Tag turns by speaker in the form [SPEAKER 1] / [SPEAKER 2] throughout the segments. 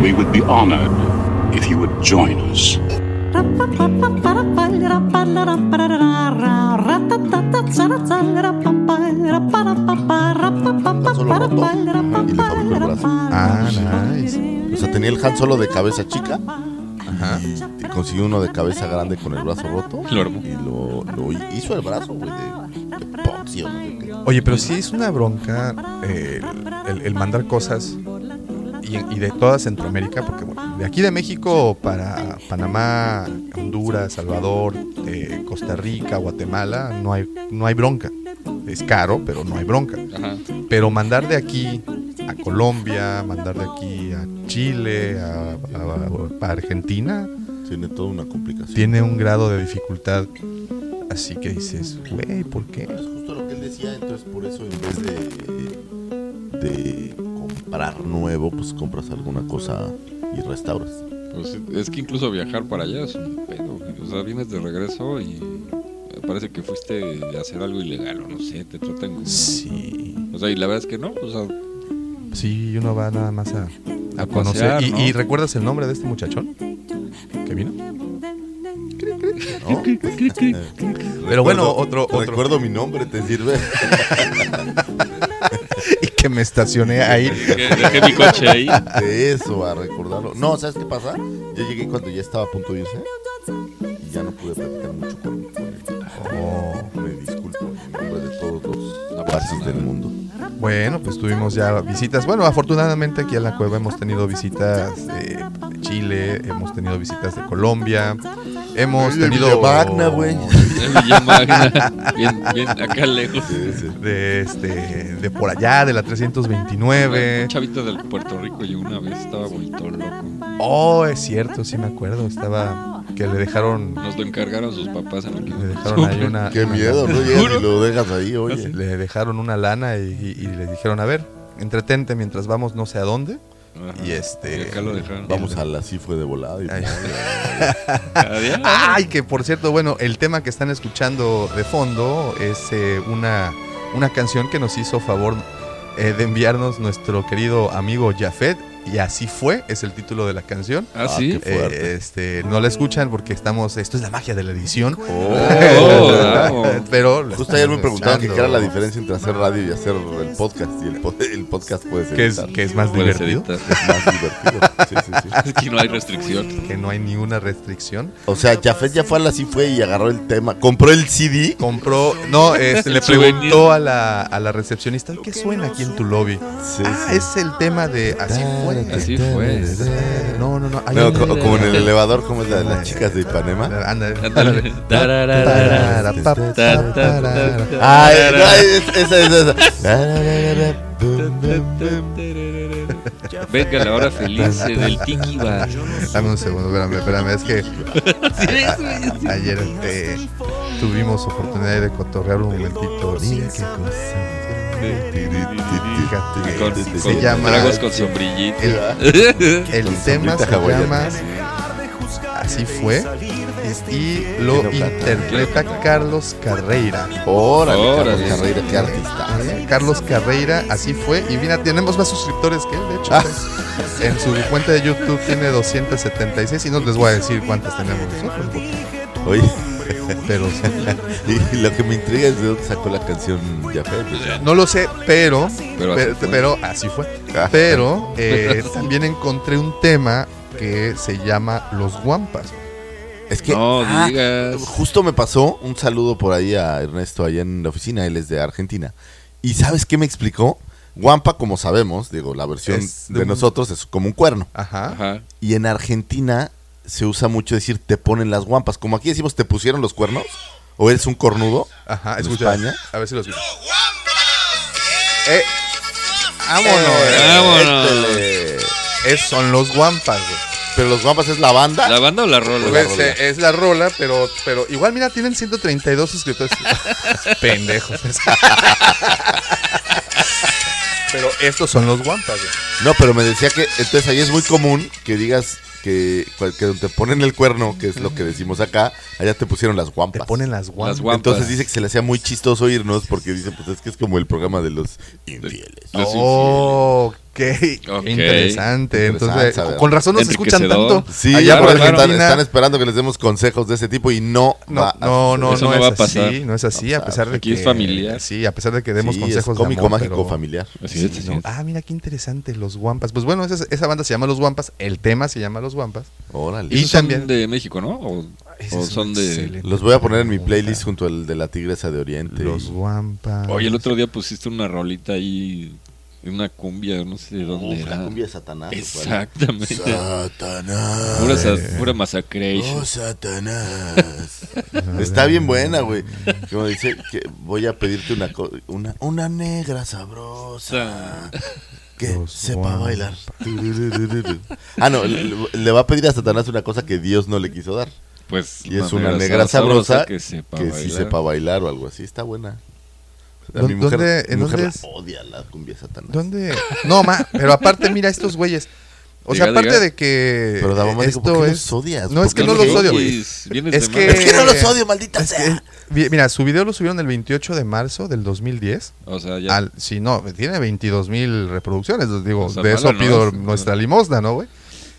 [SPEAKER 1] We would be honored if you would join us.
[SPEAKER 2] Ah, y le fabricó el brazo.
[SPEAKER 3] Ah, nice.
[SPEAKER 2] O sea, tenía el Han Solo de cabeza chica
[SPEAKER 3] Ajá.
[SPEAKER 2] y consiguió uno de cabeza grande con el brazo roto.
[SPEAKER 4] Lo armó.
[SPEAKER 2] Y lo, lo hizo el brazo, güey, de, de boxeo, no sé qué.
[SPEAKER 3] Oye, pero sí es una bronca eh, el, el- el mandar cosas y, y de toda Centroamérica, porque bueno, de aquí de México para Panamá, Honduras, Salvador, eh, Costa Rica, Guatemala, no hay, no hay bronca. Es caro, pero no hay bronca.
[SPEAKER 4] Ajá.
[SPEAKER 3] Pero mandar de aquí a Colombia, mandar de aquí a Chile, a, a- a Argentina,
[SPEAKER 2] Tiene toda una complicación.
[SPEAKER 3] tiene un grado de dificultad. Así que dices, güey, ¿por qué?
[SPEAKER 2] Es justo lo que él decía, entonces por eso en vez de, de comprar nuevo, pues compras alguna cosa y restauras.
[SPEAKER 4] Pues es que incluso viajar para allá es un pedo. güey. O sea, vienes de regreso y parece que fuiste a hacer algo ilegal o no sé, te tratan como...
[SPEAKER 3] Sí.
[SPEAKER 4] O sea, y la verdad es que no. O sea,
[SPEAKER 3] Sí, uno va nada más a, a
[SPEAKER 4] A
[SPEAKER 3] conocer.
[SPEAKER 4] pasear,
[SPEAKER 3] ¿Y,
[SPEAKER 4] ¿no?
[SPEAKER 3] y recuerdas el nombre de este muchachón? Que vino.
[SPEAKER 2] ¿no? Recuerdo-
[SPEAKER 3] bueno, otro- otro.
[SPEAKER 2] Recuerdo mi nombre, ¿te sirve?
[SPEAKER 3] Y que me estacioné ahí.
[SPEAKER 4] dejé, dejé mi coche ahí.
[SPEAKER 2] De eso, a recordarlo. No, ¿sabes qué pasa? Yo llegué cuando ya estaba a punto de irse y ya no pude platicar mucho con, con él. Oh, Me disculpo en nombre de todos los abaces del mundo.
[SPEAKER 3] Bueno, pues tuvimos ya visitas. Bueno, afortunadamente aquí en la cueva hemos tenido visitas de Chile, hemos tenido visitas de Colombia, hemos
[SPEAKER 2] Ay, de
[SPEAKER 3] tenido.
[SPEAKER 2] Villavagna, güey.
[SPEAKER 4] En Villamagna, bien, bien acá lejos.
[SPEAKER 2] Sí, sí.
[SPEAKER 3] De este, de por allá, de la 329.
[SPEAKER 4] Un chavito del Puerto Rico llegó una vez, estaba vuelto loco.
[SPEAKER 3] Oh, es cierto, sí me acuerdo. Estaba. Que le dejaron.
[SPEAKER 4] Nos lo encargaron sus papás en el que
[SPEAKER 3] Le dejaron ahí una.
[SPEAKER 2] Qué
[SPEAKER 3] una-
[SPEAKER 2] miedo, no llegas y lo dejas ahí, oye.
[SPEAKER 3] Le dejaron una lana y, y- y le dijeron, a ver, entretente mientras vamos no sé a dónde.
[SPEAKER 4] Ajá.
[SPEAKER 3] Y este-
[SPEAKER 4] Y acá lo dejaron.
[SPEAKER 2] Vamos a la cifre de volada. Y
[SPEAKER 3] Ay.
[SPEAKER 4] Adiós.
[SPEAKER 3] Ay, que por cierto, bueno, el tema que están escuchando de fondo es eh, una, una canción que nos hizo favor eh, de enviarnos nuestro querido amigo Jafet. Y así fue, es el título de la canción.
[SPEAKER 4] Ah, sí.
[SPEAKER 2] qué fuerte.
[SPEAKER 3] Eh, este, no la escuchan porque estamos, esto es la magia de la edición.
[SPEAKER 4] Oh, bravo.
[SPEAKER 3] Pero la
[SPEAKER 2] Justo ayer me
[SPEAKER 3] estamos
[SPEAKER 2] preguntaban que qué era la
[SPEAKER 3] escuchando.
[SPEAKER 2] diferencia entre hacer radio y hacer el podcast. Y el, po- el podcast puede ser
[SPEAKER 3] Que es, que es más
[SPEAKER 4] Puedes
[SPEAKER 3] divertido,
[SPEAKER 4] editar.
[SPEAKER 2] más divertido. Sí, sí, sí.
[SPEAKER 4] Aquí oh. no hay restricción.
[SPEAKER 3] que no hay ninguna restricción.
[SPEAKER 2] O sea, Jafet ya fue a la cifre y agarró el tema. Compró el CD.
[SPEAKER 3] Compró, no, este, le
[SPEAKER 4] Souvenir.
[SPEAKER 3] preguntó a la, a la recepcionista, ¿qué suena aquí en tu lobby?
[SPEAKER 2] Sí,
[SPEAKER 3] Ah,
[SPEAKER 2] sí.
[SPEAKER 3] es el tema de Así fue.
[SPEAKER 4] Así fue.
[SPEAKER 3] No, no, no. hay
[SPEAKER 2] No,
[SPEAKER 3] un-
[SPEAKER 2] co- como en el elevador, como es la de las chicas de Ipanema. Este,
[SPEAKER 3] Ándale, ándale.
[SPEAKER 4] Tararara.
[SPEAKER 3] Tarara, pa, pa,
[SPEAKER 4] Ta, ta, ta,
[SPEAKER 3] tarara.
[SPEAKER 4] ta.
[SPEAKER 2] Ay, no, es- esa, esa, esa.
[SPEAKER 4] Venga la hora feliz eh, del Tiki Bar.
[SPEAKER 3] Dame un segundo, espérame, espérame. Es que a- ayer este, tuvimos oportunidad de cotorrear un momentito. Mira qué cosa. Fíjate.
[SPEAKER 4] Con,
[SPEAKER 2] Se
[SPEAKER 4] con
[SPEAKER 3] llama-
[SPEAKER 4] tragos con sombrillito.
[SPEAKER 3] El, el tema se
[SPEAKER 2] hawaiana.
[SPEAKER 3] llama Así fue y lo
[SPEAKER 2] Quiero cantar.
[SPEAKER 3] interpreta Carlos Carreira.
[SPEAKER 2] Órale, Carlos
[SPEAKER 4] Órale.
[SPEAKER 2] Carreira, qué artista.
[SPEAKER 3] ¿eh? Carlos Carreira, así fue. Y mira, tenemos más suscriptores que él, de hecho. pues,
[SPEAKER 2] Ah.
[SPEAKER 3] En su cuenta de YouTube tiene 276 y no les voy a decir cuántas tenemos nosotros, porque-
[SPEAKER 2] Oye,
[SPEAKER 3] pero sí.
[SPEAKER 2] y lo que me intriga es de dónde sacó la canción Jafet. o sea.
[SPEAKER 3] no lo sé, pero
[SPEAKER 4] Pero
[SPEAKER 3] pero,
[SPEAKER 4] así fue. Ah.
[SPEAKER 3] pero así fue. Pero eh, también encontré un tema que se llama Los Guampas.
[SPEAKER 2] Es que
[SPEAKER 4] No
[SPEAKER 2] ah,
[SPEAKER 4] digas.
[SPEAKER 2] Justo me pasó un saludo por ahí a Ernesto allá en la oficina, él es de Argentina. ¿Y sabes qué me explicó? Guampa, como sabemos, digo, la versión
[SPEAKER 3] Es de
[SPEAKER 2] de,
[SPEAKER 3] un-
[SPEAKER 2] nosotros es como un cuerno.
[SPEAKER 3] Ajá.
[SPEAKER 4] Ajá.
[SPEAKER 2] Y en Argentina se usa mucho decir te ponen las guampas. Como aquí decimos te pusieron los cuernos o eres un cornudo.
[SPEAKER 3] Ajá,
[SPEAKER 2] en
[SPEAKER 3] escucha.
[SPEAKER 2] España.
[SPEAKER 3] A ver si lo escuchas. Eh, vámonos.
[SPEAKER 4] Vámonos.
[SPEAKER 3] es, son los guampas, güey.
[SPEAKER 2] Pero los guampas es la banda.
[SPEAKER 4] ¿La banda o la rola?
[SPEAKER 2] La
[SPEAKER 3] Pues,
[SPEAKER 2] rola.
[SPEAKER 3] eh, es la rola, pero, pero igual, mira, tienen 132 suscriptores. Pendejos. pero estos son los guampas, güey.
[SPEAKER 2] No, pero me decía que entonces ahí es muy común que digas que, cual- que te ponen el cuerno, que es lo que decimos acá, allá te pusieron las
[SPEAKER 3] Te
[SPEAKER 2] guampas.
[SPEAKER 3] ponen las guampas.
[SPEAKER 4] Las guampas.
[SPEAKER 2] Entonces dice que se le hacía muy chistoso irnos porque dice, pues es que es como el programa de los infieles.
[SPEAKER 4] Los
[SPEAKER 3] Oh, ok.
[SPEAKER 4] Ok.
[SPEAKER 3] Interesante. Entonces,
[SPEAKER 2] saber.
[SPEAKER 3] con razón nos escuchan
[SPEAKER 4] Enriquecedor.
[SPEAKER 3] tanto.
[SPEAKER 2] Sí,
[SPEAKER 3] Allá
[SPEAKER 2] ya
[SPEAKER 4] claro,
[SPEAKER 2] por
[SPEAKER 4] claro.
[SPEAKER 2] están,
[SPEAKER 3] Argentina.
[SPEAKER 2] están esperando que les demos consejos de ese tipo y no,
[SPEAKER 3] No,
[SPEAKER 2] va a
[SPEAKER 3] no,
[SPEAKER 2] suceder.
[SPEAKER 3] no,
[SPEAKER 4] Eso
[SPEAKER 3] no,
[SPEAKER 4] no
[SPEAKER 3] es
[SPEAKER 4] va a
[SPEAKER 3] así,
[SPEAKER 4] pasar.
[SPEAKER 3] no es así, a pesar de
[SPEAKER 4] Aquí
[SPEAKER 3] que
[SPEAKER 4] es familiar.
[SPEAKER 3] Sí, a pesar de que demos
[SPEAKER 2] Sí,
[SPEAKER 3] consejos
[SPEAKER 2] es
[SPEAKER 3] de
[SPEAKER 2] cómico,
[SPEAKER 3] amor,
[SPEAKER 2] mágico,
[SPEAKER 3] pero-
[SPEAKER 2] familiar.
[SPEAKER 4] Así
[SPEAKER 3] Sí,
[SPEAKER 4] es, así
[SPEAKER 3] no.
[SPEAKER 4] es.
[SPEAKER 3] Ah, mira qué interesante, los Guampas. Pues bueno, esa, esa banda se llama Los Guampas, el tema se llama Los Guampas.
[SPEAKER 2] Órale.
[SPEAKER 4] Esos
[SPEAKER 3] Y
[SPEAKER 4] son
[SPEAKER 3] también-
[SPEAKER 4] de México, ¿no? O,
[SPEAKER 3] Ese
[SPEAKER 4] o
[SPEAKER 3] es un
[SPEAKER 4] son de...
[SPEAKER 3] excelente
[SPEAKER 2] Los voy a poner en mi
[SPEAKER 3] pregunta.
[SPEAKER 2] playlist junto al de la tigresa de Oriente.
[SPEAKER 3] Los Guampas.
[SPEAKER 4] Oye, el otro día pusiste una rolita ahí, una cumbia, no sé de dónde
[SPEAKER 2] Uf,
[SPEAKER 4] era.
[SPEAKER 2] la cumbia de Satanás. ¿cuál?
[SPEAKER 4] Exactamente.
[SPEAKER 2] Satanás.
[SPEAKER 4] Pura, sa- pura Massacration.
[SPEAKER 2] Oh, Satanás. Está bien buena, güey. Como dice, que voy a pedirte una, co- una, una negra sabrosa. Que
[SPEAKER 3] Los
[SPEAKER 2] sepa
[SPEAKER 3] guampas.
[SPEAKER 2] bailar. Tururururu. Ah, no, le, le va a pedir a Satanás una cosa que Dios no le quiso dar.
[SPEAKER 4] Pues
[SPEAKER 2] Y es una negra sabrosa que, sí sepa bailar o algo así. Está buena. A mi
[SPEAKER 3] ¿Dó-
[SPEAKER 2] mujer,
[SPEAKER 3] dónde-
[SPEAKER 2] mi
[SPEAKER 3] en
[SPEAKER 2] mujer
[SPEAKER 3] dónde
[SPEAKER 2] la
[SPEAKER 3] es?
[SPEAKER 2] odia la cumbia de Satanás.
[SPEAKER 3] ¿Dónde? No, ma, pero aparte, mira estos güeyes. O sea,
[SPEAKER 4] Diga,
[SPEAKER 3] aparte
[SPEAKER 4] diga.
[SPEAKER 3] de que
[SPEAKER 2] Pero Davo
[SPEAKER 3] esto
[SPEAKER 2] ¿por qué
[SPEAKER 3] es...
[SPEAKER 2] los odias?
[SPEAKER 3] no, es
[SPEAKER 2] ¿Por
[SPEAKER 3] que
[SPEAKER 2] qué
[SPEAKER 3] no los odio, güey. Es
[SPEAKER 4] Es
[SPEAKER 3] que- Eh,
[SPEAKER 4] que...
[SPEAKER 2] Es que no los odio, maldita
[SPEAKER 3] Es que-
[SPEAKER 2] sea.
[SPEAKER 3] vi- mira, su video lo subieron el 28 de marzo del 2010.
[SPEAKER 4] O sea, ya...
[SPEAKER 3] Al- si no, tiene 22 mil reproducciones. Digo,
[SPEAKER 4] O sea,
[SPEAKER 3] de
[SPEAKER 4] malo
[SPEAKER 3] eso
[SPEAKER 4] no
[SPEAKER 3] pido
[SPEAKER 4] es, ¿no?
[SPEAKER 3] nuestra limosna, ¿no, güey?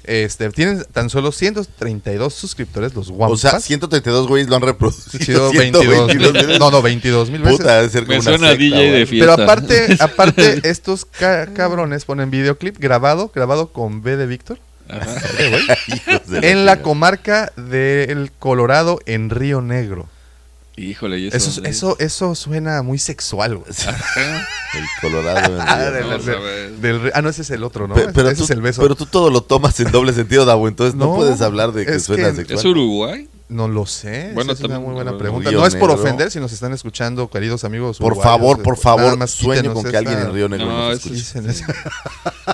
[SPEAKER 3] Este, tienen tan solo 132 suscriptores los
[SPEAKER 2] O
[SPEAKER 3] guampas.
[SPEAKER 2] sea, 132 güeyes lo han
[SPEAKER 3] Sí, sido
[SPEAKER 2] reproducido.
[SPEAKER 3] 22.
[SPEAKER 2] 122.
[SPEAKER 3] No, no, 22 mil veces.
[SPEAKER 2] Puta, debe ser como
[SPEAKER 4] Me
[SPEAKER 2] una
[SPEAKER 4] suena
[SPEAKER 2] secta,
[SPEAKER 4] DJ
[SPEAKER 2] güey.
[SPEAKER 4] de
[SPEAKER 3] Pero
[SPEAKER 4] fiesta.
[SPEAKER 3] aparte, aparte estos ca- cabrones ponen videoclip grabado, grabado con B de Víctor,
[SPEAKER 4] Ajá.
[SPEAKER 2] Hijos de
[SPEAKER 3] en la
[SPEAKER 2] chingada.
[SPEAKER 3] comarca del Colorado en Río Negro.
[SPEAKER 4] Híjole, ¿y eso,
[SPEAKER 3] Eso,
[SPEAKER 4] dónde es?
[SPEAKER 3] eso, eso suena muy sexual, güey.
[SPEAKER 2] El Colorado. en
[SPEAKER 3] Ah,
[SPEAKER 2] realidad, ¿no?
[SPEAKER 3] de la-
[SPEAKER 4] Vamos a ver.
[SPEAKER 3] del ri- ah, no, ese es el otro, ¿no?
[SPEAKER 2] Pe- pero,
[SPEAKER 3] ese
[SPEAKER 2] tú,
[SPEAKER 3] es el beso.
[SPEAKER 2] pero tú todo lo tomas en doble sentido, Davo. Entonces no,
[SPEAKER 3] No,
[SPEAKER 2] puedes hablar de que
[SPEAKER 3] es
[SPEAKER 2] suena
[SPEAKER 3] que-
[SPEAKER 2] sexual.
[SPEAKER 4] ¿Es Uruguay?
[SPEAKER 3] No lo sé.
[SPEAKER 4] Bueno,
[SPEAKER 3] Bueno, es una
[SPEAKER 4] también-
[SPEAKER 3] muy buena
[SPEAKER 4] bueno,
[SPEAKER 3] pregunta.
[SPEAKER 2] Río
[SPEAKER 3] No es por
[SPEAKER 2] Negro.
[SPEAKER 3] ofender si nos están escuchando, queridos amigos.
[SPEAKER 2] Por
[SPEAKER 3] uruguayos,
[SPEAKER 2] favor, por
[SPEAKER 3] eh, nada
[SPEAKER 2] favor,
[SPEAKER 3] más
[SPEAKER 2] sueño
[SPEAKER 3] quítenos
[SPEAKER 2] con que
[SPEAKER 3] esta-
[SPEAKER 2] alguien en Río Negro
[SPEAKER 4] No,
[SPEAKER 2] nos
[SPEAKER 4] eso
[SPEAKER 2] escuche.
[SPEAKER 3] Dicen eso.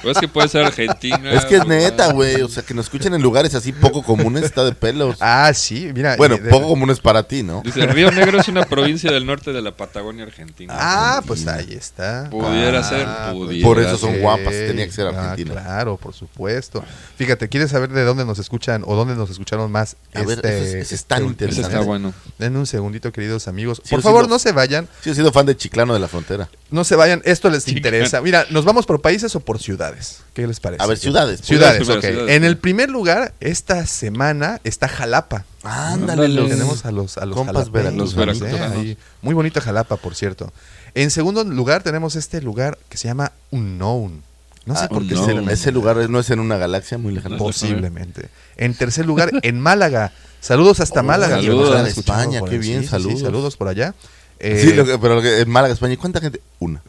[SPEAKER 4] ¿O es que puede ser Argentina?
[SPEAKER 2] Es que es
[SPEAKER 4] Uruguay?
[SPEAKER 2] neta, güey. O sea, que nos escuchen en lugares así poco comunes está de pelos.
[SPEAKER 3] Ah, sí, mira.
[SPEAKER 2] bueno,
[SPEAKER 3] eh, de-
[SPEAKER 2] poco comunes para ti, ¿no?
[SPEAKER 4] Dice, Río Negro es una provincia del norte de la Patagonia Argentina.
[SPEAKER 3] Ah, pues ahí está.
[SPEAKER 4] Pudiera ser,
[SPEAKER 3] pues,
[SPEAKER 4] pudiera
[SPEAKER 2] Por eso son
[SPEAKER 3] ok.
[SPEAKER 2] guapas, tenía que ser argentina.
[SPEAKER 3] claro, por supuesto. Fíjate, ¿quieres saber de dónde nos escuchan o dónde nos escucharon más?
[SPEAKER 2] A ver,
[SPEAKER 3] Este,
[SPEAKER 2] ese es- ese es tan
[SPEAKER 4] Ese
[SPEAKER 2] interesante.
[SPEAKER 4] está bueno.
[SPEAKER 3] Denme un segundito, queridos amigos.
[SPEAKER 2] Sí,
[SPEAKER 3] por
[SPEAKER 2] sí,
[SPEAKER 3] favor,
[SPEAKER 2] lo-
[SPEAKER 3] no se vayan.
[SPEAKER 2] Sí, he sido fan de Chiclano de la Frontera.
[SPEAKER 3] No se vayan, esto les
[SPEAKER 4] Chica.
[SPEAKER 3] interesa. Mira, ¿nos vamos por países o por ciudades? ¿Qué les parece?
[SPEAKER 2] A ver, ciudades. pues.
[SPEAKER 3] Ciudades,
[SPEAKER 4] Ciudades,
[SPEAKER 3] ok.
[SPEAKER 4] ciudades.
[SPEAKER 3] En el primer lugar, esta semana está Jalapa.
[SPEAKER 2] Ándale,
[SPEAKER 4] Ándale.
[SPEAKER 2] los-
[SPEAKER 3] Tenemos a los, a los
[SPEAKER 2] Compas
[SPEAKER 3] jalapeños,
[SPEAKER 4] veracruzanos.
[SPEAKER 3] ¿eh? Ahí. Muy bonito Jalapa, por cierto. En segundo lugar, tenemos este lugar que se llama Unknown. No sé
[SPEAKER 2] Ah,
[SPEAKER 3] por qué
[SPEAKER 4] Unknown.
[SPEAKER 3] se
[SPEAKER 2] ese,
[SPEAKER 3] llama
[SPEAKER 2] ese lugar no es en una galaxia muy lejana.
[SPEAKER 3] Posiblemente. En tercer lugar, en Málaga. Saludos hasta
[SPEAKER 2] Oh,
[SPEAKER 3] Málaga. que
[SPEAKER 4] saludos
[SPEAKER 3] nos están
[SPEAKER 4] a
[SPEAKER 3] escuchando
[SPEAKER 2] España,
[SPEAKER 3] por
[SPEAKER 2] qué
[SPEAKER 3] ahí.
[SPEAKER 2] bien,
[SPEAKER 3] Sí, sí, sí,
[SPEAKER 2] saludos.
[SPEAKER 3] saludos por allá. Eh,
[SPEAKER 2] Sí, lo que- pero lo que- en Málaga, España, ¿y cuánta gente? Una.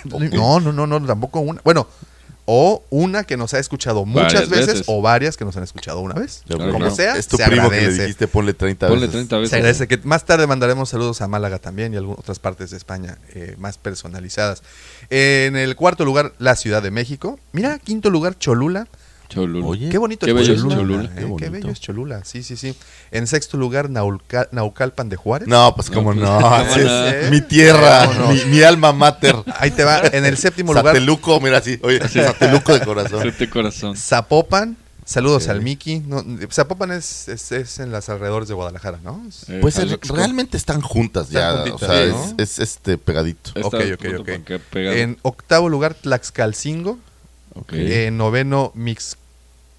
[SPEAKER 3] No, no, no, no, tampoco una. Bueno, o una que nos ha escuchado muchas
[SPEAKER 4] Varias
[SPEAKER 3] veces,
[SPEAKER 4] veces.
[SPEAKER 3] o varias que nos han escuchado una vez.
[SPEAKER 4] Claro,
[SPEAKER 3] Como
[SPEAKER 4] claro.
[SPEAKER 3] sea,
[SPEAKER 2] Es tu
[SPEAKER 3] se
[SPEAKER 2] primo que le
[SPEAKER 3] agradece.
[SPEAKER 2] dijiste, ponle 30
[SPEAKER 4] Ponle
[SPEAKER 2] veces.
[SPEAKER 4] 30
[SPEAKER 3] Se
[SPEAKER 4] veces.
[SPEAKER 3] agradece que más tarde mandaremos saludos a Málaga también y algunas otras partes de España eh, más personalizadas. En el cuarto lugar, la Ciudad de México. Mira, quinto lugar, Cholula.
[SPEAKER 4] Cholula.
[SPEAKER 2] Oye,
[SPEAKER 3] Qué bonito
[SPEAKER 4] Qué
[SPEAKER 3] es
[SPEAKER 4] bello es
[SPEAKER 3] Cholula.
[SPEAKER 4] Cholula,
[SPEAKER 3] eh,
[SPEAKER 2] qué bonito.
[SPEAKER 3] Qué bello es Cholula, sí, sí, sí. En sexto lugar, Naulca- Naucalpan de Juárez.
[SPEAKER 2] No, pues cómo
[SPEAKER 4] No,
[SPEAKER 2] no.
[SPEAKER 4] pues,
[SPEAKER 2] así
[SPEAKER 4] cómo
[SPEAKER 2] es.
[SPEAKER 3] no.
[SPEAKER 2] Mi tierra,
[SPEAKER 3] Cómo no.
[SPEAKER 2] Mi, mi alma mater.
[SPEAKER 3] Ahí te va. En el séptimo lugar,
[SPEAKER 2] Sateluco, mira así. Oye, Sateluco de corazón.
[SPEAKER 4] Suerte corazón.
[SPEAKER 3] Zapopan. Saludos
[SPEAKER 2] Sí.
[SPEAKER 3] al Miki. No, Zapopan es, es- es en las alrededores de Guadalajara, ¿no? Es-
[SPEAKER 4] Eh,
[SPEAKER 2] Pues el-
[SPEAKER 4] Jalisco.
[SPEAKER 2] realmente están juntas ya.
[SPEAKER 3] Están juntitas,
[SPEAKER 2] o sea,
[SPEAKER 3] ¿no?
[SPEAKER 2] es, es, este pegadito.
[SPEAKER 4] Está
[SPEAKER 3] Ok, ok,
[SPEAKER 4] junto
[SPEAKER 3] ok.
[SPEAKER 4] para que pegado.
[SPEAKER 3] En octavo lugar, Tlaxcalcingo. Eh,
[SPEAKER 4] Ok.
[SPEAKER 3] En noveno,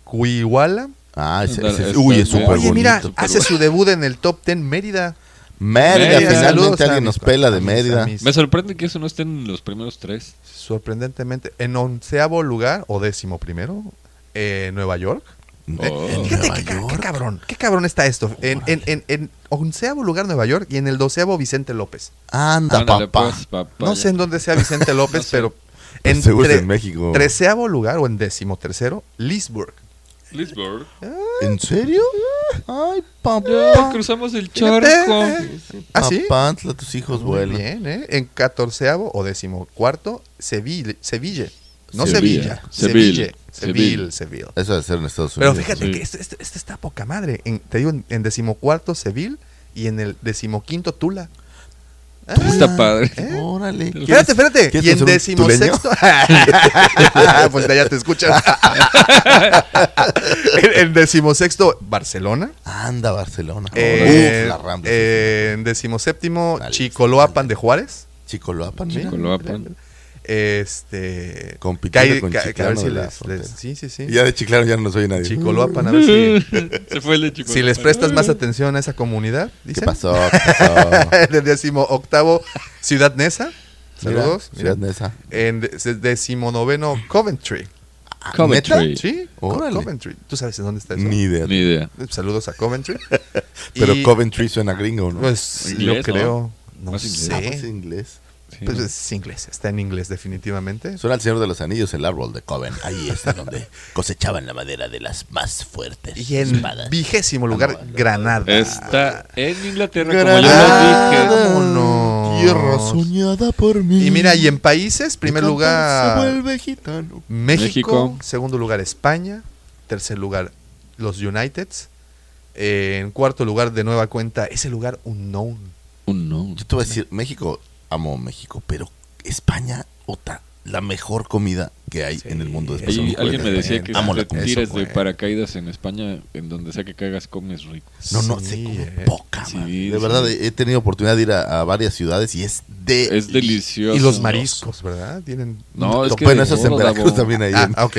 [SPEAKER 3] Mixcuihuala.
[SPEAKER 2] Ah, ese-
[SPEAKER 4] Ándale,
[SPEAKER 2] ese-
[SPEAKER 4] está
[SPEAKER 2] uy,
[SPEAKER 4] bien.
[SPEAKER 2] es súper bonito.
[SPEAKER 3] Oye, mira,
[SPEAKER 4] bonito,
[SPEAKER 3] hace
[SPEAKER 4] pero-
[SPEAKER 3] su debut en el top 10 Mérida. pues,
[SPEAKER 2] Mérida,
[SPEAKER 4] Mérida,
[SPEAKER 3] saludos
[SPEAKER 2] finalmente
[SPEAKER 3] a
[SPEAKER 2] alguien
[SPEAKER 3] mis
[SPEAKER 2] nos pela de
[SPEAKER 3] pa- a mis- a
[SPEAKER 2] Mérida.
[SPEAKER 3] mis-
[SPEAKER 4] Me sorprende que eso no esté en los primeros tres.
[SPEAKER 3] Sorprendentemente, en onceavo lugar, o décimo primero, eh, Nueva York.
[SPEAKER 2] ¿En-
[SPEAKER 4] Oh.
[SPEAKER 2] en
[SPEAKER 3] Fíjate
[SPEAKER 2] Nueva
[SPEAKER 3] qué, ca- qué
[SPEAKER 2] York?
[SPEAKER 3] cabrón, qué cabrón está esto. En, en, en, en onceavo lugar Nueva York y en el doceavo Vicente López.
[SPEAKER 2] Anda,
[SPEAKER 4] Ándale,
[SPEAKER 2] papá.
[SPEAKER 4] pues, papá,
[SPEAKER 3] No
[SPEAKER 4] ya.
[SPEAKER 3] sé en dónde sea Vicente López,
[SPEAKER 4] sé.
[SPEAKER 3] pero
[SPEAKER 2] Pues
[SPEAKER 3] en,
[SPEAKER 2] seguro es
[SPEAKER 3] tre-
[SPEAKER 2] en México.
[SPEAKER 3] treceavo lugar o en décimo tercero, Lisburg.
[SPEAKER 4] Lisboa.
[SPEAKER 2] ¿En serio? Ay,
[SPEAKER 4] Ya
[SPEAKER 2] papá.
[SPEAKER 4] cruzamos el
[SPEAKER 3] Fíjate,
[SPEAKER 4] charco.
[SPEAKER 3] eh. ¿Ah, sí?
[SPEAKER 2] Papá, tus hijos
[SPEAKER 3] Muy
[SPEAKER 2] vuelan.
[SPEAKER 3] bien, ¿eh? En catorceavo o décimo cuarto, Seville, Seville. No
[SPEAKER 4] Sevilla.
[SPEAKER 3] Sevilla,
[SPEAKER 4] Seville.
[SPEAKER 3] Seville. Seville, Seville.
[SPEAKER 2] Eso debe ser en Estados
[SPEAKER 3] Pero
[SPEAKER 2] Unidos.
[SPEAKER 3] fíjate
[SPEAKER 4] Sí.
[SPEAKER 3] que este, este- este está poca madre. En- te digo, en, en decimocuarto Seville y en el decimoquinto Tula. Ah,
[SPEAKER 4] Pues Está padre.
[SPEAKER 3] ¿eh?
[SPEAKER 2] Órale.
[SPEAKER 3] Espérate, espérate.
[SPEAKER 2] quieres
[SPEAKER 3] Y en
[SPEAKER 2] hacer un
[SPEAKER 3] decimosexto. pues de allá te escuchas. en, en decimosexto, Barcelona.
[SPEAKER 2] Anda, Barcelona.
[SPEAKER 3] Eh,
[SPEAKER 2] Uf, la Rambla.
[SPEAKER 3] eh, en decimoséptimo,
[SPEAKER 2] Dale,
[SPEAKER 3] Chicoloapan de Juárez.
[SPEAKER 2] Chicoloapan, mira.
[SPEAKER 4] Chicoloapan.
[SPEAKER 3] Este.
[SPEAKER 2] Compitiendo
[SPEAKER 3] que-
[SPEAKER 2] con
[SPEAKER 3] que- que a ver
[SPEAKER 2] Chiclano
[SPEAKER 3] si
[SPEAKER 2] de la
[SPEAKER 3] les-
[SPEAKER 2] frontera.
[SPEAKER 3] les- Sí, sí, sí.
[SPEAKER 2] Y ya de Chiclano ya no soy nadie.
[SPEAKER 3] Chicoloapan, a ver si.
[SPEAKER 4] Se fue el de Chicoloapan.
[SPEAKER 3] Si les prestas más atención a esa comunidad,
[SPEAKER 2] ¿Qué
[SPEAKER 3] dice.
[SPEAKER 2] pasó? ¿Qué pasó?
[SPEAKER 3] en décimo octavo, Ciudad Nesa. Saludos.
[SPEAKER 2] Mira, Ciudad
[SPEAKER 3] mira.
[SPEAKER 2] Nesa.
[SPEAKER 3] En de- decimonoveno, Coventry.
[SPEAKER 4] Coventry.
[SPEAKER 3] Sí,
[SPEAKER 2] Órale.
[SPEAKER 3] Coventry. ¿Tú sabes en dónde está eso?
[SPEAKER 2] Ni idea.
[SPEAKER 4] Ni idea.
[SPEAKER 3] Saludos a Coventry.
[SPEAKER 2] Pero
[SPEAKER 3] Y,
[SPEAKER 2] Coventry suena gringo, ¿no?
[SPEAKER 3] Pues
[SPEAKER 4] Inglés,
[SPEAKER 3] yo
[SPEAKER 4] ¿no?
[SPEAKER 3] creo. No,
[SPEAKER 4] Más inglés.
[SPEAKER 2] Ah, pues,
[SPEAKER 3] sé.
[SPEAKER 2] inglés.
[SPEAKER 4] Sí.
[SPEAKER 3] Pues es inglés, está en inglés definitivamente.
[SPEAKER 2] Suena el Señor de los Anillos, el árbol de Coven. Ahí está donde cosechaban la madera de las más fuertes
[SPEAKER 3] Y en
[SPEAKER 2] espadas.
[SPEAKER 3] vigésimo lugar, Granada.
[SPEAKER 4] Está en Inglaterra, como yo
[SPEAKER 2] Granada,
[SPEAKER 4] lo dije.
[SPEAKER 3] Vámonos.
[SPEAKER 2] Tierra soñada por mí.
[SPEAKER 3] Oh, Y mira, y en países, primer
[SPEAKER 2] Cantar
[SPEAKER 3] lugar,
[SPEAKER 2] Se vuelve gitano.
[SPEAKER 3] México,
[SPEAKER 4] México.
[SPEAKER 3] segundo lugar España, tercer lugar los Uniteds, eh, en cuarto lugar de nueva cuenta ese lugar unknown.
[SPEAKER 4] Un no.
[SPEAKER 2] Yo te voy a decir, México, amo México, pero España, otra, la mejor comida que hay
[SPEAKER 3] Sí,
[SPEAKER 2] en el mundo.
[SPEAKER 3] eso
[SPEAKER 2] Después
[SPEAKER 4] Ahí
[SPEAKER 2] de un
[SPEAKER 3] fue
[SPEAKER 4] alguien me
[SPEAKER 2] juego.
[SPEAKER 4] decía
[SPEAKER 3] también.
[SPEAKER 4] que
[SPEAKER 2] Amo la
[SPEAKER 4] si te
[SPEAKER 2] comida.
[SPEAKER 4] tiras
[SPEAKER 2] Eso
[SPEAKER 4] de
[SPEAKER 2] fue.
[SPEAKER 4] paracaídas en España, en donde sea que cagas, comes rico.
[SPEAKER 2] No, no, sé
[SPEAKER 3] Sí,
[SPEAKER 2] como
[SPEAKER 3] eh.
[SPEAKER 2] poca,
[SPEAKER 4] Sí,
[SPEAKER 2] man.
[SPEAKER 4] sí.
[SPEAKER 2] De verdad, he tenido oportunidad de ir a, a varias ciudades Eh, y es de...
[SPEAKER 4] Es delicioso.
[SPEAKER 3] Y los mariscos, ¿verdad? Tienen
[SPEAKER 4] No, es que
[SPEAKER 2] bueno,
[SPEAKER 4] de
[SPEAKER 2] eso es en
[SPEAKER 4] gorda,
[SPEAKER 2] Veracruz
[SPEAKER 4] bo.
[SPEAKER 2] también ahí.
[SPEAKER 3] Ah,
[SPEAKER 2] en-
[SPEAKER 3] ah, ok.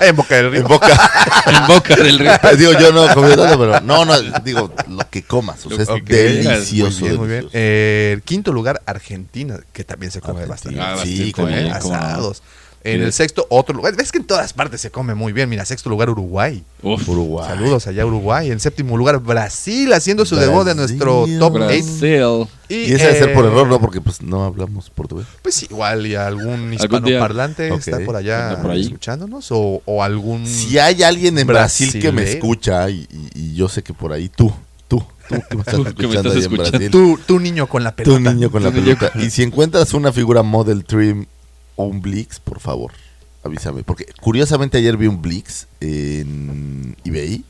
[SPEAKER 3] en Boca del Río.
[SPEAKER 2] en Boca.
[SPEAKER 4] En boca del río.
[SPEAKER 2] digo, yo no comí tanto, pero no, no, digo, lo que comas. O sea,
[SPEAKER 4] Lo
[SPEAKER 2] es
[SPEAKER 4] que quieras.
[SPEAKER 2] delicioso.
[SPEAKER 3] Muy bien, muy bien.
[SPEAKER 2] delicioso.
[SPEAKER 3] Eh, el quinto lugar Argentina, que también se come
[SPEAKER 2] Argentina.
[SPEAKER 3] bastante.
[SPEAKER 4] Ah, bastante,
[SPEAKER 2] Sí, como-
[SPEAKER 4] ¿eh? como-
[SPEAKER 3] Asados. En el
[SPEAKER 4] Sí.
[SPEAKER 3] sexto otro lugar. Ves que en todas partes se come muy bien. Mira, sexto lugar Uruguay.
[SPEAKER 4] Uf,
[SPEAKER 2] Uruguay.
[SPEAKER 3] Saludos allá a Uruguay. En séptimo lugar, Brasil, haciendo su debut de nuestro
[SPEAKER 2] Brasil.
[SPEAKER 3] top 8.
[SPEAKER 4] Brasil.
[SPEAKER 2] Y ese debe ser por
[SPEAKER 3] eh,
[SPEAKER 2] error, ¿no? Porque pues no hablamos portugués.
[SPEAKER 3] Pues igual, y algún
[SPEAKER 4] día.
[SPEAKER 3] hispanoparlante
[SPEAKER 2] Ok.
[SPEAKER 3] está por allá
[SPEAKER 4] Anda por ahí.
[SPEAKER 3] escuchándonos o, o
[SPEAKER 4] Mm.
[SPEAKER 3] algún.
[SPEAKER 2] Si hay alguien en Brasil que me
[SPEAKER 3] Brasilero.
[SPEAKER 2] escucha y, y- y yo sé que por ahí tú, tú, tú que me estás
[SPEAKER 4] Tú que me
[SPEAKER 2] escuchando
[SPEAKER 4] estás
[SPEAKER 2] ahí en
[SPEAKER 4] escuchando.
[SPEAKER 2] Brasil, tú,
[SPEAKER 3] Tú, tú niño con la pelota.
[SPEAKER 2] niño con la
[SPEAKER 4] Tú, niño
[SPEAKER 2] pelota. Y si encuentras una figura Model Trim o un Blix, por favor, avísame. Porque curiosamente ayer vi un Blix en eBay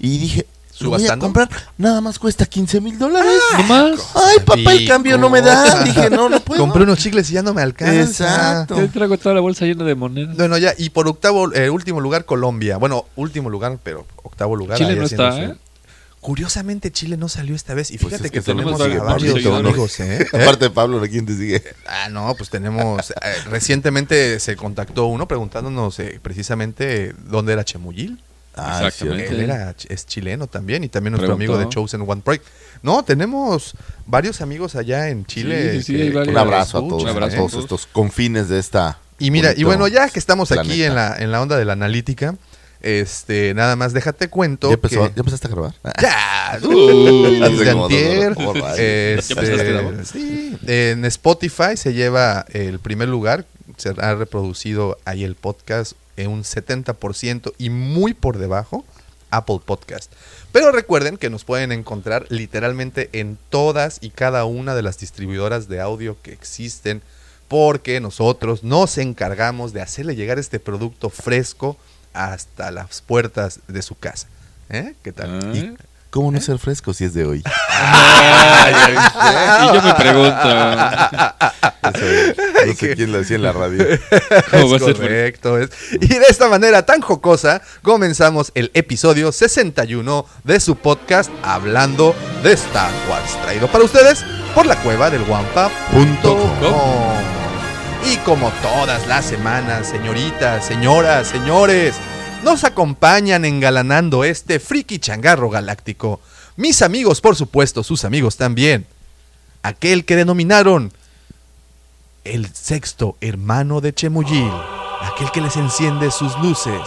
[SPEAKER 2] y dije, lo voy a
[SPEAKER 3] ¿Subastando?
[SPEAKER 2] comprar, nada más cuesta 15 mil dólares.
[SPEAKER 3] Ah,
[SPEAKER 4] Nomás.
[SPEAKER 2] Ay, papá, el cambio no me da.
[SPEAKER 3] Cosa.
[SPEAKER 2] Dije, no, no puedo.
[SPEAKER 3] Compré unos chicles y ya no me alcanza.
[SPEAKER 2] Exacto.
[SPEAKER 4] Te traigo toda la bolsa llena de monedas.
[SPEAKER 3] Bueno, ya, y por octavo, eh, último lugar, Colombia. Bueno, último lugar, pero octavo lugar.
[SPEAKER 4] Chile
[SPEAKER 3] ahí
[SPEAKER 4] no
[SPEAKER 3] haciendo
[SPEAKER 4] está,
[SPEAKER 3] su-
[SPEAKER 4] ¿eh?
[SPEAKER 3] Curiosamente, Chile no salió esta vez. Y
[SPEAKER 2] Pues
[SPEAKER 3] fíjate
[SPEAKER 2] es
[SPEAKER 3] que,
[SPEAKER 2] que tenemos
[SPEAKER 3] tenemos
[SPEAKER 4] varios
[SPEAKER 3] a varios
[SPEAKER 4] seguidores.
[SPEAKER 3] amigos, ¿eh?
[SPEAKER 2] Aparte de Pablo, ¿quién te sigue?
[SPEAKER 3] Ah, no, pues tenemos. eh, recientemente se contactó uno preguntándonos eh, precisamente dónde era Chemuyil.
[SPEAKER 2] Ah,
[SPEAKER 4] Exactamente.
[SPEAKER 3] Él era, ch- es chileno también y también nuestro
[SPEAKER 4] Preguntó.
[SPEAKER 3] amigo de Chosen One Project. No, tenemos varios amigos allá en Chile.
[SPEAKER 4] Sí, sí, sí, hay varios.
[SPEAKER 2] Un abrazo a
[SPEAKER 3] escuchan,
[SPEAKER 2] todos,
[SPEAKER 4] Un abrazo
[SPEAKER 2] a
[SPEAKER 4] a
[SPEAKER 2] todos
[SPEAKER 4] todos.
[SPEAKER 2] estos confines de esta.
[SPEAKER 3] Y mira, y
[SPEAKER 2] bonito
[SPEAKER 3] bueno, ya que estamos aquí
[SPEAKER 2] planeta.
[SPEAKER 3] en la, en la onda de la analítica, este, nada más déjate cuento.
[SPEAKER 2] ¿Ya, empezó-
[SPEAKER 3] que-
[SPEAKER 2] ya empezaste a grabar?
[SPEAKER 3] Ya,
[SPEAKER 4] Uh,
[SPEAKER 3] desde
[SPEAKER 2] hace como dos
[SPEAKER 3] antier,
[SPEAKER 2] horas. Oh, rayos.
[SPEAKER 3] este,
[SPEAKER 4] ¿Ya pasaste la voz?
[SPEAKER 3] sí, en Spotify se lleva el primer lugar, se ha reproducido ahí el podcast en un 70% y muy por debajo Apple Podcast. Pero recuerden que nos pueden encontrar literalmente en todas y cada una de las distribuidoras de audio que existen porque nosotros nos encargamos de hacerle llegar este producto fresco hasta las puertas de su casa. ¿Eh? ¿Qué tal?
[SPEAKER 4] Ah.
[SPEAKER 2] ¿Y cómo no ser fresco si es de hoy?
[SPEAKER 4] y yo me pregunto,
[SPEAKER 3] Ah,
[SPEAKER 2] Eso, no sé quién lo decía en la radio.
[SPEAKER 4] ¿cómo va a
[SPEAKER 3] es
[SPEAKER 4] ser?
[SPEAKER 3] correcto. es- Y de esta manera tan jocosa, comenzamos el episodio 61 de su podcast Hablando de Star Wars, traído para ustedes por la cueva del guampa.com. Y como todas las semanas, señoritas, señoras, señores, nos acompañan engalanando este friki changarro galáctico. Mis amigos, por supuesto, sus amigos también. Aquel que denominaron el sexto hermano de Chemuyil, aquel que les enciende sus luces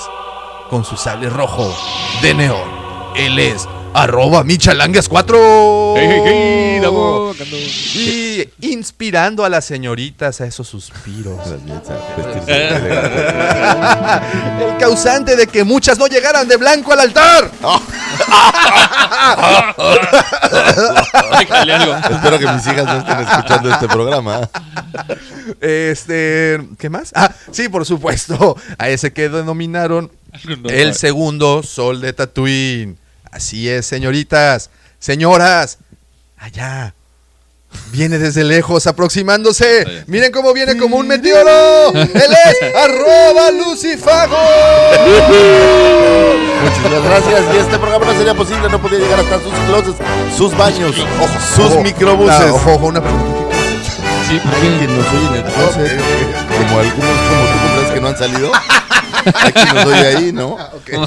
[SPEAKER 3] con su sable rojo de neón. Él es arroba michalangas4.
[SPEAKER 4] Hey, hey, hey, damo, cando.
[SPEAKER 3] Y inspirando a las señoritas a esos suspiros.
[SPEAKER 2] Las niñas a vestirse de elegante.
[SPEAKER 3] El causante de que muchas no llegaran de blanco al altar.
[SPEAKER 4] Déjale algo.
[SPEAKER 2] Espero que mis hijas no estén escuchando este programa.
[SPEAKER 3] Este, ¿qué más? Ah, sí, por supuesto. A ese que denominaron
[SPEAKER 4] No,
[SPEAKER 3] el
[SPEAKER 4] no.
[SPEAKER 3] segundo sol de Tatooine. Así es, señoritas, señoras, allá. Viene desde lejos, aproximándose.
[SPEAKER 4] Allá.
[SPEAKER 3] Miren cómo viene como un meteoro. Él es arroba Lucifago.
[SPEAKER 2] Muchísimas gracias. Y este programa no sería posible, no podía llegar hasta sus closets, sus baños, ojo, sus
[SPEAKER 3] Ojo,
[SPEAKER 2] microbuses.
[SPEAKER 3] no, ojo, ojo, una pregunta.
[SPEAKER 4] Sí,
[SPEAKER 2] Hay quien
[SPEAKER 4] porque
[SPEAKER 2] nos oye en el closet, como algunos como tú compras que no han salido. Hay quien nos oye ahí, ¿no?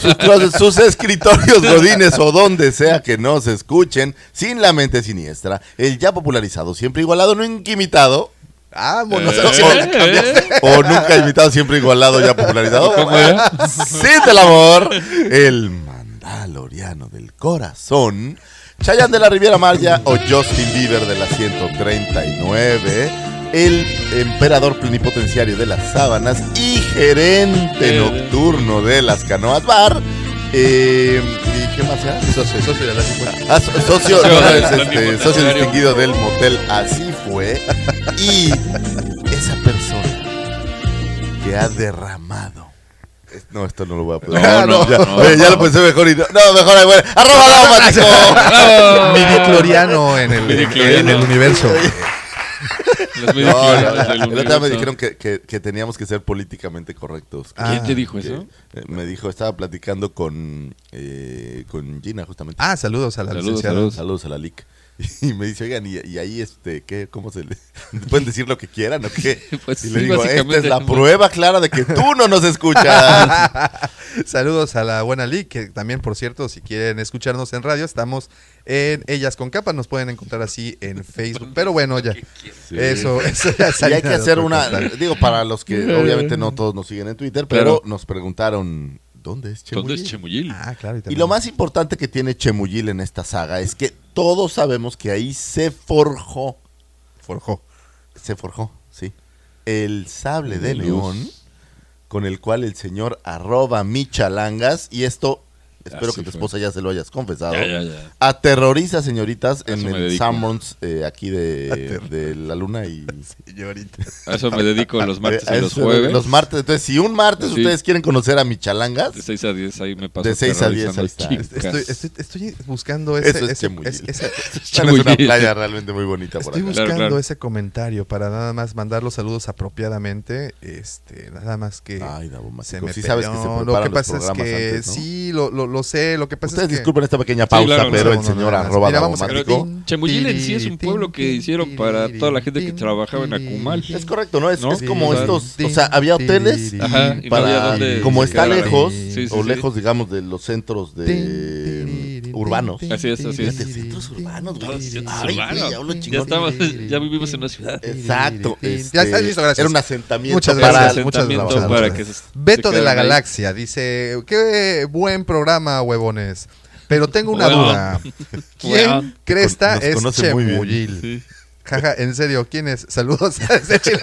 [SPEAKER 2] Sus closets, sus escritorios, godines o donde sea que nos escuchen, sin la mente siniestra, el ya popularizado, siempre igualado, no inquimitado.
[SPEAKER 3] Vámonos.
[SPEAKER 2] Eh,
[SPEAKER 3] Axel.
[SPEAKER 2] O nunca imitado, siempre igualado, ya popularizado.
[SPEAKER 4] ¿Eh? ¿Cómo era?
[SPEAKER 2] Sin del amor, el mandaloriano del corazón, Chayanne de la Riviera Maya o Justin Bieber de la 139, el emperador plenipotenciario de las sábanas y gerente nocturno de las canoas bar. eh, ¿Y qué más era?
[SPEAKER 3] Socio, socio de la
[SPEAKER 2] Ah, so- socio,
[SPEAKER 4] Socio
[SPEAKER 2] no,
[SPEAKER 4] del
[SPEAKER 2] es,
[SPEAKER 4] plan
[SPEAKER 2] este,
[SPEAKER 4] hipotecario.
[SPEAKER 2] socio distinguido del motel, así fue. Y esa persona que ha derramado. es- Eh, No, esto no lo voy a poder.
[SPEAKER 4] No,
[SPEAKER 2] Ah,
[SPEAKER 4] no,
[SPEAKER 2] ya,
[SPEAKER 4] no.
[SPEAKER 2] eh, ya lo pensé mejor y no. No, mejor ahí, bueno. ¡Arroba Daumático!
[SPEAKER 4] ¡Bravo!
[SPEAKER 3] Midicloriano en el,
[SPEAKER 4] Midicloriano.
[SPEAKER 3] en el universo.
[SPEAKER 4] Los
[SPEAKER 2] No,
[SPEAKER 4] midichlorianos
[SPEAKER 2] la- la-
[SPEAKER 4] del
[SPEAKER 2] el otro día
[SPEAKER 4] universo.
[SPEAKER 2] me dijeron que, que- que teníamos que ser políticamente correctos.
[SPEAKER 3] Ah,
[SPEAKER 4] ¿Quién te dijo
[SPEAKER 2] Que-
[SPEAKER 4] eso?
[SPEAKER 2] eh, me dijo, estaba platicando con, eh, con Gina justamente.
[SPEAKER 3] Ah, saludos a la
[SPEAKER 4] Saludos,
[SPEAKER 3] licenciada.
[SPEAKER 4] saludos.
[SPEAKER 2] Saludos a la LIC. Y me dice, oigan, ¿y, y ahí este, qué? ¿Cómo se le... ¿Pueden decir lo que quieran o qué?
[SPEAKER 4] Pues
[SPEAKER 2] y le
[SPEAKER 4] sí,
[SPEAKER 2] digo, esta es
[SPEAKER 4] básicamente,
[SPEAKER 2] la
[SPEAKER 4] ¿no?
[SPEAKER 2] prueba clara de que tú no nos escuchas.
[SPEAKER 3] Saludos a la buena Lick, que también, por cierto, si quieren escucharnos en radio, estamos en Ellas con Capa, nos pueden encontrar así en Facebook. Pero bueno, ya. Eso, eso ya
[SPEAKER 2] Y hay
[SPEAKER 3] salió
[SPEAKER 2] que
[SPEAKER 3] de
[SPEAKER 2] hacer
[SPEAKER 3] otro
[SPEAKER 2] una,
[SPEAKER 3] costal.
[SPEAKER 2] digo, para los que obviamente no todos nos siguen en Twitter, pero
[SPEAKER 4] Claro.
[SPEAKER 2] nos preguntaron, ¿dónde es Chemuyil?
[SPEAKER 4] ¿Dónde es Chemuyil?
[SPEAKER 3] Ah, claro.
[SPEAKER 2] Y
[SPEAKER 3] también-
[SPEAKER 2] lo más importante que tiene Chemuyil en esta saga es que todos sabemos que ahí se forjó,
[SPEAKER 3] Forjó.
[SPEAKER 2] se forjó, sí, el sable de
[SPEAKER 4] Luz.
[SPEAKER 2] león con el cual el señor arroba michalangas y esto, espero
[SPEAKER 4] Así
[SPEAKER 2] que tu
[SPEAKER 4] fue.
[SPEAKER 2] esposa ya se lo hayas confesado.
[SPEAKER 4] Ya, ya, ya.
[SPEAKER 2] Aterroriza, señoritas,
[SPEAKER 4] A eso
[SPEAKER 2] en
[SPEAKER 4] me
[SPEAKER 2] el
[SPEAKER 4] dedico.
[SPEAKER 2] Sanborns eh, aquí de,
[SPEAKER 3] Aterroriza.
[SPEAKER 2] de la luna y...
[SPEAKER 4] A eso me dedico los martes
[SPEAKER 2] Eh,
[SPEAKER 4] y los
[SPEAKER 2] Ah, eso,
[SPEAKER 4] jueves.
[SPEAKER 2] Los martes, entonces si un martes
[SPEAKER 4] Sí.
[SPEAKER 2] ustedes quieren conocer a Michalangas,
[SPEAKER 4] De 6 a 10, ahí me paso.
[SPEAKER 2] De seis a diez, ahí está.
[SPEAKER 4] terrorizando chicas.
[SPEAKER 3] Estoy, estoy- estoy buscando ese.
[SPEAKER 2] Eso es
[SPEAKER 3] ese-
[SPEAKER 2] Chemuyil.
[SPEAKER 3] es- ese-
[SPEAKER 2] bueno, es una
[SPEAKER 4] Chemuyil.
[SPEAKER 2] playa realmente muy bonita por
[SPEAKER 3] estoy
[SPEAKER 2] acá.
[SPEAKER 3] buscando
[SPEAKER 4] claro.
[SPEAKER 3] ese comentario para nada más mandar los saludos apropiadamente. Este, nada más que.
[SPEAKER 2] Ay, Davo Mático,
[SPEAKER 3] se me
[SPEAKER 2] sí sabes que
[SPEAKER 3] perdió.
[SPEAKER 2] se preparan
[SPEAKER 3] Lo que
[SPEAKER 2] los
[SPEAKER 3] pasa es
[SPEAKER 2] programas
[SPEAKER 3] que
[SPEAKER 2] antes, ¿no?
[SPEAKER 3] sí, lo, lo, lo sé. Lo que pasa
[SPEAKER 2] Ustedes
[SPEAKER 3] es que.
[SPEAKER 2] disculpen esta pequeña pausa,
[SPEAKER 4] claro, no,
[SPEAKER 2] pero el
[SPEAKER 3] no, no,
[SPEAKER 2] señor
[SPEAKER 3] no, no, no.
[SPEAKER 2] arroba
[SPEAKER 3] Mira,
[SPEAKER 2] Davo
[SPEAKER 3] vamos a-
[SPEAKER 2] Mático.
[SPEAKER 4] Pero Chemuyil en sí es un pueblo que hicieron para toda la gente que trabajaba en Acumal.
[SPEAKER 2] Es correcto, ¿no? Es,
[SPEAKER 4] ¿No?
[SPEAKER 2] es como
[SPEAKER 4] Sí,
[SPEAKER 2] estos, o sea, había hoteles
[SPEAKER 4] Ajá, y no
[SPEAKER 2] para,
[SPEAKER 4] había dónde
[SPEAKER 2] como está
[SPEAKER 4] quedar.
[SPEAKER 2] lejos,
[SPEAKER 4] Sí, sí,
[SPEAKER 2] o
[SPEAKER 4] sí.
[SPEAKER 2] lejos, digamos, de los centros de urbanos.
[SPEAKER 4] Así es, así es.
[SPEAKER 2] Fíjate, centros urbanos, güey. Ay,
[SPEAKER 4] Urbano.
[SPEAKER 2] güey, hablo
[SPEAKER 4] Ya,
[SPEAKER 2] chingón.
[SPEAKER 4] estamos, ya vivimos en una ciudad.
[SPEAKER 2] Exacto. este,
[SPEAKER 3] Ya estás listo, gracias.
[SPEAKER 2] Era un asentamiento
[SPEAKER 3] Muchas
[SPEAKER 2] para-
[SPEAKER 3] gracias,
[SPEAKER 2] muchas
[SPEAKER 3] muchas
[SPEAKER 4] asentamiento
[SPEAKER 2] gracias.
[SPEAKER 4] para que se-
[SPEAKER 3] Beto
[SPEAKER 4] se
[SPEAKER 3] de la
[SPEAKER 4] quedaran ahí.
[SPEAKER 3] Galaxia dice, qué buen programa, huevones. Pero tengo una
[SPEAKER 4] Huevón.
[SPEAKER 3] duda. ¿Quién
[SPEAKER 4] Huevón.
[SPEAKER 3] cresta
[SPEAKER 2] Nos
[SPEAKER 3] es
[SPEAKER 2] conoce muy bien.
[SPEAKER 3] Chemuyil?
[SPEAKER 4] Sí.
[SPEAKER 3] Jaja, en serio, ¿quién es? Saludos desde Chile.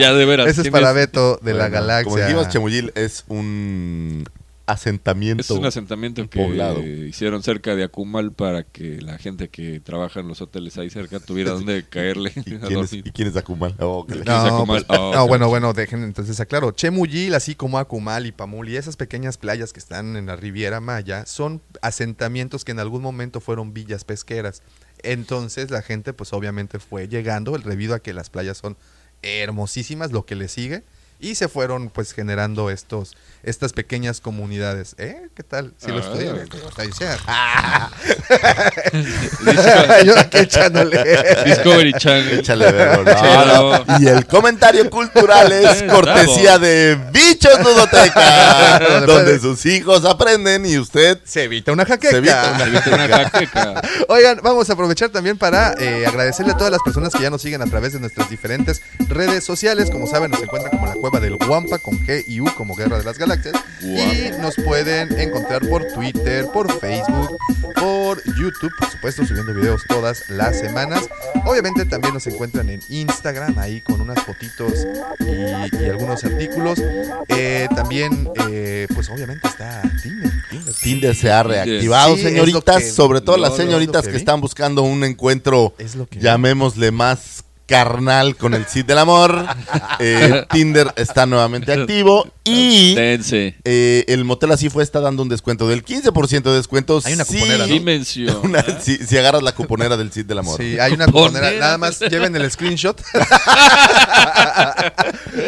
[SPEAKER 4] Ya, de veras.
[SPEAKER 3] Ese es
[SPEAKER 4] ¿quién
[SPEAKER 3] para Beto de la
[SPEAKER 2] Bueno, Como
[SPEAKER 3] Galaxia.
[SPEAKER 2] dijimos, Chemuyil es un asentamiento.
[SPEAKER 4] Es un asentamiento que
[SPEAKER 2] Poblado.
[SPEAKER 4] hicieron cerca de Acumal para que la gente que trabaja en los hoteles ahí cerca tuviera donde caerle
[SPEAKER 2] ¿Y
[SPEAKER 4] a
[SPEAKER 2] quién es,
[SPEAKER 4] dormir.
[SPEAKER 2] ¿Y quién es Akumal? Oh, que le-
[SPEAKER 4] Dice
[SPEAKER 3] No,
[SPEAKER 4] Akumal.
[SPEAKER 3] pues,
[SPEAKER 4] Ah,
[SPEAKER 3] no,
[SPEAKER 4] ok.
[SPEAKER 3] bueno, bueno, dejen entonces aclaro. Chemuyil, así como Akumal y Pamul y esas pequeñas playas que están en la Riviera Maya, son asentamientos que en algún momento fueron villas pesqueras. Entonces la gente, pues obviamente fue llegando, el- debido a que las playas son hermosísimas, lo que le sigue, y se fueron pues generando estos, estas pequeñas comunidades. ¿Eh? ¿Qué tal? Si lo
[SPEAKER 4] Ah.
[SPEAKER 3] estudié, ¿ves? Lo está diciendo. Yo aquí echándole.
[SPEAKER 4] Discovery Channel.
[SPEAKER 2] Échale verbo, no,
[SPEAKER 4] Claro.
[SPEAKER 2] no. Y el comentario cultural es
[SPEAKER 4] Eh,
[SPEAKER 2] cortesía
[SPEAKER 4] bravo.
[SPEAKER 2] de Bichos Ludoteca,
[SPEAKER 3] Después
[SPEAKER 2] donde
[SPEAKER 3] de-
[SPEAKER 2] sus hijos aprenden y usted
[SPEAKER 3] Se evita una jaqueca.
[SPEAKER 2] se evita una
[SPEAKER 4] Viste una jaqueca.
[SPEAKER 3] Oigan, vamos a aprovechar también para eh, agradecerle a todas las personas que ya nos siguen a través de nuestras diferentes redes sociales. Como saben, nos encuentran como la cueva del Guampa con G y U como Guerra de las Galaxias. Y nos pueden encontrar por Twitter, por Facebook, por YouTube, por supuesto, subiendo videos todas las semanas. Obviamente también nos encuentran en Instagram ahí con unas fotitos y, y algunos artículos. Eh, también, eh, pues obviamente está Tinder. Tinder.
[SPEAKER 2] Tinder se ha reactivado,
[SPEAKER 3] Sí, es lo
[SPEAKER 2] señoritas,
[SPEAKER 3] que-
[SPEAKER 2] sobre todo
[SPEAKER 3] no,
[SPEAKER 2] las
[SPEAKER 3] no, es lo
[SPEAKER 2] señoritas
[SPEAKER 3] que
[SPEAKER 2] que,
[SPEAKER 3] vi.
[SPEAKER 2] están buscando un encuentro,
[SPEAKER 3] Es lo que vi.
[SPEAKER 2] llamémosle más carnal con el Cid del Amor. Eh, Tinder está nuevamente activo y
[SPEAKER 5] Tense.
[SPEAKER 2] eh, el motel así fue está dando un descuento del 15% de descuento.
[SPEAKER 3] Hay una
[SPEAKER 2] si-
[SPEAKER 3] cuponera, ¿no?
[SPEAKER 5] Sí mencionó.
[SPEAKER 2] una- si, si agarras la Este cuponera del Cid del Amor.
[SPEAKER 3] Sí, hay una
[SPEAKER 5] Cuponera.
[SPEAKER 3] cuponera. Nada más lleven el screenshot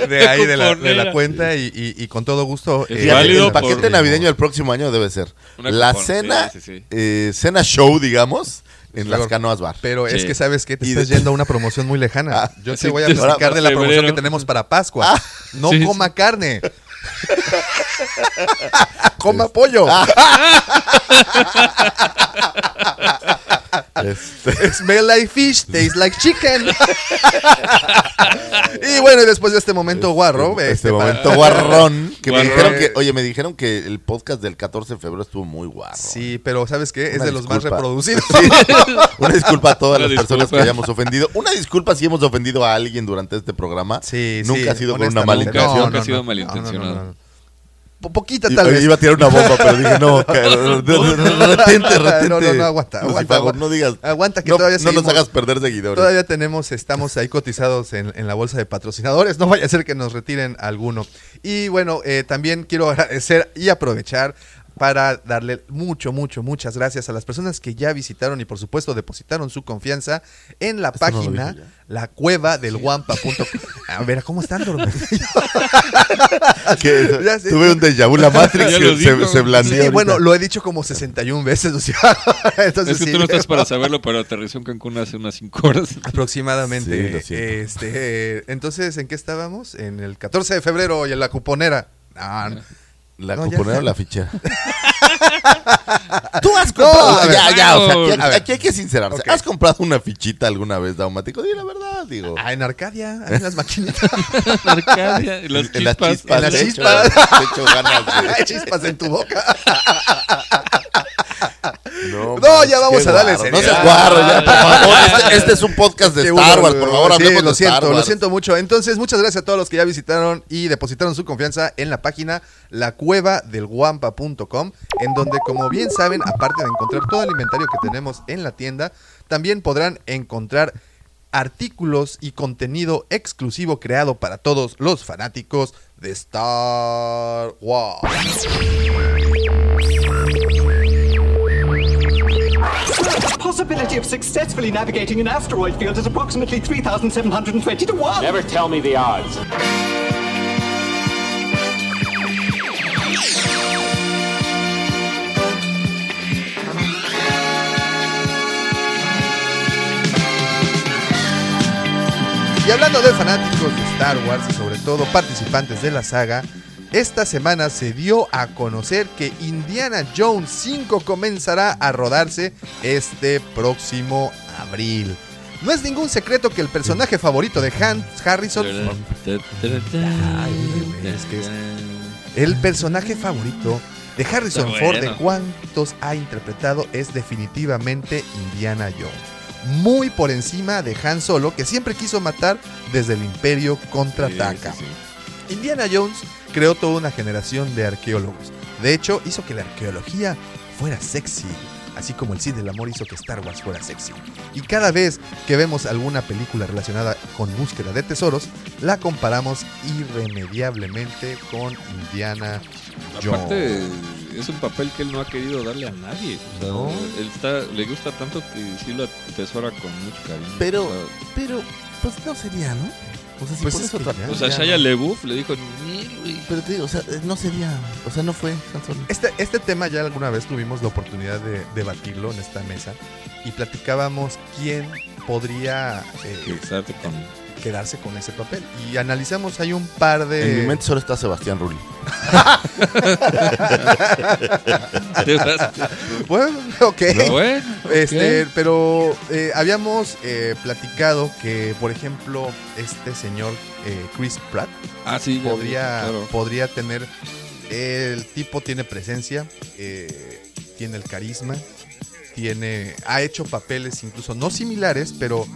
[SPEAKER 3] de ahí de la, de la
[SPEAKER 5] Cuponera.
[SPEAKER 3] cuenta y, y- y con todo gusto. eh,
[SPEAKER 5] Es
[SPEAKER 2] Fíjate,
[SPEAKER 5] válido
[SPEAKER 2] el paquete
[SPEAKER 5] por-
[SPEAKER 2] navideño del próximo año debe ser
[SPEAKER 5] Una
[SPEAKER 2] la
[SPEAKER 5] cupón,
[SPEAKER 2] cena,
[SPEAKER 5] sí, sí, sí.
[SPEAKER 2] eh, cena show, digamos, en las
[SPEAKER 3] Luego-
[SPEAKER 2] canoas bar.
[SPEAKER 3] Pero es
[SPEAKER 5] Sí.
[SPEAKER 3] que sabes que te
[SPEAKER 2] Y
[SPEAKER 3] estás
[SPEAKER 2] de-
[SPEAKER 3] yendo a una promoción muy lejana.
[SPEAKER 2] Ah,
[SPEAKER 3] Yo
[SPEAKER 5] sí,
[SPEAKER 3] te voy a
[SPEAKER 5] ahora
[SPEAKER 3] platicar
[SPEAKER 5] para
[SPEAKER 3] de la promoción que
[SPEAKER 5] febrero.
[SPEAKER 3] tenemos para Pascua. No
[SPEAKER 5] sí,
[SPEAKER 3] coma carne. coma pollo.
[SPEAKER 2] Ah. Este,
[SPEAKER 3] Smell like fish, taste like chicken. y bueno, y después de este momento guarro,
[SPEAKER 2] este,
[SPEAKER 3] este, para-
[SPEAKER 2] momento guarrón. Que me
[SPEAKER 5] Guarrón.
[SPEAKER 2] dijeron que, oye, me dijeron que el podcast del 14 de febrero estuvo muy guarro.
[SPEAKER 3] Sí, pero ¿sabes qué? Es
[SPEAKER 2] Una
[SPEAKER 3] de los más
[SPEAKER 2] disculpa.
[SPEAKER 3] reproducidos.
[SPEAKER 2] Una disculpa a todas
[SPEAKER 5] Una
[SPEAKER 2] las personas que
[SPEAKER 5] disculpa.
[SPEAKER 2] hayamos ofendido. Una disculpa si hemos ofendido a alguien durante este programa.
[SPEAKER 3] Sí,
[SPEAKER 2] Nunca
[SPEAKER 3] sí,
[SPEAKER 2] ha sido con una
[SPEAKER 3] honestamente,
[SPEAKER 2] mala intención.
[SPEAKER 5] Nunca ha sido malintencionado.
[SPEAKER 3] Po- Poquita
[SPEAKER 2] I-
[SPEAKER 3] tal vez.
[SPEAKER 2] Iba a tirar una bomba, pero dije, no, ca- de repente, de repente.
[SPEAKER 3] No, no, no, aguanta,
[SPEAKER 2] Por
[SPEAKER 3] aguanta,
[SPEAKER 2] favor,
[SPEAKER 3] aguanta.
[SPEAKER 2] no digas.
[SPEAKER 3] Aguanta que
[SPEAKER 2] no,
[SPEAKER 3] todavía
[SPEAKER 2] no nos
[SPEAKER 3] seguimos.
[SPEAKER 2] hagas perder seguidores.
[SPEAKER 3] Todavía tenemos, estamos ahí cotizados en, en la bolsa de patrocinadores. No vaya a ser que nos retiren alguno. Y bueno, eh, también quiero agradecer y aprovechar para darle mucho, mucho, muchas gracias a las personas que ya visitaron y por supuesto depositaron su confianza en la
[SPEAKER 2] no lo
[SPEAKER 3] página
[SPEAKER 2] dije
[SPEAKER 3] la cueva del guampa.com. A ver, ¿cómo están dormidos?
[SPEAKER 2] Que-
[SPEAKER 3] Ya sé.
[SPEAKER 2] tuve un déjà vu, la Matrix
[SPEAKER 4] Ya
[SPEAKER 2] se-
[SPEAKER 4] lo
[SPEAKER 2] se,
[SPEAKER 4] dijo.
[SPEAKER 2] se blandió.
[SPEAKER 3] Sí,
[SPEAKER 2] ahorita.
[SPEAKER 3] bueno, lo he dicho como 61 veces, Luciano. Entonces,
[SPEAKER 5] Es que
[SPEAKER 3] sí,
[SPEAKER 5] tú no estás para saberlo, pero aterrizó en Cancún hace unas 5 horas.
[SPEAKER 3] Aproximadamente.
[SPEAKER 2] Sí, lo siento.
[SPEAKER 3] este, eh, entonces, ¿en qué estábamos? En el 14 de febrero y en la cuponera. No, no.
[SPEAKER 2] ¿La
[SPEAKER 3] No, ya.
[SPEAKER 2] cuponera o la fichera?
[SPEAKER 3] Tú has
[SPEAKER 2] No, a ver, ya, ya, o sea, aquí,
[SPEAKER 3] A ver.
[SPEAKER 2] aquí hay que sincerarse.
[SPEAKER 3] Ok.
[SPEAKER 2] ¿Has comprado una fichita alguna vez, Daumático? Dile la verdad, digo.
[SPEAKER 3] Ah, en Arcadia, ahí en las maquinitas.
[SPEAKER 5] Arcadia, en las
[SPEAKER 2] En las
[SPEAKER 5] chispas.
[SPEAKER 2] chispas.
[SPEAKER 3] en las
[SPEAKER 2] de hecho,
[SPEAKER 3] chispas.
[SPEAKER 2] de hecho, ganas de-
[SPEAKER 3] Ay, chispas en tu boca.
[SPEAKER 2] No,
[SPEAKER 3] No,
[SPEAKER 2] manches,
[SPEAKER 3] ya vamos
[SPEAKER 2] qué
[SPEAKER 3] a darle
[SPEAKER 2] guarro. No
[SPEAKER 3] seriedad.
[SPEAKER 2] seas guarro, ya, por favor. Este, este es un podcast de
[SPEAKER 3] Qué
[SPEAKER 2] Star
[SPEAKER 3] bueno,
[SPEAKER 2] Wars, por favor,
[SPEAKER 3] sí,
[SPEAKER 2] hablemos
[SPEAKER 3] lo
[SPEAKER 2] de
[SPEAKER 3] siento,
[SPEAKER 2] Star Wars.
[SPEAKER 3] lo siento mucho. Entonces, muchas gracias a todos los que ya visitaron y depositaron su confianza en la página lacuevadelguampa.com, en donde, como bien saben, aparte de encontrar todo el inventario que tenemos en la tienda, también podrán encontrar artículos y contenido exclusivo creado para todos los fanáticos de Star Wars.
[SPEAKER 6] possibility of successfully navigating an asteroid field is approximately 3,720 to 1.
[SPEAKER 7] Never tell me the odds.
[SPEAKER 3] Y hablando de fanáticos de Star Wars y sobre todo participantes de la saga, esta semana se dio a conocer que Indiana Jones 5 comenzará a rodarse este próximo abril. No es ningún secreto que el personaje favorito de Hans Harrison, es que es- el personaje favorito de Harrison
[SPEAKER 5] Está
[SPEAKER 3] Ford, de
[SPEAKER 5] bueno.
[SPEAKER 3] cuántos ha interpretado, es definitivamente Indiana Jones. Muy por encima de Han Solo, que siempre quiso matar desde el Imperio contraataca. Indiana Jones creó toda una generación de arqueólogos. De hecho, hizo que la arqueología fuera sexy, así como el Cid del Amor hizo que Star Wars fuera sexy. Y cada vez que vemos alguna película relacionada con búsqueda de tesoros, la comparamos irremediablemente con Indiana Jones.
[SPEAKER 4] Aparte, es un papel que él no ha querido darle a nadie. O sea,
[SPEAKER 3] No.
[SPEAKER 4] él está, le gusta tanto que sí lo atesora con mucho cariño.
[SPEAKER 2] Pero-
[SPEAKER 4] o sea,
[SPEAKER 2] Pero, pues no sería, ¿no? O sea, si
[SPEAKER 3] Pues
[SPEAKER 2] pones
[SPEAKER 3] es que
[SPEAKER 2] otra-
[SPEAKER 3] ya.
[SPEAKER 5] O sea, Shia LeBouf le dijo, "Ni, güey".
[SPEAKER 2] Pero te digo, o sea, eh, no sería. O sea, no fue tan solo.
[SPEAKER 3] Este, este tema ya alguna vez tuvimos la oportunidad de debatirlo en esta mesa y platicábamos quién podría eh,
[SPEAKER 4] Exacto, con-
[SPEAKER 3] quedarse con ese papel. Y analizamos, hay un par de...
[SPEAKER 2] En mi mente solo está Sebastián Rulli.
[SPEAKER 5] Te vas-
[SPEAKER 3] Bueno, ok.
[SPEAKER 4] Bueno,
[SPEAKER 3] Eh, Este, pero eh, habíamos eh, platicado que, por ejemplo, este señor eh, Chris Pratt
[SPEAKER 4] ah, sí, ya
[SPEAKER 3] podría,
[SPEAKER 4] vi, claro.
[SPEAKER 3] podría tener. El tipo tiene presencia, eh, tiene el carisma, tiene. ha hecho papeles incluso no similares, pero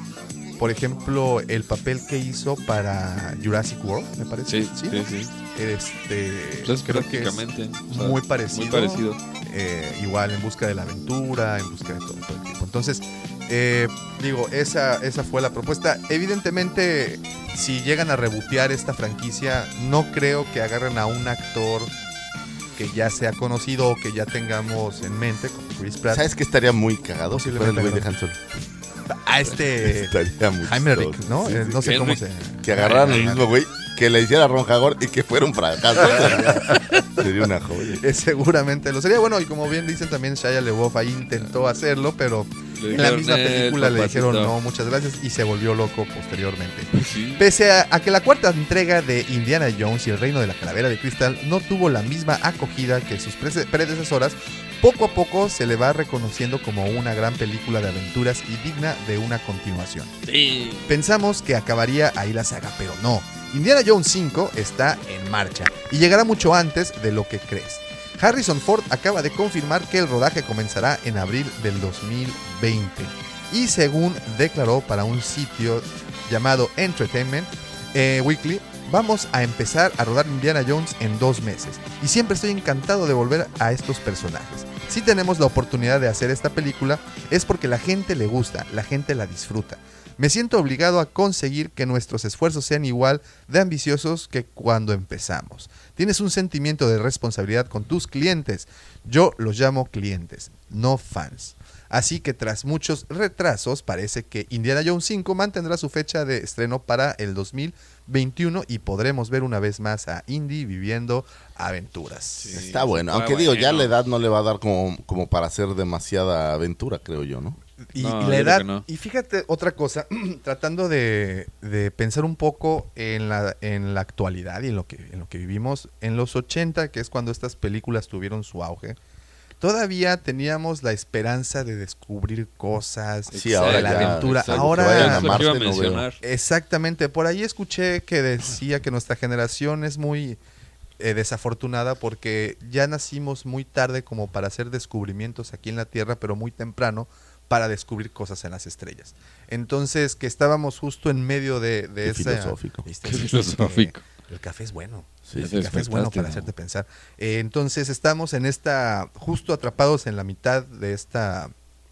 [SPEAKER 3] por ejemplo, el papel que hizo para Jurassic World, me parece.
[SPEAKER 4] Sí, sí,
[SPEAKER 3] ¿no?
[SPEAKER 4] sí.
[SPEAKER 3] Este,
[SPEAKER 4] Entonces,
[SPEAKER 3] creo que es
[SPEAKER 4] prácticamente. o sea,
[SPEAKER 3] muy parecido.
[SPEAKER 4] Muy parecido.
[SPEAKER 3] eh, igual en busca de la aventura, en busca de todo, todo el tiempo. Entonces, eh, digo, esa, esa fue la propuesta. Evidentemente, si llegan a rebutear esta franquicia, no creo que agarren a un actor que ya sea conocido o que ya tengamos en mente, como Chris Pratt,
[SPEAKER 2] ¿Sabes que estaría muy cagado si fuera el güey de Han Solo?
[SPEAKER 3] a
[SPEAKER 2] Eh,
[SPEAKER 3] este
[SPEAKER 2] Estaría muy
[SPEAKER 3] Heimerich,
[SPEAKER 2] chistoso.
[SPEAKER 3] ¿no?
[SPEAKER 2] Sí,
[SPEAKER 3] Eh,
[SPEAKER 2] sí,
[SPEAKER 3] no sé
[SPEAKER 2] que-
[SPEAKER 3] cómo se...
[SPEAKER 2] Que agarraran al mismo güey, que le hiciera Ron Hagor y que fuera un fracaso. Sería una joya.
[SPEAKER 3] eh, seguramente lo sería. Bueno, y como bien dicen también, Shia LeBeouf ahí intentó hacerlo, pero
[SPEAKER 4] Le
[SPEAKER 3] en la
[SPEAKER 4] dijeron,
[SPEAKER 3] misma
[SPEAKER 4] "Eh,
[SPEAKER 3] película le
[SPEAKER 4] papacito".
[SPEAKER 3] dijeron no, muchas gracias, y se volvió loco posteriormente.
[SPEAKER 4] Sí.
[SPEAKER 3] Pese a, a que la cuarta entrega de Indiana Jones y el Reino de la Calavera de Cristal no tuvo la misma acogida que sus prece- predecesoras, poco a poco se le va reconociendo como una gran película de aventuras y digna de una continuación.
[SPEAKER 5] Sí.
[SPEAKER 3] Pensamos que acabaría ahí la saga, pero no. Indiana Jones 5 está en marcha y llegará mucho antes de lo que crees. Harrison Ford acaba de confirmar que el rodaje comenzará en abril del 2020 y según declaró para un sitio llamado Entertainment eh, Weekly, vamos a empezar a rodar Indiana Jones en dos meses y siempre estoy encantado de volver a estos personajes. Si tenemos la oportunidad de hacer esta película es porque la gente le gusta, la gente la disfruta. Me siento obligado a conseguir que nuestros esfuerzos sean igual de ambiciosos que cuando empezamos. Tienes un sentimiento de responsabilidad con tus clientes. Yo los llamo clientes, no fans. Así que tras muchos retrasos, parece que Indiana Jones 5 mantendrá su fecha de estreno para el 2021 y podremos ver una vez más a Indy viviendo aventuras.
[SPEAKER 2] Está bueno. Aunque digo, ya la edad no le va a dar como, como para hacer demasiada aventura, creo yo, ¿no?
[SPEAKER 3] Y,
[SPEAKER 4] No,
[SPEAKER 3] y
[SPEAKER 4] yo
[SPEAKER 3] la
[SPEAKER 4] creo
[SPEAKER 3] edad.
[SPEAKER 4] que no.
[SPEAKER 3] Y fíjate otra cosa, tratando de, de pensar un poco en la, en la actualidad y en lo, que, en lo que vivimos, en los 80, que es cuando estas películas tuvieron su auge, todavía teníamos la esperanza de descubrir cosas,
[SPEAKER 2] Sí, ahora
[SPEAKER 3] de la
[SPEAKER 2] ya,
[SPEAKER 3] aventura.
[SPEAKER 2] exacto,
[SPEAKER 3] Ahora.
[SPEAKER 2] que vayan a
[SPEAKER 4] Es lo que iba a
[SPEAKER 2] Marte, no veo.
[SPEAKER 4] mencionar.
[SPEAKER 3] Exactamente, por ahí escuché que decía que nuestra generación es muy eh, desafortunada porque ya nacimos muy tarde como para hacer descubrimientos aquí en la Tierra, pero muy temprano para descubrir cosas en las estrellas. Entonces, que estábamos justo en medio de, de
[SPEAKER 2] Qué
[SPEAKER 3] esa-
[SPEAKER 2] filosófico.
[SPEAKER 3] ¿Viste?
[SPEAKER 4] Qué
[SPEAKER 3] Sí,
[SPEAKER 4] filosófico.
[SPEAKER 3] eh, El café es bueno.
[SPEAKER 2] Sí,
[SPEAKER 3] el
[SPEAKER 4] sí,
[SPEAKER 3] café es bueno
[SPEAKER 4] fantástico.
[SPEAKER 3] para hacerte pensar. Eh, entonces estamos en esta, justo atrapados en la mitad de esta,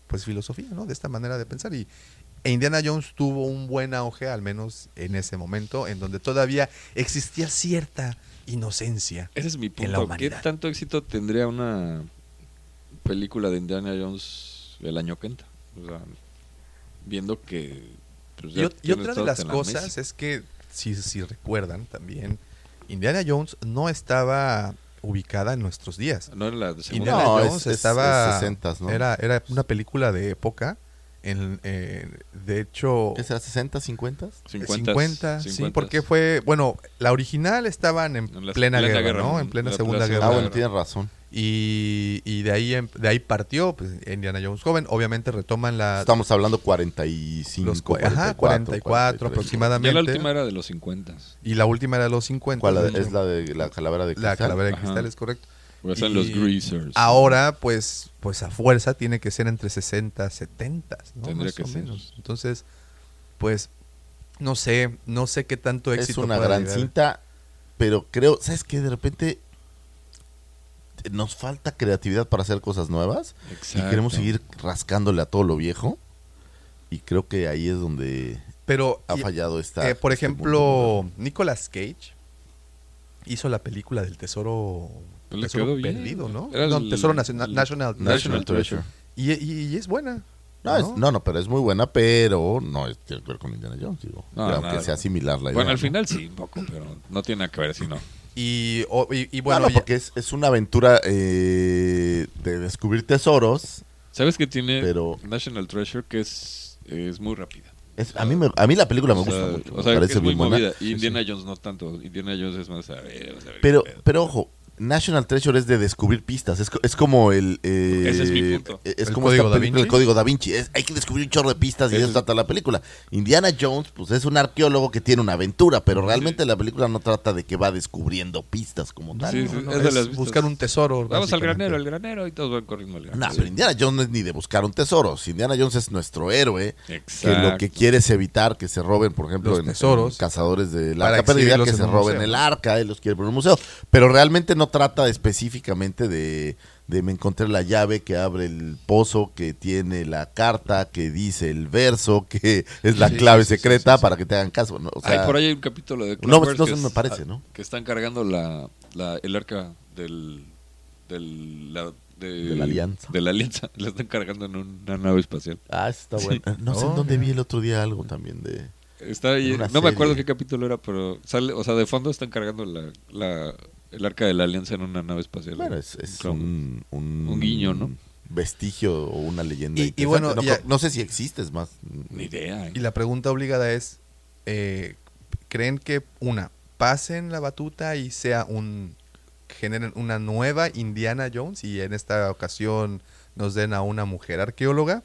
[SPEAKER 3] pues filosofía, ¿no? De esta manera de pensar. Y e Indiana Jones tuvo un buen auge, al menos en ese momento, en donde todavía existía cierta inocencia.
[SPEAKER 4] Ese es mi
[SPEAKER 3] en la
[SPEAKER 4] punto. ¿Qué
[SPEAKER 3] humanidad.
[SPEAKER 4] tanto éxito tendría una película de Indiana Jones el año que entra? O sea, viendo que. pues,
[SPEAKER 3] Y,
[SPEAKER 4] ya
[SPEAKER 3] ot- y
[SPEAKER 4] tienes
[SPEAKER 3] otra de
[SPEAKER 4] todo
[SPEAKER 3] las
[SPEAKER 4] en la
[SPEAKER 3] cosas
[SPEAKER 4] mesa.
[SPEAKER 3] es que, si, si recuerdan también, Indiana Jones no estaba ubicada en nuestros días.
[SPEAKER 4] No era la segunda.
[SPEAKER 3] Indiana
[SPEAKER 2] No,
[SPEAKER 3] Jones
[SPEAKER 2] es- es-
[SPEAKER 3] estaba.
[SPEAKER 2] es 60s, ¿no?
[SPEAKER 3] era, era una película de época. En, eh, de hecho.
[SPEAKER 2] ¿Qué será? ¿60, 50?
[SPEAKER 4] 50,
[SPEAKER 3] 50, sí,
[SPEAKER 4] 50.
[SPEAKER 3] porque fue, bueno, la original estaban en,
[SPEAKER 4] En la
[SPEAKER 3] plena,
[SPEAKER 4] plena
[SPEAKER 3] guerra,
[SPEAKER 4] guerra,
[SPEAKER 3] ¿no? En
[SPEAKER 4] en
[SPEAKER 3] plena
[SPEAKER 4] la
[SPEAKER 3] Segunda
[SPEAKER 4] plena
[SPEAKER 3] Guerra.
[SPEAKER 2] Ah, bueno,
[SPEAKER 4] Claro.
[SPEAKER 2] tienes razón.
[SPEAKER 3] Y, y de ahí em- de ahí partió pues, Indiana Jones joven, obviamente retoman la
[SPEAKER 2] Estamos hablando 45,
[SPEAKER 3] Ah, los cua-
[SPEAKER 2] 44,
[SPEAKER 3] ajá, 44
[SPEAKER 4] Ya
[SPEAKER 3] aproximadamente.
[SPEAKER 4] la última era de los 50.
[SPEAKER 3] Y la última era de los 50.
[SPEAKER 2] ¿Cuál
[SPEAKER 3] ¿no?
[SPEAKER 2] es la de la calavera de
[SPEAKER 3] La
[SPEAKER 2] cristal?
[SPEAKER 3] calavera de
[SPEAKER 4] Ajá.
[SPEAKER 3] cristal es correcto.
[SPEAKER 4] Porque están
[SPEAKER 3] Y Ah,
[SPEAKER 4] los Greasers.
[SPEAKER 3] Ahora, pues, pues a fuerza tiene que ser entre 60 70, ¿no?
[SPEAKER 4] Tendría
[SPEAKER 3] Más
[SPEAKER 4] que
[SPEAKER 3] o
[SPEAKER 4] ser.
[SPEAKER 3] menos. Entonces, pues, no sé, no sé qué tanto éxito.
[SPEAKER 2] es una
[SPEAKER 3] pueda
[SPEAKER 2] gran
[SPEAKER 3] llegar.
[SPEAKER 2] cinta, pero creo, ¿sabes qué? De repente nos falta creatividad para hacer cosas nuevas
[SPEAKER 4] Exacto.
[SPEAKER 2] y queremos seguir rascándole a todo lo viejo y creo que ahí es donde
[SPEAKER 3] Pero
[SPEAKER 2] ha
[SPEAKER 3] y-
[SPEAKER 2] fallado esta.
[SPEAKER 3] Eh, por
[SPEAKER 2] este
[SPEAKER 3] ejemplo, Nicolas Cage hizo la película del Tesoro,
[SPEAKER 4] Pues le
[SPEAKER 3] tesoro
[SPEAKER 4] quedó bien.
[SPEAKER 3] Perdido, ¿no?
[SPEAKER 4] Era
[SPEAKER 3] No,
[SPEAKER 4] el-
[SPEAKER 3] Tesoro Nacional,
[SPEAKER 4] el-
[SPEAKER 3] National,
[SPEAKER 2] mundo. National
[SPEAKER 3] Treasure.
[SPEAKER 2] Treasure.
[SPEAKER 3] Y, y- y es buena.
[SPEAKER 2] No, es-
[SPEAKER 3] ¿no?
[SPEAKER 2] no, no, pero es muy buena, pero no es, tiene que ver con Indiana Jones, digo.
[SPEAKER 4] No,
[SPEAKER 2] Pero aunque
[SPEAKER 4] nada.
[SPEAKER 2] sea similar la idea.
[SPEAKER 4] Bueno, al
[SPEAKER 2] ¿no?
[SPEAKER 4] final sí, un poco, pero no tiene nada que ver si no.
[SPEAKER 3] Y, o- y- y
[SPEAKER 2] Bueno,
[SPEAKER 3] bueno, ya-
[SPEAKER 2] porque es, es una aventura eh, de descubrir tesoros.
[SPEAKER 4] ¿Sabes qué tiene
[SPEAKER 2] Pero-
[SPEAKER 4] National Treasure? Que es, es muy rápida.
[SPEAKER 2] Es- a, mí me- a mí la película me
[SPEAKER 4] O
[SPEAKER 2] gusta
[SPEAKER 4] sea,
[SPEAKER 2] mucho.
[SPEAKER 4] o
[SPEAKER 2] me
[SPEAKER 4] sea,
[SPEAKER 2] parece
[SPEAKER 4] es muy
[SPEAKER 2] bien buena.
[SPEAKER 4] movida. Y Indiana Jones no tanto. Indiana Jones es más. a ver, vamos a ver
[SPEAKER 2] Pero,
[SPEAKER 4] qué pedo.
[SPEAKER 2] pero ojo, National Treasure es de descubrir pistas. Es, co- es como el. eh,
[SPEAKER 5] Ese es mi punto.
[SPEAKER 2] Es, es
[SPEAKER 3] ¿El
[SPEAKER 2] como
[SPEAKER 3] Código
[SPEAKER 2] esta
[SPEAKER 3] Da
[SPEAKER 2] película,
[SPEAKER 3] Vinci?
[SPEAKER 2] el código Da Vinci. Es- hay que descubrir un chorro de pistas y de eso trata la película. Indiana Jones, pues es un arqueólogo que tiene una aventura, pero realmente la película no trata de que va descubriendo pistas como tal.
[SPEAKER 4] Sí,
[SPEAKER 2] ¿no?
[SPEAKER 4] sí,
[SPEAKER 3] No,
[SPEAKER 4] es de
[SPEAKER 3] es
[SPEAKER 4] las vistas.
[SPEAKER 3] buscar un tesoro.
[SPEAKER 4] Vamos al
[SPEAKER 3] básicamente.
[SPEAKER 4] granero, al granero, y todos van corriendo al
[SPEAKER 2] No,
[SPEAKER 4] granero.
[SPEAKER 2] pero Indiana Jones no es ni de buscar un tesoro. Si Indiana Jones es nuestro héroe. Que
[SPEAKER 4] Exacto.
[SPEAKER 2] lo que quiere es evitar que se roben, por ejemplo,
[SPEAKER 3] Los
[SPEAKER 2] en- en
[SPEAKER 3] tesoros.
[SPEAKER 2] cazadores del
[SPEAKER 3] Para
[SPEAKER 2] arca perdida,
[SPEAKER 3] exhibirlos
[SPEAKER 2] que
[SPEAKER 3] en
[SPEAKER 2] se
[SPEAKER 3] un
[SPEAKER 2] roben
[SPEAKER 3] museo.
[SPEAKER 2] el arca, él los quiere poner en un museo. Pero realmente no trata específicamente de, de me encontré la llave que abre el pozo, que tiene la carta, que dice el verso, que es la
[SPEAKER 4] Sí,
[SPEAKER 2] clave
[SPEAKER 4] sí, sí,
[SPEAKER 2] secreta
[SPEAKER 4] sí, sí.
[SPEAKER 2] para que te hagan caso. ¿no? O sea,
[SPEAKER 4] Ay, por ahí hay un capítulo de
[SPEAKER 2] Ah. no,
[SPEAKER 4] Clockwork
[SPEAKER 2] no,
[SPEAKER 4] que
[SPEAKER 2] no me
[SPEAKER 4] es-
[SPEAKER 2] parece, ¿no?
[SPEAKER 4] que están cargando la, la- el arca del, del la, de,
[SPEAKER 2] De la alianza.
[SPEAKER 4] de la alianza. La están cargando en una nave espacial.
[SPEAKER 2] Ah, está bueno. No sé
[SPEAKER 3] Oh,
[SPEAKER 2] en dónde vi el otro día algo también de...
[SPEAKER 4] Está ahí,
[SPEAKER 2] En una
[SPEAKER 4] no me acuerdo
[SPEAKER 2] serie.
[SPEAKER 4] qué capítulo era, pero sale, o sea, de fondo están cargando la, la- el arca de la alianza en una nave espacial.
[SPEAKER 2] Bueno, es, es
[SPEAKER 4] Clown.
[SPEAKER 2] un, un,
[SPEAKER 4] Un guiño, ¿no?
[SPEAKER 2] Vestigio o una leyenda.
[SPEAKER 3] Y- y
[SPEAKER 2] interesante.
[SPEAKER 3] bueno,
[SPEAKER 2] no,
[SPEAKER 3] ya-
[SPEAKER 2] creo- no sé si existes más.
[SPEAKER 4] Ni idea. ¿eh?
[SPEAKER 3] Y la pregunta obligada es, eh, ¿creen que una, pasen la batuta y sea un, generen una nueva Indiana Jones y en esta ocasión nos den a una mujer arqueóloga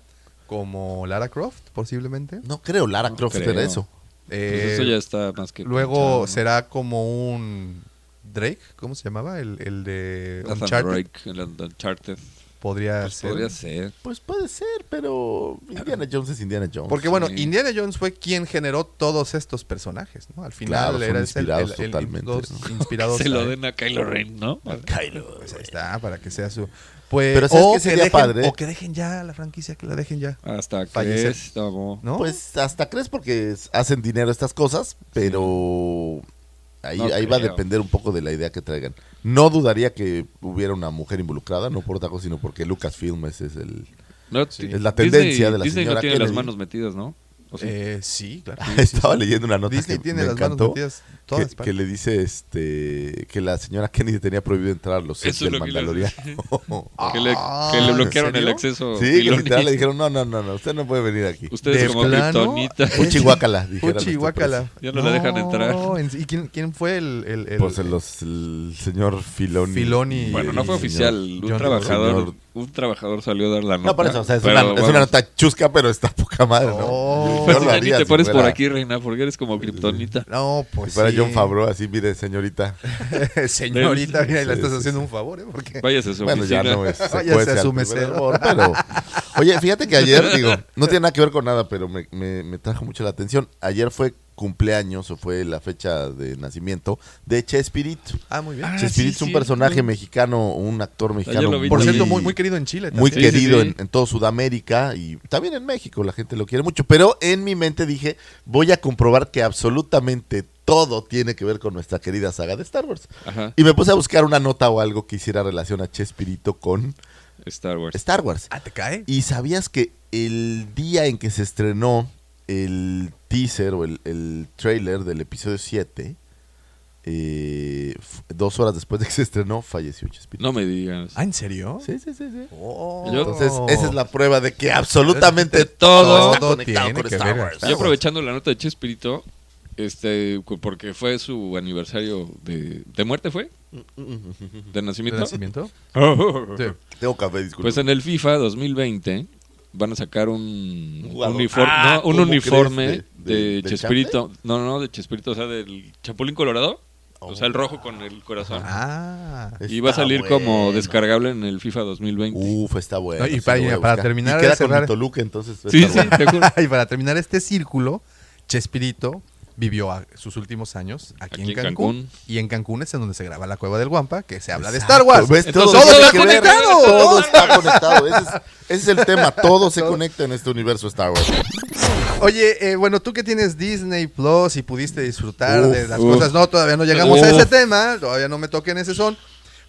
[SPEAKER 3] como Lara Croft posiblemente?
[SPEAKER 2] No creo, Lara Croft
[SPEAKER 4] creo.
[SPEAKER 2] era eso.
[SPEAKER 4] Pues
[SPEAKER 3] Eh,
[SPEAKER 4] eso ya está más que.
[SPEAKER 3] Luego
[SPEAKER 4] pinchado, ¿no?
[SPEAKER 3] será como un Drake, ¿cómo se llamaba? El, el de
[SPEAKER 4] Nathan
[SPEAKER 3] Uncharted.
[SPEAKER 4] Drake, el Uncharted.
[SPEAKER 2] Ah,
[SPEAKER 3] Podría
[SPEAKER 4] Pues
[SPEAKER 3] ser.
[SPEAKER 4] podría ser.
[SPEAKER 2] Pues puede ser, pero
[SPEAKER 3] Ah.
[SPEAKER 2] Indiana Jones es Indiana Jones.
[SPEAKER 3] Porque bueno,
[SPEAKER 4] Sí.
[SPEAKER 3] Indiana Jones fue quien generó todos estos personajes, ¿no? Al final
[SPEAKER 2] Claro, son
[SPEAKER 3] era
[SPEAKER 2] inspirados totalmente, ¿no?
[SPEAKER 3] inspirados
[SPEAKER 4] Se lo
[SPEAKER 3] a-
[SPEAKER 4] den a Kylo Ren, ¿no?
[SPEAKER 2] Kylo.
[SPEAKER 3] Pues ahí está, para que sea su. Pues,
[SPEAKER 2] Pero ¿sabes
[SPEAKER 3] o
[SPEAKER 2] qué sería
[SPEAKER 3] dejen,
[SPEAKER 2] padre?
[SPEAKER 3] O que dejen ya la franquicia, que la dejen ya.
[SPEAKER 4] Hasta que
[SPEAKER 3] Fallecer.
[SPEAKER 4] estamos.
[SPEAKER 3] ¿No?
[SPEAKER 2] Pues hasta crees porque es- hacen dinero estas cosas, pero ahí,
[SPEAKER 4] No
[SPEAKER 2] ahí va a
[SPEAKER 4] creo.
[SPEAKER 2] depender un poco de la idea que traigan. No dudaría que hubiera una mujer involucrada, no por otra cosa, sino porque Lucasfilm ese es el...
[SPEAKER 4] No, ti-
[SPEAKER 2] Es la tendencia de la
[SPEAKER 4] Disney
[SPEAKER 2] señora
[SPEAKER 4] no tiene las
[SPEAKER 2] Kennedy.
[SPEAKER 4] manos metidas, ¿no? O sea,
[SPEAKER 3] Eh, sí, claro.
[SPEAKER 2] Estaba leyendo una Ah, nota
[SPEAKER 3] Disney
[SPEAKER 2] que
[SPEAKER 3] tiene
[SPEAKER 2] me
[SPEAKER 3] las manos
[SPEAKER 2] encantó.
[SPEAKER 3] metidas
[SPEAKER 2] que,
[SPEAKER 3] todas.
[SPEAKER 2] que le dice este que la señora Kennedy tenía prohibido entrar a los sets
[SPEAKER 4] Eso
[SPEAKER 2] del
[SPEAKER 4] es lo que le-
[SPEAKER 2] Mandaloriano.
[SPEAKER 4] que, le,
[SPEAKER 3] Ah,
[SPEAKER 4] que le
[SPEAKER 3] ¿en
[SPEAKER 4] bloquearon el
[SPEAKER 3] serio?
[SPEAKER 4] acceso.
[SPEAKER 2] sí, que
[SPEAKER 4] Filoni.
[SPEAKER 2] literal le dijeron, no, no, no, no, usted no puede venir aquí.
[SPEAKER 4] Ustedes
[SPEAKER 3] ¿De
[SPEAKER 4] como
[SPEAKER 3] plano?
[SPEAKER 4] kriptonita.
[SPEAKER 2] Uchihuacala, dijera nuestro
[SPEAKER 3] Uchihuacala.
[SPEAKER 4] Ya no la dejan entrar.
[SPEAKER 3] en- ¿Y quién, quién fue el, el, el-
[SPEAKER 2] Pues el, los- el señor Filoni.
[SPEAKER 3] Filoni.
[SPEAKER 4] Bueno, no fue
[SPEAKER 2] Señor
[SPEAKER 4] oficial.
[SPEAKER 3] John
[SPEAKER 4] un trabajador,
[SPEAKER 2] Señor-
[SPEAKER 4] un trabajador salió a dar la nota.
[SPEAKER 2] No, por eso, o sea, es,
[SPEAKER 4] pero
[SPEAKER 2] una, es
[SPEAKER 4] vamos.
[SPEAKER 2] una nota chusca, pero está poca madre, ¿no?
[SPEAKER 3] Oh.
[SPEAKER 2] Yo
[SPEAKER 4] Pues,
[SPEAKER 2] lo
[SPEAKER 4] ni
[SPEAKER 2] haría
[SPEAKER 4] te
[SPEAKER 2] si
[SPEAKER 4] pones por
[SPEAKER 2] fuera-
[SPEAKER 4] aquí, reina, porque eres como kriptonita.
[SPEAKER 3] No,
[SPEAKER 2] Si
[SPEAKER 3] pues.
[SPEAKER 2] fuera
[SPEAKER 3] sí.
[SPEAKER 2] John Favreau, así, mire, señorita.
[SPEAKER 3] Señorita, mira, y le
[SPEAKER 2] Sí,
[SPEAKER 3] estás
[SPEAKER 2] sí,
[SPEAKER 3] haciendo un favor, ¿eh? Porque.
[SPEAKER 4] Váyase a su
[SPEAKER 2] Bueno, ya
[SPEAKER 4] oficina.
[SPEAKER 2] no es. se
[SPEAKER 3] Váyase
[SPEAKER 2] puede
[SPEAKER 3] a
[SPEAKER 2] ser
[SPEAKER 3] su
[SPEAKER 2] al primer
[SPEAKER 3] mesero.
[SPEAKER 2] hervor, pero- Oye, fíjate que ayer, digo, no tiene nada que ver con nada, pero me, me- me trajo mucho la atención. Ayer fue cumpleaños o fue la fecha de nacimiento de Chespirito.
[SPEAKER 3] Ah, muy bien.
[SPEAKER 4] Ah,
[SPEAKER 2] Chespirito
[SPEAKER 4] sí,
[SPEAKER 2] es un
[SPEAKER 4] sí,
[SPEAKER 2] personaje
[SPEAKER 4] sí.
[SPEAKER 2] mexicano, un actor mexicano.
[SPEAKER 4] lo vi
[SPEAKER 3] Por
[SPEAKER 4] muy-
[SPEAKER 3] cierto, muy, muy querido en Chile.
[SPEAKER 2] muy
[SPEAKER 3] también.
[SPEAKER 4] sí,
[SPEAKER 2] querido
[SPEAKER 4] sí.
[SPEAKER 2] En, en toda Sudamérica y también en México, la gente lo quiere mucho. Pero en mi mente dije, voy a comprobar que absolutamente todo tiene que ver con nuestra querida saga de Star Wars.
[SPEAKER 4] Ajá,
[SPEAKER 2] Y me puse a buscar una nota o algo que hiciera relación a Chespirito con
[SPEAKER 4] Star Wars.
[SPEAKER 2] Star Wars.
[SPEAKER 3] Ah, ¿te cae?
[SPEAKER 2] ¿Y sabías que el día en que se estrenó el teaser o el, el trailer del episodio 7, eh, f- dos horas después de que se estrenó, falleció Chespirito?
[SPEAKER 4] No me digas.
[SPEAKER 3] Ah, ¿en serio?
[SPEAKER 2] Sí, sí, sí, sí.
[SPEAKER 3] Oh.
[SPEAKER 4] Yo-
[SPEAKER 2] Entonces, esa es la prueba de que absolutamente
[SPEAKER 4] Todo
[SPEAKER 2] todo, está conectado
[SPEAKER 3] tiene
[SPEAKER 2] con
[SPEAKER 3] que
[SPEAKER 2] Star
[SPEAKER 3] ver.
[SPEAKER 2] Wars.
[SPEAKER 4] Yo aprovechando la nota de Chespirito, este, cu- porque fue su aniversario de, de muerte, ¿fue?
[SPEAKER 2] Mm,
[SPEAKER 4] ¿De
[SPEAKER 3] ¿De
[SPEAKER 4] nacimiento? Oh.
[SPEAKER 3] nacimiento? Sí.
[SPEAKER 2] Tengo café, disculpe.
[SPEAKER 4] Pues en el FIFA 2020 van a sacar un
[SPEAKER 2] Jugador.
[SPEAKER 4] uniforme,
[SPEAKER 2] Ah,
[SPEAKER 4] no, un
[SPEAKER 2] ¿cómo
[SPEAKER 4] uniforme
[SPEAKER 2] crees? ¿De-
[SPEAKER 4] de,
[SPEAKER 2] de- del
[SPEAKER 4] Chespirito. No, no, de Chespirito, o sea, del Chapulín Colorado. O sea, el rojo con el corazón.
[SPEAKER 3] Ah.
[SPEAKER 4] y va a
[SPEAKER 2] Oh. Está
[SPEAKER 4] salir como
[SPEAKER 2] bueno. Uh,
[SPEAKER 4] descargable en el FIFA 2020.
[SPEAKER 2] Uf, está bueno.
[SPEAKER 3] No, y
[SPEAKER 2] sí lo
[SPEAKER 3] para-
[SPEAKER 2] voy a
[SPEAKER 3] para
[SPEAKER 2] buscar.
[SPEAKER 3] terminar
[SPEAKER 2] Y
[SPEAKER 3] de
[SPEAKER 2] queda
[SPEAKER 3] cerrar-
[SPEAKER 2] con Toluca, entonces. va a
[SPEAKER 4] sí,
[SPEAKER 2] estar
[SPEAKER 4] sí,
[SPEAKER 2] bueno.
[SPEAKER 4] te juro.
[SPEAKER 3] y para terminar este círculo, Chespirito vivió a- sus últimos años aquí, en Cancún, Y en Cancún es en donde se graba La Cueva del Guampa, que se habla de Star Wars.
[SPEAKER 2] ¿Ves?
[SPEAKER 4] Entonces,
[SPEAKER 2] todo
[SPEAKER 4] todo
[SPEAKER 2] tiene
[SPEAKER 4] está
[SPEAKER 2] que ver.
[SPEAKER 4] conectado.
[SPEAKER 2] Todo está conectado. Ese es, ese es el tema. Todo se conecta en este universo Star Wars.
[SPEAKER 3] Oye, eh, bueno, tú que tienes Disney Plus y pudiste disfrutar
[SPEAKER 2] Uf,
[SPEAKER 3] de las
[SPEAKER 4] uf.
[SPEAKER 3] cosas, no, todavía no llegamos a
[SPEAKER 4] Uf.
[SPEAKER 3] ese tema, todavía no me toquen ese son.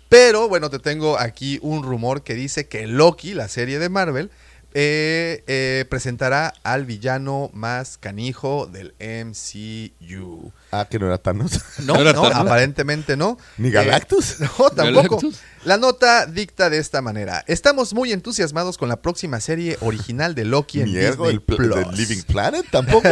[SPEAKER 3] Pero bueno, te tengo aquí un rumor que dice que Loki, la serie de Marvel, eh, eh, presentará al villano más canijo del MCU.
[SPEAKER 2] Ah, que no era Thanos.
[SPEAKER 3] No,
[SPEAKER 5] ¿No era
[SPEAKER 3] no,
[SPEAKER 5] Thanos?
[SPEAKER 3] aparentemente no.
[SPEAKER 2] Ni Galactus.
[SPEAKER 3] Eh, no, tampoco.
[SPEAKER 5] ¿Galactus?
[SPEAKER 3] La nota dicta de esta manera. Estamos muy entusiasmados con la próxima serie original de Loki en
[SPEAKER 2] Mierda,
[SPEAKER 3] Disney
[SPEAKER 2] el pl-
[SPEAKER 3] Plus.
[SPEAKER 2] del Living Planet tampoco.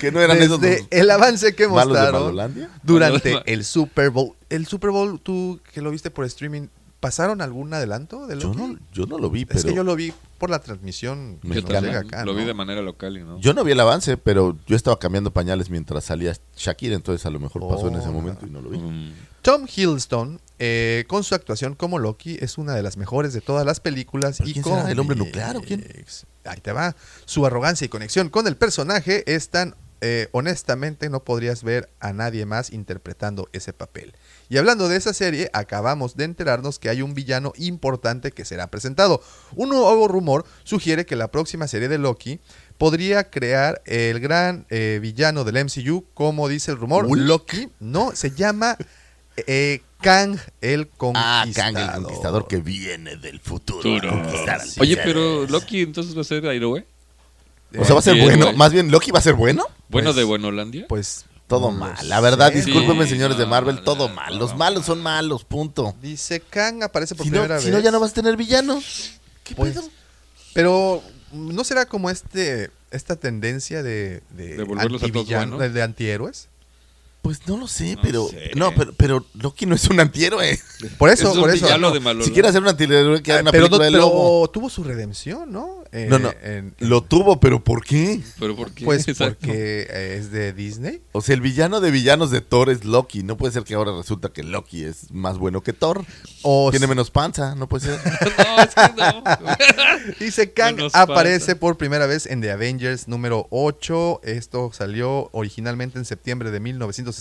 [SPEAKER 2] que no eran esos
[SPEAKER 3] Desde el avance que
[SPEAKER 2] malos de
[SPEAKER 3] mostraron
[SPEAKER 2] Malolandia.
[SPEAKER 3] durante
[SPEAKER 5] Malos de-
[SPEAKER 3] el Super Bowl. El Super Bowl, tú que lo viste por streaming, ¿pasaron algún adelanto de
[SPEAKER 2] Yo
[SPEAKER 3] Loki?
[SPEAKER 2] no, yo no lo vi, pero
[SPEAKER 3] es que yo lo vi por la transmisión
[SPEAKER 2] Yo
[SPEAKER 3] que nos
[SPEAKER 2] también
[SPEAKER 3] llega acá,
[SPEAKER 5] lo
[SPEAKER 3] ¿no?
[SPEAKER 5] vi de manera local y no.
[SPEAKER 2] yo no vi el avance, pero yo estaba cambiando pañales mientras salía Shakira, entonces a lo mejor pasó en ese
[SPEAKER 3] Oh,
[SPEAKER 2] momento y no lo vi.
[SPEAKER 5] Mm,
[SPEAKER 3] Tom Hiddleston, eh, con su actuación como Loki, es una de las mejores de todas las películas.
[SPEAKER 2] ¿Pero
[SPEAKER 3] Y
[SPEAKER 2] quién será, el hombre
[SPEAKER 3] cómics.
[SPEAKER 2] nuclear o quién?
[SPEAKER 3] Ahí te va. Su arrogancia y conexión con el personaje es tan... eh, honestamente no podrías ver a nadie más interpretando ese papel. Y hablando de esa serie, acabamos de enterarnos que hay un villano importante que será presentado. Un nuevo rumor sugiere que la próxima serie de Loki podría crear el gran eh, villano del MCU, como dice el rumor. Loki, no, se llama eh, Kang el
[SPEAKER 2] Ah,
[SPEAKER 3] Conquistador.
[SPEAKER 2] Kang el conquistador que viene del futuro.
[SPEAKER 5] Futuro.
[SPEAKER 2] a conquistar al
[SPEAKER 5] Oye,
[SPEAKER 2] ser.
[SPEAKER 5] pero Loki entonces va a ser Airoe.
[SPEAKER 2] Pues
[SPEAKER 3] Eh,
[SPEAKER 2] O sea, va a ser
[SPEAKER 5] Bien,
[SPEAKER 2] bueno.
[SPEAKER 5] güey.
[SPEAKER 2] Más bien, Loki va a ser bueno.
[SPEAKER 5] Bueno
[SPEAKER 3] Pues-
[SPEAKER 5] de Buenolandia.
[SPEAKER 3] Pues
[SPEAKER 2] Todo
[SPEAKER 3] no
[SPEAKER 2] mal.
[SPEAKER 3] sé.
[SPEAKER 2] La verdad,
[SPEAKER 5] Sí,
[SPEAKER 2] discúlpenme, señores de
[SPEAKER 5] no,
[SPEAKER 2] Marvel.
[SPEAKER 5] no,
[SPEAKER 2] Todo
[SPEAKER 5] no,
[SPEAKER 2] mal.
[SPEAKER 5] no,
[SPEAKER 2] Los
[SPEAKER 5] no.
[SPEAKER 2] malos son malos, punto.
[SPEAKER 3] Dice Kang aparece por
[SPEAKER 2] Si no,
[SPEAKER 3] primera vez.
[SPEAKER 2] si no, ya no vas a tener villanos. ¿Qué
[SPEAKER 3] Pues,
[SPEAKER 2] pedo?
[SPEAKER 3] Pero ¿no será como este esta tendencia de de,
[SPEAKER 5] De volverlos a todos
[SPEAKER 3] antivillano-
[SPEAKER 5] buenos?
[SPEAKER 3] de, de antihéroes?
[SPEAKER 2] Pues no lo sé,
[SPEAKER 5] No
[SPEAKER 2] pero.
[SPEAKER 5] sé.
[SPEAKER 2] No, pero, pero Loki no es un antihéroe.
[SPEAKER 3] Por eso,
[SPEAKER 5] es un
[SPEAKER 3] por eso.
[SPEAKER 5] villano
[SPEAKER 3] no.
[SPEAKER 5] de Malo.
[SPEAKER 2] Si quieres hacer un antihéroe, que haga una
[SPEAKER 3] Ah, pero, no-
[SPEAKER 2] película de
[SPEAKER 3] pero
[SPEAKER 2] lobo.
[SPEAKER 3] tuvo su redención, ¿no? Eh,
[SPEAKER 2] No, no.
[SPEAKER 3] en-
[SPEAKER 2] Lo tuvo, pero ¿por qué?
[SPEAKER 5] Pero ¿por qué?
[SPEAKER 3] pues
[SPEAKER 5] Exacto.
[SPEAKER 3] porque eh, es de Disney.
[SPEAKER 2] O sea, el villano de villanos de Thor es Loki. No puede ser que ahora resulta que Loki es más bueno que Thor.
[SPEAKER 3] O
[SPEAKER 2] Tiene menos panza, no puede ser.
[SPEAKER 5] No, es que no.
[SPEAKER 3] Dice Kang
[SPEAKER 5] Menos
[SPEAKER 3] aparece
[SPEAKER 5] panza.
[SPEAKER 3] por primera vez en The Avengers número 8. Esto salió originalmente en septiembre de 1964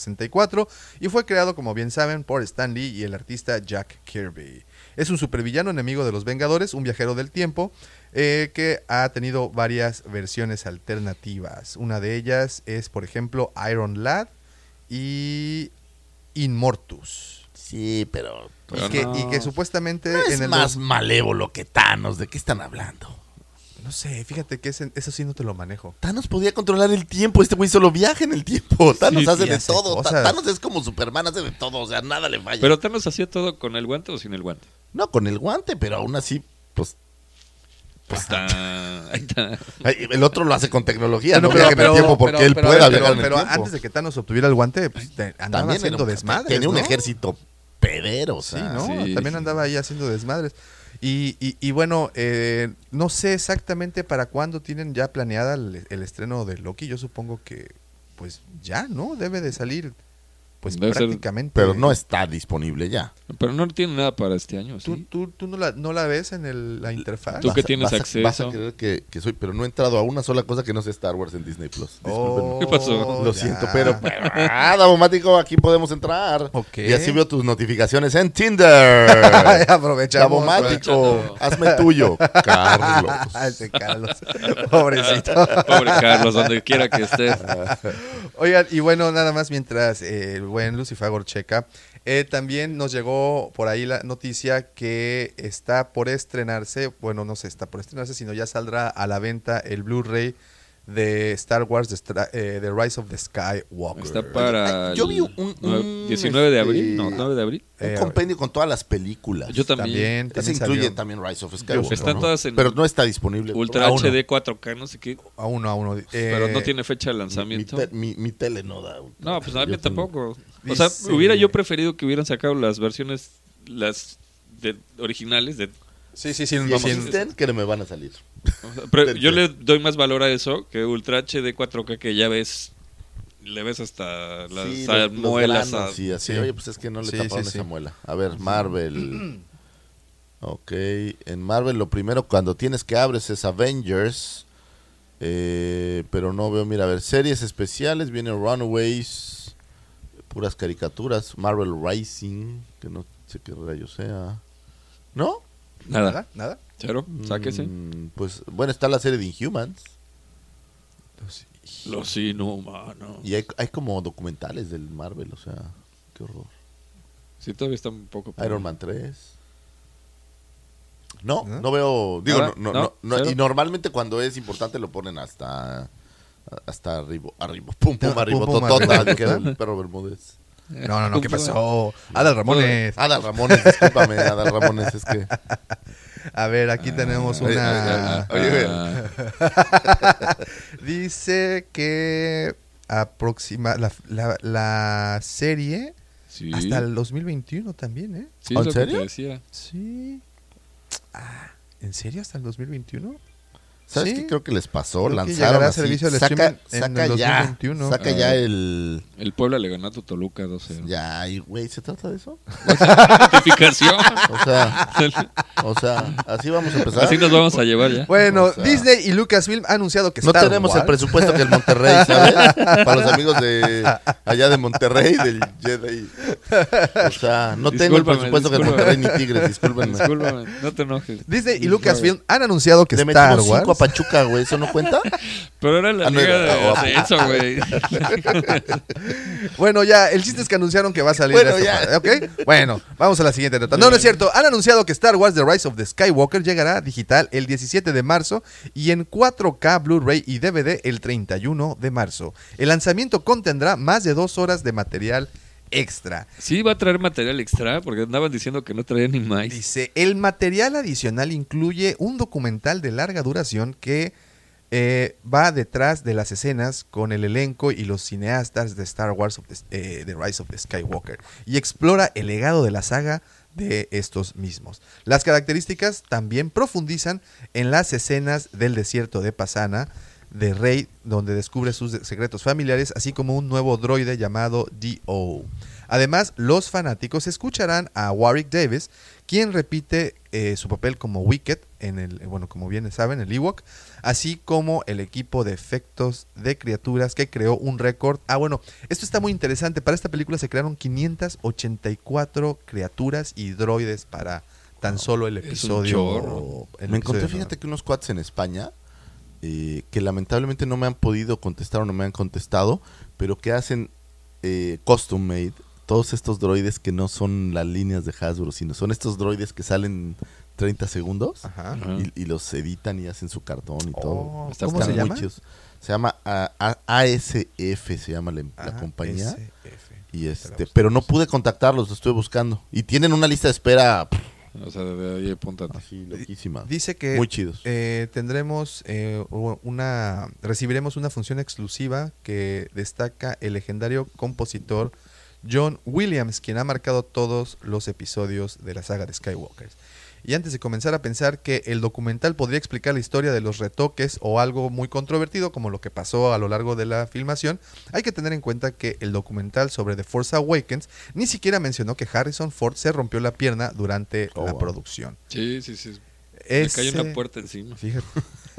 [SPEAKER 3] y fue creado, como bien saben, por Stan Lee y el artista Jack Kirby. Es un supervillano enemigo de los Vengadores, un viajero del tiempo, eh, que ha tenido varias versiones alternativas. Una de ellas es, por ejemplo, Iron Lad y Inmortus.
[SPEAKER 2] Sí, pero.
[SPEAKER 5] Pero
[SPEAKER 3] y, que,
[SPEAKER 5] no.
[SPEAKER 3] y que supuestamente
[SPEAKER 2] No es
[SPEAKER 3] en el
[SPEAKER 2] más malévolo que Thanos. ¿De qué están hablando?
[SPEAKER 3] No sé, fíjate que ese- eso sí no te lo manejo.
[SPEAKER 2] Thanos podía controlar el tiempo. Este güey solo viaja en el tiempo. Thanos
[SPEAKER 3] Sí,
[SPEAKER 2] hace
[SPEAKER 3] y
[SPEAKER 2] de
[SPEAKER 3] hace
[SPEAKER 2] todo. Ta-
[SPEAKER 3] cosas.
[SPEAKER 2] Thanos es como Superman, hace de todo. O sea, nada le falla.
[SPEAKER 5] Pero Thanos hacía todo con el guante o sin el guante.
[SPEAKER 2] no, con el guante, pero aún así, pues.
[SPEAKER 5] Pues
[SPEAKER 2] Ah.
[SPEAKER 5] está. Ahí está.
[SPEAKER 2] ay, El otro lo hace con tecnología,
[SPEAKER 3] Bueno,
[SPEAKER 2] no viaja en el tiempo porque
[SPEAKER 3] pero-
[SPEAKER 2] él
[SPEAKER 3] pero, a
[SPEAKER 2] pueda
[SPEAKER 3] ver,
[SPEAKER 2] viajar en el
[SPEAKER 3] pero
[SPEAKER 2] tiempo.
[SPEAKER 3] antes de que Thanos obtuviera el guante, pues, te- andaba
[SPEAKER 2] También era
[SPEAKER 3] haciendo
[SPEAKER 2] un-
[SPEAKER 3] desmadres.
[SPEAKER 2] Tenía un
[SPEAKER 3] ¿no?
[SPEAKER 2] ejército pedero, o
[SPEAKER 3] Sí,
[SPEAKER 2] sea.
[SPEAKER 3] ¿no?
[SPEAKER 5] Sí,
[SPEAKER 3] También
[SPEAKER 5] sí.
[SPEAKER 3] andaba ahí haciendo desmadres. Y, y- y bueno, eh, no sé exactamente para cuándo tienen ya planeada el, el estreno de Loki. Yo supongo que, pues ya, ¿no? Debe de salir, pues
[SPEAKER 5] Debe ser-
[SPEAKER 3] prácticamente.
[SPEAKER 2] Pero no está disponible ya.
[SPEAKER 5] Pero no tiene nada para este año,
[SPEAKER 3] ¿Tú,
[SPEAKER 5] ¿sí?
[SPEAKER 3] tú, tú no, la, no la ves en el- la interfaz?
[SPEAKER 5] Tú
[SPEAKER 2] Vas
[SPEAKER 5] que
[SPEAKER 2] a-
[SPEAKER 5] tienes
[SPEAKER 2] vas a-
[SPEAKER 5] acceso.
[SPEAKER 2] Vas a creer que, que soy, pero no he entrado a una sola cosa que no sea Star Wars en Disney Plus.
[SPEAKER 3] Oh,
[SPEAKER 2] Discúlpenme.
[SPEAKER 5] ¿Qué pasó?
[SPEAKER 2] Lo
[SPEAKER 3] ya.
[SPEAKER 2] siento, pero, pero ah, Davomático, aquí podemos entrar.
[SPEAKER 3] Ok.
[SPEAKER 2] Y así veo tus notificaciones en Tinder.
[SPEAKER 3] Aprovechamos.
[SPEAKER 2] Davomático, hazme tuyo, Carlos.
[SPEAKER 3] Ese Carlos. Pobrecito.
[SPEAKER 5] Ah, Pobre Carlos, donde quiera que esté.
[SPEAKER 3] Oigan, y bueno, nada más mientras eh, el buen Lucifagor checa, eh, también nos llegó por ahí la noticia que está por estrenarse, bueno, no se está por estrenarse, sino ya saldrá a la venta el Blu-ray de Star Wars The, Stra- eh, The Rise of the Skywalker.
[SPEAKER 5] Está para.
[SPEAKER 2] Ay, yo vi
[SPEAKER 5] el
[SPEAKER 2] un- un-
[SPEAKER 5] nueve- 19 de
[SPEAKER 2] este-
[SPEAKER 5] abril. No, 9 de abril.
[SPEAKER 2] Un
[SPEAKER 3] Eh,
[SPEAKER 2] compendio con todas las películas.
[SPEAKER 5] Yo también.
[SPEAKER 3] También,
[SPEAKER 2] Ese
[SPEAKER 3] también
[SPEAKER 2] incluye
[SPEAKER 3] salió
[SPEAKER 2] también Rise of Skywalker.
[SPEAKER 5] Están
[SPEAKER 2] ¿no?
[SPEAKER 5] todas en
[SPEAKER 2] Pero no está disponible.
[SPEAKER 5] Ultra
[SPEAKER 2] Ah, uno.
[SPEAKER 5] HD 4K, no sé qué.
[SPEAKER 3] a uno a uno. eh,
[SPEAKER 5] Pero no tiene fecha de
[SPEAKER 2] Mi,
[SPEAKER 5] lanzamiento.
[SPEAKER 2] te- mi- mi tele no da. ultra.
[SPEAKER 5] No, pues a
[SPEAKER 2] Yo
[SPEAKER 5] mí
[SPEAKER 2] tengo-
[SPEAKER 5] tampoco. O sea,
[SPEAKER 3] Dice-
[SPEAKER 5] hubiera yo preferido que hubieran sacado las versiones las de- originales de
[SPEAKER 3] Sí, sí,
[SPEAKER 2] Si
[SPEAKER 3] sí. no tiene-
[SPEAKER 2] existen, que no me van a salir.
[SPEAKER 5] Pero yo le doy más valor a eso que Ultra HD 4K que ya ves le ves hasta las
[SPEAKER 2] Sí,
[SPEAKER 5] a-
[SPEAKER 2] los- los
[SPEAKER 5] muelas
[SPEAKER 2] granos,
[SPEAKER 5] a-
[SPEAKER 2] sí, así.
[SPEAKER 3] sí.
[SPEAKER 2] Oye, pues es que no le
[SPEAKER 3] Sí,
[SPEAKER 2] taparon
[SPEAKER 3] sí, sí.
[SPEAKER 2] esa muela. A ver, Marvel. ok, en Marvel lo primero cuando tienes que abres es Avengers. eh, pero no veo, mira, a ver, series especiales, vienen Runaways, puras caricaturas, Marvel Rising, que no sé qué rayo sea. ¿No?
[SPEAKER 5] nada.
[SPEAKER 3] ¿Nada? ¿Nada?
[SPEAKER 5] Cero, sáquese.
[SPEAKER 2] Mm, pues bueno, está la serie de Inhumans.
[SPEAKER 5] Los inhumanos.
[SPEAKER 2] Y hay, hay como documentales del Marvel, o sea, qué horror.
[SPEAKER 5] Sí, todavía está un poco.
[SPEAKER 2] Iron Man 3. No, no veo. Digo,
[SPEAKER 4] Nada,
[SPEAKER 2] no, no,
[SPEAKER 4] no,
[SPEAKER 2] no, no,
[SPEAKER 4] cero.
[SPEAKER 2] Y normalmente cuando es importante lo ponen hasta. Hasta arriba, arriba, pum, pum,
[SPEAKER 3] Pum,
[SPEAKER 2] arriba,
[SPEAKER 3] pum,
[SPEAKER 2] totota,
[SPEAKER 3] arriba.
[SPEAKER 2] que era el perro Bermúdez.
[SPEAKER 3] No, no, no, ¿qué pasó? Adal Ramones.
[SPEAKER 2] Adal Ramones, discúlpame, Adal Ramones, es que.
[SPEAKER 3] A ver, aquí
[SPEAKER 5] Ah,
[SPEAKER 3] tenemos
[SPEAKER 5] eh,
[SPEAKER 2] Oye,
[SPEAKER 3] una.
[SPEAKER 2] oye, oye,
[SPEAKER 4] Ah,
[SPEAKER 3] Dice que aproxima la, la- la serie
[SPEAKER 4] sí.
[SPEAKER 3] hasta el 2021 también, ¿eh?
[SPEAKER 4] Sí, es
[SPEAKER 2] ¿En
[SPEAKER 4] lo que te
[SPEAKER 2] serio?
[SPEAKER 4] decía.
[SPEAKER 3] Sí. Ah, ¿En serio hasta el 2021?
[SPEAKER 2] ¿Sabes
[SPEAKER 3] Sí.
[SPEAKER 2] qué creo que les pasó?
[SPEAKER 3] Creo que
[SPEAKER 2] Lanzaron
[SPEAKER 3] llegará a
[SPEAKER 2] así,
[SPEAKER 3] servicio al
[SPEAKER 2] saca,
[SPEAKER 3] streaming en
[SPEAKER 2] saca
[SPEAKER 3] el
[SPEAKER 2] ya,
[SPEAKER 3] 2021.
[SPEAKER 2] saca ya el...
[SPEAKER 4] El Puebla le ganó a tu Toluca 2-0.
[SPEAKER 2] Ya, y güey, ¿se trata de eso?
[SPEAKER 4] Notificación.
[SPEAKER 2] O sea, o sea, así vamos a empezar.
[SPEAKER 4] Así nos vamos a llevar ya.
[SPEAKER 3] Bueno,
[SPEAKER 2] O sea-
[SPEAKER 3] Disney y Lucasfilm han anunciado que
[SPEAKER 2] No
[SPEAKER 3] Star
[SPEAKER 2] tenemos el
[SPEAKER 3] Wars-
[SPEAKER 2] presupuesto que el Monterrey, ¿sabes? Para los amigos de allá de Monterrey, del Jedi. O sea, no tengo el
[SPEAKER 4] Discúlpame,
[SPEAKER 2] presupuesto que el
[SPEAKER 4] discúlpame.
[SPEAKER 2] Monterrey ni Tigres, discúlpenme.
[SPEAKER 4] Discúlpame, no te enojes.
[SPEAKER 3] Disney y Lucasfilm han anunciado que
[SPEAKER 2] Le
[SPEAKER 3] Star
[SPEAKER 2] metimos cinco a
[SPEAKER 3] Wars.
[SPEAKER 2] Pachuca, güey, ¿eso no cuenta?
[SPEAKER 4] Pero era la
[SPEAKER 2] Ah, no,
[SPEAKER 4] liga
[SPEAKER 2] era-
[SPEAKER 4] de
[SPEAKER 2] ah,
[SPEAKER 4] ascenso, güey.
[SPEAKER 3] Bueno, ya, el chiste es que anunciaron que va a salir.
[SPEAKER 2] Bueno,
[SPEAKER 3] esta
[SPEAKER 2] ya.
[SPEAKER 3] parte, ¿ok? Bueno, vamos a la siguiente nota. No, no es cierto. Han anunciado que Star Wars The Rise of the Skywalker llegará digital el 17 de marzo y en 4K Blu-ray y DVD el 31 de marzo. El lanzamiento contendrá más de dos horas de material extra.
[SPEAKER 4] Sí, va a traer material extra porque andaban diciendo que no traía ni más.
[SPEAKER 3] Dice, el material adicional incluye un documental de larga duración que eh, va detrás de las escenas con el elenco y los cineastas de Star Wars, of the, eh, The Rise of the Skywalker, y explora el legado de la saga de estos mismos. Las características también profundizan en las escenas del desierto de Pasana de Rey, donde descubre sus de- secretos familiares, así como un nuevo droide llamado D.O. Además, los fanáticos escucharán a Warwick Davis, quien repite eh, su papel como Wicked, en el, eh, bueno, como bien saben, el Ewok, así como el equipo de efectos de criaturas que creó un récord. Ah, bueno, esto está muy interesante. Para esta película se crearon 584 criaturas y droides para tan solo el
[SPEAKER 4] Es un
[SPEAKER 3] episodio.
[SPEAKER 4] chorro.
[SPEAKER 3] el
[SPEAKER 2] me encontré,
[SPEAKER 3] episodio, Eh, ¿no?
[SPEAKER 2] fíjate que unos cuates en España eh, que lamentablemente no me han podido contestar o no me han contestado, pero que hacen eh, custom made todos estos droides que no son las líneas de Hasbro, sino son estos droides que salen 30 segundos
[SPEAKER 3] Ajá.
[SPEAKER 4] Ajá.
[SPEAKER 2] y, y los editan y hacen su cartón y todo.
[SPEAKER 3] Oh,
[SPEAKER 4] Está
[SPEAKER 3] ¿Cómo
[SPEAKER 2] Están
[SPEAKER 3] se
[SPEAKER 2] muy
[SPEAKER 3] llama?
[SPEAKER 2] chidos. Se llama ah, ah, ASF, se llama la, la
[SPEAKER 3] Ajá,
[SPEAKER 2] compañía.
[SPEAKER 3] SF.
[SPEAKER 2] Y
[SPEAKER 3] Ah, la
[SPEAKER 2] este,
[SPEAKER 3] buscamos.
[SPEAKER 2] pero no pude contactarlos, los estuve buscando. Y tienen una lista de espera pff,
[SPEAKER 4] O sea, de ahí apúntate.
[SPEAKER 2] así loquísima.
[SPEAKER 3] Dice que
[SPEAKER 2] Muy chidos.
[SPEAKER 3] eh, tendremos eh, u- una recibiremos una función exclusiva que destaca el legendario compositor John Williams, quien ha marcado todos los episodios de la saga de Skywalker. Y antes de comenzar a pensar que el documental podría explicar la historia de los retoques o algo muy controvertido como lo que pasó a lo largo de la filmación, hay que tener en cuenta que el documental sobre The Force Awakens ni siquiera mencionó que Harrison Ford se rompió la pierna durante
[SPEAKER 2] Oh,
[SPEAKER 3] la
[SPEAKER 2] wow.
[SPEAKER 3] producción.
[SPEAKER 4] Sí, sí, sí. Le
[SPEAKER 3] Ese,
[SPEAKER 4] cayó una puerta encima.
[SPEAKER 3] Fíjate.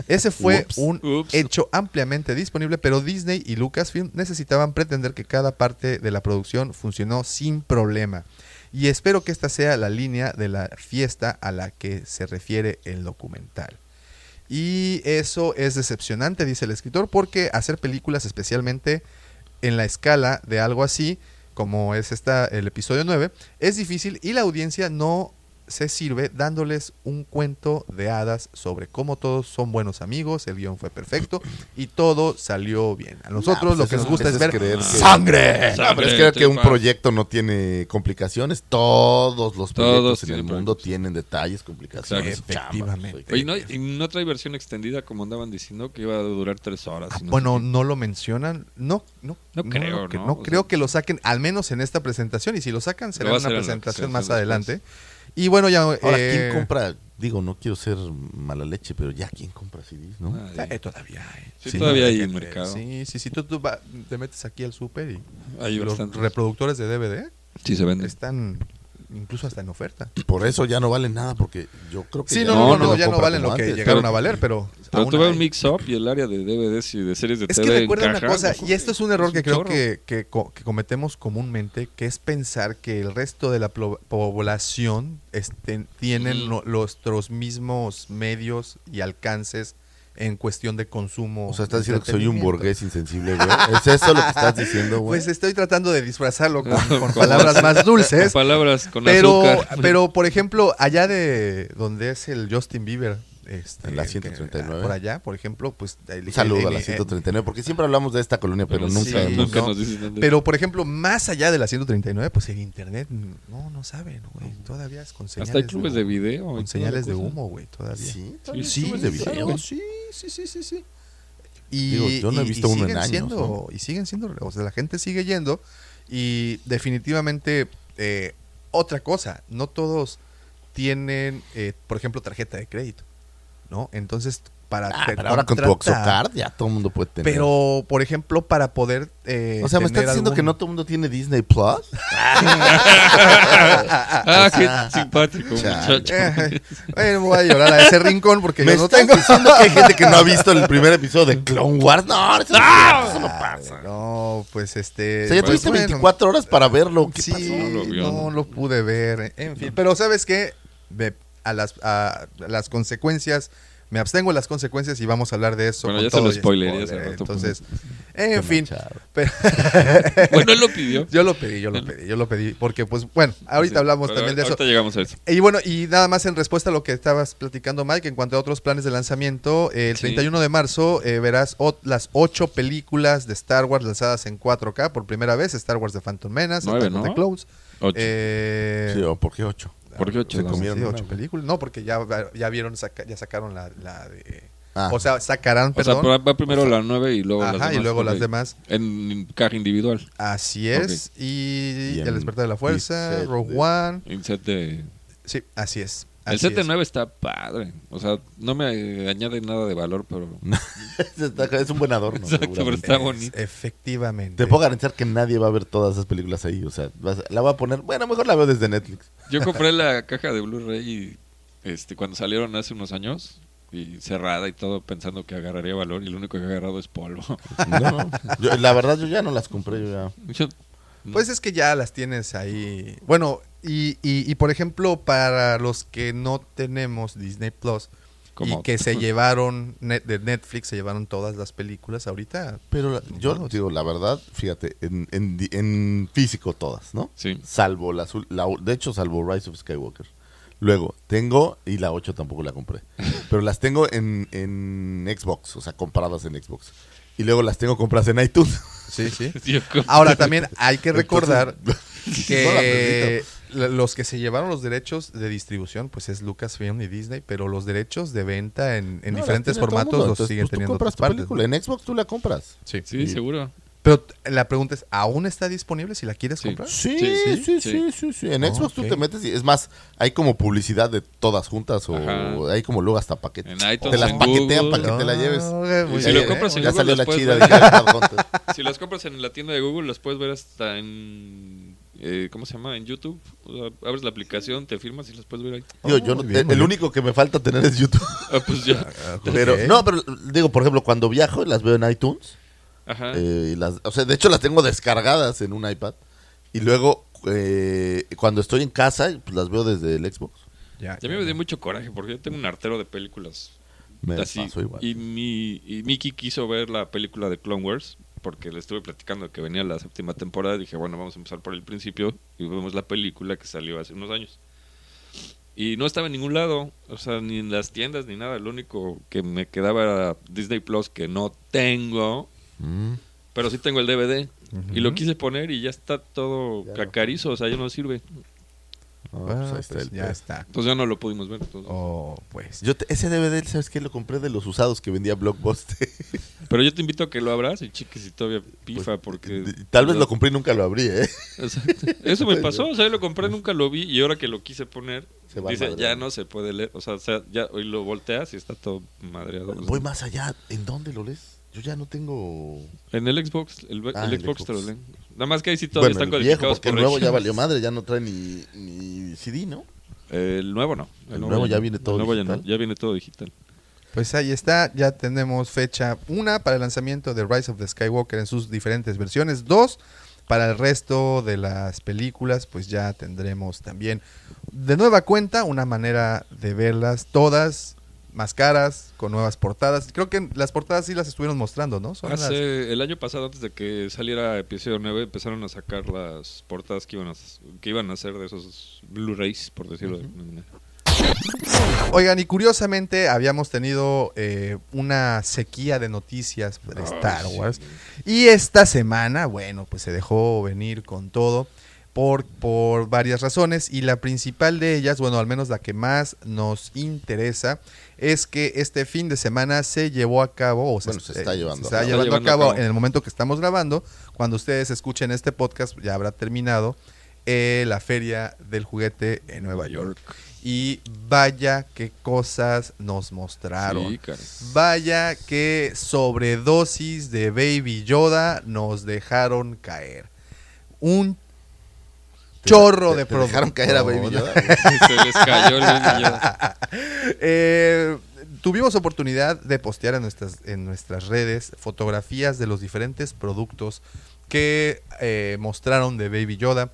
[SPEAKER 3] Ese fue
[SPEAKER 2] Ups.
[SPEAKER 3] un
[SPEAKER 4] Ups.
[SPEAKER 3] hecho ampliamente disponible, pero Disney y Lucasfilm necesitaban pretender que cada parte de la producción funcionó sin problema. Y espero que esta sea la línea de la fiesta a la que se refiere el documental. Y eso es decepcionante, dice el escritor, porque hacer películas especialmente en la escala de algo así, como es esta, el episodio 9, es difícil y la audiencia no se sirve dándoles un cuento de hadas sobre cómo todos son buenos amigos, el guión fue perfecto y todo salió bien. A
[SPEAKER 2] Nah,
[SPEAKER 3] nosotros
[SPEAKER 2] pues
[SPEAKER 3] lo que
[SPEAKER 2] eso-
[SPEAKER 3] nos gusta
[SPEAKER 2] eso
[SPEAKER 3] es ver
[SPEAKER 2] creer que-
[SPEAKER 3] sangre.
[SPEAKER 2] No, pero es que, creo que un proyecto no tiene complicaciones. Todos los proyectos
[SPEAKER 4] Todos
[SPEAKER 2] en el
[SPEAKER 4] tienen
[SPEAKER 2] mundo
[SPEAKER 4] problemas.
[SPEAKER 2] tienen detalles, complicaciones,
[SPEAKER 3] Exacto.
[SPEAKER 2] chambas.
[SPEAKER 3] Efectivamente.
[SPEAKER 4] Oye, ¿no, y no trae versión extendida como andaban diciendo que iba a durar tres horas.
[SPEAKER 2] Ah,
[SPEAKER 4] y no
[SPEAKER 3] Bueno,
[SPEAKER 4] sé
[SPEAKER 3] no lo mencionan. No, no,
[SPEAKER 4] No creo,
[SPEAKER 3] que-
[SPEAKER 4] ¿no? O
[SPEAKER 3] creo
[SPEAKER 4] sea-
[SPEAKER 3] que lo saquen, al menos en esta presentación. Y si lo sacan, será
[SPEAKER 4] va a
[SPEAKER 3] una
[SPEAKER 4] ser en la
[SPEAKER 3] presentación
[SPEAKER 4] presentación
[SPEAKER 3] más
[SPEAKER 4] después.
[SPEAKER 3] adelante. Y bueno, ya.
[SPEAKER 2] Ahora,
[SPEAKER 3] eh,
[SPEAKER 2] ¿quién compra? Digo, no quiero ser mala leche, pero ya, ¿quién compra CDs, no?
[SPEAKER 4] qué. Ah, Ay,
[SPEAKER 3] Eh, todavía hay.
[SPEAKER 4] Sí, todavía
[SPEAKER 3] no,
[SPEAKER 4] hay
[SPEAKER 3] que-
[SPEAKER 4] en mercado.
[SPEAKER 3] Sí, sí, sí. Tú, tú va- te metes aquí al súper y
[SPEAKER 4] hay
[SPEAKER 3] los
[SPEAKER 4] bastantes.
[SPEAKER 3] reproductores de DVD
[SPEAKER 4] Sí, se venden.
[SPEAKER 3] están incluso hasta en oferta.
[SPEAKER 2] Por eso ya no valen nada, porque yo creo que
[SPEAKER 3] Sí,
[SPEAKER 2] ya
[SPEAKER 3] no, no, no,
[SPEAKER 2] te lo
[SPEAKER 3] ya no
[SPEAKER 2] compran
[SPEAKER 3] valen
[SPEAKER 2] como
[SPEAKER 3] lo que
[SPEAKER 2] antes.
[SPEAKER 3] llegaron
[SPEAKER 4] Pero-
[SPEAKER 3] a valer, pero.
[SPEAKER 4] Pero
[SPEAKER 3] aún
[SPEAKER 4] tuve un
[SPEAKER 3] hay.
[SPEAKER 4] mix-up y el área de DVDs y de series de
[SPEAKER 3] Es que
[SPEAKER 4] TV en
[SPEAKER 3] recuerda una
[SPEAKER 4] caja,
[SPEAKER 3] cosa,
[SPEAKER 4] pues,
[SPEAKER 3] y esto es un error
[SPEAKER 4] es
[SPEAKER 3] que
[SPEAKER 4] un
[SPEAKER 3] creo
[SPEAKER 4] chorro.
[SPEAKER 3] que, que co- que cometemos comúnmente, que es pensar que el resto de la plo- población estén- tienen
[SPEAKER 4] Sí.
[SPEAKER 3] no- nuestros mismos medios y alcances en cuestión de consumo.
[SPEAKER 2] O sea, estás diciendo que soy un
[SPEAKER 3] entretenimiento.
[SPEAKER 2] burgués insensible, güey. ¿Es eso lo que estás diciendo, güey?
[SPEAKER 3] Pues estoy tratando de disfrazarlo con, con palabras más dulces.
[SPEAKER 4] Con palabras con
[SPEAKER 3] pero,
[SPEAKER 4] azúcar.
[SPEAKER 3] pero, por ejemplo, allá de donde es el Justin Bieber. Este,
[SPEAKER 2] En la
[SPEAKER 3] que-
[SPEAKER 2] 139.
[SPEAKER 3] por allá, por ejemplo, pues... el-
[SPEAKER 2] Un saludo a
[SPEAKER 3] el-
[SPEAKER 2] la
[SPEAKER 3] el-
[SPEAKER 2] 139, porque siempre hablamos de esta colonia, pero
[SPEAKER 4] Sí,
[SPEAKER 2] nunca.
[SPEAKER 3] Pues sí.
[SPEAKER 2] hemos-
[SPEAKER 4] nunca
[SPEAKER 3] no.
[SPEAKER 4] nos dicen dónde.
[SPEAKER 3] Pero, por ejemplo, más allá de la 139, pues el internet, no, no saben, güey. Todavía es con señales
[SPEAKER 4] Hasta hay clubes de video. y
[SPEAKER 3] Con
[SPEAKER 4] toda
[SPEAKER 3] señales
[SPEAKER 4] la
[SPEAKER 3] de
[SPEAKER 4] cosa.
[SPEAKER 3] humo, güey, todavía.
[SPEAKER 2] Sí,
[SPEAKER 4] Sí,
[SPEAKER 2] sí,
[SPEAKER 4] sí,
[SPEAKER 2] de
[SPEAKER 4] sí,
[SPEAKER 2] video.
[SPEAKER 4] güey.
[SPEAKER 3] Sí, sí, sí, sí, sí. Y,
[SPEAKER 2] Digo, yo no he
[SPEAKER 3] y- y
[SPEAKER 2] visto uno en
[SPEAKER 3] siguen
[SPEAKER 2] años,
[SPEAKER 3] siendo-
[SPEAKER 2] ¿no?
[SPEAKER 3] Y siguen siendo, o sea, la gente sigue yendo. Y definitivamente, eh, otra cosa, no todos tienen, eh, por ejemplo, tarjeta de crédito, ¿no? Entonces, para...
[SPEAKER 2] Ah,
[SPEAKER 3] te-
[SPEAKER 2] pero ahora con tu
[SPEAKER 3] contratar-
[SPEAKER 2] Oxocard ya todo el mundo puede tener.
[SPEAKER 3] Pero, por ejemplo, para poder... eh,
[SPEAKER 2] o sea, ¿me estás
[SPEAKER 3] tener
[SPEAKER 2] diciendo que
[SPEAKER 3] algún-
[SPEAKER 2] no todo el mundo tiene Disney Plus?
[SPEAKER 4] Ah, qué simpático, muchacho.
[SPEAKER 3] Eh, bueno, voy a llorar a ese rincón porque
[SPEAKER 2] ¿Me
[SPEAKER 3] yo no
[SPEAKER 2] estás
[SPEAKER 3] tengo.
[SPEAKER 2] diciendo que hay gente que no ha visto el primer episodio de Clone Wars? No, eso no, eso no pasa.
[SPEAKER 3] No, pues este.
[SPEAKER 2] O sea, ya
[SPEAKER 3] Ah. pues,
[SPEAKER 2] tuviste
[SPEAKER 3] bueno,
[SPEAKER 2] 24 horas para verlo. ¿Qué
[SPEAKER 3] Sí,
[SPEAKER 2] pasó?
[SPEAKER 3] no,
[SPEAKER 4] No lo
[SPEAKER 3] lo
[SPEAKER 4] vio, ¿no?
[SPEAKER 3] pude ver. En fin, pero ¿sabes qué? Me- a, las, a las consecuencias, me abstengo de las consecuencias y vamos a hablar de eso.
[SPEAKER 4] Bueno,
[SPEAKER 3] con
[SPEAKER 4] ya se lo
[SPEAKER 3] todo y
[SPEAKER 4] spoilerías
[SPEAKER 3] spoiler,
[SPEAKER 4] al rato, pues.
[SPEAKER 3] Entonces, en
[SPEAKER 2] Qué
[SPEAKER 3] fin.
[SPEAKER 2] manchado.
[SPEAKER 3] pero-
[SPEAKER 4] Bueno, él lo pidió.
[SPEAKER 3] yo lo pedí, yo lo pedí, yo lo pedí. Porque, pues, bueno, ahorita
[SPEAKER 4] Sí,
[SPEAKER 3] hablamos
[SPEAKER 4] pero
[SPEAKER 3] también de eso.
[SPEAKER 4] Ahorita llegamos a eso.
[SPEAKER 3] Y bueno, y nada más en respuesta a lo que estabas platicando, Mike, en cuanto a otros planes de lanzamiento, eh, el
[SPEAKER 4] Sí.
[SPEAKER 3] 31 de marzo eh, verás ot- las ocho películas de Star Wars lanzadas en 4K por primera vez: Star Wars The Phantom Menace,
[SPEAKER 4] Nueve,
[SPEAKER 3] Attack of
[SPEAKER 4] ¿no?
[SPEAKER 3] the Clones.
[SPEAKER 4] Ocho.
[SPEAKER 3] eh,
[SPEAKER 2] Sí, ¿o ¿por qué 8?
[SPEAKER 4] ¿Por qué ocho?
[SPEAKER 2] se comió.
[SPEAKER 3] sí,
[SPEAKER 2] Vieron
[SPEAKER 3] ocho
[SPEAKER 2] una,
[SPEAKER 3] películas. No, porque ya, ya vieron, saca- ya sacaron la, la de.
[SPEAKER 2] Ah.
[SPEAKER 3] O sea, sacarán,
[SPEAKER 4] O sea,
[SPEAKER 3] perdón.
[SPEAKER 4] va va primero la 9 y luego las
[SPEAKER 3] Ajá,
[SPEAKER 4] demás.
[SPEAKER 3] y luego las
[SPEAKER 4] ok.
[SPEAKER 3] demás.
[SPEAKER 4] En caja individual.
[SPEAKER 3] Así es. Y,
[SPEAKER 2] Y
[SPEAKER 3] El
[SPEAKER 2] en
[SPEAKER 3] Despertar de la Fuerza,
[SPEAKER 2] set
[SPEAKER 3] Rogue
[SPEAKER 2] de-
[SPEAKER 3] One.
[SPEAKER 4] En set de...
[SPEAKER 3] Sí, así es.
[SPEAKER 4] El
[SPEAKER 3] así
[SPEAKER 4] set de
[SPEAKER 3] es.
[SPEAKER 4] 9 está padre. O sea, no me eh, añade nada de valor, pero...
[SPEAKER 2] es un buen adorno.
[SPEAKER 4] pues. Exacto, pero
[SPEAKER 2] seguramente.
[SPEAKER 4] está bonito.
[SPEAKER 3] Efectivamente.
[SPEAKER 2] Te puedo garantizar que nadie va a ver todas esas películas ahí. O sea, vas- la va a poner. Bueno, mejor la veo desde Netflix.
[SPEAKER 4] Yo compré la caja de Blu-ray y, este, cuando salieron hace unos años y cerrada y todo pensando que agarraría valor y lo único que he agarrado es polvo.
[SPEAKER 2] No, no. Yo- la verdad, yo ya no las compré. Yo ya.
[SPEAKER 4] Yo-
[SPEAKER 3] Pues es que ya las tienes ahí. Bueno, y, y- y, por ejemplo, para los que no tenemos Disney Plus
[SPEAKER 4] Como-
[SPEAKER 3] y que se llevaron net- de Netflix, se llevaron todas las películas ahorita.
[SPEAKER 2] Pero la- yo
[SPEAKER 3] Todos.
[SPEAKER 2] digo, la verdad, fíjate, en, en, di- en físico todas, ¿no?
[SPEAKER 4] Sí.
[SPEAKER 2] Salvo la azul. La, de hecho, salvo Rise of Skywalker. Luego, tengo. Y la 8 tampoco la compré. Pero las tengo en, en Xbox. O sea, compradas en Xbox. Y luego las tengo compradas en iTunes.
[SPEAKER 3] Sí, sí.
[SPEAKER 4] yo compré-
[SPEAKER 3] Ahora también hay que recordar
[SPEAKER 2] Entonces, no la
[SPEAKER 3] que
[SPEAKER 2] necesito.
[SPEAKER 3] la- los que se llevaron los derechos de distribución, pues es Lucasfilm y Disney, pero los derechos de venta en, en
[SPEAKER 2] No, las
[SPEAKER 3] diferentes
[SPEAKER 2] tiene todo el
[SPEAKER 3] formatos
[SPEAKER 2] mundo.
[SPEAKER 3] los
[SPEAKER 2] Entonces,
[SPEAKER 3] siguen
[SPEAKER 2] pues,
[SPEAKER 3] teniendo.
[SPEAKER 2] Tú compras
[SPEAKER 3] otras
[SPEAKER 2] tu
[SPEAKER 3] partes,
[SPEAKER 2] película. En Xbox tú la compras.
[SPEAKER 3] ¿no? Sí.
[SPEAKER 4] Sí, seguro.
[SPEAKER 3] Pero t- la pregunta es, ¿aún está disponible si la quieres
[SPEAKER 4] Sí.
[SPEAKER 3] comprar?
[SPEAKER 2] Sí,
[SPEAKER 4] Sí,
[SPEAKER 2] sí, sí,
[SPEAKER 4] sí,
[SPEAKER 2] sí,
[SPEAKER 4] sí.
[SPEAKER 2] sí, En
[SPEAKER 3] Ah,
[SPEAKER 2] Xbox
[SPEAKER 3] ok.
[SPEAKER 2] tú te metes y es más, hay como publicidad de todas juntas o
[SPEAKER 4] Ajá.
[SPEAKER 2] hay como luego hasta paquetes.
[SPEAKER 4] En iTunes,
[SPEAKER 2] te las
[SPEAKER 4] en
[SPEAKER 2] paquetean
[SPEAKER 4] Google.
[SPEAKER 2] para que te la lleves.
[SPEAKER 3] Ah, muy
[SPEAKER 4] Y si
[SPEAKER 3] bien,
[SPEAKER 4] lo compras
[SPEAKER 3] ¿eh?
[SPEAKER 4] en
[SPEAKER 2] ya
[SPEAKER 4] Google
[SPEAKER 2] salió la
[SPEAKER 4] después,
[SPEAKER 2] chida de
[SPEAKER 4] ¿verdad?
[SPEAKER 2] que las juntas.
[SPEAKER 4] Si las compras en la tienda de Google, las puedes ver hasta en... eh, ¿Cómo se llama? En YouTube. O sea, abres la aplicación, te firmas y las puedes ver ahí.
[SPEAKER 2] Digo, yo no- eh,
[SPEAKER 3] muy bien, muy
[SPEAKER 2] el
[SPEAKER 3] bien.
[SPEAKER 2] único que me falta tener es YouTube.
[SPEAKER 4] Ah, pues ya.
[SPEAKER 2] Pero no, pero digo, por ejemplo, cuando viajo y las veo en iTunes,
[SPEAKER 4] Ajá.
[SPEAKER 2] eh, y las, o sea, de hecho las tengo descargadas en un iPad y luego eh, cuando estoy en casa pues, las veo desde el Xbox.
[SPEAKER 3] Ya,
[SPEAKER 4] Y a mí
[SPEAKER 3] ya,
[SPEAKER 4] me
[SPEAKER 3] ya.
[SPEAKER 4] dio mucho coraje porque yo tengo un artero de películas
[SPEAKER 2] Me
[SPEAKER 4] Así,
[SPEAKER 2] pasó igual.
[SPEAKER 4] Y, mi, y Mickey quiso ver la película de Clone Wars porque le estuve platicando que venía la séptima temporada. Dije, bueno, vamos a empezar por el principio y vemos la película que salió hace unos años. Y no estaba en ningún lado, o sea, ni en las tiendas ni nada. Lo único que me quedaba era Disney Plus que no tengo,
[SPEAKER 2] Mm.
[SPEAKER 4] pero sí tengo el DVD. Y lo quise poner y ya está todo cacarizo, o sea, ya no sirve.
[SPEAKER 2] Ah, pues,
[SPEAKER 3] Ah,
[SPEAKER 2] ahí está
[SPEAKER 3] pues
[SPEAKER 2] el
[SPEAKER 3] ya
[SPEAKER 2] pedo.
[SPEAKER 3] está.
[SPEAKER 4] Entonces ya no lo pudimos ver. entonces.
[SPEAKER 3] Oh, pues.
[SPEAKER 2] Yo te- ese DVD, ¿sabes qué? Lo compré de los usados que vendía Blockbuster.
[SPEAKER 4] Pero yo te invito a que lo abras y chiques si todavía pifa porque...
[SPEAKER 2] Tal vez
[SPEAKER 4] o sea,
[SPEAKER 2] lo compré Pues, y nunca lo abrí, ¿eh?
[SPEAKER 4] Exacto. Eso me pasó, o sea, yo lo compré, nunca lo vi y ahora que lo quise poner,
[SPEAKER 2] Se va a
[SPEAKER 4] dice,
[SPEAKER 2] madrear.
[SPEAKER 4] ya no se puede leer, o sea, o sea, ya hoy lo volteas y está todo madreado.
[SPEAKER 2] Voy más allá. ¿En dónde lo lees? Yo ya no tengo...
[SPEAKER 4] En el Xbox, el,
[SPEAKER 2] Ah,
[SPEAKER 4] el
[SPEAKER 2] el
[SPEAKER 4] Xbox,
[SPEAKER 2] Xbox.
[SPEAKER 4] te lo leen. Nada más que ahí sí todavía
[SPEAKER 2] Bueno,
[SPEAKER 4] están
[SPEAKER 2] el viejo,
[SPEAKER 4] codificados
[SPEAKER 2] porque el
[SPEAKER 4] por
[SPEAKER 2] nuevo ya
[SPEAKER 4] regiones.
[SPEAKER 2] valió madre, ya no trae ni, ni CD, ¿no?
[SPEAKER 4] El nuevo no.
[SPEAKER 2] El nuevo ya viene todo
[SPEAKER 4] el nuevo ya
[SPEAKER 2] digital.
[SPEAKER 4] no, ya viene todo digital.
[SPEAKER 3] Pues ahí está, ya tenemos fecha una para el lanzamiento de Rise of the Skywalker en sus diferentes versiones, dos para el resto de las películas, pues ya tendremos también de nueva cuenta una manera de verlas todas más caras, con nuevas portadas. Creo que las portadas sí las estuvieron mostrando, ¿no? Son las-
[SPEAKER 4] Hace, el año pasado, antes de que saliera episodio 9, empezaron a sacar las portadas que iban a, que iban a hacer de esos Blu-rays, por decirlo de alguna manera.
[SPEAKER 3] Oigan, y curiosamente habíamos tenido eh, una sequía de noticias de Star Wars. Y esta semana, bueno, pues se dejó venir con todo por, por varias razones. Y la principal de ellas, bueno, al menos la que más nos interesa, es que este fin de semana se llevó a cabo, o
[SPEAKER 2] Bueno, se está llevando
[SPEAKER 3] se
[SPEAKER 2] a
[SPEAKER 3] está
[SPEAKER 4] Está
[SPEAKER 2] cabo.
[SPEAKER 3] llevando a
[SPEAKER 4] llevando a
[SPEAKER 3] cabo
[SPEAKER 4] cabo.
[SPEAKER 3] en el momento que estamos grabando. Cuando ustedes escuchen este podcast, ya habrá terminado eh, la feria del juguete en Nueva York. Y vaya qué cosas nos mostraron.
[SPEAKER 4] Sí, caray.
[SPEAKER 3] Vaya que sobredosis de Baby Yoda nos dejaron caer. Un chorro
[SPEAKER 2] Te-
[SPEAKER 3] de
[SPEAKER 2] te dejaron
[SPEAKER 3] producto.
[SPEAKER 2] caer a Baby Yoda.
[SPEAKER 4] Se les cayó el niño.
[SPEAKER 3] Eh, tuvimos oportunidad de postear en nuestras, en nuestras redes fotografías de los diferentes productos que eh, mostraron de Baby Yoda.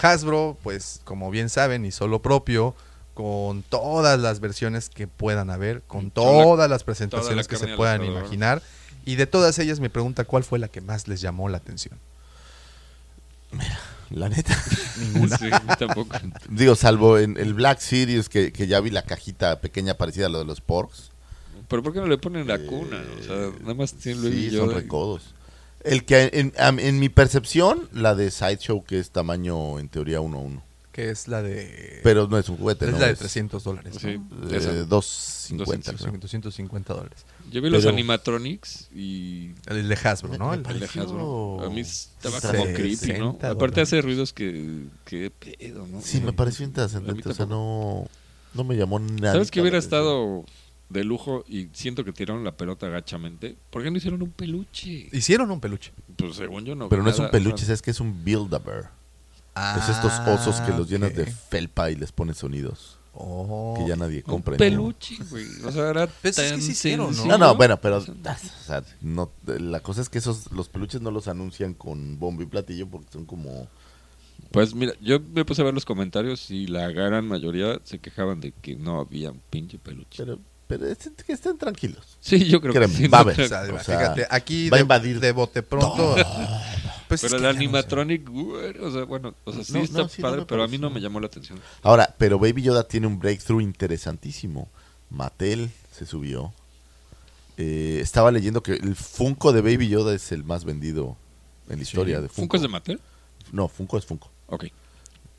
[SPEAKER 3] Hasbro, pues como bien saben, hizo lo propio con todas las versiones que puedan haber, con
[SPEAKER 4] Toda la-
[SPEAKER 3] todas las presentaciones que
[SPEAKER 4] carne
[SPEAKER 3] se
[SPEAKER 4] al
[SPEAKER 3] puedan
[SPEAKER 4] asador.
[SPEAKER 3] imaginar. Y de todas ellas me pregunta cuál fue la que más les llamó la atención.
[SPEAKER 2] La neta.
[SPEAKER 4] Sí, a mí tampoco.
[SPEAKER 2] Digo, salvo en el Black Series, que, que ya vi la cajita pequeña parecida a lo de los porcs.
[SPEAKER 4] Pero ¿por qué no le ponen la cuna? O sea, nada más tiene Baby
[SPEAKER 2] Eh, Sí, son
[SPEAKER 4] Yoda.
[SPEAKER 2] recodos. El que, en, am- en mi percepción, la de Sideshow, que es tamaño en teoría 1-1.
[SPEAKER 3] Que es la
[SPEAKER 4] Eh,
[SPEAKER 3] de...
[SPEAKER 2] Pero no es un juguete,
[SPEAKER 3] es
[SPEAKER 2] ¿no?
[SPEAKER 3] la de 300 dólares. ¿no?
[SPEAKER 4] Sí, pues,
[SPEAKER 2] eh,
[SPEAKER 4] esa.
[SPEAKER 2] 250. creo.
[SPEAKER 3] 250 dólares.
[SPEAKER 4] Yo vi los
[SPEAKER 2] Pero-
[SPEAKER 4] animatronics y
[SPEAKER 3] El de Hasbro, ¿no?
[SPEAKER 2] Me
[SPEAKER 3] El-
[SPEAKER 2] parece-
[SPEAKER 4] el de Hasbro.
[SPEAKER 2] Pareció
[SPEAKER 4] A mí estaba como creepy,
[SPEAKER 3] 60
[SPEAKER 4] ¿no?
[SPEAKER 3] dólares.
[SPEAKER 4] Aparte hace ruidos que, que pedo, ¿no?
[SPEAKER 2] Sí, me pareció
[SPEAKER 4] A mí
[SPEAKER 2] intrascendente. O sea,
[SPEAKER 4] tampoco.
[SPEAKER 2] no, no me llamó nada.
[SPEAKER 4] ¿Sabes que hubiera estado de lujo y siento que tiraron la pelota gachamente? ¿Por qué no hicieron un peluche?
[SPEAKER 3] Hicieron un peluche.
[SPEAKER 4] Pues según yo no.
[SPEAKER 2] Pero no es
[SPEAKER 4] cada-
[SPEAKER 2] un peluche, es que es un Build-A-Bear.
[SPEAKER 4] Ah,
[SPEAKER 2] es Pues estos osos que los
[SPEAKER 3] Ah,
[SPEAKER 2] llenas de felpa y les pones sonidos.
[SPEAKER 3] Oh.
[SPEAKER 2] Que ya nadie
[SPEAKER 4] Un
[SPEAKER 2] compra. ¿no?
[SPEAKER 4] peluche, güey. O sea, era
[SPEAKER 3] Pues es
[SPEAKER 4] tan
[SPEAKER 3] que sí hicieron, ¿no?
[SPEAKER 4] sencillo.
[SPEAKER 2] No, no, bueno, pero ah, o sea, no, la cosa es que esos los peluches no los anuncian con bombo y platillo porque son como
[SPEAKER 4] Pues mira, yo me puse a ver los comentarios y la gran mayoría se quejaban de que no había un pinche peluche.
[SPEAKER 2] pero pero es- que estén tranquilos.
[SPEAKER 4] Sí, yo creo
[SPEAKER 2] Créeme,
[SPEAKER 4] que sí.
[SPEAKER 2] va a
[SPEAKER 4] no
[SPEAKER 2] haber,
[SPEAKER 4] creo-
[SPEAKER 3] O sea,
[SPEAKER 2] O sea,
[SPEAKER 3] fíjate, aquí
[SPEAKER 2] va a
[SPEAKER 3] de,
[SPEAKER 2] invadir
[SPEAKER 3] de bote pronto. Pues es
[SPEAKER 4] Pero
[SPEAKER 3] que
[SPEAKER 4] el
[SPEAKER 3] ya no sé.
[SPEAKER 4] animatronic, güey, o sea, bueno, o sea, sí
[SPEAKER 2] No, no,
[SPEAKER 4] está
[SPEAKER 2] sí, no
[SPEAKER 4] padre,
[SPEAKER 2] me
[SPEAKER 4] pero a mí
[SPEAKER 2] pareció.
[SPEAKER 4] no me llamó la atención.
[SPEAKER 2] Ahora, pero Baby Yoda tiene un breakthrough interesantísimo. Mattel se subió. Eh, estaba leyendo que el Funko de Baby Yoda es el más vendido en la historia de Funko.
[SPEAKER 4] ¿Funko es de Mattel?
[SPEAKER 2] No, Funko es Funko.
[SPEAKER 4] Ok.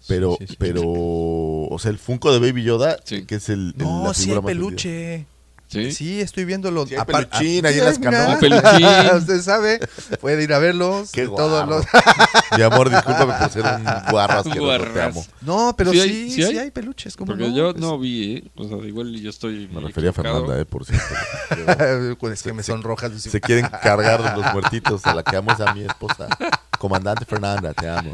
[SPEAKER 2] Pero,
[SPEAKER 3] sí, sí.
[SPEAKER 2] pero, o sea, el Funko de Baby Yoda,
[SPEAKER 4] Sí.
[SPEAKER 2] que es el, el-
[SPEAKER 3] No,
[SPEAKER 2] la
[SPEAKER 3] sí
[SPEAKER 2] figura
[SPEAKER 3] hay
[SPEAKER 2] más vendida.
[SPEAKER 3] peluche.
[SPEAKER 4] Sí.
[SPEAKER 3] ¿Sí? estoy viéndolo.
[SPEAKER 2] Sí hay
[SPEAKER 3] Apar-
[SPEAKER 2] peluchín
[SPEAKER 3] ah,
[SPEAKER 2] ahí en las
[SPEAKER 3] mira.
[SPEAKER 2] canoas.
[SPEAKER 4] Un peluchín.
[SPEAKER 3] Usted sabe, puede ir a verlos.
[SPEAKER 2] Qué
[SPEAKER 3] de todos
[SPEAKER 2] guarro.
[SPEAKER 3] los-
[SPEAKER 2] Mi amor, discúlpame por ser un guarro asqueroso, te
[SPEAKER 4] Guarras.
[SPEAKER 2] amo.
[SPEAKER 3] No, pero
[SPEAKER 4] Sí
[SPEAKER 3] sí,
[SPEAKER 4] hay-
[SPEAKER 3] sí,
[SPEAKER 4] sí hay.
[SPEAKER 3] hay? peluches. ¿cómo
[SPEAKER 4] Porque
[SPEAKER 3] no?
[SPEAKER 4] yo
[SPEAKER 3] Pues-
[SPEAKER 4] no vi, ¿eh? O sea, igual yo estoy.
[SPEAKER 2] Me refería a Fernanda, eh, por cierto.
[SPEAKER 3] Pues es que me son rojas. Lucy.
[SPEAKER 2] Se quieren cargar de los muertitos, a la que amo es a mi esposa. Comandante Fernanda, te amo.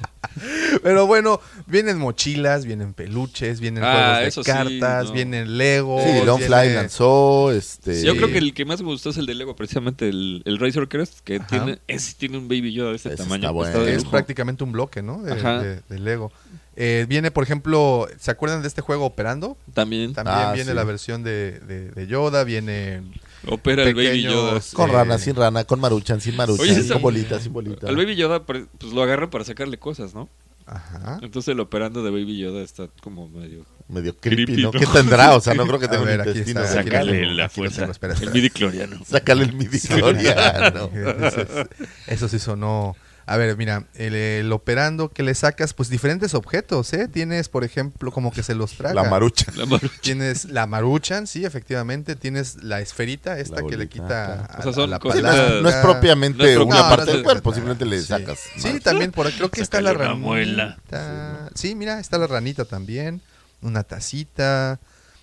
[SPEAKER 3] Pero bueno, vienen mochilas, vienen peluches, vienen
[SPEAKER 4] Ah,
[SPEAKER 3] juegos
[SPEAKER 4] eso
[SPEAKER 3] de
[SPEAKER 4] sí,
[SPEAKER 3] cartas,
[SPEAKER 4] no.
[SPEAKER 3] vienen Lego.
[SPEAKER 2] Sí, Long Fly lanzó, este...
[SPEAKER 4] Yo creo que el que más me gustó es el de Lego, precisamente el, el Razor Crest, que tiene, ese tiene un Baby Yoda de este
[SPEAKER 2] Ese
[SPEAKER 4] tamaño.
[SPEAKER 2] está bueno.
[SPEAKER 4] de
[SPEAKER 3] Es
[SPEAKER 4] lujo.
[SPEAKER 3] prácticamente un bloque, ¿no? De,
[SPEAKER 4] Ajá.
[SPEAKER 3] de- de Lego. Eh, viene, por ejemplo, ¿se acuerdan de este juego Operando?
[SPEAKER 4] También
[SPEAKER 3] También
[SPEAKER 2] Ah,
[SPEAKER 3] viene
[SPEAKER 2] sí.
[SPEAKER 3] la versión de, de- de Yoda, viene...
[SPEAKER 4] opera el Baby
[SPEAKER 3] pequeños-
[SPEAKER 4] Yoda.
[SPEAKER 2] Con
[SPEAKER 3] eh,
[SPEAKER 2] rana, sin rana, con maruchan, sin maruchan,
[SPEAKER 4] Oye,
[SPEAKER 2] con
[SPEAKER 4] esa-
[SPEAKER 2] bolita, sin bolita.
[SPEAKER 4] Al Baby Yoda, pre- pues lo agarran para sacarle cosas, ¿no?
[SPEAKER 3] Ajá.
[SPEAKER 4] Entonces el operando de Baby Yoda está como medio.
[SPEAKER 2] Medio creepy,
[SPEAKER 4] Creepy,
[SPEAKER 2] ¿no?
[SPEAKER 4] ¿no?
[SPEAKER 2] ¿Qué tendrá? O sea, no creo Ah, que
[SPEAKER 3] A
[SPEAKER 2] tenga
[SPEAKER 3] ver,
[SPEAKER 2] un
[SPEAKER 3] aquí
[SPEAKER 2] intestino.
[SPEAKER 3] está, aquí
[SPEAKER 2] Sácale,
[SPEAKER 3] tengo. Aquí lo tengo, espera, espera.
[SPEAKER 4] El midi cloriano.
[SPEAKER 2] sácale el midichloriano.
[SPEAKER 3] Eso es- Eso sí sonó... A ver, mira, el, el operando que le sacas, pues diferentes objetos, ¿eh? Tienes, por ejemplo, como que se los traga.
[SPEAKER 2] La marucha.
[SPEAKER 4] La mar-
[SPEAKER 3] Tienes la maruchan, sí, efectivamente. Tienes la esferita
[SPEAKER 2] La
[SPEAKER 3] esta que le
[SPEAKER 2] bolita,
[SPEAKER 3] quita
[SPEAKER 4] O sea, son
[SPEAKER 2] Sí,
[SPEAKER 4] cosas-
[SPEAKER 2] no, es, no es
[SPEAKER 3] palanca.
[SPEAKER 4] No es
[SPEAKER 2] propiamente
[SPEAKER 4] propio-
[SPEAKER 2] una
[SPEAKER 4] no,
[SPEAKER 2] parte
[SPEAKER 4] no es-
[SPEAKER 2] del cuerpo, simplemente le
[SPEAKER 3] Sí.
[SPEAKER 2] sacas.
[SPEAKER 3] Sí, también por aquí creo que está la
[SPEAKER 4] Sácale
[SPEAKER 3] ranita.
[SPEAKER 4] una muela.
[SPEAKER 3] Sí, mira, está la ranita también, una tacita.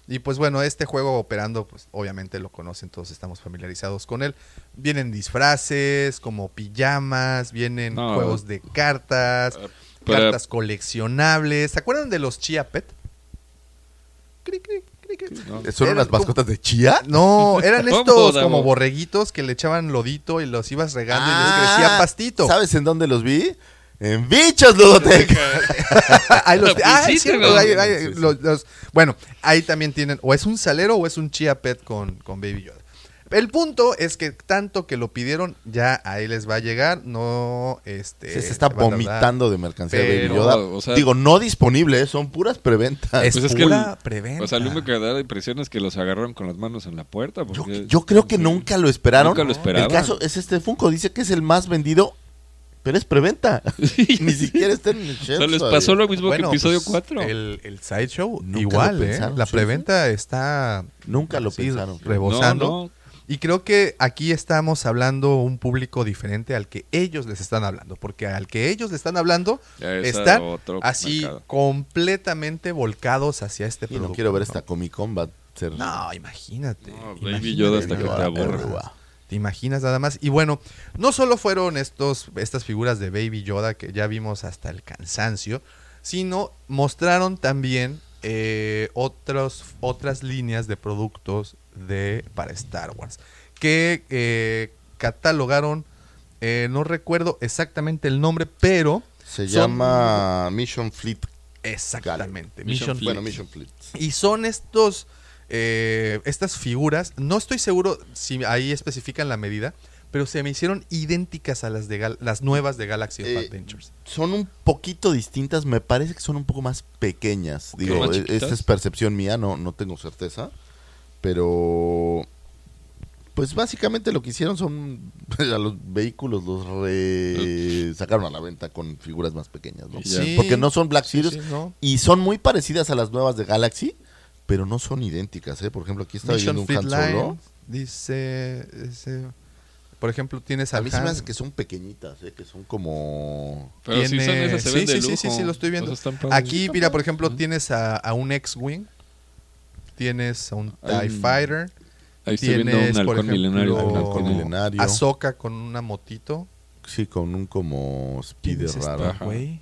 [SPEAKER 3] Y pues bueno, este juego operando, pues obviamente lo conocen, todos estamos familiarizados con él. Vienen disfraces, como pijamas, vienen
[SPEAKER 4] No.
[SPEAKER 3] juegos de cartas,
[SPEAKER 2] Ah,
[SPEAKER 4] Para-
[SPEAKER 3] cartas coleccionables. ¿Se acuerdan de los Chia Pet? Cri, cri, cri, cri.
[SPEAKER 4] No.
[SPEAKER 2] ¿Son
[SPEAKER 3] Era
[SPEAKER 2] unas
[SPEAKER 3] como-
[SPEAKER 2] mascotas de chía?
[SPEAKER 3] No, eran
[SPEAKER 4] Pompo,
[SPEAKER 3] estos
[SPEAKER 4] Davo.
[SPEAKER 3] como borreguitos que le echaban lodito y los ibas regando y
[SPEAKER 2] Ah,
[SPEAKER 3] les crecía pastito.
[SPEAKER 2] ¿Sabes en dónde los vi? En bichos, ludoteca.
[SPEAKER 3] Ahí los-
[SPEAKER 5] Lo
[SPEAKER 3] ah,
[SPEAKER 5] pusiste,
[SPEAKER 3] es cierto,
[SPEAKER 5] ¿no?
[SPEAKER 3] ahí- ahí-
[SPEAKER 2] Sí, sí.
[SPEAKER 3] los- los- bueno, ahí también tienen, o es un salero o es un chia pet con, con Baby Yoda. El punto es que tanto que lo pidieron, ya ahí les va a llegar. No, este.
[SPEAKER 2] Se, se está
[SPEAKER 3] va a tardar.
[SPEAKER 2] vomitando de mercancía de
[SPEAKER 3] Pero,
[SPEAKER 2] Baby Yoda.
[SPEAKER 4] o sea-
[SPEAKER 2] Digo, no disponible, ¿eh? son puras preventas.
[SPEAKER 3] Es
[SPEAKER 4] Pues es que
[SPEAKER 3] pura
[SPEAKER 4] el-
[SPEAKER 3] preventa.
[SPEAKER 4] O sea, lo único que da la impresión es que los agarraron con las manos en la puerta.
[SPEAKER 2] Yo,
[SPEAKER 4] Porque,
[SPEAKER 2] yo creo que nunca lo esperaron.
[SPEAKER 4] Nunca lo esperaban.
[SPEAKER 2] El caso es este Funko, dice que es el más vendido, pero es preventa. Ni siquiera está en el
[SPEAKER 5] O
[SPEAKER 2] shelf
[SPEAKER 5] sea, les
[SPEAKER 2] todavía.
[SPEAKER 5] pasó lo mismo
[SPEAKER 3] Bueno,
[SPEAKER 5] que episodio
[SPEAKER 3] pues,
[SPEAKER 5] 4.
[SPEAKER 3] El, el sideshow,
[SPEAKER 2] Nunca lo
[SPEAKER 3] igual, ¿eh?
[SPEAKER 2] pensaron,
[SPEAKER 3] La
[SPEAKER 2] sí,
[SPEAKER 3] preventa está.
[SPEAKER 2] Nunca lo
[SPEAKER 3] sí,
[SPEAKER 2] pensaron.
[SPEAKER 3] Rebosando.
[SPEAKER 5] No, no.
[SPEAKER 3] Y creo que aquí estamos hablando un público diferente al que ellos les están hablando, porque al que ellos le están hablando
[SPEAKER 4] Ya es
[SPEAKER 3] están
[SPEAKER 4] otro
[SPEAKER 3] así
[SPEAKER 4] mercado.
[SPEAKER 3] completamente volcados hacia este
[SPEAKER 2] Y
[SPEAKER 3] producto.
[SPEAKER 2] no quiero ver esta Comic Con va a ser
[SPEAKER 3] No, imagínate.
[SPEAKER 4] No, Baby
[SPEAKER 3] imagínate
[SPEAKER 4] Yoda hasta que
[SPEAKER 3] nada
[SPEAKER 4] te aburra.
[SPEAKER 3] más. Te imaginas nada más. Y bueno, no solo fueron estos, estas figuras de Baby Yoda que ya vimos hasta el cansancio, sino mostraron también eh, otros, otras líneas de productos de, para Star Wars que eh, catalogaron, eh, no recuerdo exactamente el nombre, pero
[SPEAKER 2] Se
[SPEAKER 3] Son-
[SPEAKER 2] llama Mission Fleet.
[SPEAKER 3] exactamente.
[SPEAKER 4] Mission Fleet.
[SPEAKER 2] Bueno, Mission Fleet.
[SPEAKER 3] Y son estos, eh, estas figuras, no estoy seguro si ahí especifican la medida, pero se me hicieron idénticas a las de Gal- las nuevas de Galaxy of
[SPEAKER 2] Eh,
[SPEAKER 3] Adventures.
[SPEAKER 2] Son un poquito distintas, me parece que son un poco más pequeñas. Digo,
[SPEAKER 5] más
[SPEAKER 2] e-
[SPEAKER 5] chiquitas.
[SPEAKER 2] esta es percepción mía, no, no tengo certeza. Pero. Pues básicamente lo que hicieron son. A los vehículos los re- sacaron a la venta con figuras más pequeñas, ¿no?
[SPEAKER 4] Y ya.
[SPEAKER 3] Sí.
[SPEAKER 2] Porque no son Black
[SPEAKER 3] Sí,
[SPEAKER 2] Series
[SPEAKER 3] sí, ¿no?
[SPEAKER 2] y son muy parecidas a las nuevas de Galaxy, pero no son idénticas, ¿eh? Por ejemplo, aquí estaba
[SPEAKER 3] Mission
[SPEAKER 2] viendo un
[SPEAKER 3] Fit
[SPEAKER 2] Han
[SPEAKER 3] Line,
[SPEAKER 2] Solo.
[SPEAKER 3] dice, dice, por ejemplo, tienes
[SPEAKER 2] A mí se
[SPEAKER 3] Han-
[SPEAKER 2] me hace que son pequeñitas, ¿eh? Que son como.
[SPEAKER 4] Pero si son
[SPEAKER 3] tiene-
[SPEAKER 4] esas, se
[SPEAKER 3] sí,
[SPEAKER 4] ven de
[SPEAKER 3] sí, sí,
[SPEAKER 4] lujo.
[SPEAKER 3] sí, sí, lo estoy viendo.
[SPEAKER 4] O sea, están padres.
[SPEAKER 3] Aquí, mira, por ejemplo, tienes a, a un X-Wing, tienes a un
[SPEAKER 4] Hay
[SPEAKER 3] TIE
[SPEAKER 4] un-
[SPEAKER 3] Fighter,
[SPEAKER 4] Ahí estoy viendo
[SPEAKER 3] tienes,
[SPEAKER 4] un
[SPEAKER 3] por
[SPEAKER 4] halcón milenario.
[SPEAKER 2] un halcón
[SPEAKER 3] ejemplo,
[SPEAKER 2] milenario.
[SPEAKER 3] a Soca con una motito.
[SPEAKER 2] Sí, con un como
[SPEAKER 3] ¿Quién
[SPEAKER 2] speeder
[SPEAKER 3] es este
[SPEAKER 2] raro.
[SPEAKER 4] Ajá.
[SPEAKER 3] güey?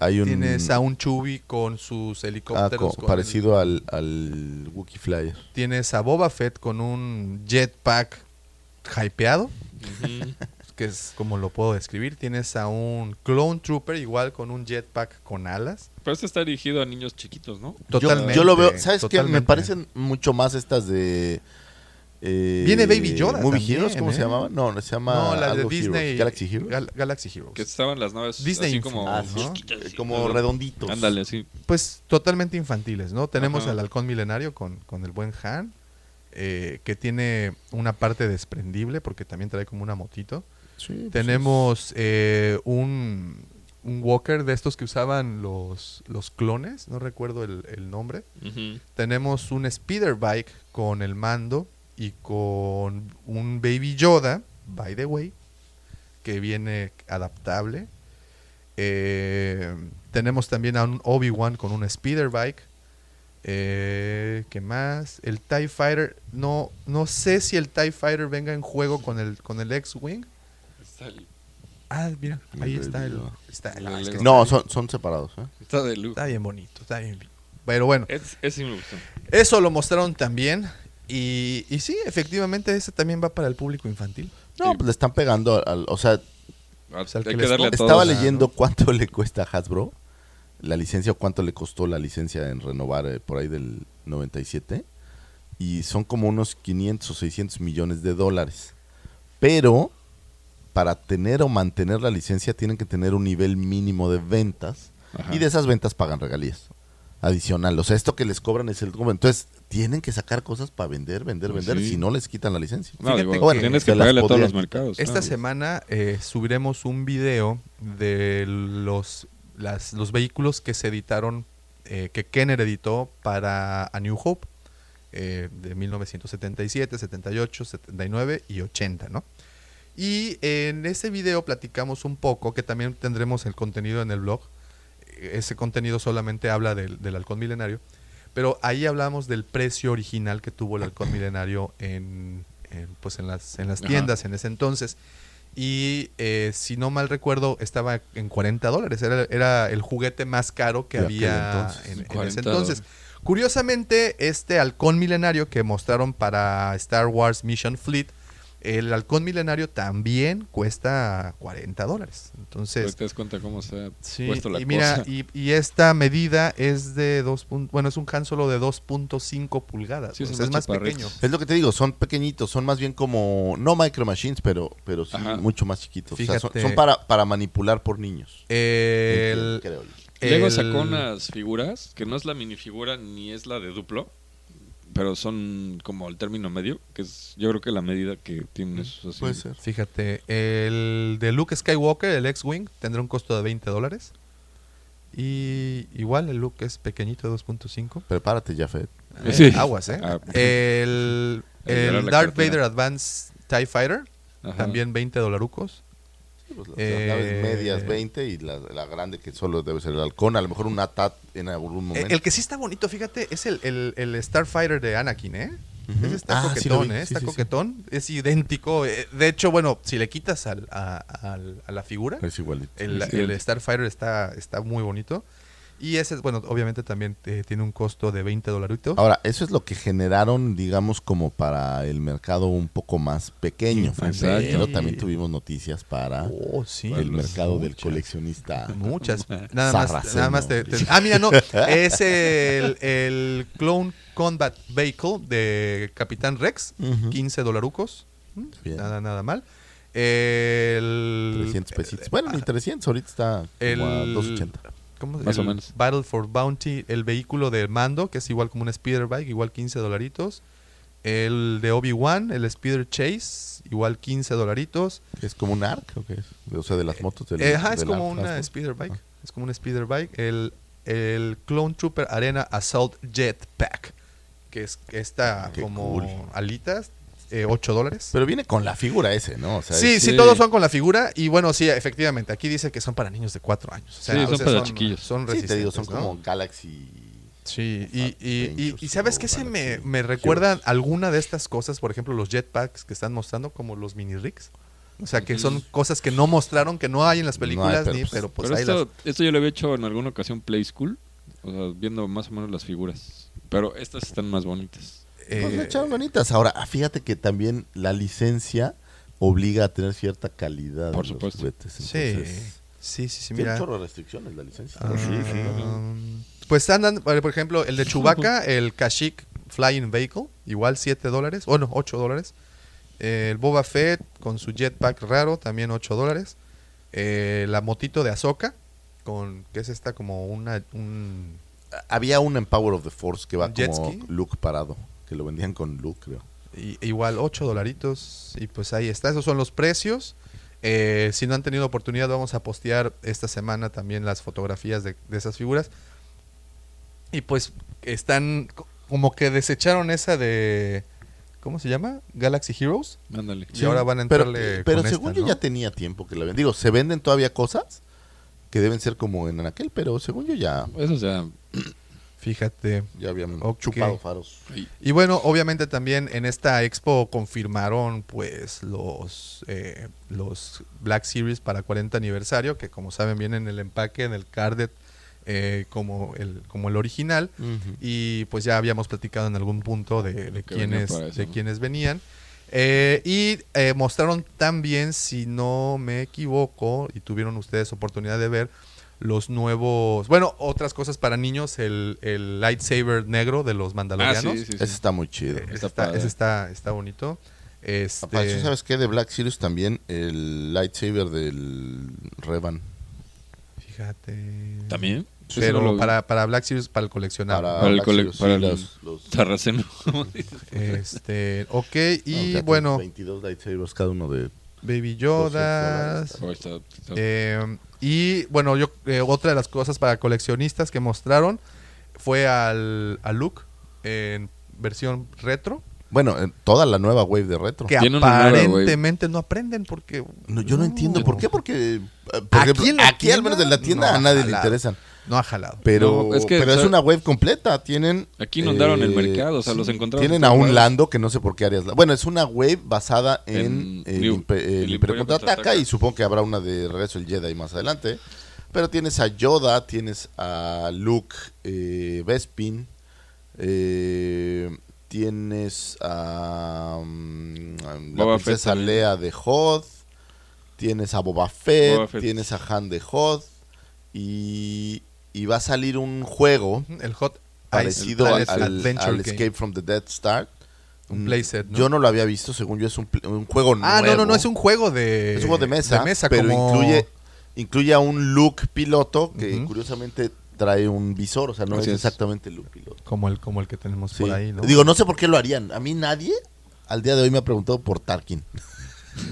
[SPEAKER 2] Hay un.
[SPEAKER 3] Tienes a un Chubby con sus
[SPEAKER 2] ah,
[SPEAKER 3] helicópteros.
[SPEAKER 2] co-
[SPEAKER 3] con-
[SPEAKER 2] parecido al, al Wookiee Flyer.
[SPEAKER 3] Tienes a Boba Fett con un jetpack hypeado, que es como lo puedo describir. Tienes a un Clone Trooper igual con un jetpack con alas.
[SPEAKER 5] Pero este está dirigido a niños chiquitos, ¿no?
[SPEAKER 2] Yo-
[SPEAKER 3] Totalmente.
[SPEAKER 2] Yo, lo veo. ¿Sabes qué? Me
[SPEAKER 3] totalmente.
[SPEAKER 2] parecen mucho más estas de. eh,
[SPEAKER 3] Viene Baby Yoda
[SPEAKER 2] Movie
[SPEAKER 3] también,
[SPEAKER 2] Heroes, ¿cómo
[SPEAKER 3] ¿eh?
[SPEAKER 2] se llamaba? No, no, se llama.
[SPEAKER 3] No, la de
[SPEAKER 2] algo Heroes.
[SPEAKER 3] Disney.
[SPEAKER 2] Galaxy Heroes.
[SPEAKER 3] Gal- Galaxy Heroes.
[SPEAKER 5] Que estaban las naves
[SPEAKER 3] Disney
[SPEAKER 5] así
[SPEAKER 3] Infinity.
[SPEAKER 5] como...
[SPEAKER 2] Ah, sí,
[SPEAKER 3] Ajá.
[SPEAKER 2] eh, como redonditos.
[SPEAKER 5] Ándale, sí.
[SPEAKER 3] Pues totalmente infantiles, ¿no? Tenemos
[SPEAKER 5] Ajá.
[SPEAKER 3] al halcón milenario con, con el buen Han, eh, que tiene una parte desprendible porque también trae como una motito. Tenemos eh, un, un walker de estos que usaban los, los clones, no recuerdo el, el nombre.
[SPEAKER 5] Ujú.
[SPEAKER 3] Tenemos un speeder bike con el mando y con un baby Yoda, by the way, que viene adaptable. Eh, tenemos también a un Obi-Wan con un speeder bike. Eh, ¿Qué más? El TIE Fighter. No, no sé si el TIE Fighter venga en juego con el, con el X-Wing.
[SPEAKER 5] Está,
[SPEAKER 3] Ah, mira, ahí está el.
[SPEAKER 2] Lego.
[SPEAKER 3] Está,
[SPEAKER 5] El
[SPEAKER 3] ah, es que
[SPEAKER 5] Lego.
[SPEAKER 2] No, son, son separados. ¿eh?
[SPEAKER 5] está de lujo.
[SPEAKER 3] está bien bonito, está bien. Pero bueno,
[SPEAKER 5] Es, ese sí me gustó.
[SPEAKER 3] eso lo mostraron también. Y, y sí, efectivamente, ese también va para el público infantil.
[SPEAKER 2] No, pues le están pegando al- al o sea,
[SPEAKER 5] Ah,
[SPEAKER 3] sea, el
[SPEAKER 5] hay
[SPEAKER 3] que
[SPEAKER 5] que
[SPEAKER 3] les
[SPEAKER 5] darle a
[SPEAKER 3] toca.
[SPEAKER 5] todos.
[SPEAKER 2] Estaba
[SPEAKER 3] o
[SPEAKER 4] ah,
[SPEAKER 3] sea,
[SPEAKER 2] leyendo
[SPEAKER 3] ¿no?
[SPEAKER 2] cuánto le cuesta a Hasbro la licencia o cuánto le costó la licencia en renovar eh, por ahí del 97 y son como unos 500 o 600 millones de dólares. Pero para tener o mantener la licencia tienen que tener un nivel mínimo de ventas
[SPEAKER 4] Ajá.
[SPEAKER 2] y de esas ventas pagan regalías adicional. O sea, esto que les cobran es el... Entonces tienen que sacar cosas para vender, vender,
[SPEAKER 4] Pues
[SPEAKER 2] vender,
[SPEAKER 4] sí.
[SPEAKER 2] si no les quitan la licencia.
[SPEAKER 4] No,
[SPEAKER 3] Fíjate
[SPEAKER 4] digo,
[SPEAKER 3] que-
[SPEAKER 4] tienes
[SPEAKER 2] se
[SPEAKER 4] que
[SPEAKER 2] las
[SPEAKER 4] pagarle a todos
[SPEAKER 2] podrían
[SPEAKER 4] los mercados.
[SPEAKER 3] Esta
[SPEAKER 4] claro.
[SPEAKER 3] semana eh, subiremos un video de los, las- los vehículos que se editaron, eh, que Kenner editó para A New Hope, eh, de 1977, 78, 79 y 80, ¿no? Y en ese video platicamos un poco, que también tendremos el contenido en el blog. Ese contenido solamente habla del, del halcón milenario. Pero ahí hablamos del precio original que tuvo el halcón milenario en, en, pues en las, en las
[SPEAKER 4] Ajá.
[SPEAKER 3] tiendas en ese entonces. Y eh, si no mal recuerdo, estaba en 40 dólares. Era, era el juguete más caro que
[SPEAKER 2] De aquel
[SPEAKER 3] había
[SPEAKER 2] entonces.
[SPEAKER 3] en, en ese
[SPEAKER 4] 40
[SPEAKER 3] entonces. Curiosamente, este halcón milenario que mostraron para Star Wars Mission Fleet El halcón milenario también cuesta 40 dólares.
[SPEAKER 4] Pero
[SPEAKER 3] Entonces,
[SPEAKER 4] Pues te das cuenta cómo se ha
[SPEAKER 3] Sí,
[SPEAKER 4] puesto la
[SPEAKER 3] y mira,
[SPEAKER 4] cosa.
[SPEAKER 3] y, y esta medida es de 2. pun- Bueno, es un Han Solo de 2.5 pulgadas.
[SPEAKER 4] Sí,
[SPEAKER 3] o
[SPEAKER 4] son
[SPEAKER 3] sea, Pues es
[SPEAKER 4] más
[SPEAKER 3] más
[SPEAKER 4] chaparritos.
[SPEAKER 3] pequeño.
[SPEAKER 2] Es lo que te digo, son pequeñitos, son más bien como, no micro machines, pero, pero sí
[SPEAKER 4] Ajá.
[SPEAKER 2] mucho más chiquitos. O sea, son,
[SPEAKER 3] Fíjate.
[SPEAKER 2] son para, para manipular por niños.
[SPEAKER 3] El,
[SPEAKER 2] Creo yo.
[SPEAKER 5] Lego
[SPEAKER 3] el-
[SPEAKER 5] sacó unas figuras, que no es la minifigura ni es la de Duplo, pero son como el término medio, que es yo creo que la medida que tienen esos así.
[SPEAKER 2] Puede ser.
[SPEAKER 3] Fíjate, el de Luke Skywalker, el X-Wing, tendrá un costo de 20 dólares. Y igual el Luke es pequeñito de 2.5.
[SPEAKER 2] Prepárate, Jafet.
[SPEAKER 3] Eh,
[SPEAKER 4] Sí.
[SPEAKER 3] Aguas, ¿eh?
[SPEAKER 4] Ah.
[SPEAKER 3] el
[SPEAKER 4] Ahí era
[SPEAKER 3] el
[SPEAKER 4] la
[SPEAKER 3] Darth
[SPEAKER 4] cartera.
[SPEAKER 3] Vader Advanced TIE Fighter,
[SPEAKER 4] Ajá.
[SPEAKER 3] también 20 dolarucos.
[SPEAKER 2] Sí, pues, las,
[SPEAKER 3] Eh,
[SPEAKER 2] las naves medias 20 y la, la grande que solo debe ser el halcón, a lo mejor una TAT en algún
[SPEAKER 3] Eh,
[SPEAKER 2] momento.
[SPEAKER 3] El que sí está bonito, fíjate, es el, el, el Starfighter de Anakin, ¿eh?
[SPEAKER 2] Ujú.
[SPEAKER 3] Ese está
[SPEAKER 2] Ah, sí lo
[SPEAKER 3] coquetón,
[SPEAKER 2] vi.
[SPEAKER 3] ¿eh?
[SPEAKER 2] Sí,
[SPEAKER 3] Está
[SPEAKER 2] sí, sí.
[SPEAKER 3] coquetón. Es idéntico. eh, De hecho, bueno, si le quitas al- a, al- a la figura,
[SPEAKER 2] es igualito.
[SPEAKER 3] el,
[SPEAKER 4] Pues Sí.
[SPEAKER 3] el Starfighter está, está muy bonito. Y ese, bueno, obviamente también eh, tiene un costo de 20 dolaritos.
[SPEAKER 4] Ah,
[SPEAKER 2] Ahora, eso es lo que generaron, digamos, como para el mercado un poco más pequeño.
[SPEAKER 4] Exacto.
[SPEAKER 2] Pero también tuvimos noticias para
[SPEAKER 3] Oh, sí.
[SPEAKER 2] el
[SPEAKER 4] los
[SPEAKER 2] mercado del
[SPEAKER 4] muchas.
[SPEAKER 2] coleccionista.
[SPEAKER 3] Ah, Muchas. Nada más,
[SPEAKER 2] Sarraceno.
[SPEAKER 3] nada más te, te- Ah, mira, no. Es el, el Clone Combat Vehicle de Capitán Rex.
[SPEAKER 2] Ujú.
[SPEAKER 3] 15 dolarucos. Mm,
[SPEAKER 2] Bien.
[SPEAKER 3] Nada, nada mal. El. eh, ah,
[SPEAKER 2] 300 pesitos. Bueno, ni 300, ahorita está
[SPEAKER 3] El-
[SPEAKER 2] como a 280.
[SPEAKER 3] ¿cómo se-
[SPEAKER 4] Más o
[SPEAKER 3] el
[SPEAKER 4] menos.
[SPEAKER 3] Battle for Bounty, el vehículo del mando, que es igual como un speeder bike, igual 15 dolaritos. El de Obi-Wan, el speeder chase, igual 15 dolaritos.
[SPEAKER 2] ¿Es como un ARC o qué es? O sea, de Ah. las motos. Del,
[SPEAKER 3] Eh, ajá, es
[SPEAKER 2] del
[SPEAKER 3] como
[SPEAKER 2] ARC,
[SPEAKER 3] una
[SPEAKER 2] ¿no?
[SPEAKER 3] speeder bike. Es como un speeder bike. El, el Clone Trooper Arena Assault Jetpack, que es esta
[SPEAKER 2] Ah, Qué
[SPEAKER 3] como
[SPEAKER 2] cool.
[SPEAKER 3] alitas, eh, 8 dólares.
[SPEAKER 2] Pero viene con la figura ese, ¿no? O sea,
[SPEAKER 3] Sí,
[SPEAKER 2] es-
[SPEAKER 3] sí,
[SPEAKER 4] sí.
[SPEAKER 3] todos son con la figura. Y bueno, sí, efectivamente. Aquí dice que son para niños de 4 años. O sea,
[SPEAKER 4] Sí,
[SPEAKER 3] o
[SPEAKER 4] son
[SPEAKER 3] sea,
[SPEAKER 4] para chiquillos.
[SPEAKER 3] Son
[SPEAKER 2] sí, te digo, son
[SPEAKER 3] resistentes, ¿no?
[SPEAKER 2] como ah, Galaxy.
[SPEAKER 3] Sí, y, y- y-
[SPEAKER 2] Adventures
[SPEAKER 3] y ¿sabes
[SPEAKER 2] o
[SPEAKER 3] qué se me,
[SPEAKER 2] Galaxy
[SPEAKER 3] me recuerdan
[SPEAKER 2] Heroes.
[SPEAKER 3] alguna de estas cosas? Por ejemplo, los jetpacks que están mostrando, como los mini rigs. O sea, que son cosas que no mostraron, que no hay en las
[SPEAKER 2] No hay,
[SPEAKER 3] películas,
[SPEAKER 2] pero
[SPEAKER 3] ni,
[SPEAKER 2] pues-
[SPEAKER 3] pero pues
[SPEAKER 4] Pero
[SPEAKER 3] ahí
[SPEAKER 4] esto,
[SPEAKER 3] las-
[SPEAKER 4] esto yo lo había hecho en alguna ocasión Play School, o sea, viendo más o menos las figuras. Pero estas están más bonitas.
[SPEAKER 2] Pues le
[SPEAKER 3] eh,
[SPEAKER 2] echaron ganitas. Ahora, ah, fíjate que también la licencia obliga a tener cierta calidad.
[SPEAKER 4] Por
[SPEAKER 2] en los
[SPEAKER 4] supuesto.
[SPEAKER 2] juguetes,
[SPEAKER 3] sí,
[SPEAKER 2] entonces,
[SPEAKER 3] sí, sí, sí,
[SPEAKER 2] Tiene
[SPEAKER 3] mira.
[SPEAKER 2] un chorro de restricciones la licencia.
[SPEAKER 3] Ah, pues andan, por por ejemplo, el de
[SPEAKER 2] pues.
[SPEAKER 3] Chewbacca, el Kashyyyk Flying Vehicle, igual 7 dólares, o no, 8 dólares. El Boba Fett con su jetpack raro, también 8 dólares. Eh, la motito de Ahsoka, con, que es esta como una, un
[SPEAKER 2] Había un en Power of the Force que va
[SPEAKER 3] ¿Un jet
[SPEAKER 2] como
[SPEAKER 3] ski?
[SPEAKER 2] Luke parado, que lo vendían con Luke, creo.
[SPEAKER 3] I- igual 8 dolaritos. Y pues ahí está. Esos son los precios. Eh, si no han tenido oportunidad, vamos a postear esta semana también las fotografías de, de esas figuras. Y pues están co- como que desecharon esa de. ¿Cómo se llama? Galaxy Heroes.
[SPEAKER 4] Ándale.
[SPEAKER 3] Y ahora van a
[SPEAKER 2] Pero, eh,
[SPEAKER 3] entrarle.
[SPEAKER 2] pero
[SPEAKER 3] con
[SPEAKER 2] según
[SPEAKER 3] esta,
[SPEAKER 2] yo
[SPEAKER 3] ¿no?
[SPEAKER 2] ya tenía tiempo que la vendían. Digo, se venden todavía cosas que deben ser como en aquel, pero según yo ya,
[SPEAKER 4] Eso ya.
[SPEAKER 3] Fíjate.
[SPEAKER 2] ya habían
[SPEAKER 3] Ok.
[SPEAKER 2] chupado faros.
[SPEAKER 3] Y bueno, obviamente también en esta expo confirmaron pues los, eh, los Black Series para 40 aniversario, que como saben vienen en el empaque, en el cardet, eh, como, el, como el original. Y pues ya habíamos platicado en algún punto de, de
[SPEAKER 4] que venía
[SPEAKER 3] quiénes,
[SPEAKER 4] para eso,
[SPEAKER 3] de
[SPEAKER 4] ¿no?
[SPEAKER 3] quiénes venían. Eh, y eh, mostraron también, si no me equivoco, y tuvieron ustedes oportunidad de ver los nuevos, bueno, otras cosas para niños, el, el lightsaber negro de los
[SPEAKER 4] Ah,
[SPEAKER 3] mandalorianos.
[SPEAKER 4] sí, sí, sí.
[SPEAKER 2] Ese está muy chido.
[SPEAKER 3] Eh, ese
[SPEAKER 4] Está
[SPEAKER 3] está,
[SPEAKER 4] padre.
[SPEAKER 3] ese está, está bonito. Este,
[SPEAKER 2] Apareció, ¿sabes qué? De Black Series también el lightsaber del Revan.
[SPEAKER 3] Fíjate.
[SPEAKER 4] También. Eso
[SPEAKER 3] Pero
[SPEAKER 4] no lo vi.
[SPEAKER 3] para, para Black Series, para el coleccionable.
[SPEAKER 2] Para,
[SPEAKER 4] Para el
[SPEAKER 2] Black
[SPEAKER 4] cole-
[SPEAKER 2] Series, sí,
[SPEAKER 4] para el-
[SPEAKER 2] los- los-
[SPEAKER 4] Sarraceno. como dices.
[SPEAKER 3] Este, ok,
[SPEAKER 2] no, ya
[SPEAKER 3] y
[SPEAKER 2] tienen
[SPEAKER 3] bueno,
[SPEAKER 2] 22 lightsabers cada uno de...
[SPEAKER 3] Baby
[SPEAKER 2] dólares.
[SPEAKER 3] Yoda.
[SPEAKER 4] Oh, está- está-
[SPEAKER 3] Eh, y bueno, yo eh, otra de las cosas para coleccionistas que mostraron fue al, a Luke en versión retro.
[SPEAKER 2] Bueno, eh, toda la nueva wave de retro.
[SPEAKER 3] Que
[SPEAKER 4] Tiene una nueva, güey.
[SPEAKER 3] aparentemente no aprenden porque. Mm.
[SPEAKER 2] No, yo no entiendo
[SPEAKER 3] Uh.
[SPEAKER 2] por qué, porque eh, por
[SPEAKER 3] ¿Aquí
[SPEAKER 2] ejemplo,
[SPEAKER 3] en la
[SPEAKER 2] aquí al menos en la
[SPEAKER 3] tienda?
[SPEAKER 2] tienda a nadie le
[SPEAKER 3] Ojalá.
[SPEAKER 2] interesan.
[SPEAKER 3] No ha jalado.
[SPEAKER 2] Pero,
[SPEAKER 4] No, es que,
[SPEAKER 2] pero
[SPEAKER 4] o sea,
[SPEAKER 2] es una web completa. Tienen. eh,
[SPEAKER 4] aquí inundaron el mercado, o sea, los encontraron
[SPEAKER 2] Tienen
[SPEAKER 4] en
[SPEAKER 2] a
[SPEAKER 4] todos lados.
[SPEAKER 2] un Lando que no sé por qué harías. la- Bueno, es una web basada en,
[SPEAKER 4] En
[SPEAKER 2] el,
[SPEAKER 4] New-
[SPEAKER 2] impe- el
[SPEAKER 4] el
[SPEAKER 2] Imperio
[SPEAKER 4] Imperio
[SPEAKER 2] contraataca
[SPEAKER 4] Contraataca.
[SPEAKER 2] y supongo que habrá una de Regreso el Jedi más adelante. Pero tienes a Yoda, tienes a Luke eh, Bespin, eh, tienes a. mm, a la
[SPEAKER 5] Boba
[SPEAKER 2] princesa Lea de Hoth, tienes a Boba Fett,
[SPEAKER 5] Boba Fett.
[SPEAKER 2] tienes a Han de Hoth y, y va a salir un juego
[SPEAKER 3] El Hot
[SPEAKER 2] parecido
[SPEAKER 3] Ice
[SPEAKER 2] al,
[SPEAKER 3] Palace
[SPEAKER 2] al-
[SPEAKER 3] Adventure
[SPEAKER 2] al
[SPEAKER 3] Game.
[SPEAKER 2] Escape from the Dead Star.
[SPEAKER 3] Un
[SPEAKER 2] Mm,
[SPEAKER 3] playset, ¿no?
[SPEAKER 2] Yo no lo había visto, según yo es un, pl- un juego
[SPEAKER 3] Ah,
[SPEAKER 2] nuevo.
[SPEAKER 3] no, no, no, es un juego de.
[SPEAKER 2] Es un juego de mesa, pero
[SPEAKER 3] como-
[SPEAKER 2] incluye, incluye a un look piloto que
[SPEAKER 3] Ujú.
[SPEAKER 2] curiosamente trae un visor, o sea, no
[SPEAKER 4] Así
[SPEAKER 2] es
[SPEAKER 4] es.
[SPEAKER 2] exactamente el look piloto.
[SPEAKER 3] Como el, como el que tenemos
[SPEAKER 2] Sí.
[SPEAKER 3] por ahí, ¿no?
[SPEAKER 2] Digo, no sé por qué lo harían. A mí nadie al día de hoy me ha preguntado por Tarkin.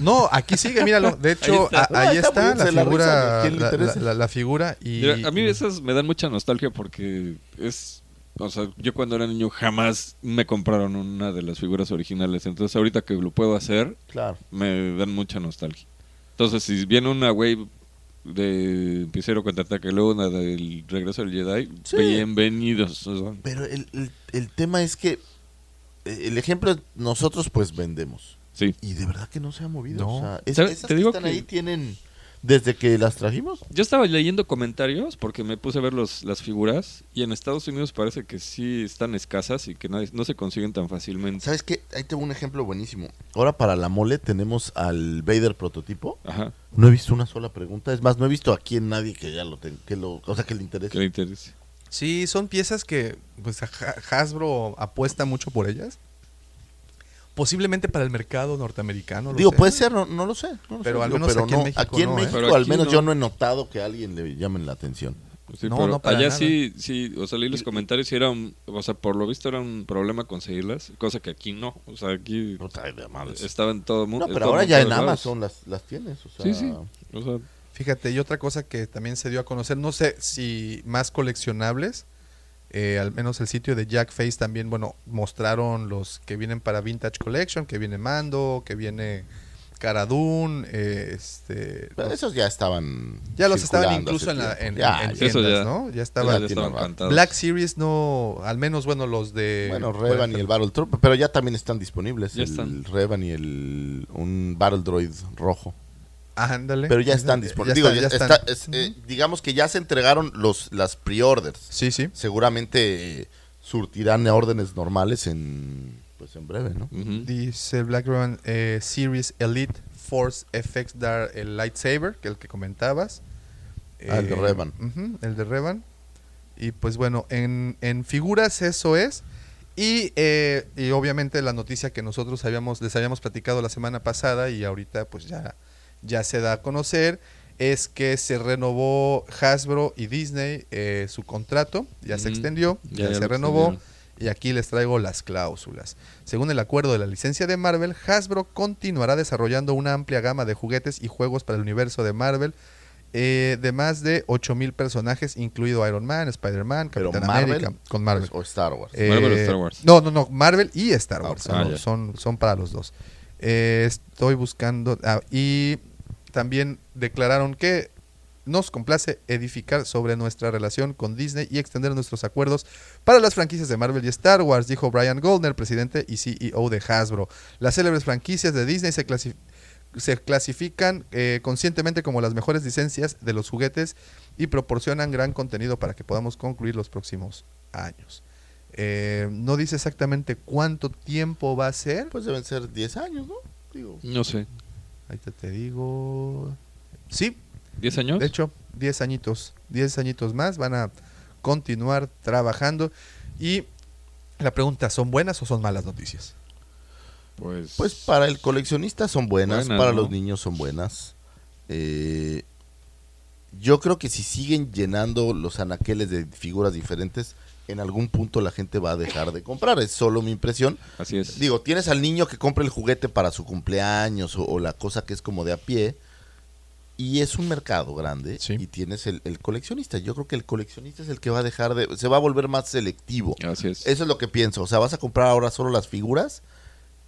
[SPEAKER 3] No, aquí sigue, míralo. De hecho, a-
[SPEAKER 2] Ah,
[SPEAKER 3] ahí
[SPEAKER 2] está,
[SPEAKER 3] está,
[SPEAKER 2] pues, se
[SPEAKER 3] la
[SPEAKER 2] la
[SPEAKER 3] figura.
[SPEAKER 2] risa, ¿a quién le
[SPEAKER 3] la-
[SPEAKER 2] interesa?
[SPEAKER 3] la- la- la figura y.
[SPEAKER 5] Mira, a mí esas me dan mucha nostalgia porque es... O sea, yo cuando era niño jamás me compraron una de las figuras originales. Entonces ahorita que lo puedo hacer,
[SPEAKER 2] Claro.
[SPEAKER 5] me dan mucha nostalgia. Entonces, si viene una wave de Picero Contraataque, luego una del Regreso del Jedi,
[SPEAKER 2] Sí.
[SPEAKER 5] bienvenidos. o sea,
[SPEAKER 2] Pero el, el- el tema es que eh, el ejemplo es nosotros pues vendemos.
[SPEAKER 5] sí.
[SPEAKER 2] Y de verdad que no se ha movido.
[SPEAKER 3] No.
[SPEAKER 2] O sea, es-
[SPEAKER 5] ¿Sabes?
[SPEAKER 2] esas
[SPEAKER 5] Te digo
[SPEAKER 2] que están
[SPEAKER 5] que-
[SPEAKER 2] ahí tienen... Desde que las trajimos.
[SPEAKER 5] Yo estaba leyendo comentarios porque me puse a ver los, las figuras y en Estados Unidos parece que sí están escasas y que nadie- no se consiguen tan fácilmente.
[SPEAKER 2] ¿Sabes qué? Ahí tengo un ejemplo buenísimo. Ahora para la mole tenemos al Vader prototipo.
[SPEAKER 5] Ajá,
[SPEAKER 2] No he visto una sola pregunta. Es más, no he visto aquí en nadie que ya lo tenga. Que lo, o sea, que le interese.
[SPEAKER 5] que le interese.
[SPEAKER 3] Sí, son piezas que pues, a Ha- Hasbro apuesta mucho por ellas. Posiblemente para el mercado norteamericano. lo
[SPEAKER 2] Digo,
[SPEAKER 3] sé.
[SPEAKER 2] puede ser, no, no lo sé. no lo
[SPEAKER 3] Pero
[SPEAKER 2] sé.
[SPEAKER 3] al
[SPEAKER 2] Digo,
[SPEAKER 3] menos aquí en
[SPEAKER 2] no,
[SPEAKER 3] México
[SPEAKER 2] aquí en
[SPEAKER 3] no, ¿eh?
[SPEAKER 2] México,
[SPEAKER 5] Pero
[SPEAKER 2] al
[SPEAKER 5] aquí
[SPEAKER 2] menos
[SPEAKER 5] no.
[SPEAKER 2] yo no he notado que a alguien le llamen la atención.
[SPEAKER 5] Sí,
[SPEAKER 3] No,
[SPEAKER 5] pero
[SPEAKER 3] no para
[SPEAKER 5] allá
[SPEAKER 3] nada.
[SPEAKER 5] sí, sí, o sea, leí los comentarios y era un, o sea, por lo visto era un problema conseguirlas, cosa que aquí no, o sea, aquí
[SPEAKER 2] Puta de madres.
[SPEAKER 5] estaba en todo mundo.
[SPEAKER 2] No, pero ahora ya en Amazon las, las tienes. O sea,
[SPEAKER 5] Sí, sí. O sea,
[SPEAKER 3] Fíjate, y otra cosa que también se dio a conocer, no sé si más coleccionables, eh, al menos el sitio de Jack Face también, bueno, mostraron los que vienen para Vintage Collection, que viene Mando, que viene Cara Dune, eh, este...
[SPEAKER 2] pero
[SPEAKER 3] los-
[SPEAKER 2] esos ya estaban.
[SPEAKER 3] ya los estaban
[SPEAKER 2] circulando
[SPEAKER 3] incluso
[SPEAKER 2] hace
[SPEAKER 3] en, la, en,
[SPEAKER 2] tiempo. Ya,
[SPEAKER 3] en
[SPEAKER 2] ya.
[SPEAKER 5] Eso
[SPEAKER 3] tiendas,
[SPEAKER 5] ya.
[SPEAKER 3] ¿no? Ya
[SPEAKER 5] ya
[SPEAKER 3] estaba...
[SPEAKER 2] tiene
[SPEAKER 5] estaban
[SPEAKER 2] rato.
[SPEAKER 5] cantados.
[SPEAKER 3] Black Series no, al menos, bueno, los de...
[SPEAKER 2] Bueno, Revan y el Battle Troop, pero ya también están disponibles.
[SPEAKER 5] Ya
[SPEAKER 2] el
[SPEAKER 5] están.
[SPEAKER 2] Revan y el un Battle Droid rojo.
[SPEAKER 3] Ándale.
[SPEAKER 2] Pero ya están
[SPEAKER 3] Ya
[SPEAKER 2] disponibles.
[SPEAKER 3] están,
[SPEAKER 2] Digo,
[SPEAKER 3] ya
[SPEAKER 2] ya
[SPEAKER 3] están.
[SPEAKER 2] está- es, eh, digamos que ya se entregaron los las pre-orders.
[SPEAKER 3] Sí, sí.
[SPEAKER 2] Seguramente eh, surtirán órdenes normales en pues en breve, ¿no?
[SPEAKER 5] ujú.
[SPEAKER 3] Dice Black Raven eh, Series Elite Force FX Dar el lightsaber, que el que comentabas. Eh,
[SPEAKER 2] Ah, el de Revan.
[SPEAKER 3] ujú, el de Revan. Y pues bueno, en, en figuras eso es. Y, eh, y obviamente la noticia que nosotros habíamos, les habíamos platicado la semana pasada y ahorita pues ya, ya se da a conocer es que se renovó Hasbro y Disney eh, su contrato, ya se
[SPEAKER 5] Ujú.
[SPEAKER 3] extendió,
[SPEAKER 5] Ya,
[SPEAKER 3] ya,
[SPEAKER 5] ya
[SPEAKER 3] se
[SPEAKER 5] lo
[SPEAKER 3] renovó.
[SPEAKER 5] extendieron.
[SPEAKER 3] Y aquí les traigo las cláusulas. Según el acuerdo de la licencia de Marvel, Hasbro continuará desarrollando una amplia gama de juguetes y juegos para el universo de Marvel, eh, de más de 8.000 personajes, incluido Iron Man, Spider-Man,
[SPEAKER 2] Pero
[SPEAKER 3] Capitán
[SPEAKER 2] Marvel,
[SPEAKER 3] América, con Marvel.
[SPEAKER 2] O Star Wars.
[SPEAKER 3] Eh,
[SPEAKER 5] Marvel o Star Wars.
[SPEAKER 3] No, no, no, Marvel y Star
[SPEAKER 2] Ah,
[SPEAKER 3] Wars
[SPEAKER 5] ok. Ah,
[SPEAKER 3] son,
[SPEAKER 5] ya.
[SPEAKER 3] son, son para los dos. Eh, estoy buscando... ah, y también declararon que nos complace edificar sobre nuestra relación con Disney y extender nuestros acuerdos para las franquicias de Marvel y Star Wars, dijo Brian Goldner, presidente y CEO de Hasbro. Las célebres franquicias de Disney se, clasi- se clasifican eh, conscientemente como las mejores licencias de los juguetes y proporcionan gran contenido para que podamos concluir los próximos años. Eh, no dice exactamente cuánto tiempo va a ser.
[SPEAKER 2] Pues deben ser 10 años, ¿no? Digo,
[SPEAKER 5] No sé,
[SPEAKER 3] Ahí te, te digo. Sí,
[SPEAKER 5] ¿10 años?
[SPEAKER 3] de hecho, 10 añitos, 10 añitos más van a continuar trabajando. Y la pregunta, ¿son buenas o son malas noticias?
[SPEAKER 5] pues,
[SPEAKER 2] pues para el coleccionista son buenas,
[SPEAKER 5] Buenas,
[SPEAKER 2] para
[SPEAKER 5] ¿no?
[SPEAKER 2] los niños son buenas. Eh, yo creo que si siguen llenando los anaqueles de figuras diferentes, en algún punto la gente va a dejar de comprar. Es solo mi impresión.
[SPEAKER 5] así es.
[SPEAKER 2] Digo, tienes al niño que compra el juguete para su cumpleaños o, o la cosa que es como de a pie. Y es un mercado grande.
[SPEAKER 3] Sí.
[SPEAKER 2] Y tienes el, el coleccionista. Yo creo que el coleccionista es el que va a dejar de... Se va a volver más selectivo.
[SPEAKER 5] así es.
[SPEAKER 2] Eso es lo que pienso. O sea, vas a comprar ahora solo las figuras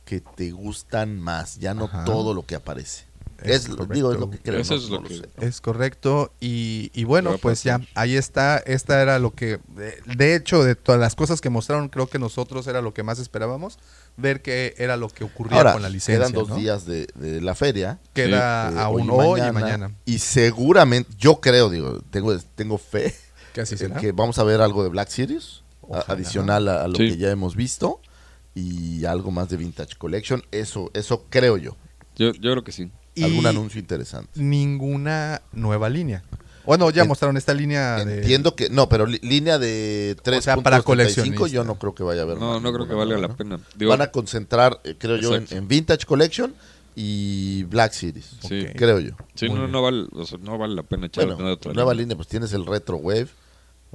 [SPEAKER 2] que te gustan más. Ya no
[SPEAKER 3] Ajá.
[SPEAKER 2] todo lo que aparece.
[SPEAKER 3] Es
[SPEAKER 2] Es,
[SPEAKER 3] correcto.
[SPEAKER 2] digo, es lo que creo.
[SPEAKER 5] Eso
[SPEAKER 2] no-
[SPEAKER 5] es
[SPEAKER 2] no
[SPEAKER 5] lo que-
[SPEAKER 2] sé.
[SPEAKER 3] Es correcto. Y, y
[SPEAKER 5] Lo
[SPEAKER 3] bueno,
[SPEAKER 5] va a
[SPEAKER 3] pues ya,
[SPEAKER 5] pasar.
[SPEAKER 3] ahí está. Esta era lo que, de, de hecho, de todas las cosas que mostraron, creo que nosotros era lo que más esperábamos. Ver que era lo que ocurría
[SPEAKER 2] Ahora,
[SPEAKER 3] con la licencia.
[SPEAKER 2] quedan dos
[SPEAKER 3] ¿no?
[SPEAKER 2] días de, de la feria.
[SPEAKER 3] Queda
[SPEAKER 2] Eh,
[SPEAKER 3] aún hoy y mañana.
[SPEAKER 2] Y seguramente, yo creo, digo, tengo, tengo fe
[SPEAKER 3] ¿Qué así
[SPEAKER 2] en
[SPEAKER 3] será?
[SPEAKER 2] que vamos a ver algo de Black Series, a-
[SPEAKER 3] Ojalá.
[SPEAKER 2] adicional a, a lo
[SPEAKER 5] Sí.
[SPEAKER 2] que ya hemos visto. y algo más de Vintage Collection. Eso, eso creo yo.
[SPEAKER 4] Yo, yo creo que sí.
[SPEAKER 3] Y
[SPEAKER 2] Algún anuncio interesante.
[SPEAKER 3] Ninguna nueva línea. Bueno, ya
[SPEAKER 2] En-
[SPEAKER 3] mostraron esta línea de-
[SPEAKER 2] Entiendo que. No, pero li- línea de
[SPEAKER 3] O sea, para
[SPEAKER 2] 3.75 yo
[SPEAKER 3] coleccionista.
[SPEAKER 2] no creo que vaya a haber.
[SPEAKER 4] No,
[SPEAKER 2] más
[SPEAKER 4] no creo que
[SPEAKER 2] ninguna,
[SPEAKER 4] valga
[SPEAKER 2] ¿no?
[SPEAKER 4] la pena. Digo,
[SPEAKER 2] Van a concentrar, eh, creo yo, en,
[SPEAKER 4] Exacto.
[SPEAKER 2] en Vintage Collection y Black Series.
[SPEAKER 4] Sí.
[SPEAKER 3] Ok.
[SPEAKER 2] Creo yo.
[SPEAKER 4] sí,
[SPEAKER 3] Muy
[SPEAKER 4] no,
[SPEAKER 3] bien.
[SPEAKER 4] no, vale, o sea, no vale la pena echarle
[SPEAKER 2] Bueno,
[SPEAKER 4] nada a otra
[SPEAKER 2] nueva
[SPEAKER 4] línea.
[SPEAKER 2] línea, pues tienes el Retro Wave.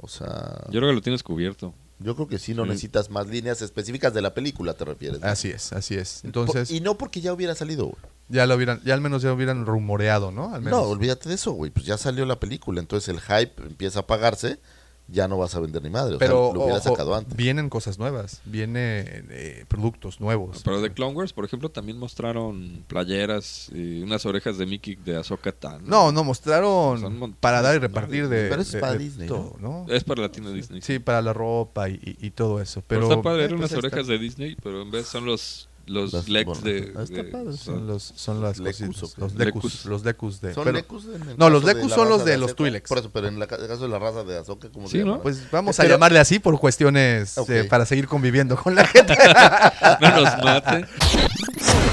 [SPEAKER 2] O sea,
[SPEAKER 4] Yo creo que lo tienes cubierto.
[SPEAKER 2] yo creo que sí no
[SPEAKER 4] Sí.
[SPEAKER 2] necesitas más líneas específicas de la película, te refieres. ¿no?
[SPEAKER 3] Así es, así es.
[SPEAKER 2] Po-
[SPEAKER 3] Entonces,
[SPEAKER 2] y no porque ya hubiera salido, güey.
[SPEAKER 3] ya lo hubieran, ya al menos ya hubieran rumoreado, ¿no? Al
[SPEAKER 2] No,
[SPEAKER 3] menos.
[SPEAKER 2] olvídate de eso, güey. Pues ya salió la película, entonces el hype empieza a apagarse, ya no vas a vender ni madre. O
[SPEAKER 3] pero
[SPEAKER 2] sea, lo hubiera
[SPEAKER 3] ojo,
[SPEAKER 2] sacado antes.
[SPEAKER 3] vienen cosas nuevas, vienen eh, productos
[SPEAKER 2] Pues
[SPEAKER 3] nuevos.
[SPEAKER 4] Pero de Clone Wars, por ejemplo, también mostraron playeras y unas orejas de Mickey de Ahsoka Tano.
[SPEAKER 3] No, no,
[SPEAKER 4] Son un
[SPEAKER 3] mostraron
[SPEAKER 4] montón
[SPEAKER 3] para dar y
[SPEAKER 4] de-
[SPEAKER 3] repartir de,
[SPEAKER 2] Pero eso es
[SPEAKER 3] de-
[SPEAKER 2] para
[SPEAKER 3] de
[SPEAKER 2] Disney,
[SPEAKER 3] todo, ¿no?
[SPEAKER 4] Es para Latino Disney.
[SPEAKER 3] Sí, para la ropa y, y- y todo eso. Pero,
[SPEAKER 4] Pero, está padre,
[SPEAKER 3] eh,
[SPEAKER 4] eran unas
[SPEAKER 3] pues ahí está.
[SPEAKER 4] orejas de Disney, pero en vez son los los
[SPEAKER 2] Las-
[SPEAKER 4] legs
[SPEAKER 2] bueno,
[SPEAKER 4] de,
[SPEAKER 2] ah, está
[SPEAKER 4] de-
[SPEAKER 2] padre, sí.
[SPEAKER 3] Son los, son las
[SPEAKER 2] Lecus,
[SPEAKER 3] cositas,
[SPEAKER 2] ¿o qué?
[SPEAKER 3] los
[SPEAKER 4] Lecus.
[SPEAKER 3] lecus, los lecus de.
[SPEAKER 2] Son
[SPEAKER 3] Este, pero-
[SPEAKER 2] lecus en el
[SPEAKER 3] no,
[SPEAKER 2] caso
[SPEAKER 3] los
[SPEAKER 2] de
[SPEAKER 3] lecus
[SPEAKER 2] la
[SPEAKER 3] son los
[SPEAKER 2] raza
[SPEAKER 3] de los
[SPEAKER 2] Ahsoka.
[SPEAKER 3] Twi'leks.
[SPEAKER 2] Por eso, pero en la ca- el caso de la raza de Azoka, ¿cómo
[SPEAKER 4] Sí,
[SPEAKER 2] se
[SPEAKER 4] ¿no?
[SPEAKER 2] llama?
[SPEAKER 3] Pues vamos
[SPEAKER 2] Pero-
[SPEAKER 3] a llamarle así por cuestiones
[SPEAKER 2] Ok.
[SPEAKER 3] eh, para seguir conviviendo con la gente.
[SPEAKER 4] No nos mate.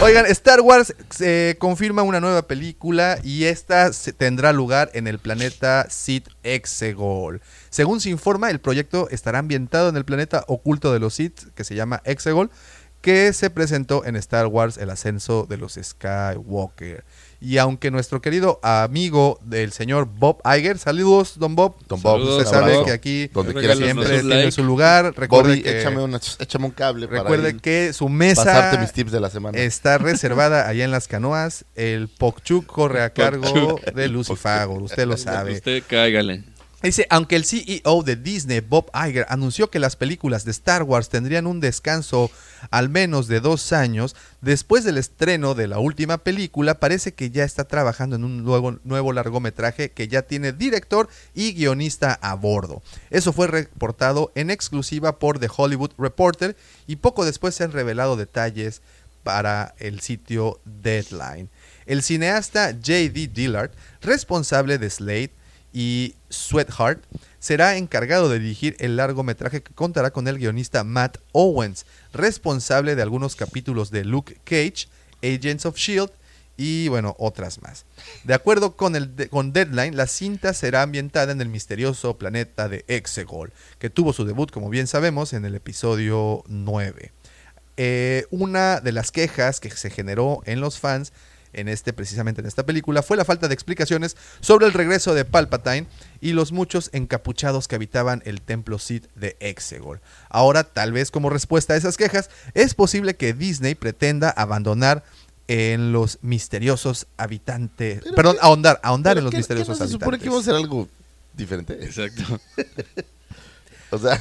[SPEAKER 3] Oigan, Star Wars se confirma una nueva película y esta se- tendrá lugar en el planeta Sith Exegol. Según se informa, el proyecto estará ambientado en el planeta oculto de los Sith, que se llama Exegol, que se presentó en Star Wars El ascenso de los Skywalker. Y aunque nuestro querido amigo del señor Bob Iger, saludos, don Bob.
[SPEAKER 2] Don Bob,
[SPEAKER 4] Saludos,
[SPEAKER 3] Usted
[SPEAKER 2] un
[SPEAKER 3] sabe
[SPEAKER 2] abrazo.
[SPEAKER 3] que aquí
[SPEAKER 4] Regálanos
[SPEAKER 2] Donde quiera que
[SPEAKER 4] Regálanos
[SPEAKER 3] siempre
[SPEAKER 2] estés.
[SPEAKER 4] un
[SPEAKER 3] tiene
[SPEAKER 4] like.
[SPEAKER 3] su lugar. Recuerde
[SPEAKER 2] Bobby,
[SPEAKER 3] que,
[SPEAKER 2] échame, una- échame un cable para
[SPEAKER 3] recuerde
[SPEAKER 2] ir-
[SPEAKER 3] que su mesa
[SPEAKER 2] pasarte mis tips de la semana.
[SPEAKER 3] está reservada allá en las canoas. El Pocchuc corre a cargo
[SPEAKER 4] Pocchuc.
[SPEAKER 3] de Lucifago, usted lo sabe.
[SPEAKER 4] Usted cáigale.
[SPEAKER 3] Dice, aunque el CEO de Disney, Bob Iger, anunció que las películas de Star Wars tendrían un descanso al menos de dos años, después del estreno de la última película, parece que ya está trabajando en un nuevo, nuevo largometraje que ya tiene director y guionista a bordo. Eso fue reportado en exclusiva por The Hollywood Reporter y poco después se han revelado detalles para el sitio Deadline. El cineasta J.D. Dillard, responsable de Slade y Sweatheart, será encargado de dirigir el largometraje que contará con el guionista Matt Owens, responsable de algunos capítulos de Luke Cage, Agents of Shield E y bueno, otras más. De acuerdo con, el de- con Deadline, la cinta será ambientada en el misterioso planeta de Exegol, que tuvo su debut, como bien sabemos, en el episodio 9. Eh, una de las quejas que se generó en los fans en este precisamente en esta película fue la falta de explicaciones sobre el regreso de Palpatine y los muchos encapuchados que habitaban el templo Sith de Exegol. Ahora, tal vez como respuesta a esas quejas, es posible que Disney pretenda abandonar en los misteriosos habitantes,
[SPEAKER 2] ¿Pero
[SPEAKER 3] perdón,
[SPEAKER 2] qué?
[SPEAKER 3] ahondar, ahondar
[SPEAKER 2] Pero
[SPEAKER 3] en los
[SPEAKER 2] ¿qué-
[SPEAKER 3] misteriosos
[SPEAKER 2] qué no Se supone
[SPEAKER 3] habitantes.
[SPEAKER 2] que iba a hacer algo diferente.
[SPEAKER 4] Exacto.
[SPEAKER 2] O sea,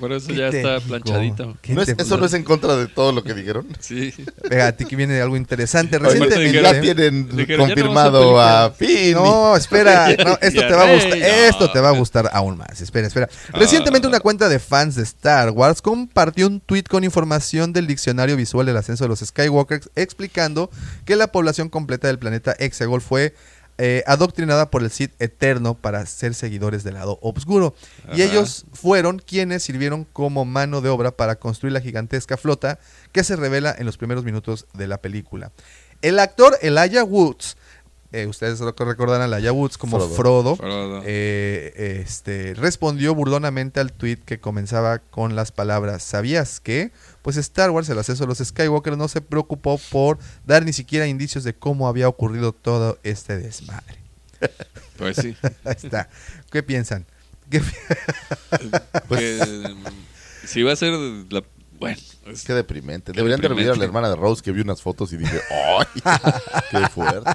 [SPEAKER 4] Por eso
[SPEAKER 3] ¿Qué
[SPEAKER 4] ya
[SPEAKER 3] te
[SPEAKER 4] está
[SPEAKER 3] digo?
[SPEAKER 4] planchadito.
[SPEAKER 3] ¿Qué
[SPEAKER 2] no es-
[SPEAKER 3] te-
[SPEAKER 2] eso no es en contra de todo lo que dijeron.
[SPEAKER 4] Sí.
[SPEAKER 3] Fíjate que viene algo interesante.
[SPEAKER 2] Oye,
[SPEAKER 4] Aparte
[SPEAKER 3] Recientemente,
[SPEAKER 2] ya tienen
[SPEAKER 4] dijeron, ya no vamos a
[SPEAKER 2] confirmado a Finn.
[SPEAKER 3] No, espera, no, esto te va a gustar,
[SPEAKER 4] Rey, no. Ah.
[SPEAKER 3] esto te va a gustar aún más. Espera, espera. Recientemente una cuenta de fans de Star Wars compartió un tweet con información del diccionario visual del ascenso de los Skywalkers explicando que la población completa del planeta Exegol fue eh, adoctrinada por el Sith Eterno para ser seguidores del lado oscuro. Y
[SPEAKER 4] Ajá.
[SPEAKER 3] ellos fueron quienes sirvieron como mano de obra para construir la gigantesca flota que se revela en los primeros minutos de la película. El actor Elijah Woods, eh, ustedes lo que recordarán a Elijah Woods como
[SPEAKER 2] Frodo.
[SPEAKER 3] Frodo,
[SPEAKER 4] Frodo.
[SPEAKER 3] eh, este, respondió burlonamente al tweet que comenzaba con las palabras ¿Sabías que? Pues Star Wars, el ascenso de los Skywalker, no se preocupó por dar ni siquiera indicios de cómo había ocurrido todo este desmadre.
[SPEAKER 4] Pues sí.
[SPEAKER 3] Ahí está. ¿Qué piensan? ¿Qué pi-
[SPEAKER 2] Pues
[SPEAKER 4] Que, em, si va a ser la... Bueno, es-
[SPEAKER 2] Qué deprimente. Deberían
[SPEAKER 4] deprimente.
[SPEAKER 2] de revivir a la hermana de Rose que vi unas fotos y dije, ¡ay! ¡Qué fuerte!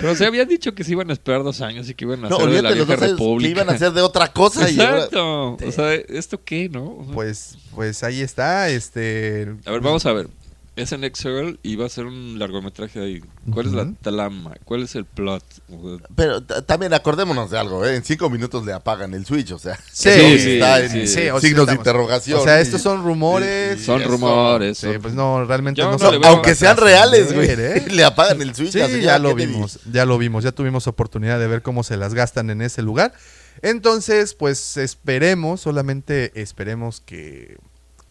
[SPEAKER 4] pero se había dicho que se iban a esperar dos años y que iban a
[SPEAKER 2] No,
[SPEAKER 4] hacer de la
[SPEAKER 2] olvídate los
[SPEAKER 4] vieja
[SPEAKER 2] dos años que
[SPEAKER 4] república.
[SPEAKER 2] iban a hacer de otra cosa y ahora-
[SPEAKER 4] Exacto. O sea, ¿esto qué, no? O sea,
[SPEAKER 3] Pues, pues ahí está. Este,
[SPEAKER 4] A ver, vamos a
[SPEAKER 2] pues.
[SPEAKER 4] ver. Es en Exegol y va a ser un largometraje ahí. ¿Cuál es
[SPEAKER 3] Ujú.
[SPEAKER 4] la trama? ¿Cuál es el plot? O sea,
[SPEAKER 2] Pero t- también acordémonos de algo, ¿eh? En cinco minutos le apagan el switch, o sea.
[SPEAKER 3] Sí,
[SPEAKER 2] eso
[SPEAKER 4] sí,
[SPEAKER 2] está en
[SPEAKER 4] sí.
[SPEAKER 3] Sí, o sea,
[SPEAKER 2] signos de
[SPEAKER 3] estamos-
[SPEAKER 2] interrogación.
[SPEAKER 3] o sea, estos son rumores.
[SPEAKER 4] Son
[SPEAKER 2] eso.
[SPEAKER 4] rumores.
[SPEAKER 3] Sí,
[SPEAKER 4] son-
[SPEAKER 3] pues no, realmente
[SPEAKER 4] Yo
[SPEAKER 3] no,
[SPEAKER 4] no
[SPEAKER 3] son-
[SPEAKER 4] le veo
[SPEAKER 2] Aunque sean reales, güey.
[SPEAKER 3] ¿eh?
[SPEAKER 2] Le apagan el switch.
[SPEAKER 3] Sí,
[SPEAKER 2] así,
[SPEAKER 3] ya
[SPEAKER 2] ah,
[SPEAKER 3] lo
[SPEAKER 2] ¿qué te
[SPEAKER 3] vimos, ya lo vimos, ya tuvimos oportunidad de ver cómo se las gastan en ese lugar. Entonces, pues esperemos, solamente esperemos que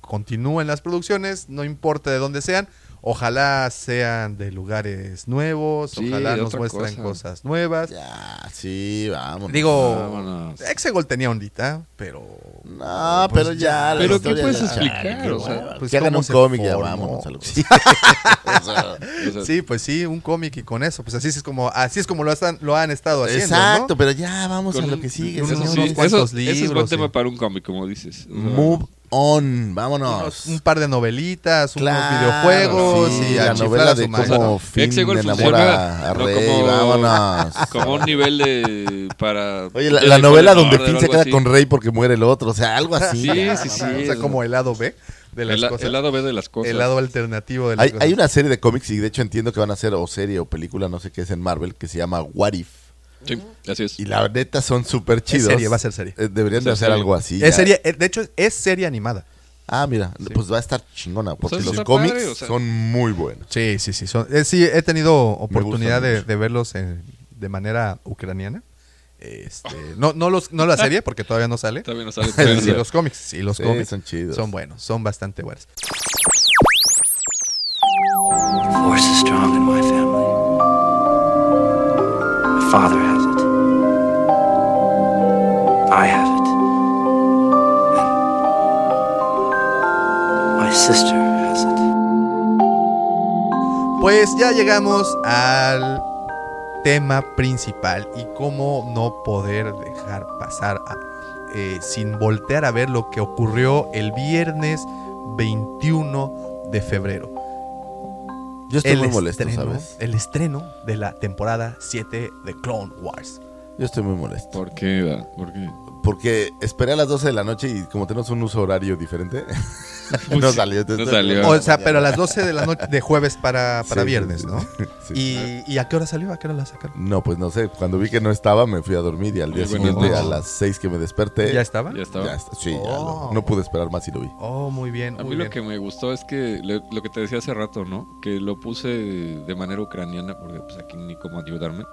[SPEAKER 3] continúen las producciones, no importa de dónde sean. Ojalá sean de lugares nuevos,
[SPEAKER 4] Sí,
[SPEAKER 3] ojalá nos
[SPEAKER 4] otra
[SPEAKER 3] muestren
[SPEAKER 4] cosa. Ah,
[SPEAKER 3] cosas nuevas.
[SPEAKER 2] Ya, sí, vamos.
[SPEAKER 3] Digo,
[SPEAKER 4] Vámonos.
[SPEAKER 3] Exegol tenía ondita, pero.
[SPEAKER 2] No,
[SPEAKER 3] pues
[SPEAKER 2] pero ya. la
[SPEAKER 4] ¿Pero qué
[SPEAKER 2] historia
[SPEAKER 4] puedes
[SPEAKER 2] ya-
[SPEAKER 4] explicar?
[SPEAKER 2] qué
[SPEAKER 4] O sea,
[SPEAKER 2] hueva.
[SPEAKER 3] pues,
[SPEAKER 2] que hagan
[SPEAKER 3] ¿cómo
[SPEAKER 2] un
[SPEAKER 3] se
[SPEAKER 2] cómic, ya
[SPEAKER 3] formó?
[SPEAKER 2] vámonos a lo que-
[SPEAKER 3] Sí.
[SPEAKER 2] O sea,
[SPEAKER 4] O sea,
[SPEAKER 3] Sí, pues sí, un cómic y con eso. Pues así es como, así es como lo, están- lo han estado haciendo.
[SPEAKER 2] Exacto,
[SPEAKER 3] ¿no?
[SPEAKER 2] pero ya vamos a
[SPEAKER 4] con
[SPEAKER 2] lo
[SPEAKER 4] un-
[SPEAKER 2] que sigue.
[SPEAKER 3] con
[SPEAKER 4] Eso,
[SPEAKER 2] señor.
[SPEAKER 4] sí,
[SPEAKER 3] unos
[SPEAKER 4] eso-
[SPEAKER 3] cuantos
[SPEAKER 4] ese es buen
[SPEAKER 3] libros,
[SPEAKER 4] tema
[SPEAKER 3] sí.
[SPEAKER 4] para un cómic, como dices. O sea,
[SPEAKER 2] Move on, vámonos.
[SPEAKER 3] Unos- un par de novelitas, unos
[SPEAKER 2] Claro,
[SPEAKER 3] videojuegos
[SPEAKER 2] sí,
[SPEAKER 3] y a
[SPEAKER 2] la
[SPEAKER 3] chiflar
[SPEAKER 2] novela
[SPEAKER 3] a su
[SPEAKER 2] de
[SPEAKER 3] madre.
[SPEAKER 2] cómo Finn
[SPEAKER 4] Exegol
[SPEAKER 2] enamora
[SPEAKER 4] funciona,
[SPEAKER 2] a
[SPEAKER 4] no
[SPEAKER 2] Rey,
[SPEAKER 4] como-
[SPEAKER 2] vámonos.
[SPEAKER 4] Como un nivel de. para
[SPEAKER 2] Oye, la,
[SPEAKER 4] de
[SPEAKER 2] la novela donde
[SPEAKER 4] Order
[SPEAKER 2] Finn
[SPEAKER 4] o
[SPEAKER 2] se
[SPEAKER 4] algo
[SPEAKER 2] queda
[SPEAKER 4] así.
[SPEAKER 2] con Rey porque muere el otro, o sea, algo así.
[SPEAKER 4] Sí,
[SPEAKER 2] ya,
[SPEAKER 4] sí, sí.
[SPEAKER 2] mamá.
[SPEAKER 3] Ah, O sea, como el lado B de las
[SPEAKER 4] el, la-
[SPEAKER 3] cosas.
[SPEAKER 4] el lado B de las cosas.
[SPEAKER 3] El lado alternativo de las
[SPEAKER 2] Hay,
[SPEAKER 3] cosas.
[SPEAKER 2] hay una serie de cómics y de hecho entiendo que van a hacer o serie o película, no sé qué es en Marvel, que se llama What If.
[SPEAKER 4] Sí, así es.
[SPEAKER 2] Y la neta son súper
[SPEAKER 3] Es
[SPEAKER 2] chidos.
[SPEAKER 3] serie, va a ser serie.
[SPEAKER 2] Eh, Deberían de
[SPEAKER 4] Va a
[SPEAKER 2] hacer
[SPEAKER 4] ser serie.
[SPEAKER 2] algo así. ya.
[SPEAKER 3] Es serie, eh, de hecho, es serie animada.
[SPEAKER 2] Ah, mira, pues va a estar chingona, porque
[SPEAKER 4] Pues está
[SPEAKER 2] los
[SPEAKER 4] padre,
[SPEAKER 2] cómics
[SPEAKER 4] o sea.
[SPEAKER 2] son muy buenos.
[SPEAKER 3] Sí, sí, sí. son- eh, sí, he tenido oportunidad de,
[SPEAKER 2] mucho.
[SPEAKER 3] de verlos en- de manera ucraniana. Este, no, no, los, no la serie, porque todavía no sale.
[SPEAKER 4] También no sabe.
[SPEAKER 3] Pero sí, los cómics. Sí, los
[SPEAKER 2] Sí,
[SPEAKER 3] cómics.
[SPEAKER 2] son chidos.
[SPEAKER 3] Son buenos, son bastante buenos.
[SPEAKER 7] Force is strong in my family. My father has it. I have it. And my sister has it.
[SPEAKER 3] Pues ya llegamos al tema principal y cómo no poder dejar pasar a- eh, sin voltear a ver lo que ocurrió el viernes 21 de febrero.
[SPEAKER 2] Yo estoy
[SPEAKER 3] el
[SPEAKER 2] muy molesto,
[SPEAKER 3] estreno,
[SPEAKER 2] ¿sabes?
[SPEAKER 3] El estreno de la temporada 7 de Clone Wars.
[SPEAKER 2] Yo estoy muy molesto.
[SPEAKER 4] ¿Por qué? da? ¿Por qué?
[SPEAKER 2] Porque esperé a las 12 de la noche y como tenemos un uso horario diferente,
[SPEAKER 4] Uy,
[SPEAKER 2] no
[SPEAKER 4] sí,
[SPEAKER 2] salió.
[SPEAKER 4] no salió.
[SPEAKER 3] O sea, pero a las 12 de la noche de jueves para, para
[SPEAKER 2] Sí, sí,
[SPEAKER 3] viernes,
[SPEAKER 2] sí,
[SPEAKER 3] ¿no?
[SPEAKER 2] sí.
[SPEAKER 3] ¿Y, ¿Y a qué hora salió? ¿A qué hora la sacaron?
[SPEAKER 2] No, pues no sé. Cuando vi que no estaba, me fui a dormir y al día
[SPEAKER 4] Muy buena
[SPEAKER 2] siguiente, a
[SPEAKER 4] noche.
[SPEAKER 2] las 6 que me desperté,
[SPEAKER 3] Ah, ¿Ya estaba?
[SPEAKER 4] Ya
[SPEAKER 2] Eh, ya
[SPEAKER 4] estaba.
[SPEAKER 2] está- Sí, ya
[SPEAKER 3] Oh.
[SPEAKER 2] lo- no pude esperar más y lo vi.
[SPEAKER 3] Oh, muy bien.
[SPEAKER 4] A
[SPEAKER 3] muy
[SPEAKER 4] mí lo
[SPEAKER 3] bien.
[SPEAKER 4] que me gustó es que le- lo que te decía hace rato, ¿no? Que lo puse de manera ucraniana porque pues aquí ni cómo ayudarme.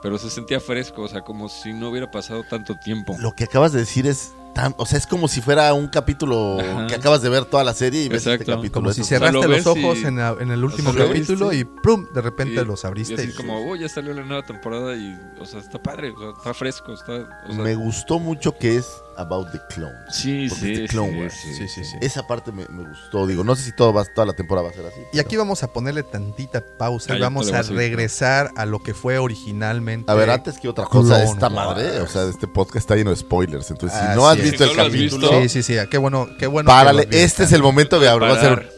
[SPEAKER 4] Pero se sentía fresco, o sea, como si no hubiera pasado tanto tiempo.
[SPEAKER 2] Lo que acabas de decir es tan, o sea, es como si fuera un capítulo
[SPEAKER 4] Ajá.
[SPEAKER 2] que acabas de ver toda la serie y ves este
[SPEAKER 4] Exacto.
[SPEAKER 2] capítulo.
[SPEAKER 3] Como si
[SPEAKER 2] Eso-
[SPEAKER 4] sea,
[SPEAKER 3] cerraste
[SPEAKER 4] lo
[SPEAKER 3] los
[SPEAKER 4] ves y-
[SPEAKER 3] ojos en, la- en el último
[SPEAKER 4] o sea, lo
[SPEAKER 3] capítulo
[SPEAKER 4] viste.
[SPEAKER 3] y ¡plum! De repente
[SPEAKER 4] Y-
[SPEAKER 3] los
[SPEAKER 4] Y
[SPEAKER 3] abriste.
[SPEAKER 4] así
[SPEAKER 3] y-
[SPEAKER 4] como, oh, ya salió la nueva temporada y, o sea, está padre, o sea, está fresco, está... o sea,
[SPEAKER 2] me gustó mucho que es About the Clones.
[SPEAKER 4] Sí,
[SPEAKER 2] Porque
[SPEAKER 4] sí,
[SPEAKER 2] es de
[SPEAKER 4] sí,
[SPEAKER 2] Clone Wars.
[SPEAKER 4] sí,
[SPEAKER 3] Sí, sí, sí.
[SPEAKER 2] Esa parte me, me gustó. Digo, no sé si todo va, toda la temporada va a ser así.
[SPEAKER 3] Y aquí vamos a ponerle tantita pausa y
[SPEAKER 4] Ahí
[SPEAKER 3] vamos
[SPEAKER 4] te lo
[SPEAKER 3] a
[SPEAKER 4] vas a ubicar.
[SPEAKER 3] regresar a lo que fue originalmente.
[SPEAKER 2] A ver, antes que otra cosa,
[SPEAKER 3] Clone
[SPEAKER 2] esta madre,
[SPEAKER 3] Wars.
[SPEAKER 2] o sea, este podcast está lleno de spoilers. Entonces, si
[SPEAKER 3] Así
[SPEAKER 2] no has
[SPEAKER 3] es.
[SPEAKER 2] visto
[SPEAKER 4] Ah, Si
[SPEAKER 2] el
[SPEAKER 4] no lo has
[SPEAKER 2] capítulo,
[SPEAKER 4] visto,
[SPEAKER 3] Sí, sí, sí. Qué bueno, qué bueno. que
[SPEAKER 2] párale.
[SPEAKER 3] los vi.
[SPEAKER 2] Este es el momento de hablar. Va a ser-
[SPEAKER 4] Parar.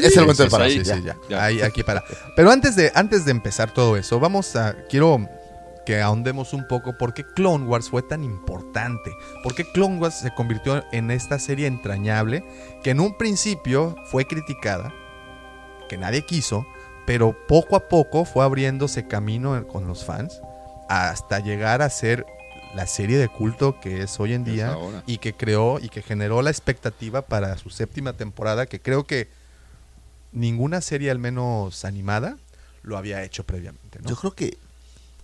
[SPEAKER 2] Es el momento de
[SPEAKER 3] sí,
[SPEAKER 2] parar.
[SPEAKER 3] sí,
[SPEAKER 2] ya.
[SPEAKER 3] sí, ya.
[SPEAKER 4] ya.
[SPEAKER 3] Ahí, aquí para. Pero antes de, antes de empezar todo eso, vamos a. Quiero que ahondemos un poco por qué Clone Wars fue tan importante. Por qué Clone Wars se convirtió en esta serie entrañable que en un principio fue criticada, que nadie quiso, pero poco a poco fue abriéndose camino con los fans hasta llegar a ser la serie de culto que es hoy en
[SPEAKER 4] Es
[SPEAKER 3] día
[SPEAKER 4] ahora.
[SPEAKER 3] y que creó y que generó la expectativa para su séptima temporada que creo que ninguna serie al menos animada lo había hecho previamente. ¿no?
[SPEAKER 2] Yo creo que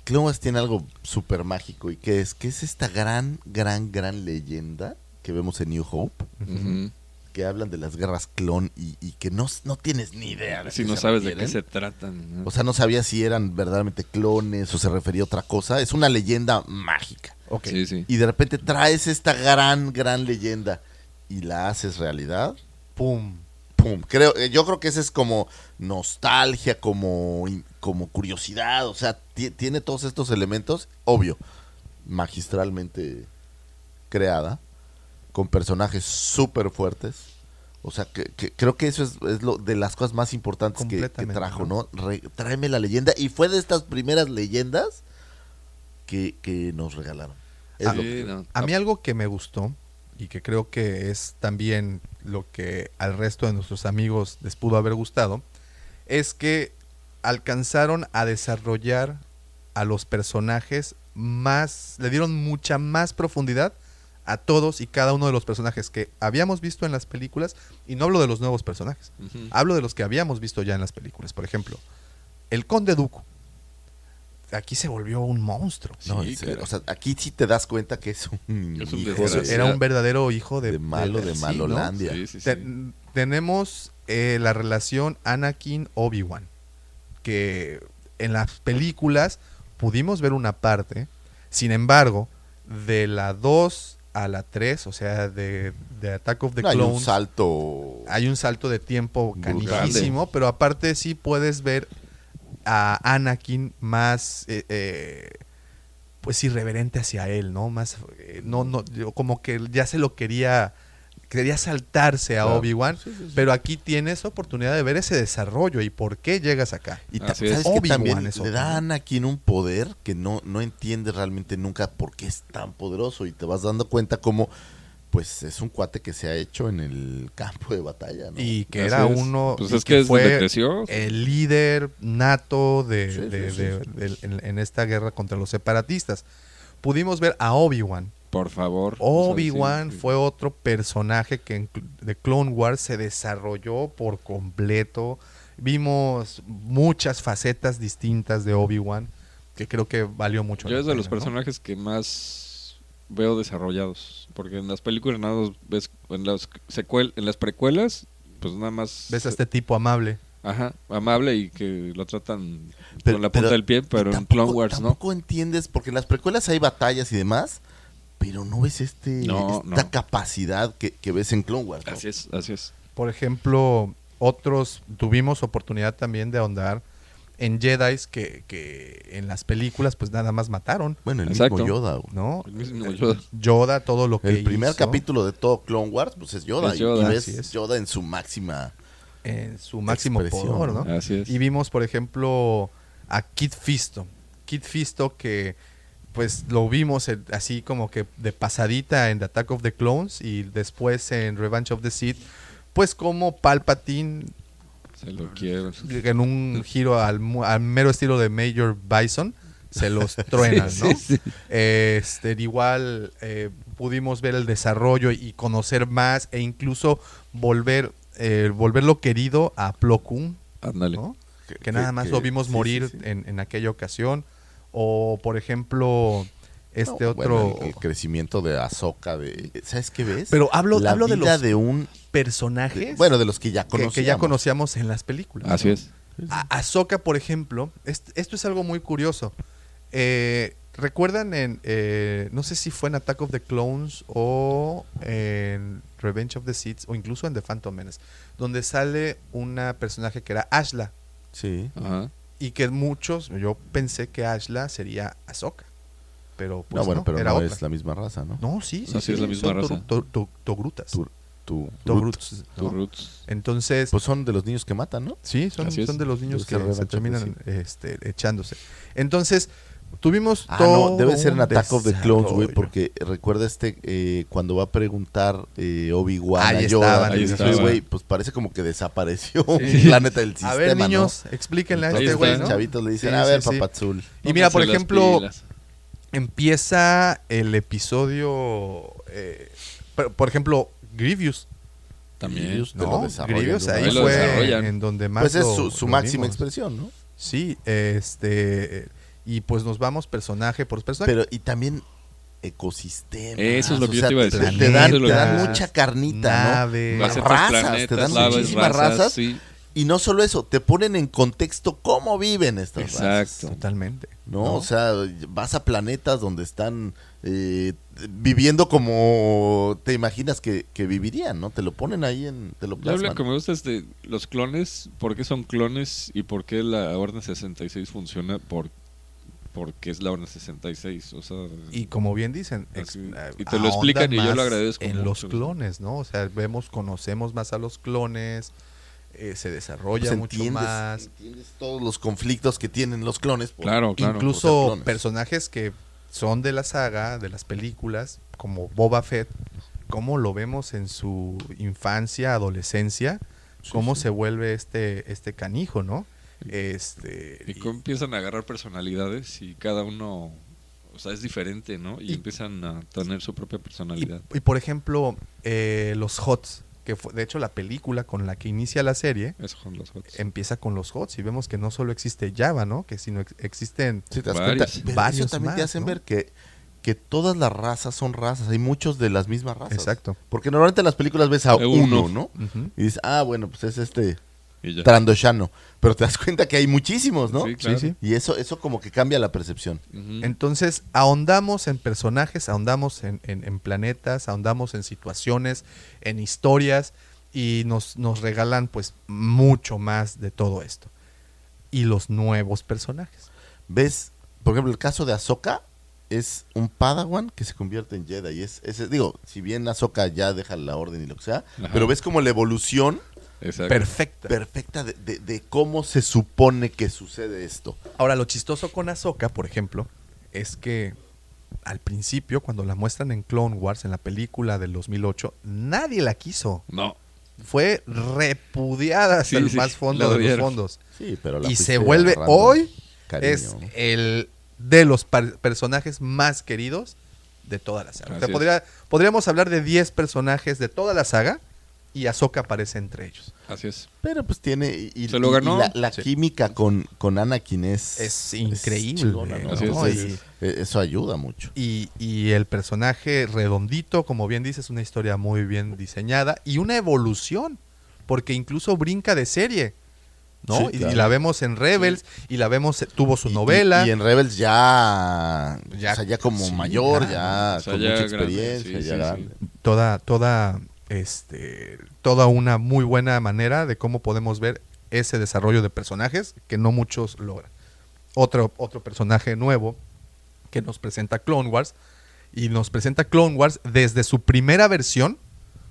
[SPEAKER 2] Clone Wars tiene algo súper mágico y que es que es esta gran, gran, gran leyenda que vemos en New Hope,
[SPEAKER 4] Ujú.
[SPEAKER 2] que hablan de las guerras clon y, y que no, no tienes ni idea. de
[SPEAKER 4] Si
[SPEAKER 2] qué
[SPEAKER 4] no
[SPEAKER 2] se
[SPEAKER 4] sabes de qué
[SPEAKER 2] refieren.
[SPEAKER 4] se tratan. ¿no?
[SPEAKER 2] O sea, no sabía si eran verdaderamente clones o se refería a otra cosa. Es una leyenda mágica.
[SPEAKER 3] Ok.
[SPEAKER 4] Sí, sí.
[SPEAKER 2] Y de repente traes esta gran, gran leyenda y la haces realidad.
[SPEAKER 3] Pum.
[SPEAKER 2] Pum. Creo, eh, yo creo que ese es como nostalgia, como, in- como curiosidad. O sea, ti- tiene todos estos elementos, obvio, magistralmente creada, con personajes súper fuertes. O sea, que, que- creo que eso es, es lo de las cosas más importantes que- que,
[SPEAKER 3] Completamente,
[SPEAKER 2] trajo,
[SPEAKER 3] ¿no?
[SPEAKER 2] ¿no? Re- tráeme la leyenda. Y fue de estas primeras leyendas que, que nos regalaron. Es
[SPEAKER 3] Ah,
[SPEAKER 2] lo
[SPEAKER 4] Sí,
[SPEAKER 2] que-
[SPEAKER 4] no.
[SPEAKER 3] A mí algo que me gustó y que creo que es también lo que al resto de nuestros amigos les pudo haber gustado, es que alcanzaron a desarrollar a los personajes más, le dieron mucha más profundidad a todos y cada uno de los personajes que habíamos visto en las películas, y no hablo de los nuevos personajes,
[SPEAKER 4] Ujú.
[SPEAKER 3] hablo de los que habíamos visto ya en las películas. Por ejemplo, el Conde Duco aquí se volvió un monstruo.
[SPEAKER 2] No,
[SPEAKER 5] Sí,
[SPEAKER 2] en serio,
[SPEAKER 5] caray.
[SPEAKER 2] o sea, aquí sí te das cuenta que es un,
[SPEAKER 5] Es un
[SPEAKER 2] hijo
[SPEAKER 5] desgraciado.
[SPEAKER 2] de,
[SPEAKER 3] Era un verdadero hijo de,
[SPEAKER 2] de malo, de
[SPEAKER 3] sí, ¿no?
[SPEAKER 2] malolandia.
[SPEAKER 5] Sí, sí, sí.
[SPEAKER 3] Ten- tenemos eh, la relación Anakin-Obi-Wan, que en las películas pudimos ver una parte, sin embargo, de la 2 a la 3, o sea, de, de Attack of the
[SPEAKER 2] No, hay un
[SPEAKER 3] Clones,
[SPEAKER 2] salto.
[SPEAKER 3] hay un salto de tiempo
[SPEAKER 2] Brutal.
[SPEAKER 3] canijísimo, pero aparte sí puedes ver a Anakin más eh, eh, pues irreverente hacia él, ¿no? Más eh, no no yo como que ya se lo quería quería saltarse a
[SPEAKER 2] Claro.
[SPEAKER 3] Obi-Wan, pero aquí tienes oportunidad de ver ese desarrollo y por qué llegas acá.
[SPEAKER 2] Y ta-
[SPEAKER 4] Así es.
[SPEAKER 2] sabes que
[SPEAKER 3] Obi-Wan
[SPEAKER 2] también
[SPEAKER 3] es
[SPEAKER 2] le
[SPEAKER 3] otro.
[SPEAKER 2] da a Anakin un poder que no, no entiende realmente nunca por qué es tan poderoso. Y te vas dando cuenta como, pues, es un cuate que se ha hecho en el campo de batalla, ¿no?
[SPEAKER 3] Y que
[SPEAKER 4] Así
[SPEAKER 3] era
[SPEAKER 4] es.
[SPEAKER 3] uno
[SPEAKER 4] Pues
[SPEAKER 3] y
[SPEAKER 4] es que es donde creció.
[SPEAKER 3] el líder nato de,
[SPEAKER 2] Sí,
[SPEAKER 3] de-
[SPEAKER 2] sí, sí,
[SPEAKER 3] de- del- en- en esta guerra contra los separatistas. Pudimos ver a Obi-Wan
[SPEAKER 4] Por favor.
[SPEAKER 3] Obi-Wan
[SPEAKER 4] Sí, sí.
[SPEAKER 3] fue otro personaje que en Cl- de Clone Wars se desarrolló por completo. Vimos muchas facetas distintas de Obi-Wan que creo que valió mucho.
[SPEAKER 4] Yo
[SPEAKER 3] la
[SPEAKER 4] es de los
[SPEAKER 3] pena, ¿no?
[SPEAKER 4] personajes que más veo desarrollados. Porque en las películas nada más ves. En las, secuel, en las precuelas, pues nada más.
[SPEAKER 3] Ves a este tipo amable.
[SPEAKER 4] Ajá, amable y que lo tratan
[SPEAKER 2] Pero-
[SPEAKER 4] con la punta
[SPEAKER 2] pero-
[SPEAKER 4] del pie, pero en
[SPEAKER 2] Tampoco-
[SPEAKER 4] Clone Wars no.
[SPEAKER 2] Tampoco entiendes, porque en las precuelas hay batallas y demás, pero no ves este,
[SPEAKER 4] No,
[SPEAKER 2] esta
[SPEAKER 4] no.
[SPEAKER 2] capacidad que, que ves en Clone Wars. ¿no?
[SPEAKER 4] Así es, así es.
[SPEAKER 3] Por ejemplo, otros tuvimos oportunidad también de ahondar en Jedi que, que en las películas pues nada más mataron,
[SPEAKER 2] Bueno, el
[SPEAKER 4] Exacto.
[SPEAKER 2] mismo Yoda. güey.
[SPEAKER 3] ¿no?
[SPEAKER 4] El mismo Yoda.
[SPEAKER 3] Yoda, todo lo que
[SPEAKER 2] El primer
[SPEAKER 3] hizo
[SPEAKER 2] capítulo de todo Clone Wars, pues es Yoda.
[SPEAKER 4] Es
[SPEAKER 2] y-
[SPEAKER 4] Yoda,
[SPEAKER 2] y
[SPEAKER 3] así es.
[SPEAKER 2] ves Yoda en su máxima.
[SPEAKER 3] en su máximo
[SPEAKER 2] Expresión,
[SPEAKER 3] poder, ¿no?
[SPEAKER 2] ¿no?
[SPEAKER 4] Así es.
[SPEAKER 3] Y vimos, por ejemplo, a Kid Fisto. Kid Fisto que pues lo vimos en- así como que de pasadita en The Attack of the Clones y después en Revenge of the Sith, pues como Palpatine
[SPEAKER 4] Se lo quiero.
[SPEAKER 3] en un giro al, mu- al mero estilo de Major Bison se los truenan,
[SPEAKER 4] Sí,
[SPEAKER 3] ¿no?
[SPEAKER 4] sí, sí.
[SPEAKER 3] Este, igual eh, pudimos ver el desarrollo y conocer más e incluso volver eh, volverlo querido a Plo Koon,
[SPEAKER 4] Ándale.
[SPEAKER 3] ¿no? Que, nada más lo vimos
[SPEAKER 2] sí,
[SPEAKER 3] morir
[SPEAKER 2] sí, sí.
[SPEAKER 3] En, en aquella ocasión. O, por ejemplo, este
[SPEAKER 2] No,
[SPEAKER 3] otro
[SPEAKER 2] bueno, el, el crecimiento de Azoka de ¿sabes qué ves?
[SPEAKER 3] Pero hablo-
[SPEAKER 2] La
[SPEAKER 3] hablo de
[SPEAKER 2] vida
[SPEAKER 3] los-
[SPEAKER 2] de un
[SPEAKER 3] personaje
[SPEAKER 2] de- bueno, Ah, de los que ya
[SPEAKER 3] que,
[SPEAKER 2] conocíamos.
[SPEAKER 3] que ya conocíamos en las películas.
[SPEAKER 4] Así es.
[SPEAKER 3] Azoka, por ejemplo, est- esto es algo muy curioso. Eh, ¿Recuerdan en, eh, no sé si fue en Attack of the Clones o en Revenge of the Sith o incluso en The Phantom Menace, donde sale una personaje que era Ashla
[SPEAKER 2] Sí.
[SPEAKER 4] Ajá.
[SPEAKER 3] y que muchos, yo pensé que Ashla sería Azoka, pero pues
[SPEAKER 2] no, bueno,
[SPEAKER 3] no,
[SPEAKER 2] pero
[SPEAKER 3] era
[SPEAKER 2] no
[SPEAKER 3] otra.
[SPEAKER 2] es la misma raza, ¿no?
[SPEAKER 3] No, sí, sí,
[SPEAKER 4] No, sí, es la misma
[SPEAKER 3] son
[SPEAKER 4] raza.
[SPEAKER 3] to- to- togrutas.
[SPEAKER 2] Tur- tu-
[SPEAKER 3] Togruts,
[SPEAKER 4] Tu
[SPEAKER 3] ¿no?
[SPEAKER 4] Roots.
[SPEAKER 3] Entonces,
[SPEAKER 2] Pues son de los niños que matan, ¿no?
[SPEAKER 3] sí, son,
[SPEAKER 4] así es.
[SPEAKER 3] son de los niños
[SPEAKER 2] Los
[SPEAKER 3] que
[SPEAKER 2] que
[SPEAKER 3] se
[SPEAKER 2] arrebatan,
[SPEAKER 3] terminan este, echándose. Entonces, tuvimos
[SPEAKER 2] Ah,
[SPEAKER 3] todo
[SPEAKER 2] no, debe ser en
[SPEAKER 3] un
[SPEAKER 2] Attack of the Clones, güey,
[SPEAKER 3] desarrollo.
[SPEAKER 2] porque recuerda este eh, cuando va a preguntar eh, Obi-Wan
[SPEAKER 3] Ahí
[SPEAKER 2] a Yoda,
[SPEAKER 3] estaban,
[SPEAKER 4] ahí
[SPEAKER 2] dice,
[SPEAKER 4] estaban.
[SPEAKER 2] güey, pues parece como que desapareció
[SPEAKER 3] Sí.
[SPEAKER 2] un planeta del sistema,
[SPEAKER 3] a ver,
[SPEAKER 2] ¿no?
[SPEAKER 3] niños, explíquenle a
[SPEAKER 2] Entonces,
[SPEAKER 3] este güey, ¿no?
[SPEAKER 2] los chavitos le dicen,
[SPEAKER 3] Sí,
[SPEAKER 2] a ver,
[SPEAKER 3] sí, sí.
[SPEAKER 2] papazul.
[SPEAKER 3] Y mira,
[SPEAKER 4] Pónganse
[SPEAKER 3] por
[SPEAKER 4] las
[SPEAKER 3] ejemplo,
[SPEAKER 4] pilas.
[SPEAKER 3] empieza el episodio, eh, por, por ejemplo, Grievous.
[SPEAKER 4] También.
[SPEAKER 2] Te lo
[SPEAKER 3] ¿no?
[SPEAKER 2] desarrollan
[SPEAKER 3] Grievous
[SPEAKER 2] de una
[SPEAKER 3] ahí,
[SPEAKER 4] Ahí lo
[SPEAKER 3] fue
[SPEAKER 4] desarrollan.
[SPEAKER 3] en donde más
[SPEAKER 2] Pues es
[SPEAKER 3] lo-
[SPEAKER 2] su, su
[SPEAKER 3] lo
[SPEAKER 2] máxima
[SPEAKER 3] vimos.
[SPEAKER 2] expresión, ¿no?
[SPEAKER 3] Sí, este y pues nos vamos personaje por personaje.
[SPEAKER 2] Pero, y también ecosistema.
[SPEAKER 4] Eso es lo que
[SPEAKER 2] o
[SPEAKER 4] yo
[SPEAKER 2] sea,
[SPEAKER 4] te iba a
[SPEAKER 2] te-
[SPEAKER 4] decir.
[SPEAKER 2] Te dan,
[SPEAKER 4] Eso es lo
[SPEAKER 2] te
[SPEAKER 4] que-
[SPEAKER 2] dan mucha carnita,
[SPEAKER 3] Naves.
[SPEAKER 2] ¿no?
[SPEAKER 4] Las otras
[SPEAKER 2] Razas, te
[SPEAKER 4] planetas,
[SPEAKER 2] dan
[SPEAKER 4] laves,
[SPEAKER 2] muchísimas
[SPEAKER 4] razas,
[SPEAKER 2] razas.
[SPEAKER 4] sí.
[SPEAKER 2] Y no solo eso, te ponen en contexto cómo viven estas razas.
[SPEAKER 4] Exacto.
[SPEAKER 3] Totalmente.
[SPEAKER 2] ¿no? O sea, vas a planetas donde están eh, viviendo como te imaginas que, que vivirían, ¿no? Te lo ponen ahí en. Te lo
[SPEAKER 4] Yo lo
[SPEAKER 2] plasman.
[SPEAKER 4] que me gusta es de los clones, por qué son clones y por qué la Orden 66 funciona por porque es la Orden 66, o sea,
[SPEAKER 3] Y como bien dicen, ex-
[SPEAKER 4] Así.
[SPEAKER 3] eh,
[SPEAKER 4] Ah, Y te lo explican y yo
[SPEAKER 3] ahondan
[SPEAKER 4] lo
[SPEAKER 3] más
[SPEAKER 4] agradezco
[SPEAKER 3] En los
[SPEAKER 4] mucho.
[SPEAKER 3] clones, ¿no? O sea, vemos, conocemos más a los clones, eh, se desarrolla
[SPEAKER 2] Pues
[SPEAKER 3] mucho
[SPEAKER 2] entiendes,
[SPEAKER 3] más.
[SPEAKER 2] entiendes todos los conflictos que tienen los clones. por-
[SPEAKER 4] claro, claro.
[SPEAKER 2] por ser
[SPEAKER 3] Incluso
[SPEAKER 2] clones.
[SPEAKER 3] personajes que son de la saga, de las películas, como Boba Fett, cómo lo vemos en su infancia, adolescencia, cómo se vuelve este, este canijo, ¿no? Este,
[SPEAKER 4] y cómo empiezan a agarrar personalidades y cada uno, o sea, es diferente, ¿no? Y,
[SPEAKER 3] Y-
[SPEAKER 4] empiezan a tener su propia
[SPEAKER 3] y-
[SPEAKER 4] personalidad.
[SPEAKER 3] y por ejemplo, eh, los HOTS, que fue, de hecho la película con la que inicia la serie
[SPEAKER 4] Eso con los hots.
[SPEAKER 3] empieza con los HOTS y vemos que no solo existe Java, ¿no? Que sino ex- existen
[SPEAKER 2] Sí, te das
[SPEAKER 4] Varios.
[SPEAKER 2] cuenta. Pero
[SPEAKER 3] Varios
[SPEAKER 2] eso también te
[SPEAKER 3] más,
[SPEAKER 2] hacen
[SPEAKER 3] ¿no?
[SPEAKER 2] ver que, que todas las razas son razas. Hay muchos de las mismas razas.
[SPEAKER 3] Exacto.
[SPEAKER 2] Porque normalmente en las películas ves a
[SPEAKER 4] Eh,
[SPEAKER 2] uno,
[SPEAKER 4] uno.
[SPEAKER 2] ¿no?
[SPEAKER 3] Ujú.
[SPEAKER 2] Y dices, ah, bueno, pues es este
[SPEAKER 4] Y ya.
[SPEAKER 2] trandoshano. Pero te das cuenta que hay muchísimos, ¿no?
[SPEAKER 4] Sí, claro.
[SPEAKER 3] Sí, sí.
[SPEAKER 2] Y eso, eso como que cambia la percepción.
[SPEAKER 4] Ujú.
[SPEAKER 3] Entonces, ahondamos en personajes, ahondamos en, en- en planetas, ahondamos en situaciones, en historias, y nos, nos regalan pues mucho más de todo esto. Y los nuevos personajes.
[SPEAKER 2] ¿Ves? Por ejemplo, el caso de Ahsoka es un Padawan que se convierte en Jedi. Y es, es- digo, si bien Ahsoka ya deja la orden y lo que sea,
[SPEAKER 4] Ajá.
[SPEAKER 2] pero ves como la evolución
[SPEAKER 4] Exacto.
[SPEAKER 3] Perfecta.
[SPEAKER 2] perfecta de, de- de cómo se supone que sucede esto.
[SPEAKER 3] Ahora, lo chistoso con Ahsoka, por ejemplo, es que al principio, cuando la muestran en Clone Wars, en la película del 2008, nadie la quiso.
[SPEAKER 4] No.
[SPEAKER 3] Fue repudiada hasta
[SPEAKER 4] Sí,
[SPEAKER 3] el
[SPEAKER 4] sí,
[SPEAKER 3] más
[SPEAKER 4] la
[SPEAKER 3] fondo de los
[SPEAKER 4] odiaron.
[SPEAKER 3] fondos.
[SPEAKER 2] Sí, pero
[SPEAKER 3] y se vuelve hoy es el de los par- personajes más queridos de toda la saga. O sea,
[SPEAKER 4] Así es.
[SPEAKER 3] podría- podríamos hablar de 10 personajes de toda la saga y Ahsoka aparece entre ellos.
[SPEAKER 4] Así es.
[SPEAKER 2] Pero pues tiene. y- Y,
[SPEAKER 4] Se lo
[SPEAKER 2] y
[SPEAKER 4] ganó.
[SPEAKER 2] la la
[SPEAKER 4] Sí.
[SPEAKER 2] química con, con Anakin es.
[SPEAKER 3] Es increíble.
[SPEAKER 2] chingona, ¿no?
[SPEAKER 4] Así es,
[SPEAKER 3] ¿no?
[SPEAKER 4] así
[SPEAKER 3] Y-
[SPEAKER 4] es.
[SPEAKER 2] Eh, Eso ayuda mucho.
[SPEAKER 3] Y, y el personaje redondito, como bien dices, una historia muy bien diseñada y una evolución, porque incluso brinca de serie, ¿no?
[SPEAKER 2] Sí,
[SPEAKER 3] Y- y,
[SPEAKER 2] claro.
[SPEAKER 3] la vemos en Rebels y la vemos, tuvo su
[SPEAKER 2] Y-
[SPEAKER 3] novela.
[SPEAKER 2] Y, y en Rebels ya.
[SPEAKER 3] Ya-
[SPEAKER 2] o sea, ya como
[SPEAKER 3] sí,
[SPEAKER 2] mayor,
[SPEAKER 3] claro.
[SPEAKER 2] ya
[SPEAKER 4] O sea,
[SPEAKER 2] con
[SPEAKER 4] ya
[SPEAKER 2] mucha
[SPEAKER 4] grande,
[SPEAKER 2] experiencia,
[SPEAKER 4] sí,
[SPEAKER 2] ya
[SPEAKER 4] sí,
[SPEAKER 2] grande.
[SPEAKER 3] toda, toda, este, toda una muy buena manera de cómo podemos ver ese desarrollo de personajes que no muchos logran. Otro, otro personaje nuevo que nos presenta Clone Wars y nos presenta Clone Wars desde su primera versión,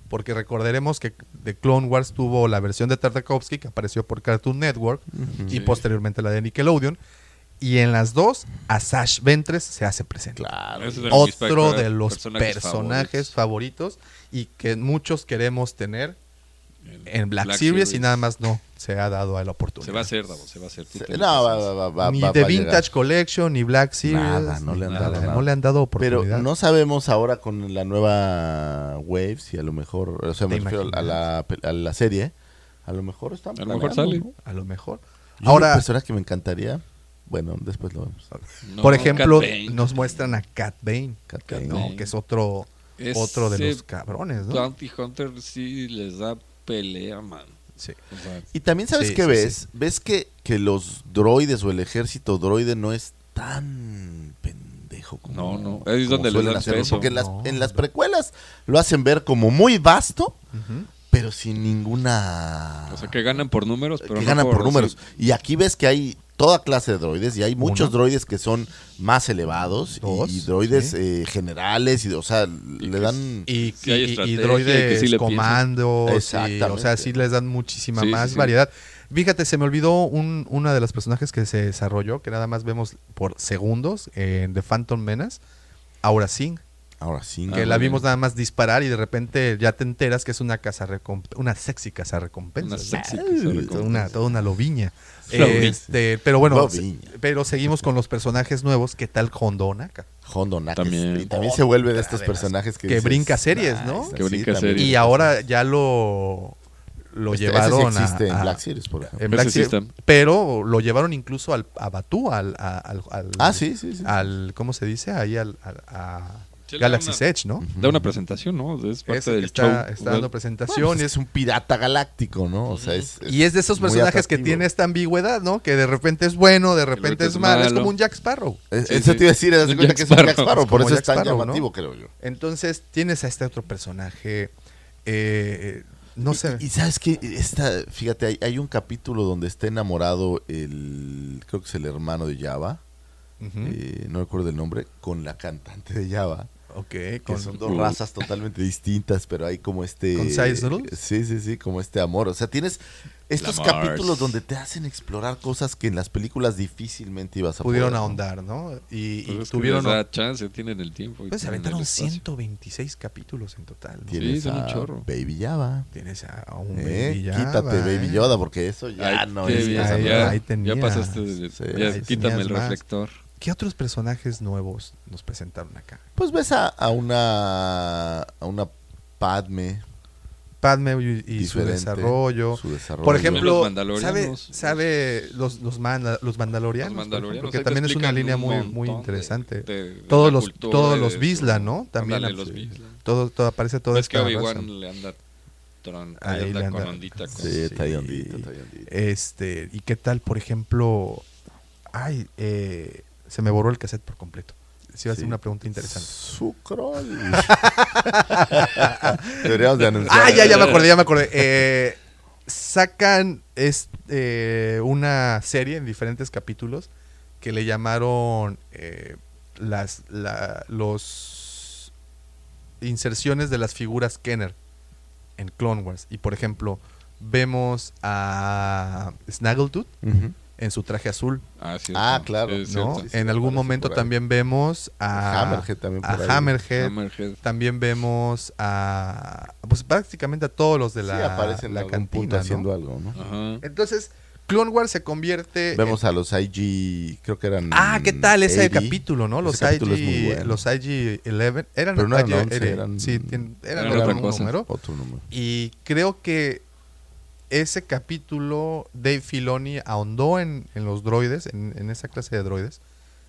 [SPEAKER 3] porque recordaremos que de Clone Wars tuvo la versión de Tartakovsky que apareció por Cartoon Network y
[SPEAKER 4] Sí.
[SPEAKER 3] posteriormente la de Nickelodeon. Y en las dos, Asash Ventres se hace presente
[SPEAKER 2] Claro.
[SPEAKER 4] Eso es mis
[SPEAKER 3] otro
[SPEAKER 4] personajes-
[SPEAKER 3] de los personajes,
[SPEAKER 4] favoritos.
[SPEAKER 3] favoritos. y que muchos queremos tener
[SPEAKER 4] El
[SPEAKER 3] en Black,
[SPEAKER 4] Black
[SPEAKER 3] Series, y
[SPEAKER 4] Series.
[SPEAKER 3] nada más no se ha dado a la oportunidad.
[SPEAKER 4] Se va a hacer, Davo, se va a hacer. Tú
[SPEAKER 2] Se-
[SPEAKER 4] ten
[SPEAKER 2] No, va,
[SPEAKER 4] paciencia.
[SPEAKER 2] va, va, va-
[SPEAKER 3] ni
[SPEAKER 2] va-
[SPEAKER 3] The
[SPEAKER 2] va a llegar.
[SPEAKER 3] Vintage Collection, ni Black Series.
[SPEAKER 2] Nada, no le han
[SPEAKER 3] ni
[SPEAKER 2] dado nada.
[SPEAKER 3] No le han dado oportunidad.
[SPEAKER 2] Pero no sabemos ahora con la nueva Wave si a lo mejor, o sea, me
[SPEAKER 3] ¿Te
[SPEAKER 2] refiero a la, a la serie, a lo mejor están
[SPEAKER 4] A lo mejor
[SPEAKER 2] planeando,
[SPEAKER 4] sale.
[SPEAKER 2] ¿no?
[SPEAKER 3] A lo mejor.
[SPEAKER 2] Ahora,
[SPEAKER 3] Ahora,
[SPEAKER 2] una persona que me encantaría, bueno, después lo vemos.
[SPEAKER 4] No,
[SPEAKER 3] por ejemplo,
[SPEAKER 4] Cat Bane.
[SPEAKER 3] nos muestran a Cat Bane,
[SPEAKER 2] Cat
[SPEAKER 3] que
[SPEAKER 2] Bane.
[SPEAKER 3] no,
[SPEAKER 4] Bane.
[SPEAKER 3] que es otro,
[SPEAKER 4] Ese
[SPEAKER 3] otro de los cabrones, ¿no?
[SPEAKER 4] Bounty Hunter sí les da pelea, man.
[SPEAKER 3] Sí.
[SPEAKER 4] O sea,
[SPEAKER 2] Y también sabes
[SPEAKER 3] Sí,
[SPEAKER 2] qué
[SPEAKER 3] sí,
[SPEAKER 2] ves, ves que, que los droides o el ejército droide no es tan pendejo como
[SPEAKER 4] No, no, ahí es
[SPEAKER 2] como
[SPEAKER 4] donde le
[SPEAKER 2] suelen
[SPEAKER 4] dan
[SPEAKER 2] hacerlo,
[SPEAKER 4] peso.
[SPEAKER 2] porque en las,
[SPEAKER 3] No,
[SPEAKER 2] en las
[SPEAKER 3] no.
[SPEAKER 2] precuelas lo hacen ver como muy vasto,
[SPEAKER 3] Ujú.
[SPEAKER 2] pero sin ninguna
[SPEAKER 4] o sea,
[SPEAKER 3] Ah.
[SPEAKER 4] que ganan por números, pero
[SPEAKER 2] que
[SPEAKER 4] no
[SPEAKER 2] ganan por números.
[SPEAKER 4] sí.
[SPEAKER 2] Y aquí ves que hay toda clase de droides y hay muchos
[SPEAKER 3] Uno.
[SPEAKER 2] droides que son más elevados y-
[SPEAKER 3] Dos,
[SPEAKER 2] y, droides
[SPEAKER 3] sí.
[SPEAKER 2] eh, generales, y, o sea, le
[SPEAKER 4] que
[SPEAKER 2] dan...
[SPEAKER 3] y,
[SPEAKER 4] Sí hay
[SPEAKER 3] y- y
[SPEAKER 4] estrategia, que
[SPEAKER 3] droides
[SPEAKER 4] sí le piensan.
[SPEAKER 3] comandos y, o sea
[SPEAKER 2] Exactamente.
[SPEAKER 3] sí les dan muchísima
[SPEAKER 4] Sí, sí,
[SPEAKER 3] más
[SPEAKER 4] sí.
[SPEAKER 3] variedad fíjate se me olvidó un, una de las personajes que se desarrolló que nada más vemos por segundos en The Phantom Menace Ahora sí,
[SPEAKER 2] Ahora sí.
[SPEAKER 3] que
[SPEAKER 4] Ah,
[SPEAKER 3] la
[SPEAKER 4] muy
[SPEAKER 3] vimos
[SPEAKER 4] bien.
[SPEAKER 3] nada más disparar y de repente ya te enteras que es una casa una sexy casa recompensa.
[SPEAKER 4] Una sexy
[SPEAKER 3] Toda una,
[SPEAKER 4] cazarrecompensa.
[SPEAKER 3] toda una lobiña.
[SPEAKER 4] Lobiña.
[SPEAKER 3] Este, pero bueno,
[SPEAKER 2] Lobiña.
[SPEAKER 3] se- pero seguimos con los personajes nuevos. ¿Qué tal Hondo
[SPEAKER 2] Este
[SPEAKER 3] Onaka?
[SPEAKER 2] Hondo Naka.
[SPEAKER 4] También.
[SPEAKER 2] Y también se vuelve de estos
[SPEAKER 3] de las-
[SPEAKER 2] personajes que...
[SPEAKER 3] que brinca series, ¿no?
[SPEAKER 2] esta
[SPEAKER 4] Que
[SPEAKER 2] sí,
[SPEAKER 4] brinca
[SPEAKER 2] también.
[SPEAKER 4] series.
[SPEAKER 3] Y ahora ya lo, lo
[SPEAKER 2] Este- ese sí
[SPEAKER 3] llevaron a-
[SPEAKER 2] existe en
[SPEAKER 3] a,
[SPEAKER 2] Black Series, por ejemplo.
[SPEAKER 3] en Black
[SPEAKER 4] Ese sí
[SPEAKER 3] Series,
[SPEAKER 4] está.
[SPEAKER 3] pero lo llevaron incluso al, a Batú, al, a- al, al-
[SPEAKER 2] Ah, sí, sí, sí.
[SPEAKER 3] al- ¿cómo se dice? Ahí al, al- a
[SPEAKER 4] Sí, le da
[SPEAKER 3] Galaxy
[SPEAKER 4] una-
[SPEAKER 3] Edge, ¿no?
[SPEAKER 4] Da una presentación, ¿no? Es parte
[SPEAKER 3] Es el
[SPEAKER 4] del
[SPEAKER 3] que está,
[SPEAKER 4] show.
[SPEAKER 3] está dando
[SPEAKER 2] Bueno, pues
[SPEAKER 3] presentaciones.
[SPEAKER 2] es un pirata galáctico, ¿no? O sea, es...
[SPEAKER 3] y es de esos
[SPEAKER 2] muy
[SPEAKER 3] personajes que
[SPEAKER 2] atractivo.
[SPEAKER 3] tiene esta ambigüedad, ¿no? Que de repente es bueno, de repente
[SPEAKER 4] ahorita
[SPEAKER 3] es
[SPEAKER 4] es
[SPEAKER 3] malo. Es
[SPEAKER 4] malo.
[SPEAKER 3] como un Jack Sparrow.
[SPEAKER 2] Es-
[SPEAKER 4] Sí,
[SPEAKER 2] Eh, eso
[SPEAKER 4] sí.
[SPEAKER 2] te iba a decir, haz de
[SPEAKER 4] Un
[SPEAKER 2] cuenta
[SPEAKER 4] Jack
[SPEAKER 2] que es un Jack
[SPEAKER 4] Sparrow.
[SPEAKER 2] Sparrow, por
[SPEAKER 3] Como
[SPEAKER 2] eso es
[SPEAKER 3] Jack
[SPEAKER 2] tan
[SPEAKER 3] Sparrow, ¿no?
[SPEAKER 2] llamativo, creo yo.
[SPEAKER 3] Entonces tienes a este otro personaje. eh, no
[SPEAKER 2] Y-
[SPEAKER 3] sé.
[SPEAKER 2] Y, sabes que esta, fíjate, hay, hay un capítulo donde está enamorado el, creo que es el hermano de Java,
[SPEAKER 3] Ujú.
[SPEAKER 2] eh, no recuerdo el nombre, con la cantante de Java,
[SPEAKER 3] ok,
[SPEAKER 2] que
[SPEAKER 3] con-
[SPEAKER 2] son dos razas totalmente distintas, pero hay como este,
[SPEAKER 3] ¿Con Size Noodles?
[SPEAKER 2] sí, sí, sí, como este amor. O sea, tienes estos
[SPEAKER 4] Lamars.
[SPEAKER 2] capítulos donde te hacen explorar cosas que en las películas difícilmente ibas a
[SPEAKER 3] pudieron
[SPEAKER 2] poder, ¿no?
[SPEAKER 3] ahondar, ¿no? Y, y
[SPEAKER 4] Pues es que
[SPEAKER 3] tuvieron.
[SPEAKER 4] les da chance, tienen el tiempo. y
[SPEAKER 3] Pues se
[SPEAKER 4] tienen el
[SPEAKER 3] aventaron
[SPEAKER 4] espacio.
[SPEAKER 3] 126 capítulos en total. ¿no?
[SPEAKER 2] Tienes
[SPEAKER 4] son un
[SPEAKER 2] a
[SPEAKER 4] chorro.
[SPEAKER 2] Baby Java.
[SPEAKER 3] Tienes a a un
[SPEAKER 2] ¿eh?
[SPEAKER 3] Baby Yoda,
[SPEAKER 2] Quítate,
[SPEAKER 3] ¿eh?
[SPEAKER 2] Baby Yoda, porque eso ya
[SPEAKER 4] Ahí
[SPEAKER 2] no
[SPEAKER 4] te
[SPEAKER 2] es.
[SPEAKER 4] vi,
[SPEAKER 2] cosa
[SPEAKER 3] ahí-
[SPEAKER 2] nueva.
[SPEAKER 4] ya,
[SPEAKER 3] ahí
[SPEAKER 4] ya
[SPEAKER 3] tenías.
[SPEAKER 4] pasaste. de-
[SPEAKER 2] Sí,
[SPEAKER 4] ya,
[SPEAKER 2] ahí
[SPEAKER 4] quítame
[SPEAKER 3] tenías
[SPEAKER 4] el
[SPEAKER 3] más. Pues
[SPEAKER 4] reflector.
[SPEAKER 3] ¿Qué otros personajes nuevos nos presentaron acá?
[SPEAKER 2] Pues ves a, a una a una Padme
[SPEAKER 3] Padme y, y su
[SPEAKER 2] Diferente,
[SPEAKER 3] desarrollo.
[SPEAKER 2] Su desarrollo.
[SPEAKER 3] Por
[SPEAKER 4] Los
[SPEAKER 3] ejemplo, sabe,
[SPEAKER 4] mandalorianos.
[SPEAKER 3] sabe los, los, manda- los mandalorianos,
[SPEAKER 4] Los
[SPEAKER 3] por
[SPEAKER 4] mandalorianos,
[SPEAKER 3] ejemplo, que
[SPEAKER 4] ahí te
[SPEAKER 3] también es una
[SPEAKER 4] explican
[SPEAKER 3] línea
[SPEAKER 4] un
[SPEAKER 3] muy,
[SPEAKER 4] montón
[SPEAKER 3] muy
[SPEAKER 4] de-
[SPEAKER 3] interesante.
[SPEAKER 4] de- de
[SPEAKER 3] todos
[SPEAKER 4] la
[SPEAKER 3] los
[SPEAKER 4] cultura
[SPEAKER 3] todos
[SPEAKER 4] de
[SPEAKER 3] los
[SPEAKER 4] su-
[SPEAKER 3] Visla, ¿no? También
[SPEAKER 4] Ándale, los
[SPEAKER 3] sí.
[SPEAKER 4] Visla.
[SPEAKER 3] todo, todo aparece todo
[SPEAKER 4] Es que
[SPEAKER 3] esta raza.
[SPEAKER 4] Obi-Wan le anda, tron- le
[SPEAKER 3] Ahí
[SPEAKER 4] anda
[SPEAKER 3] le
[SPEAKER 4] con
[SPEAKER 3] anda-
[SPEAKER 4] ondita. con-
[SPEAKER 2] Sí, está ahí
[SPEAKER 3] Sí.
[SPEAKER 2] hondito, está ahí hondito.
[SPEAKER 3] Este, ¿y qué tal, por ejemplo? Ay, eh, se me borró el cassette por completo. Sí, va a ser
[SPEAKER 2] Sí.
[SPEAKER 3] una pregunta interesante.
[SPEAKER 2] Su crol. Deberíamos de anunciar.
[SPEAKER 3] Ah, ya, ya me acordé, ya me acordé. Eh, sacan es, eh, una serie en diferentes capítulos que le llamaron eh, las la- los inserciones de las figuras Kenner en Clone Wars. Y por ejemplo, vemos a Snaggletooth
[SPEAKER 2] Ujú.
[SPEAKER 3] en su traje azul,
[SPEAKER 4] Ah, sí,
[SPEAKER 2] Ah,
[SPEAKER 4] sí.
[SPEAKER 2] claro.
[SPEAKER 4] Es
[SPEAKER 3] ¿no?
[SPEAKER 4] cierto.
[SPEAKER 2] sí,
[SPEAKER 3] en
[SPEAKER 2] me
[SPEAKER 3] algún
[SPEAKER 2] parece
[SPEAKER 3] momento
[SPEAKER 2] por ahí.
[SPEAKER 3] también vemos a
[SPEAKER 2] Hammerhead también
[SPEAKER 3] a
[SPEAKER 2] por ahí.
[SPEAKER 3] Hammerhead.
[SPEAKER 4] Hammerhead.
[SPEAKER 3] También vemos a. Pues prácticamente a todos los de la,
[SPEAKER 2] sí, aparece en
[SPEAKER 3] la
[SPEAKER 2] algún punto
[SPEAKER 3] cantina. ¿no?
[SPEAKER 2] haciendo algo, ¿no?
[SPEAKER 4] Ajá.
[SPEAKER 3] Entonces, Clone Wars se convierte.
[SPEAKER 2] Vemos a los IG, creo que eran.
[SPEAKER 3] en- Ah, ¿qué tal ese
[SPEAKER 2] 80.
[SPEAKER 3] capítulo, no? Los
[SPEAKER 2] Ese capítulo es muy
[SPEAKER 3] IG.
[SPEAKER 2] bueno.
[SPEAKER 3] Los IG-11. Eran
[SPEAKER 2] Pero no eran
[SPEAKER 3] IG
[SPEAKER 2] 11, eran-
[SPEAKER 3] Sí, tien- eran
[SPEAKER 4] eran otra
[SPEAKER 3] otro
[SPEAKER 4] cosa.
[SPEAKER 3] número.
[SPEAKER 2] Otro número.
[SPEAKER 3] Y creo que ese capítulo, Dave Filoni ahondó en, en los droides, en, en esa clase de droides.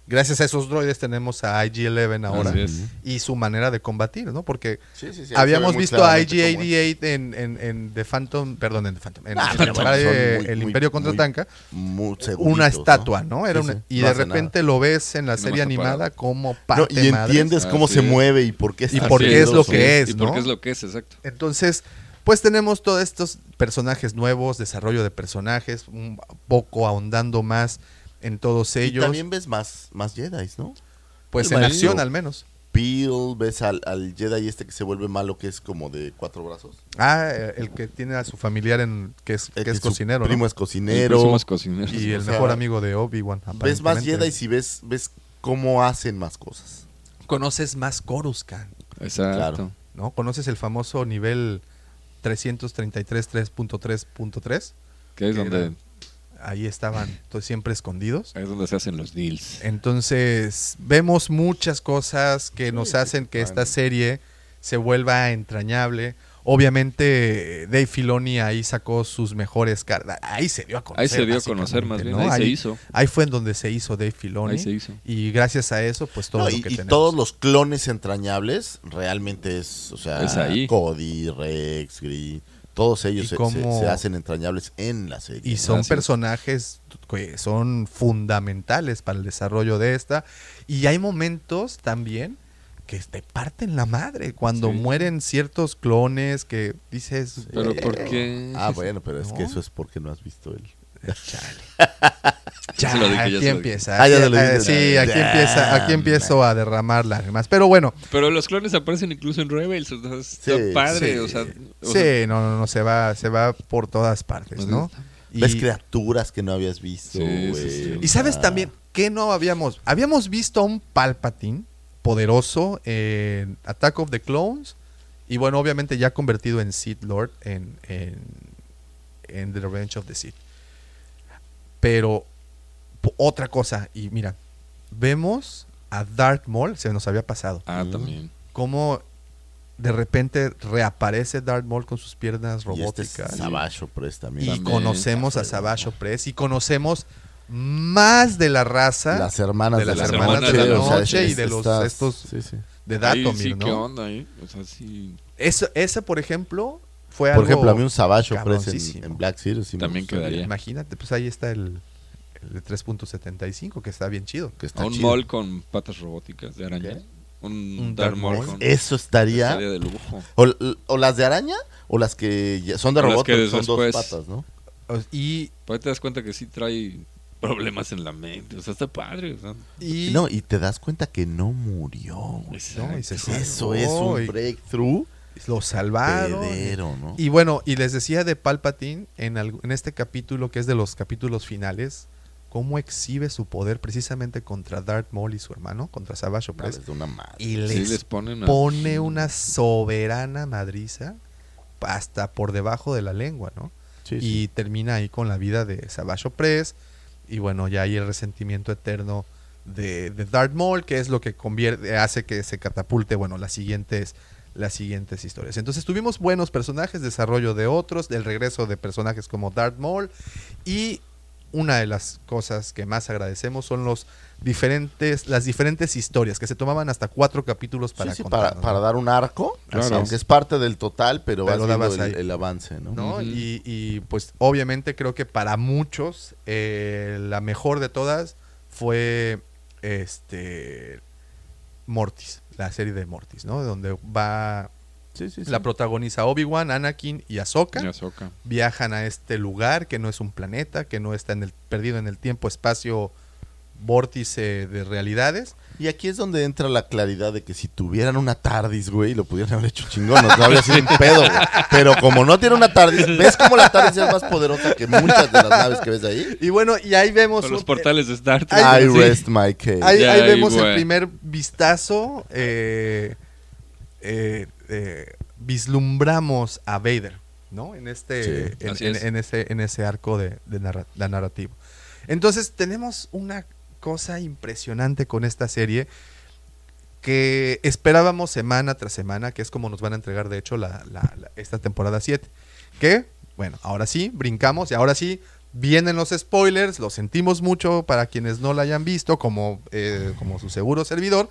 [SPEAKER 3] Gracias a esos droides tenemos a IG-11 ahora.
[SPEAKER 4] Así es.
[SPEAKER 3] Y su manera de combatir, ¿no? Porque
[SPEAKER 2] Sí, sí, sí, ahí se ve
[SPEAKER 3] Habíamos
[SPEAKER 2] muy
[SPEAKER 3] visto a
[SPEAKER 2] claramente cómo es.
[SPEAKER 3] IG-88 en, en, en The Phantom, perdón, en The Phantom, en,
[SPEAKER 2] Ah,
[SPEAKER 3] en
[SPEAKER 2] pero bueno,
[SPEAKER 3] Samurai,
[SPEAKER 2] son
[SPEAKER 3] eh,
[SPEAKER 2] muy-
[SPEAKER 3] El
[SPEAKER 2] muy-
[SPEAKER 3] Imperio
[SPEAKER 2] muy
[SPEAKER 3] Contratanca,
[SPEAKER 2] Muy seguditos,
[SPEAKER 3] una estatua, ¿no? Era
[SPEAKER 2] Sí,
[SPEAKER 3] una-
[SPEAKER 2] sí,
[SPEAKER 3] y
[SPEAKER 2] no
[SPEAKER 3] de
[SPEAKER 2] hace nada.
[SPEAKER 3] repente lo ves en la
[SPEAKER 4] nomás
[SPEAKER 3] serie
[SPEAKER 4] está
[SPEAKER 3] animada
[SPEAKER 4] parado.
[SPEAKER 3] como
[SPEAKER 2] No,
[SPEAKER 3] parte
[SPEAKER 2] y entiendes
[SPEAKER 4] madres.
[SPEAKER 2] cómo se
[SPEAKER 4] Así es.
[SPEAKER 2] mueve y por qué está
[SPEAKER 3] por qué es lo
[SPEAKER 2] haciendo
[SPEAKER 3] que
[SPEAKER 2] eso.
[SPEAKER 3] es,
[SPEAKER 4] Y porque
[SPEAKER 3] ¿no?
[SPEAKER 4] es lo que es, exacto.
[SPEAKER 3] Entonces, pues tenemos todos estos personajes nuevos, desarrollo de personajes, un poco ahondando más en todos
[SPEAKER 2] Y
[SPEAKER 3] ellos,
[SPEAKER 2] también ves más, más Jedi, ¿no?
[SPEAKER 3] pues
[SPEAKER 2] el
[SPEAKER 3] en
[SPEAKER 2] marido.
[SPEAKER 3] acción al menos.
[SPEAKER 2] Peel, ves al, al Jedi este que se vuelve malo, que es como de cuatro brazos.
[SPEAKER 3] Ah, eh, el que tiene a su familiar en que es,
[SPEAKER 2] El
[SPEAKER 3] que es
[SPEAKER 2] su
[SPEAKER 3] cocinero,
[SPEAKER 2] Primo
[SPEAKER 3] ¿no?
[SPEAKER 2] es
[SPEAKER 4] Y por
[SPEAKER 2] cocinero.
[SPEAKER 4] eso más cocineros.
[SPEAKER 3] y el
[SPEAKER 2] o sea,
[SPEAKER 3] mejor amigo de Obi-Wan.
[SPEAKER 2] Ves más
[SPEAKER 3] aparentemente.
[SPEAKER 2] Jedi y si ves, ves cómo hacen más cosas.
[SPEAKER 3] Conoces más Coruscant.
[SPEAKER 4] Exacto.
[SPEAKER 3] ¿no? ¿Conoces el famoso nivel 333 3.3.3?
[SPEAKER 4] Que es
[SPEAKER 3] Que
[SPEAKER 4] donde,
[SPEAKER 3] era- Ahí estaban entonces, siempre escondidos.
[SPEAKER 4] ahí es donde se hacen los deals.
[SPEAKER 3] Entonces, vemos muchas cosas que nos hacen que esta serie se vuelva entrañable. Obviamente, Dave Filoni ahí sacó sus mejores cartas. Ahí se dio a conocer.
[SPEAKER 4] Ahí se dio a conocer, más
[SPEAKER 3] básicamente,
[SPEAKER 4] bien.
[SPEAKER 3] ¿no?
[SPEAKER 4] Ahí se hizo.
[SPEAKER 3] ahí fue en donde se hizo Dave Filoni.
[SPEAKER 4] Ahí se hizo.
[SPEAKER 3] Y gracias a eso, pues todo
[SPEAKER 2] No,
[SPEAKER 3] lo
[SPEAKER 2] y,
[SPEAKER 3] que
[SPEAKER 2] y
[SPEAKER 3] tenemos.
[SPEAKER 2] todos los clones entrañables realmente es, o sea,
[SPEAKER 4] Es ahí.
[SPEAKER 2] Cody, Rex, Green, todos ellos
[SPEAKER 3] Y
[SPEAKER 2] se,
[SPEAKER 3] cómo-
[SPEAKER 2] se- se hacen entrañables en la serie.
[SPEAKER 3] Y
[SPEAKER 2] ¿no?
[SPEAKER 3] son
[SPEAKER 4] Así es.
[SPEAKER 3] personajes que son fundamentales para el desarrollo de esta. Y hay momentos también que te parten la madre cuando
[SPEAKER 4] Sí.
[SPEAKER 3] mueren ciertos clones que dices...
[SPEAKER 4] Pero
[SPEAKER 3] "Eh,
[SPEAKER 4] ¿por qué?
[SPEAKER 2] Ah, bueno, pero es que
[SPEAKER 3] No.
[SPEAKER 2] eso es porque no has visto él.
[SPEAKER 3] Ya,
[SPEAKER 4] se lo dije, ya
[SPEAKER 3] aquí
[SPEAKER 4] se lo
[SPEAKER 3] empieza.
[SPEAKER 2] dije. Ah, ya
[SPEAKER 3] aquí-
[SPEAKER 2] se lo
[SPEAKER 3] eh,
[SPEAKER 2] dijiste.
[SPEAKER 3] sí, aquí
[SPEAKER 2] Damn.
[SPEAKER 3] empieza, aquí empiezo a derramar lágrimas. Pero bueno,
[SPEAKER 4] Pero los clones aparecen incluso en Rebels. O sea, está
[SPEAKER 2] Sí,
[SPEAKER 4] padre.
[SPEAKER 2] sí.
[SPEAKER 4] o sea, o sea, pues
[SPEAKER 3] sí, no, no, no, se va, se va por todas partes, ¿no? Y-
[SPEAKER 2] Ves criaturas que no habías visto.
[SPEAKER 4] Sí, sí,
[SPEAKER 2] güey,
[SPEAKER 4] sí.
[SPEAKER 2] o
[SPEAKER 3] Y sabes
[SPEAKER 2] sea,
[SPEAKER 3] también que no habíamos. Habíamos visto a un Palpatine poderoso en Attack of the Clones. Y bueno, obviamente ya convertido en Sith Lord en, en, en The Revenge of the Sith. Pero po- otra cosa, y mira, vemos a Darth Maul, se nos había pasado,
[SPEAKER 4] Ah,
[SPEAKER 2] Mm.
[SPEAKER 4] también.
[SPEAKER 3] cómo de repente reaparece Darth Maul con sus piernas
[SPEAKER 2] Y este es
[SPEAKER 3] robóticas.
[SPEAKER 2] Savage Opress
[SPEAKER 3] Y
[SPEAKER 2] también.
[SPEAKER 3] conocemos a Savage Press y conocemos más de la raza
[SPEAKER 2] Las hermanas
[SPEAKER 3] de
[SPEAKER 2] de,
[SPEAKER 3] las
[SPEAKER 2] la
[SPEAKER 4] hermanas
[SPEAKER 2] noche,
[SPEAKER 4] de la
[SPEAKER 2] o sea,
[SPEAKER 3] noche y
[SPEAKER 2] es-
[SPEAKER 3] de los-
[SPEAKER 2] estás-
[SPEAKER 3] estos-
[SPEAKER 2] sí, sí.
[SPEAKER 3] de
[SPEAKER 4] Ahí
[SPEAKER 3] Datomir,
[SPEAKER 4] sí, ¿qué
[SPEAKER 3] ¿no?
[SPEAKER 4] onda ahí? O sea, sí.
[SPEAKER 3] Eso, ese, por ejemplo, fue
[SPEAKER 2] Por
[SPEAKER 3] algo...
[SPEAKER 2] ejemplo, a mí un Savage Opress en,
[SPEAKER 3] cabroncísimo.
[SPEAKER 2] en Black Series sí me
[SPEAKER 4] También
[SPEAKER 2] gustaría,
[SPEAKER 4] quedaría.
[SPEAKER 3] Imagínate, pues ahí está el, el de 3.75, que está bien chido.
[SPEAKER 2] que está
[SPEAKER 4] A un
[SPEAKER 2] chido.
[SPEAKER 4] mall con patas robóticas de araña.
[SPEAKER 2] ¿Qué?
[SPEAKER 4] Un,
[SPEAKER 3] Un
[SPEAKER 4] Darth
[SPEAKER 3] Darth
[SPEAKER 4] Maul
[SPEAKER 3] Maul.
[SPEAKER 4] con
[SPEAKER 2] Eso estaría...
[SPEAKER 4] área de lujo.
[SPEAKER 2] O, o las de araña o las que ya son de
[SPEAKER 4] O las
[SPEAKER 2] robot,
[SPEAKER 4] que
[SPEAKER 2] pero son
[SPEAKER 4] después-
[SPEAKER 2] dos patas, ¿no?
[SPEAKER 3] O- Y,
[SPEAKER 4] Pero Pues ahí te das cuenta que sí trae problemas en la mente. O sea, está padre. O sea,
[SPEAKER 3] y,
[SPEAKER 2] No, y te das cuenta que no murió. güey.
[SPEAKER 4] Pues
[SPEAKER 3] no, y se
[SPEAKER 2] Eso
[SPEAKER 3] salvó,
[SPEAKER 2] es un
[SPEAKER 3] y
[SPEAKER 2] breakthrough
[SPEAKER 3] Lo salvaron.
[SPEAKER 2] pedero, ¿no?
[SPEAKER 3] Y bueno, y les decía de Palpatine en, alg- en este capítulo, que es de los capítulos finales, cómo exhibe su poder precisamente contra Darth Maul y su hermano, contra Savage
[SPEAKER 2] Madre,
[SPEAKER 3] Opress.
[SPEAKER 2] es de una madre.
[SPEAKER 3] Y
[SPEAKER 4] sí
[SPEAKER 3] les,
[SPEAKER 4] les ponen a-
[SPEAKER 3] pone una soberana madriza hasta por debajo de la lengua, ¿no?
[SPEAKER 2] Sí,
[SPEAKER 3] y termina ahí con la vida de Savage Press. Y bueno, ya hay el resentimiento eterno de, de Darth Maul, que es lo que convierte, hace que se catapulte, bueno, las siguientes las siguientes historias. Entonces tuvimos buenos personajes, desarrollo de otros, del regreso de personajes como Darth Maul y una de las cosas que más agradecemos son los diferentes, las diferentes historias que se tomaban hasta cuatro capítulos para
[SPEAKER 2] Sí, sí,
[SPEAKER 3] contar,
[SPEAKER 2] para,
[SPEAKER 3] ¿no?
[SPEAKER 2] para dar un arco,
[SPEAKER 3] Claro.
[SPEAKER 2] aunque es parte del total, pero vas
[SPEAKER 3] Pero
[SPEAKER 2] viendo
[SPEAKER 3] dabas
[SPEAKER 2] el,
[SPEAKER 3] ahí.
[SPEAKER 2] el avance, ¿no?
[SPEAKER 3] ¿no? y, y, pues obviamente creo que para muchos eh, la mejor de todas fue este Mortis, la serie de Mortis, ¿no? Donde va
[SPEAKER 2] Sí, sí, sí.
[SPEAKER 3] la protagoniza Obi-Wan, Anakin y Ahsoka.
[SPEAKER 4] Y Ahsoka.
[SPEAKER 3] Viajan a este lugar que no es un planeta, que no está en el perdido en el tiempo, espacio, vórtice de realidades.
[SPEAKER 2] Y aquí es donde entra la claridad de que si tuvieran una tardis, güey, lo pudieran haber hecho chingón, no te habría sido un pedo, güey. Pero como no tiene una tardis, ¿ves cómo la tardis es más poderosa que muchas de las naves que ves ahí?
[SPEAKER 3] Y bueno, y ahí vemos
[SPEAKER 4] Con los
[SPEAKER 3] un-
[SPEAKER 4] portales de Star Trek.
[SPEAKER 2] I
[SPEAKER 4] Sí.
[SPEAKER 2] rest my case.
[SPEAKER 3] Ahí,
[SPEAKER 4] Ya,
[SPEAKER 3] ahí
[SPEAKER 4] ahí,
[SPEAKER 3] vemos el
[SPEAKER 4] güey.
[SPEAKER 3] primer vistazo. eh, eh, eh, vislumbramos a Vader, ¿no? En este,
[SPEAKER 2] Sí,
[SPEAKER 3] en,
[SPEAKER 4] así
[SPEAKER 3] en-
[SPEAKER 4] es.
[SPEAKER 3] en ese, en ese arco de, de narra- la narrativa. Entonces tenemos una cosa impresionante con esta serie que esperábamos semana tras semana, que es como nos van a entregar, de hecho, la, la- la- esta temporada 7. Que, bueno, ahora sí, brincamos y ahora sí vienen los spoilers, lo sentimos mucho para quienes no la hayan visto, como, eh, como su seguro servidor,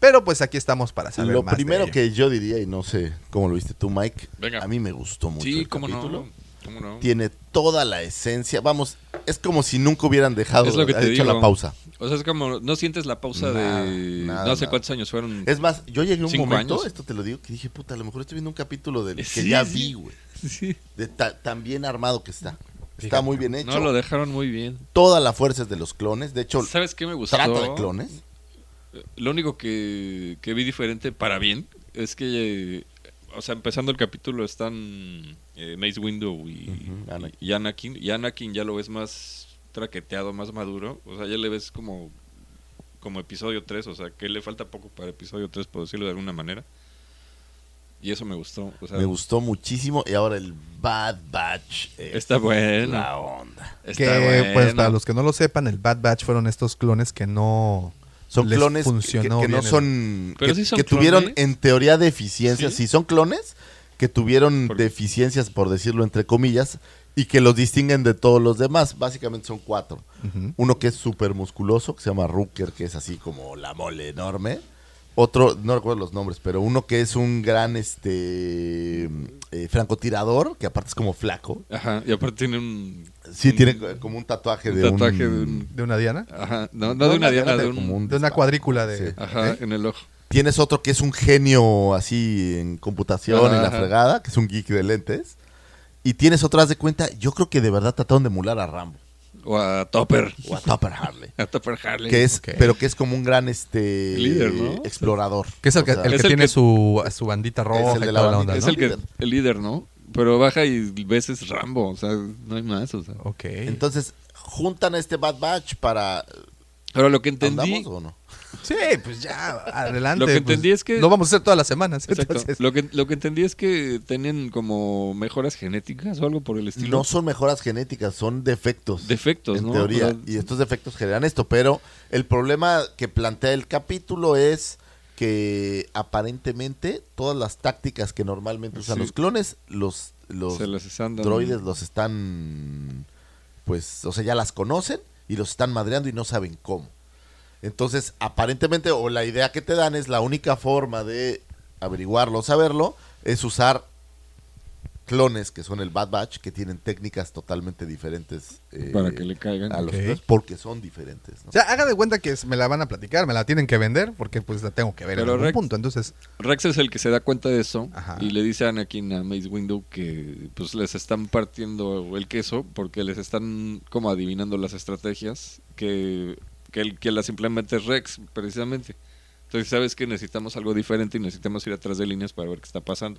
[SPEAKER 3] pero pues aquí estamos para saber
[SPEAKER 2] Lo
[SPEAKER 3] más de
[SPEAKER 2] primero
[SPEAKER 3] ella.
[SPEAKER 2] que yo diría, y no sé cómo lo viste tú, Mike,
[SPEAKER 4] Venga.
[SPEAKER 2] a mí me gustó mucho
[SPEAKER 4] Sí,
[SPEAKER 2] el
[SPEAKER 4] cómo
[SPEAKER 2] capítulo.
[SPEAKER 4] no. ¿Cómo no?
[SPEAKER 2] Tiene toda la esencia, vamos, es como si nunca hubieran dejado
[SPEAKER 4] Es lo que
[SPEAKER 2] ha
[SPEAKER 4] te
[SPEAKER 2] hecho
[SPEAKER 4] digo.
[SPEAKER 2] la pausa.
[SPEAKER 4] O sea, es como, no sientes la pausa
[SPEAKER 2] Nada,
[SPEAKER 4] de...
[SPEAKER 2] nada,
[SPEAKER 4] no sé
[SPEAKER 2] nada.
[SPEAKER 4] cuántos años fueron.
[SPEAKER 2] Es más, yo llegué a un
[SPEAKER 4] Cinco
[SPEAKER 2] momento,
[SPEAKER 4] años. Eh,
[SPEAKER 2] esto te lo digo, que dije, puta, a lo mejor estoy viendo un capítulo del que
[SPEAKER 4] Sí,
[SPEAKER 2] ya
[SPEAKER 4] sí.
[SPEAKER 2] vi, güey.
[SPEAKER 4] Sí.
[SPEAKER 2] De ta- tan bien armado que está. Está muy bien hecho.
[SPEAKER 4] No, lo dejaron muy bien.
[SPEAKER 2] Toda la fuerza es de los clones. De hecho,
[SPEAKER 4] ¿Sabes qué me gustó?
[SPEAKER 2] trata de clones.
[SPEAKER 4] Lo único que, que vi diferente para bien es que, eh, o sea, empezando el capítulo están eh, Mace Window y,
[SPEAKER 2] Ujú, Anakin.
[SPEAKER 4] y Anakin. Y Anakin ya lo ves más traqueteado, más maduro. O sea, ya le ves como, como episodio 3. O sea, que le falta poco para episodio 3, por decirlo de alguna manera. Y eso me gustó. O sea,
[SPEAKER 2] Me gustó muchísimo. Y ahora el Bad Batch. es
[SPEAKER 4] Está bueno.
[SPEAKER 2] La onda.
[SPEAKER 4] Está
[SPEAKER 3] Que,
[SPEAKER 4] bueno.
[SPEAKER 3] pues, para los que no lo sepan, el Bad Batch fueron estos clones que no
[SPEAKER 2] Son
[SPEAKER 3] les
[SPEAKER 2] clones que-
[SPEAKER 3] funcionó
[SPEAKER 2] que, que no
[SPEAKER 3] bien el-
[SPEAKER 2] son.
[SPEAKER 4] Pero
[SPEAKER 2] que,
[SPEAKER 4] sí son
[SPEAKER 2] que tuvieron
[SPEAKER 4] clones.
[SPEAKER 2] en teoría deficiencias.
[SPEAKER 4] Sí.
[SPEAKER 2] Si son clones, que tuvieron
[SPEAKER 4] Por-
[SPEAKER 2] deficiencias, por decirlo entre comillas. Y que los distinguen de todos los demás. Básicamente son cuatro.
[SPEAKER 3] Ujú.
[SPEAKER 2] Uno que es súper musculoso, que se llama Rooker, que es así como la mole enorme. Otro, no recuerdo los nombres, pero uno que es un gran este eh, francotirador, que aparte es como flaco.
[SPEAKER 4] Ajá, y aparte tiene un...
[SPEAKER 2] Sí,
[SPEAKER 4] un-
[SPEAKER 2] tiene co- como un tatuaje
[SPEAKER 4] Mm. un
[SPEAKER 2] de
[SPEAKER 4] tatuaje
[SPEAKER 2] un...
[SPEAKER 4] de un...
[SPEAKER 3] ¿De una Diana?
[SPEAKER 4] Ajá, no, no de una diana, de un...
[SPEAKER 2] como un ¿eh?
[SPEAKER 3] De una
[SPEAKER 2] disparo.
[SPEAKER 3] cuadrícula de...
[SPEAKER 2] Sí.
[SPEAKER 4] Ajá, en el ojo.
[SPEAKER 2] Tienes otro que es un genio así en computación y la
[SPEAKER 4] Ajá.
[SPEAKER 2] fregada, que es un geek de lentes. Y tienes otro, haz de cuenta, yo creo que de verdad trataron de emular a Rambo
[SPEAKER 4] O a Topper.
[SPEAKER 2] o a Topper Harley.
[SPEAKER 4] A Topper Harley.
[SPEAKER 2] Que es,
[SPEAKER 3] Ok.
[SPEAKER 2] pero que es como un gran este
[SPEAKER 4] Líder, ¿no?
[SPEAKER 2] explorador.
[SPEAKER 3] Que es el que,
[SPEAKER 2] O sea,
[SPEAKER 3] el que
[SPEAKER 4] Es el
[SPEAKER 3] tiene
[SPEAKER 4] que-
[SPEAKER 3] Su, su bandita roja
[SPEAKER 2] el de
[SPEAKER 3] y
[SPEAKER 2] la
[SPEAKER 3] toda la
[SPEAKER 2] bandita,
[SPEAKER 3] onda,
[SPEAKER 4] Es
[SPEAKER 3] ¿no?
[SPEAKER 4] el, que,
[SPEAKER 2] Líder.
[SPEAKER 4] el líder, ¿no? Pero baja y ves es Rambo, o sea, no hay más, o sea.
[SPEAKER 3] Ok.
[SPEAKER 2] Entonces, juntan a este Bad Batch para...
[SPEAKER 4] Ahora lo que entendí,
[SPEAKER 2] ¿Andamos o no?
[SPEAKER 3] sí, pues ya, adelante.
[SPEAKER 4] Lo que
[SPEAKER 3] pues,
[SPEAKER 4] entendí es que-
[SPEAKER 3] Lo vamos a hacer todas las semanas.
[SPEAKER 4] exacto,
[SPEAKER 3] entonces.
[SPEAKER 4] lo que lo que entendí es que tienen como mejoras genéticas o algo por el estilo.
[SPEAKER 2] No son mejoras genéticas, son defectos.
[SPEAKER 4] defectos,
[SPEAKER 2] en
[SPEAKER 4] ¿no?
[SPEAKER 2] teoría.
[SPEAKER 4] O sea,
[SPEAKER 2] Y estos defectos generan esto, pero el problema que plantea el capítulo es que aparentemente todas las tácticas que normalmente usan
[SPEAKER 4] Sí.
[SPEAKER 2] los clones, los, los
[SPEAKER 4] se les están dando-
[SPEAKER 2] droides los están, pues, o sea, ya las conocen y los están madreando y no saben cómo. Entonces, aparentemente, o la idea que te dan es la única forma de averiguarlo, saberlo, es usar clones que son el Bad Batch, que tienen técnicas totalmente diferentes eh,
[SPEAKER 4] para que le caigan.
[SPEAKER 2] a los
[SPEAKER 3] Ok.
[SPEAKER 2] otros, porque son diferentes. ¿no?
[SPEAKER 3] O sea, haga de cuenta que es- me la van a platicar, me la tienen que vender, porque pues la tengo que ver en
[SPEAKER 4] Pero
[SPEAKER 3] algún
[SPEAKER 4] Rex-
[SPEAKER 3] punto. Entonces,
[SPEAKER 4] Rex es el que se da cuenta de eso
[SPEAKER 3] Ajá.
[SPEAKER 4] y le dice a Anakin a Mace Windu que pues les están partiendo el queso porque les están como adivinando las estrategias que, que el que las implementa es Rex precisamente. Entonces sabes que necesitamos algo diferente y necesitamos ir atrás de líneas para ver qué está pasando.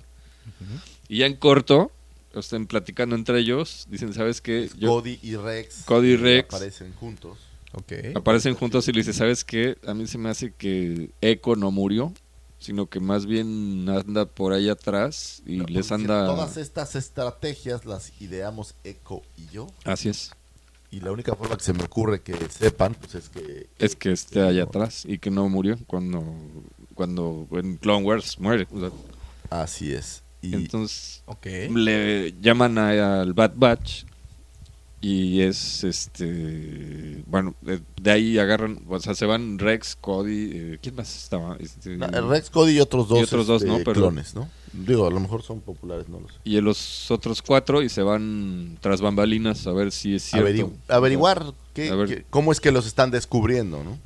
[SPEAKER 4] Y ya en corto, están platicando entre ellos, dicen, ¿sabes qué?
[SPEAKER 2] Es
[SPEAKER 4] Yo,
[SPEAKER 2] Cody y Rex, eh,
[SPEAKER 4] Cody y Rex.
[SPEAKER 2] aparecen juntos.
[SPEAKER 3] ok.
[SPEAKER 4] aparecen juntos y le dice, ¿sabes qué? A mí se me hace que Echo no murió, sino que más bien anda por ahí atrás y
[SPEAKER 2] Porque
[SPEAKER 4] les
[SPEAKER 2] dice,
[SPEAKER 4] anda...
[SPEAKER 2] Todas estas estrategias las ideamos Echo y yo.
[SPEAKER 4] Así es.
[SPEAKER 2] Y la única forma que se me ocurre que sepan pues, es que
[SPEAKER 4] Es que esté allá atrás y que no murió cuando, cuando en Clone Wars muere. o sea,
[SPEAKER 2] Así es. Y
[SPEAKER 4] Entonces
[SPEAKER 3] Ok.
[SPEAKER 4] le llaman a- al Bad Batch y es este. Bueno, de, de ahí agarran, o sea, se van Rex, Cody. eh, ¿Quién más estaba? Este,
[SPEAKER 2] na- el Rex Cody y otros dos,
[SPEAKER 4] Y otros dos,
[SPEAKER 2] este,
[SPEAKER 4] ¿no? Pero-
[SPEAKER 2] clones, ¿no? Digo, a lo mejor son populares, no lo sé.
[SPEAKER 4] y los otros cuatro y se van tras bambalinas a ver si es cierto.
[SPEAKER 2] Averigu- averiguar qué-
[SPEAKER 4] A ver.
[SPEAKER 2] qué- cómo es que los están descubriendo, ¿no?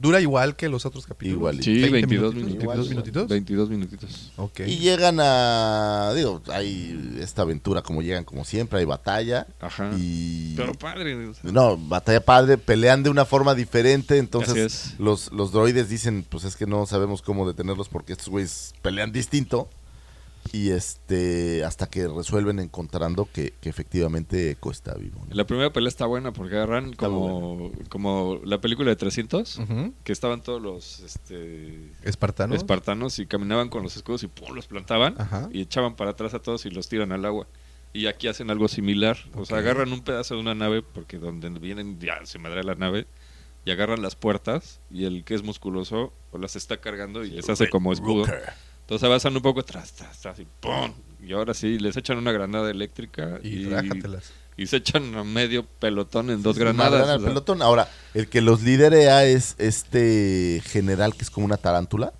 [SPEAKER 3] Dura igual que los otros capítulos.
[SPEAKER 2] Igual.
[SPEAKER 4] Sí,
[SPEAKER 3] 20
[SPEAKER 4] 22
[SPEAKER 3] minutitos,
[SPEAKER 4] minutitos.
[SPEAKER 3] 22 minutitos.
[SPEAKER 4] 22 minutitos.
[SPEAKER 3] Ok.
[SPEAKER 2] Y llegan a. Digo, hay esta aventura como llegan, como siempre, hay batalla.
[SPEAKER 4] Ajá.
[SPEAKER 2] Y.
[SPEAKER 5] Pero padre. o sea,
[SPEAKER 2] No, batalla padre, pelean de una forma diferente,
[SPEAKER 4] Así
[SPEAKER 2] entonces
[SPEAKER 4] es.
[SPEAKER 2] los, los droides dicen, pues es que no sabemos cómo detenerlos porque estos güeyes pelean distinto. Y este, hasta que resuelven encontrando que, que efectivamente Eco está vivo. ¿no?
[SPEAKER 4] La primera pelea está buena porque agarran como, como la película de 300,
[SPEAKER 3] Ujú.
[SPEAKER 4] que estaban todos los este,
[SPEAKER 3] Espartanos.
[SPEAKER 4] espartanos y caminaban con los escudos y ¡pum! los plantaban
[SPEAKER 3] Ajá.
[SPEAKER 4] y echaban para atrás a todos y los tiran al agua. Y aquí hacen algo similar. O sea,
[SPEAKER 3] Ok.
[SPEAKER 4] agarran un pedazo de una nave porque donde vienen ya se madre la nave y agarran las puertas y el que es musculoso pues, las está cargando y les hace como escudo. Entonces avanzan un poco tras, tras, tras y ¡pum! Y ahora sí, les echan una granada eléctrica
[SPEAKER 3] y rájatelas.
[SPEAKER 4] y se echan a medio pelotón en dos
[SPEAKER 2] Madrean
[SPEAKER 4] granadas.
[SPEAKER 2] al
[SPEAKER 4] o sea,
[SPEAKER 2] pelotón. Ahora, el que los liderea es este general que es como una tarántula.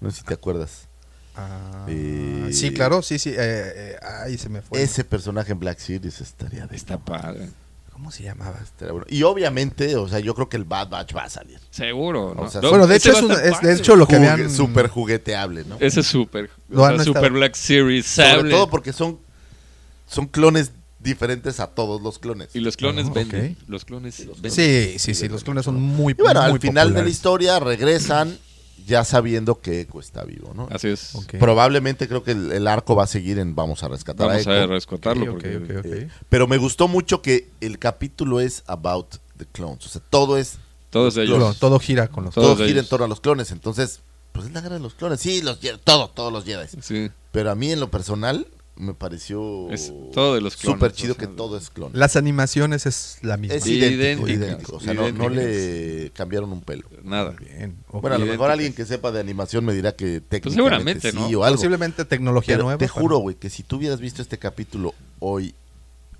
[SPEAKER 2] No sé si te acuerdas.
[SPEAKER 3] Ah,
[SPEAKER 2] Eh,
[SPEAKER 3] sí, claro, sí, sí. eh, eh, ay, se me fue.
[SPEAKER 2] Ese personaje en Black Series estaría de
[SPEAKER 4] Está padre.
[SPEAKER 3] ¿Cómo se llamaba?
[SPEAKER 2] estaría bueno. este? Y obviamente, o sea, yo creo que el Bad Batch va a salir.
[SPEAKER 4] Seguro, ¿no?
[SPEAKER 2] O sea,
[SPEAKER 4] No,
[SPEAKER 3] Bueno, de
[SPEAKER 4] ese
[SPEAKER 3] hecho, es,
[SPEAKER 4] va a
[SPEAKER 3] un-
[SPEAKER 4] estar
[SPEAKER 3] es- de
[SPEAKER 4] padre.
[SPEAKER 3] hecho lo que
[SPEAKER 2] Jugue-
[SPEAKER 3] habían...
[SPEAKER 2] Súper jugueteable, ¿no?
[SPEAKER 4] Ese es súper.
[SPEAKER 3] Lo
[SPEAKER 4] o
[SPEAKER 3] han
[SPEAKER 4] sea,
[SPEAKER 3] estado-
[SPEAKER 4] super Black Series,
[SPEAKER 2] Sobre
[SPEAKER 4] sable.
[SPEAKER 2] todo porque son, son clones diferentes a todos los clones.
[SPEAKER 4] Y
[SPEAKER 2] Y,
[SPEAKER 4] los clones
[SPEAKER 3] Ah,
[SPEAKER 4] venden.
[SPEAKER 3] ok.
[SPEAKER 4] Los clones venden.
[SPEAKER 3] Sí, sí, sí, los clones son muy
[SPEAKER 2] bueno,
[SPEAKER 3] muy
[SPEAKER 2] al final de la
[SPEAKER 3] populares.
[SPEAKER 2] historia regresan ya sabiendo que Echo está vivo, ¿no?
[SPEAKER 4] Así es.
[SPEAKER 3] Ok.
[SPEAKER 2] Probablemente creo que el, el arco va a seguir en Vamos a rescatar
[SPEAKER 4] Vamos
[SPEAKER 2] a
[SPEAKER 4] a
[SPEAKER 2] Echo.
[SPEAKER 4] rescatarlo.
[SPEAKER 3] Ok,
[SPEAKER 4] porque
[SPEAKER 3] ok, ok, ok.
[SPEAKER 2] Eh, pero me gustó mucho que el capítulo es about the clones. O sea, todo es
[SPEAKER 4] Todos ellos.
[SPEAKER 3] Todo, todo gira con los
[SPEAKER 4] Todos
[SPEAKER 2] todo gira
[SPEAKER 4] ellos.
[SPEAKER 2] en torno a los clones. Entonces, pues es la guerra de los clones. Sí, los Jedi, todo, todos los Jedi.
[SPEAKER 4] Sí.
[SPEAKER 2] Pero a mí en lo personal me pareció
[SPEAKER 4] Es todo de los clones,
[SPEAKER 2] súper chido
[SPEAKER 4] o sea,
[SPEAKER 2] que todo es clone.
[SPEAKER 3] Las animaciones es la misma.
[SPEAKER 2] Es idéntico,
[SPEAKER 4] Idénticas,
[SPEAKER 2] idéntico. O sea, no, no le cambiaron un pelo.
[SPEAKER 4] Nada.
[SPEAKER 3] Bien, ok.
[SPEAKER 2] Bueno, a lo mejor
[SPEAKER 4] Idénticas.
[SPEAKER 2] alguien que sepa de animación me dirá que técnicamente
[SPEAKER 4] seguramente,
[SPEAKER 2] sí
[SPEAKER 4] ¿no?
[SPEAKER 2] o algo.
[SPEAKER 3] posiblemente tecnología
[SPEAKER 2] Pero
[SPEAKER 3] nueva.
[SPEAKER 2] te
[SPEAKER 3] para-
[SPEAKER 2] juro, güey, que si tú hubieras visto este capítulo hoy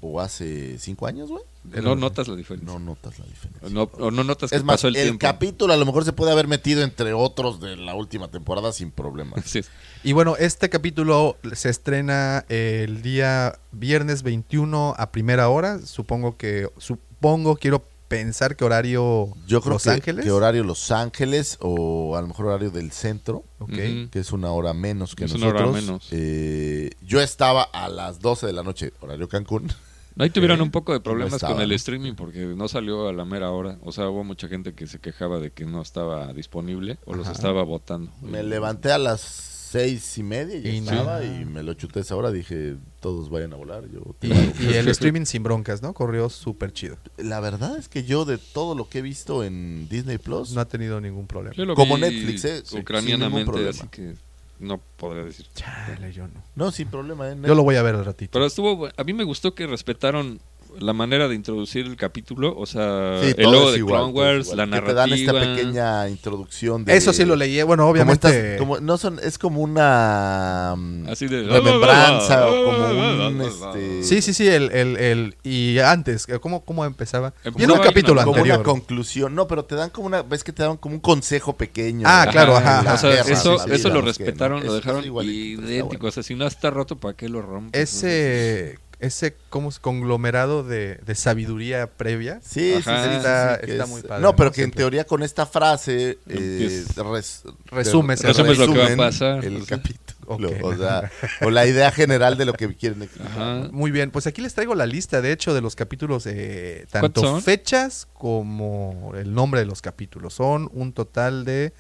[SPEAKER 2] o hace cinco años, güey,
[SPEAKER 4] No notas la diferencia.
[SPEAKER 2] no notas la diferencia.
[SPEAKER 4] No, o no notas que
[SPEAKER 2] es más,
[SPEAKER 4] pasó
[SPEAKER 2] el,
[SPEAKER 4] el, tiempo.
[SPEAKER 2] capítulo a lo mejor se puede haber metido entre otros de la última temporada sin problema.
[SPEAKER 4] Así es.
[SPEAKER 3] Y bueno, este capítulo se estrena el día viernes 21 a primera hora. Supongo que, supongo, quiero pensar que horario
[SPEAKER 2] Yo creo
[SPEAKER 3] Los
[SPEAKER 2] que,
[SPEAKER 3] Ángeles.
[SPEAKER 2] que horario Los Ángeles o a lo mejor horario del centro.
[SPEAKER 3] Ok.
[SPEAKER 4] Ujú.
[SPEAKER 2] que es una hora menos que
[SPEAKER 4] Es una
[SPEAKER 2] nosotros.
[SPEAKER 4] hora menos.
[SPEAKER 2] Eh, yo estaba a las 12 de la noche, horario Cancún.
[SPEAKER 4] Ahí tuvieron un poco de problemas
[SPEAKER 2] No estaba,
[SPEAKER 4] con el
[SPEAKER 2] ¿no?
[SPEAKER 4] streaming porque no salió a la mera hora. O sea, hubo mucha gente que se quejaba de que no estaba disponible o los estaba votando.
[SPEAKER 2] Me levanté a las seis y media y ya
[SPEAKER 3] Y
[SPEAKER 2] estaba
[SPEAKER 3] no.
[SPEAKER 2] y me lo chuté esa hora. Dije, todos vayan a volar. Yo te
[SPEAKER 3] Y,
[SPEAKER 2] valgo.
[SPEAKER 3] y el streaming sin broncas, ¿no? Corrió súper chido.
[SPEAKER 2] La verdad es que yo de todo lo que he visto en Disney Plus,
[SPEAKER 3] No ha tenido ningún problema.
[SPEAKER 4] Yo lo
[SPEAKER 2] Como
[SPEAKER 4] vi
[SPEAKER 2] Netflix, ¿eh? Sí, sin ningún
[SPEAKER 4] Ucranianamente,
[SPEAKER 2] problema.
[SPEAKER 4] así que no podría decir.
[SPEAKER 3] Chale, yo no.
[SPEAKER 2] no, sin problema. ¿eh?
[SPEAKER 3] Yo lo voy a ver al ratito.
[SPEAKER 4] Pero estuvo. bu- A mí me gustó que respetaron la manera de introducir el capítulo. O sea,
[SPEAKER 2] Sí,
[SPEAKER 4] Ah, el
[SPEAKER 2] todo
[SPEAKER 4] logo
[SPEAKER 2] es
[SPEAKER 4] de
[SPEAKER 2] igual,
[SPEAKER 4] Clone
[SPEAKER 2] todo es
[SPEAKER 4] Wars,
[SPEAKER 2] igual.
[SPEAKER 4] la
[SPEAKER 2] Que
[SPEAKER 4] narrativa.
[SPEAKER 2] te dan esta pequeña introducción de...
[SPEAKER 3] Eso sí lo leí. Bueno,
[SPEAKER 2] Como
[SPEAKER 3] obviamente.
[SPEAKER 2] estas- como- no son, es como una mm,
[SPEAKER 4] Así de-
[SPEAKER 2] remembranza o como un este,
[SPEAKER 3] Sí, sí, sí. El, el, el- y antes, ¿cómo, cómo empezaba?
[SPEAKER 4] Empezaba
[SPEAKER 3] Viene un
[SPEAKER 4] ahí,
[SPEAKER 3] capítulo
[SPEAKER 4] ¿no?
[SPEAKER 2] como
[SPEAKER 3] anterior.
[SPEAKER 2] una conclusión. No, pero te dan como una. Ves que te dan como un consejo pequeño.
[SPEAKER 3] Ah,
[SPEAKER 2] ¿no?
[SPEAKER 3] claro,
[SPEAKER 2] De
[SPEAKER 3] ajá,
[SPEAKER 2] la
[SPEAKER 3] ajá.
[SPEAKER 4] o sea,
[SPEAKER 2] guerra,
[SPEAKER 4] eso,
[SPEAKER 2] de la
[SPEAKER 4] eso
[SPEAKER 2] vida,
[SPEAKER 4] lo
[SPEAKER 2] no sé qué,
[SPEAKER 4] respetaron, lo
[SPEAKER 2] ¿no? Eso
[SPEAKER 4] dejaron
[SPEAKER 2] es igualito, está
[SPEAKER 4] idéntico. O
[SPEAKER 2] bueno.
[SPEAKER 4] sea, si no está roto, ¿para qué lo rompen?
[SPEAKER 3] ese ese como conglomerado de, de sabiduría previa
[SPEAKER 2] Sí, sí, sí,
[SPEAKER 4] Ajá.
[SPEAKER 2] sí, sí,
[SPEAKER 3] Está-
[SPEAKER 2] que
[SPEAKER 3] está
[SPEAKER 2] es-
[SPEAKER 3] muy padre,
[SPEAKER 2] No, pero
[SPEAKER 3] ¿no?
[SPEAKER 2] que en
[SPEAKER 3] Siempre.
[SPEAKER 2] teoría con esta frase eh,
[SPEAKER 4] Empieza-
[SPEAKER 2] res-
[SPEAKER 3] Resumes
[SPEAKER 2] re-
[SPEAKER 3] el-
[SPEAKER 4] Resumes lo que va a
[SPEAKER 2] resumen
[SPEAKER 4] pasar,
[SPEAKER 2] El
[SPEAKER 4] o sea.
[SPEAKER 2] capítulo.
[SPEAKER 3] Ok.
[SPEAKER 2] O sea, o la idea general de lo que quieren explicar.
[SPEAKER 4] Ajá.
[SPEAKER 3] muy bien pues aquí les traigo la lista de hecho de los capítulos eh,
[SPEAKER 4] ¿Cuántos
[SPEAKER 3] tanto
[SPEAKER 4] son?
[SPEAKER 3] fechas como el nombre de los capítulos son un total de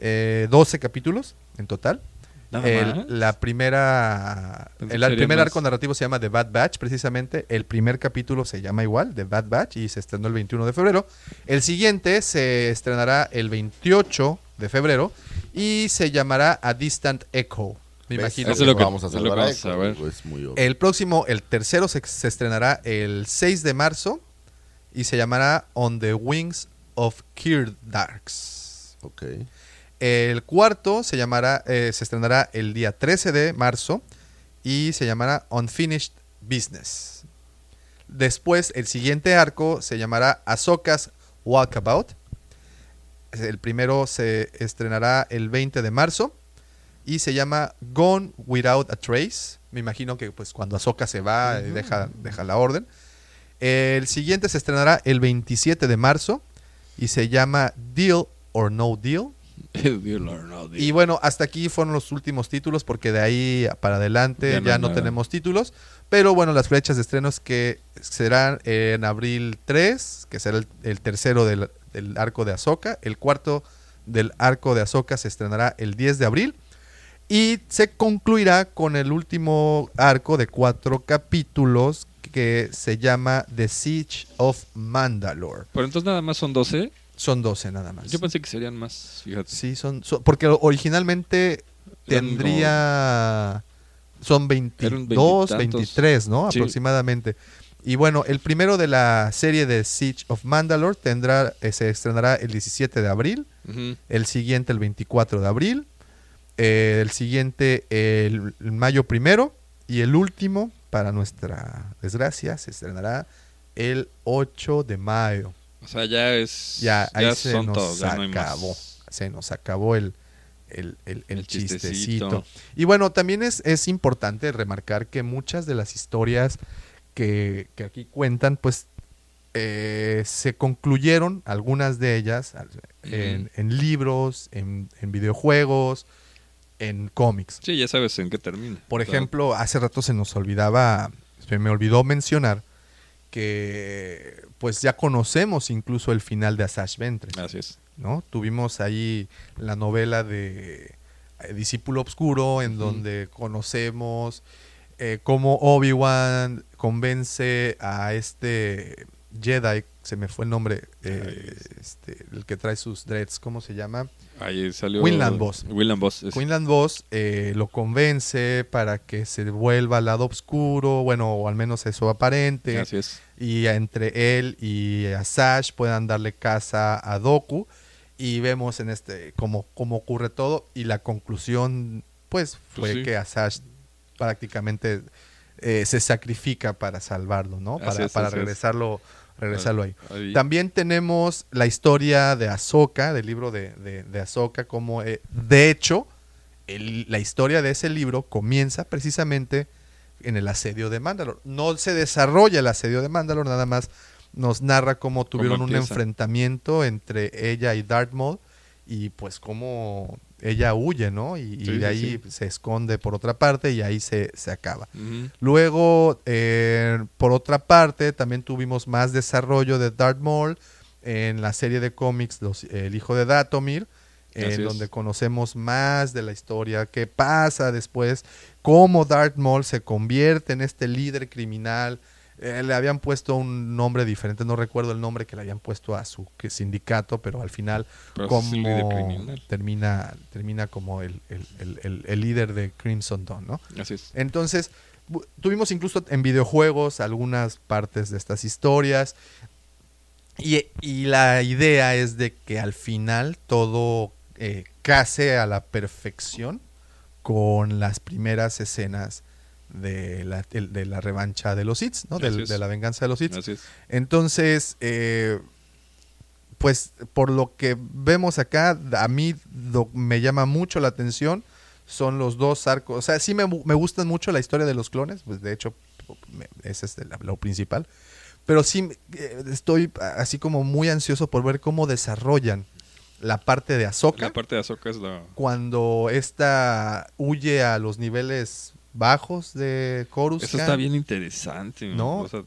[SPEAKER 3] eh, 12 capítulos en total
[SPEAKER 4] Nada
[SPEAKER 3] El-
[SPEAKER 4] más.
[SPEAKER 3] la primera
[SPEAKER 4] Pensé
[SPEAKER 3] el,
[SPEAKER 4] que sería
[SPEAKER 3] primer
[SPEAKER 4] más.
[SPEAKER 3] arco narrativo se llama The Bad Batch precisamente el primer capítulo se llama igual The Bad Batch y se estrenó el 21 de febrero el siguiente se estrenará el 28 de febrero y se llamará A Distant Echo me
[SPEAKER 2] ¿Ves?
[SPEAKER 3] imagino Eh,
[SPEAKER 4] Eso
[SPEAKER 3] que
[SPEAKER 4] es lo que-
[SPEAKER 2] vamos a
[SPEAKER 4] es lo
[SPEAKER 2] salvar.
[SPEAKER 4] que
[SPEAKER 2] a
[SPEAKER 4] vamos a
[SPEAKER 2] Echo,
[SPEAKER 4] ver.
[SPEAKER 2] digo, es muy obvio.
[SPEAKER 3] el próximo, el tercero, se, se estrenará el 6 de marzo y se llamará On the Wings of Darks.
[SPEAKER 2] Ok.
[SPEAKER 3] El cuarto se llamará, eh, se estrenará el día 13 de marzo y se llamará Unfinished Business. Después, el siguiente arco se llamará Ahsoka's Walkabout. El primero se estrenará el 20 de marzo y se llama Gone Without a Trace. Me imagino que pues cuando Ahsoka se va, eh, deja, deja la orden. El siguiente se estrenará el 27 de marzo y se llama Deal or No Deal.
[SPEAKER 4] Deal or no deal.
[SPEAKER 3] Y bueno, hasta aquí fueron los últimos títulos porque de ahí para adelante
[SPEAKER 4] Ya
[SPEAKER 3] ya no,
[SPEAKER 4] no hay nada.
[SPEAKER 3] tenemos títulos. Pero bueno, las fechas de estrenos que serán en abril 3, que será el, el tercero del, del arco de Azoka. El cuarto del arco de Azoka se estrenará el 10 de abril. Y se concluirá con el último arco de cuatro capítulos que se llama The Siege of Mandalore.
[SPEAKER 4] Pero entonces nada más son 12.
[SPEAKER 3] Son 12 nada
[SPEAKER 2] Ah,
[SPEAKER 3] más.
[SPEAKER 4] Yo pensé que serían más, fíjate.
[SPEAKER 3] Sí, son, son- porque originalmente
[SPEAKER 4] Eran como-
[SPEAKER 3] tendría son 22,
[SPEAKER 4] veintitantos.
[SPEAKER 3] 23, ¿no?
[SPEAKER 4] Sí.
[SPEAKER 3] Aproximadamente. Y bueno, el primero de la serie de Siege of Mandalore tendrá eh, se estrenará el 17 de abril,
[SPEAKER 4] Ujú.
[SPEAKER 3] el siguiente el 24 de abril, eh, el siguiente el, el mayo primero y el último para nuestra desgracia se estrenará el 8 de mayo.
[SPEAKER 4] O sea, ya es.
[SPEAKER 3] Ya, ahí se
[SPEAKER 4] son
[SPEAKER 3] nos
[SPEAKER 4] todos. Ya no hay más.
[SPEAKER 3] acabó. Se nos acabó el, el, el- el
[SPEAKER 4] El
[SPEAKER 3] chistecito.
[SPEAKER 4] chistecito.
[SPEAKER 3] Y bueno, también es, es importante remarcar que muchas de las historias que, que aquí cuentan, pues eh, se concluyeron algunas de ellas al- en,
[SPEAKER 4] Ujú.
[SPEAKER 3] en libros, en, en videojuegos, en cómics.
[SPEAKER 4] Sí, ya sabes en qué termina.
[SPEAKER 3] Por
[SPEAKER 4] Claro.
[SPEAKER 3] ejemplo, hace rato se nos olvidaba, se me olvidó mencionar que pues ya conocemos incluso el final de Asash Ventres.
[SPEAKER 4] Así es.
[SPEAKER 3] ¿no? Tuvimos ahí la novela de eh, Discípulo Obscuro, en donde conocemos eh, cómo Obi-Wan convence a este Jedi, se me fue el nombre, eh, este, el que trae sus dreads, ¿cómo se llama?
[SPEAKER 4] Ahí salió.
[SPEAKER 3] Winland Boss.
[SPEAKER 4] Winland Boss. es-
[SPEAKER 3] Quinlan Voss eh, lo convence para que se vuelva al lado obscuro, bueno, o al menos eso aparente
[SPEAKER 4] Así es.
[SPEAKER 3] y entre él y Asash puedan darle casa a Doku y vemos en este cómo, cómo ocurre todo y la conclusión pues fue
[SPEAKER 4] Pues sí.
[SPEAKER 3] que Asash prácticamente eh, se sacrifica para salvarlo, ¿no?
[SPEAKER 4] Así
[SPEAKER 3] Para,
[SPEAKER 4] es,
[SPEAKER 3] para
[SPEAKER 4] así es.
[SPEAKER 3] regresarlo, regresarlo ahí.
[SPEAKER 4] Ahí.
[SPEAKER 3] También tenemos la historia de Ahsoka, del libro de, de, de Ahsoka, como eh, de hecho el- la historia de ese libro comienza precisamente en el asedio de Mandalor. No se desarrolla el asedio de Mandalor, nada más nos narra cómo tuvieron un
[SPEAKER 4] empieza.
[SPEAKER 3] enfrentamiento entre ella y Darth Maul y pues cómo ella huye, ¿no? Y, y
[SPEAKER 4] Sí, sí,
[SPEAKER 3] de ahí se esconde por otra parte y ahí se, se acaba.
[SPEAKER 4] Ujú.
[SPEAKER 3] Luego, eh, por otra parte, también tuvimos más desarrollo de Darth Maul en la serie de cómics Los- El Hijo de Datomir, en
[SPEAKER 4] Así es.
[SPEAKER 3] donde conocemos más de la historia, qué pasa después, cómo Darth Maul se convierte en este líder criminal. Eh, le habían puesto un nombre diferente, no recuerdo el nombre que le habían puesto a su que- sindicato, pero al final
[SPEAKER 4] Pero
[SPEAKER 3] cómo
[SPEAKER 4] es el líder criminal.
[SPEAKER 3] termina, termina como el, el- el- el- el líder de Crimson Dawn, ¿no?
[SPEAKER 4] Así es.
[SPEAKER 3] Entonces, bu- tuvimos incluso en videojuegos algunas partes de estas historias. Y, y la idea es de que al final todo eh, case a la perfección con las primeras escenas de la, el- de la revancha de los hits, ¿no? Del-
[SPEAKER 4] Así
[SPEAKER 3] De,
[SPEAKER 4] es.
[SPEAKER 3] la venganza de los hits.
[SPEAKER 4] Así es.
[SPEAKER 3] Entonces, eh, pues por lo que vemos acá, a mí lo- me llama mucho la atención son los dos arcos. O sea, sí me, bu- me gustan mucho la historia de los clones, pues de hecho, me- esa es la- lo principal. Pero sí eh, estoy a- así como muy ansioso por ver cómo desarrollan la parte de Ahsoka
[SPEAKER 4] La parte de Azoka es la.
[SPEAKER 3] cuando esta huye a los niveles bajos de Coruscant.
[SPEAKER 4] Eso está bien interesante.
[SPEAKER 3] ¿No?
[SPEAKER 4] O sea,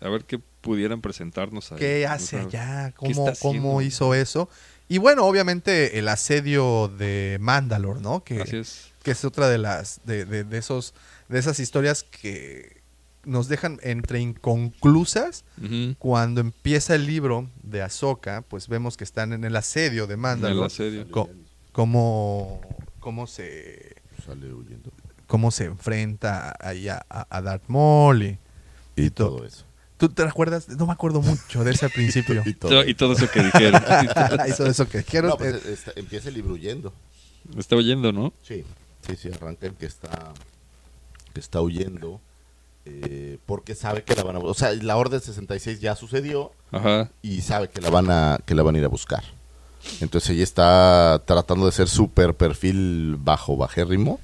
[SPEAKER 4] a ver qué pudieran presentarnos ahí.
[SPEAKER 3] ¿Qué
[SPEAKER 4] O
[SPEAKER 3] hace
[SPEAKER 4] sea,
[SPEAKER 3] allá?
[SPEAKER 4] ¿qué
[SPEAKER 3] ¿Cómo,
[SPEAKER 4] está
[SPEAKER 3] cómo
[SPEAKER 4] haciendo?
[SPEAKER 3] hizo eso? Y bueno, obviamente el asedio de Mandalor, ¿no?
[SPEAKER 4] Así
[SPEAKER 3] Que,
[SPEAKER 4] es.
[SPEAKER 3] que es otra de las de, de- de esos de esas historias que nos dejan entre inconclusas.
[SPEAKER 4] Ujú.
[SPEAKER 3] Cuando empieza el libro de Ahsoka, pues vemos que están en el asedio de Mandalor.
[SPEAKER 4] el asedio.
[SPEAKER 3] Co- cómo- cómo se
[SPEAKER 2] Sale huyendo.
[SPEAKER 3] cómo se enfrenta ahí a, a, a Darth Maul y
[SPEAKER 2] Y todo eso.
[SPEAKER 3] ¿Tú te acuerdas? No me acuerdo mucho de ese al principio.
[SPEAKER 2] Y todo.
[SPEAKER 5] To- y todo eso que dijeron. Y todo-
[SPEAKER 3] Eso, eso que dijeron.
[SPEAKER 2] No, pues, eh, está- empieza el libro huyendo.
[SPEAKER 5] Me está oyendo, ¿no?
[SPEAKER 2] Sí, sí, sí, arranca el que está, que está huyendo eh, porque sabe que la van a... O sea, la orden 66 ya sucedió
[SPEAKER 5] Ajá.
[SPEAKER 2] y sabe que la van a, que la van a ir a buscar. Entonces ella está tratando de ser súper perfil bajo, bajérrimo,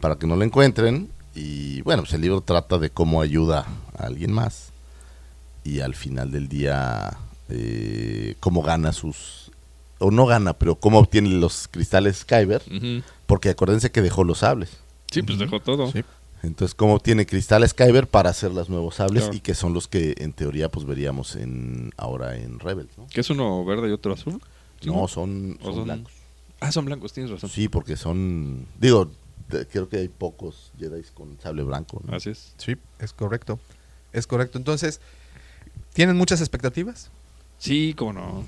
[SPEAKER 2] para que no la encuentren. Y bueno, pues el libro trata de cómo ayuda a alguien más. Y al final del día, eh, cómo gana sus... O no gana, pero cómo obtiene los cristales Skyber.
[SPEAKER 5] Ujú.
[SPEAKER 2] Porque acuérdense que dejó los sables.
[SPEAKER 5] Sí, pues dejó todo.
[SPEAKER 3] Sí.
[SPEAKER 2] Entonces, ¿cómo tiene Cristal Skyber para hacer los nuevos sables?
[SPEAKER 5] Claro.
[SPEAKER 2] Y que son los que, en teoría, pues veríamos en ahora en Rebels, ¿no?
[SPEAKER 5] ¿Que es uno verde y otro azul?
[SPEAKER 2] No, son,
[SPEAKER 5] ¿O
[SPEAKER 2] son
[SPEAKER 5] son-
[SPEAKER 2] blancos.
[SPEAKER 5] Ah, son blancos, tienes razón.
[SPEAKER 2] Sí, porque son... Digo, te- creo que hay pocos Jedi con sable blanco, ¿no?
[SPEAKER 5] Así es.
[SPEAKER 3] Sí, es correcto. Es correcto. Entonces, ¿tienen muchas expectativas?
[SPEAKER 5] Sí, cómo no.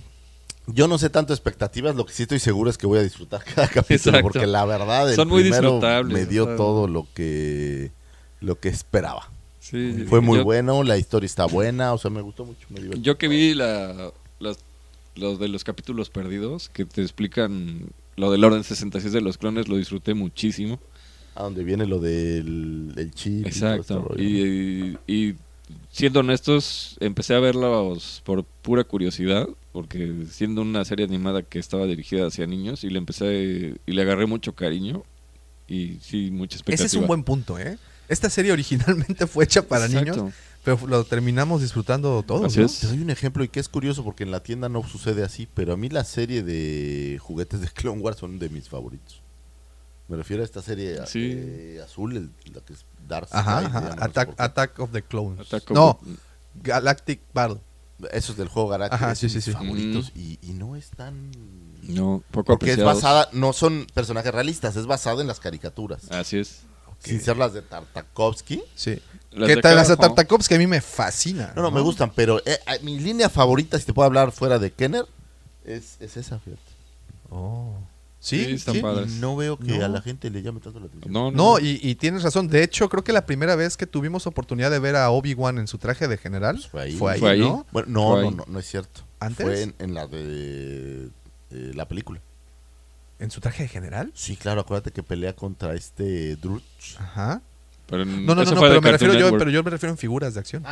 [SPEAKER 2] Yo no sé tanto expectativas, lo que sí estoy seguro es que voy a disfrutar cada capítulo,
[SPEAKER 5] Exacto.
[SPEAKER 2] porque la verdad, el
[SPEAKER 5] Son muy
[SPEAKER 2] primero
[SPEAKER 5] disfrutables,
[SPEAKER 2] me dio
[SPEAKER 5] o sea.
[SPEAKER 2] todo lo que, lo que esperaba.
[SPEAKER 5] Sí,
[SPEAKER 2] Fue muy
[SPEAKER 5] yo-
[SPEAKER 2] bueno, la historia está buena, o sea, me gustó mucho, me divertí.
[SPEAKER 4] Yo que vi la, las- los de los capítulos perdidos que te explican lo del orden 66 de los clones, lo disfruté muchísimo.
[SPEAKER 2] A donde viene lo del el chip. y todo este
[SPEAKER 4] Exacto.
[SPEAKER 2] rollo, ¿no?
[SPEAKER 4] Y, y siendo honestos, empecé a verlos por pura curiosidad, porque siendo una serie animada que estaba dirigida hacia niños y le empecé y le agarré mucho cariño y sí mucha expectativa.
[SPEAKER 3] Ese es un buen punto, ¿eh? Esta serie originalmente fue hecha para
[SPEAKER 4] Exacto.
[SPEAKER 3] niños, pero lo terminamos disfrutando todos.
[SPEAKER 4] Así
[SPEAKER 3] ¿no?
[SPEAKER 4] es.
[SPEAKER 2] Te doy un ejemplo y que es curioso porque en la tienda no sucede así, pero a mí la serie de juguetes de Clone Wars son de mis favoritos. Me refiero a esta serie a-
[SPEAKER 4] Sí.
[SPEAKER 2] eh, azul, el- la que es Dark
[SPEAKER 3] Ajá,
[SPEAKER 2] Side,
[SPEAKER 3] ajá.
[SPEAKER 2] digamos,
[SPEAKER 3] Attack,
[SPEAKER 2] porque-
[SPEAKER 3] Attack of the Clones.
[SPEAKER 4] Attack of
[SPEAKER 3] no,
[SPEAKER 4] the-
[SPEAKER 3] Galactic Battle.
[SPEAKER 2] Eso es del juego Galactic,
[SPEAKER 3] Ajá,
[SPEAKER 2] es
[SPEAKER 3] sí,
[SPEAKER 2] de
[SPEAKER 3] sí,
[SPEAKER 2] mis
[SPEAKER 3] sí.
[SPEAKER 2] favoritos y, y no es tan...
[SPEAKER 4] No, poco
[SPEAKER 2] Porque es
[SPEAKER 4] apreciados.
[SPEAKER 2] basada, no son personajes realistas, es basada en las caricaturas.
[SPEAKER 4] Así es.
[SPEAKER 2] Sin ser las de Tartakovsky.
[SPEAKER 3] Sí.
[SPEAKER 4] Las
[SPEAKER 3] ¿Qué
[SPEAKER 4] de
[SPEAKER 3] tal
[SPEAKER 4] Cara
[SPEAKER 3] las de
[SPEAKER 4] Home.
[SPEAKER 3] Tartakovs? Que a mí me fascina.
[SPEAKER 2] No, no, me gustan, pero eh, eh, mi línea favorita, si te puedo hablar fuera de Kenner, es, es esa, fíjate.
[SPEAKER 3] Oh.
[SPEAKER 4] Sí,
[SPEAKER 3] Sí,
[SPEAKER 4] están
[SPEAKER 3] sí.
[SPEAKER 4] padres.
[SPEAKER 2] Y no veo que
[SPEAKER 3] No.
[SPEAKER 2] a la gente le llame tanto la atención.
[SPEAKER 4] No,
[SPEAKER 3] No, y, y tienes razón. De hecho, creo que la primera vez que tuvimos oportunidad de ver a Obi-Wan en su traje de general
[SPEAKER 2] Pues fue ahí.
[SPEAKER 3] fue ahí,
[SPEAKER 4] Fue ahí.
[SPEAKER 3] ¿no?
[SPEAKER 2] Bueno, no,
[SPEAKER 4] Fue
[SPEAKER 2] no,
[SPEAKER 4] ahí.
[SPEAKER 2] no, no es cierto.
[SPEAKER 3] ¿Antes?
[SPEAKER 2] Fue en, en la de eh, la película.
[SPEAKER 3] ¿En su traje de general?
[SPEAKER 2] Sí, claro, acuérdate que pelea contra este Druch.
[SPEAKER 3] Ajá.
[SPEAKER 4] pero en-
[SPEAKER 3] No, no, no,
[SPEAKER 4] eso
[SPEAKER 3] no,
[SPEAKER 4] fue de
[SPEAKER 3] pero me
[SPEAKER 4] Cartoon
[SPEAKER 3] refiero yo,
[SPEAKER 4] Network.
[SPEAKER 3] pero yo me refiero en figuras de acción.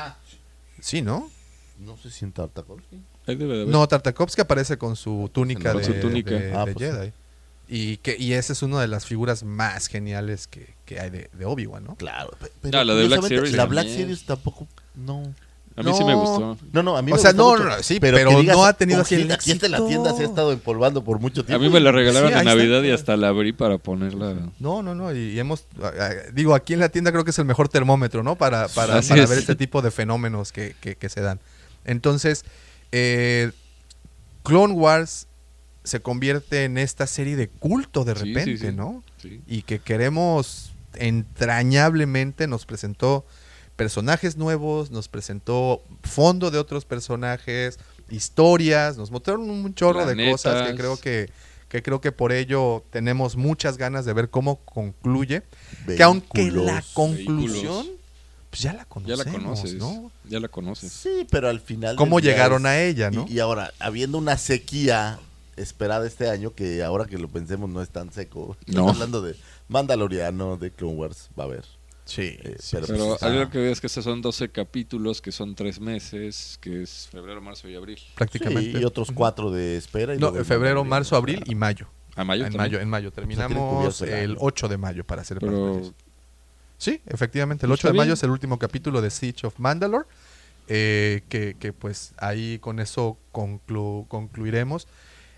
[SPEAKER 3] Sí, ¿no?
[SPEAKER 2] No sé si en Tartakovsky.
[SPEAKER 4] Ahí debe de haber.
[SPEAKER 3] No, Tartakovsky aparece con su túnica
[SPEAKER 2] Con
[SPEAKER 3] de,
[SPEAKER 2] su
[SPEAKER 4] túnica.
[SPEAKER 3] de-
[SPEAKER 2] Ah,
[SPEAKER 3] de
[SPEAKER 2] pues sí.
[SPEAKER 3] Jedi. Y, que, y esa es una de las figuras más geniales que, que hay de, de Obi-Wan, ¿no?
[SPEAKER 2] Claro. pe-
[SPEAKER 4] No, la de Black
[SPEAKER 2] curiosamente,
[SPEAKER 4] Series
[SPEAKER 2] La Black
[SPEAKER 4] también.
[SPEAKER 2] Series tampoco. No.
[SPEAKER 4] A mí sí me
[SPEAKER 3] No.
[SPEAKER 4] gustó.
[SPEAKER 2] No, no, a mí
[SPEAKER 3] O
[SPEAKER 2] me
[SPEAKER 3] sea,
[SPEAKER 2] gusta
[SPEAKER 3] no,
[SPEAKER 2] mucho,
[SPEAKER 3] no, no, sí, pero
[SPEAKER 2] que
[SPEAKER 3] no ha tenido
[SPEAKER 2] "Oye,
[SPEAKER 3] así el
[SPEAKER 2] Aquí está en la
[SPEAKER 3] éxito".
[SPEAKER 2] tienda, se ha estado empolvando por mucho
[SPEAKER 4] A
[SPEAKER 2] tiempo.
[SPEAKER 4] mí me la regalaron
[SPEAKER 3] Sí,
[SPEAKER 4] en
[SPEAKER 3] ahí está.
[SPEAKER 4] Navidad y hasta la abrí para ponerla.
[SPEAKER 3] No, no, no. Y hemos. ah, ah, Digo, aquí en la tienda creo que es el mejor termómetro, ¿no? Para, para,
[SPEAKER 4] Así
[SPEAKER 3] para
[SPEAKER 4] es.
[SPEAKER 3] ver este tipo de fenómenos que, que- que se dan. Entonces, eh, Clone Wars se convierte en esta serie de culto de
[SPEAKER 4] Sí, sí,
[SPEAKER 3] repente,
[SPEAKER 4] sí.
[SPEAKER 3] ¿no?
[SPEAKER 4] Sí.
[SPEAKER 3] Y que queremos entrañablemente nos presentó personajes nuevos, nos presentó fondo de otros personajes, historias, nos mostraron un chorro de cosas que
[SPEAKER 4] Planetas.
[SPEAKER 3] creo que, que creo que por ello tenemos muchas ganas de ver cómo concluye.
[SPEAKER 2] Vehículos.
[SPEAKER 3] que aunque la conclusión,
[SPEAKER 4] Vehículos.
[SPEAKER 3] pues ya la conocemos,
[SPEAKER 4] Ya la conoces.
[SPEAKER 3] ¿no?
[SPEAKER 4] Ya la conoces.
[SPEAKER 2] Sí, pero al final.
[SPEAKER 3] Cómo
[SPEAKER 2] del día
[SPEAKER 3] llegaron
[SPEAKER 2] es-
[SPEAKER 3] a ella, ¿no?
[SPEAKER 2] Y, y ahora, habiendo una sequía esperada este año, que ahora que lo pensemos no es tan seco.
[SPEAKER 4] No.
[SPEAKER 2] Estamos hablando de Mandaloriano, de Clone Wars, va a haber.
[SPEAKER 3] Sí.
[SPEAKER 2] Eh, pues
[SPEAKER 4] Pero
[SPEAKER 2] está-
[SPEAKER 3] ah.
[SPEAKER 4] algo que veo es que estos son 12 capítulos, que son 3 meses, que es febrero, marzo y abril.
[SPEAKER 3] Prácticamente.
[SPEAKER 2] Sí, y otros cuatro de espera. y
[SPEAKER 3] No,
[SPEAKER 2] luego el
[SPEAKER 3] febrero,
[SPEAKER 2] Mandaloriano.
[SPEAKER 3] marzo, abril y mayo.
[SPEAKER 4] A mayo
[SPEAKER 3] en
[SPEAKER 4] también.
[SPEAKER 3] mayo, en mayo.
[SPEAKER 2] tiene
[SPEAKER 3] Terminamos
[SPEAKER 2] cubierto el
[SPEAKER 3] el
[SPEAKER 2] año.
[SPEAKER 3] 8 de mayo para ser
[SPEAKER 4] Pero
[SPEAKER 3] precisos. Sí, efectivamente. El
[SPEAKER 4] Pues
[SPEAKER 3] 8
[SPEAKER 4] está
[SPEAKER 3] de mayo
[SPEAKER 4] bien.
[SPEAKER 3] es el último capítulo de Siege of Mandalore. eh, que, que, pues ahí con eso conclu- concluiremos.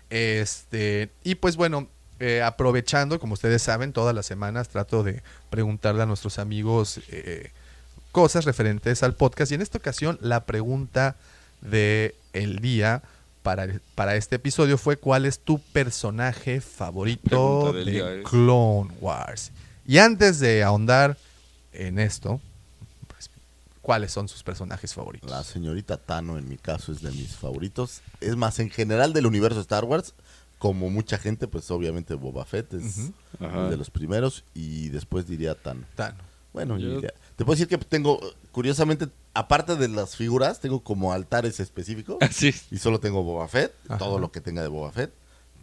[SPEAKER 3] Este, y pues bueno, eh, aprovechando, como ustedes saben, todas las semanas trato de preguntarle a nuestros amigos eh, cosas referentes al podcast. Y en esta ocasión, la pregunta de el día para, el- para este episodio fue: ¿Cuál es tu personaje favorito
[SPEAKER 4] Pregunta del día
[SPEAKER 3] de
[SPEAKER 4] es-
[SPEAKER 3] Clone Wars? Y antes de ahondar en esto, pues, ¿cuáles son sus personajes favoritos?
[SPEAKER 2] La señorita Tano, en mi caso, es de mis favoritos. Es más, en general del universo Star Wars, como mucha gente, pues obviamente Boba Fett es
[SPEAKER 3] Ujú.
[SPEAKER 4] Ajá.
[SPEAKER 2] de los primeros. Y después diría Tano.
[SPEAKER 3] Tano.
[SPEAKER 2] Bueno, yo
[SPEAKER 4] Yo-
[SPEAKER 2] diría- te puedo decir que tengo, curiosamente, aparte de las figuras, tengo como altares específicos.
[SPEAKER 4] Así.
[SPEAKER 2] Y solo tengo Boba Fett,
[SPEAKER 3] Ah, Ajá.
[SPEAKER 2] todo lo que tenga de Boba Fett,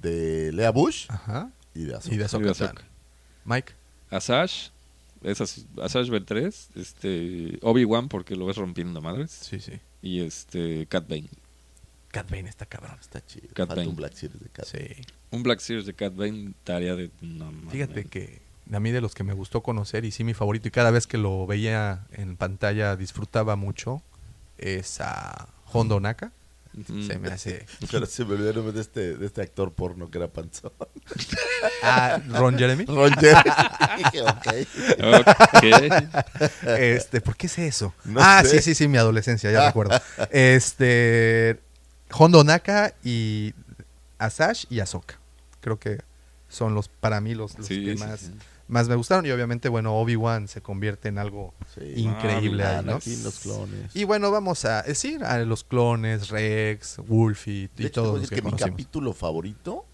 [SPEAKER 2] de Lea Bush
[SPEAKER 3] Ajá.
[SPEAKER 2] y de Azul.
[SPEAKER 3] Y de
[SPEAKER 4] Y de Ahsoka.
[SPEAKER 3] Ahsoka. Mike.
[SPEAKER 4] Asash, es As- Asash Beltrés, este, Obi-Wan porque lo ves rompiendo madres
[SPEAKER 3] Sí, sí.
[SPEAKER 4] y este Cat Bane.
[SPEAKER 3] Cat Bane está cabrón.
[SPEAKER 2] Está chido.
[SPEAKER 4] Cat
[SPEAKER 2] Falta un
[SPEAKER 4] Bane.
[SPEAKER 2] Black Series de Cat.
[SPEAKER 3] Sí.
[SPEAKER 4] Un Black Series de Cat Bane, tarea de no mames.
[SPEAKER 3] Fíjate que a mí de los que me gustó conocer y sí mi favorito y cada vez que lo veía en pantalla disfrutaba mucho es a Hondo Naka.
[SPEAKER 4] Ujú.
[SPEAKER 3] Se me hace...
[SPEAKER 2] Pero se me olvidó el nombre de este, de este actor porno que era panzón.
[SPEAKER 3] Ah, Ron Jeremy.
[SPEAKER 2] Ron Jeremy. Dije, ok.
[SPEAKER 4] Ok.
[SPEAKER 3] Este, ¿Por qué es eso?
[SPEAKER 2] No
[SPEAKER 3] ah,
[SPEAKER 2] sé. Ah.
[SPEAKER 3] sí, sí, sí, mi adolescencia, ya recuerdo. Este, Hondo Naka y Asash y Ahsoka. Creo que son los, para mí, los, los
[SPEAKER 4] Sí,
[SPEAKER 3] que
[SPEAKER 4] sí,
[SPEAKER 3] más,
[SPEAKER 4] sí.
[SPEAKER 3] más me gustaron. Y obviamente, bueno, Obi-Wan se convierte en algo
[SPEAKER 2] Sí.
[SPEAKER 3] increíble ahí, ¿no?
[SPEAKER 2] Anakin, los clones.
[SPEAKER 3] Y bueno, vamos a decir a los clones, Rex, Wolfie y
[SPEAKER 2] De hecho, te
[SPEAKER 3] todos
[SPEAKER 2] voy a
[SPEAKER 3] los
[SPEAKER 2] decir
[SPEAKER 3] que
[SPEAKER 2] que mi
[SPEAKER 3] conocimos.
[SPEAKER 2] capítulo favorito,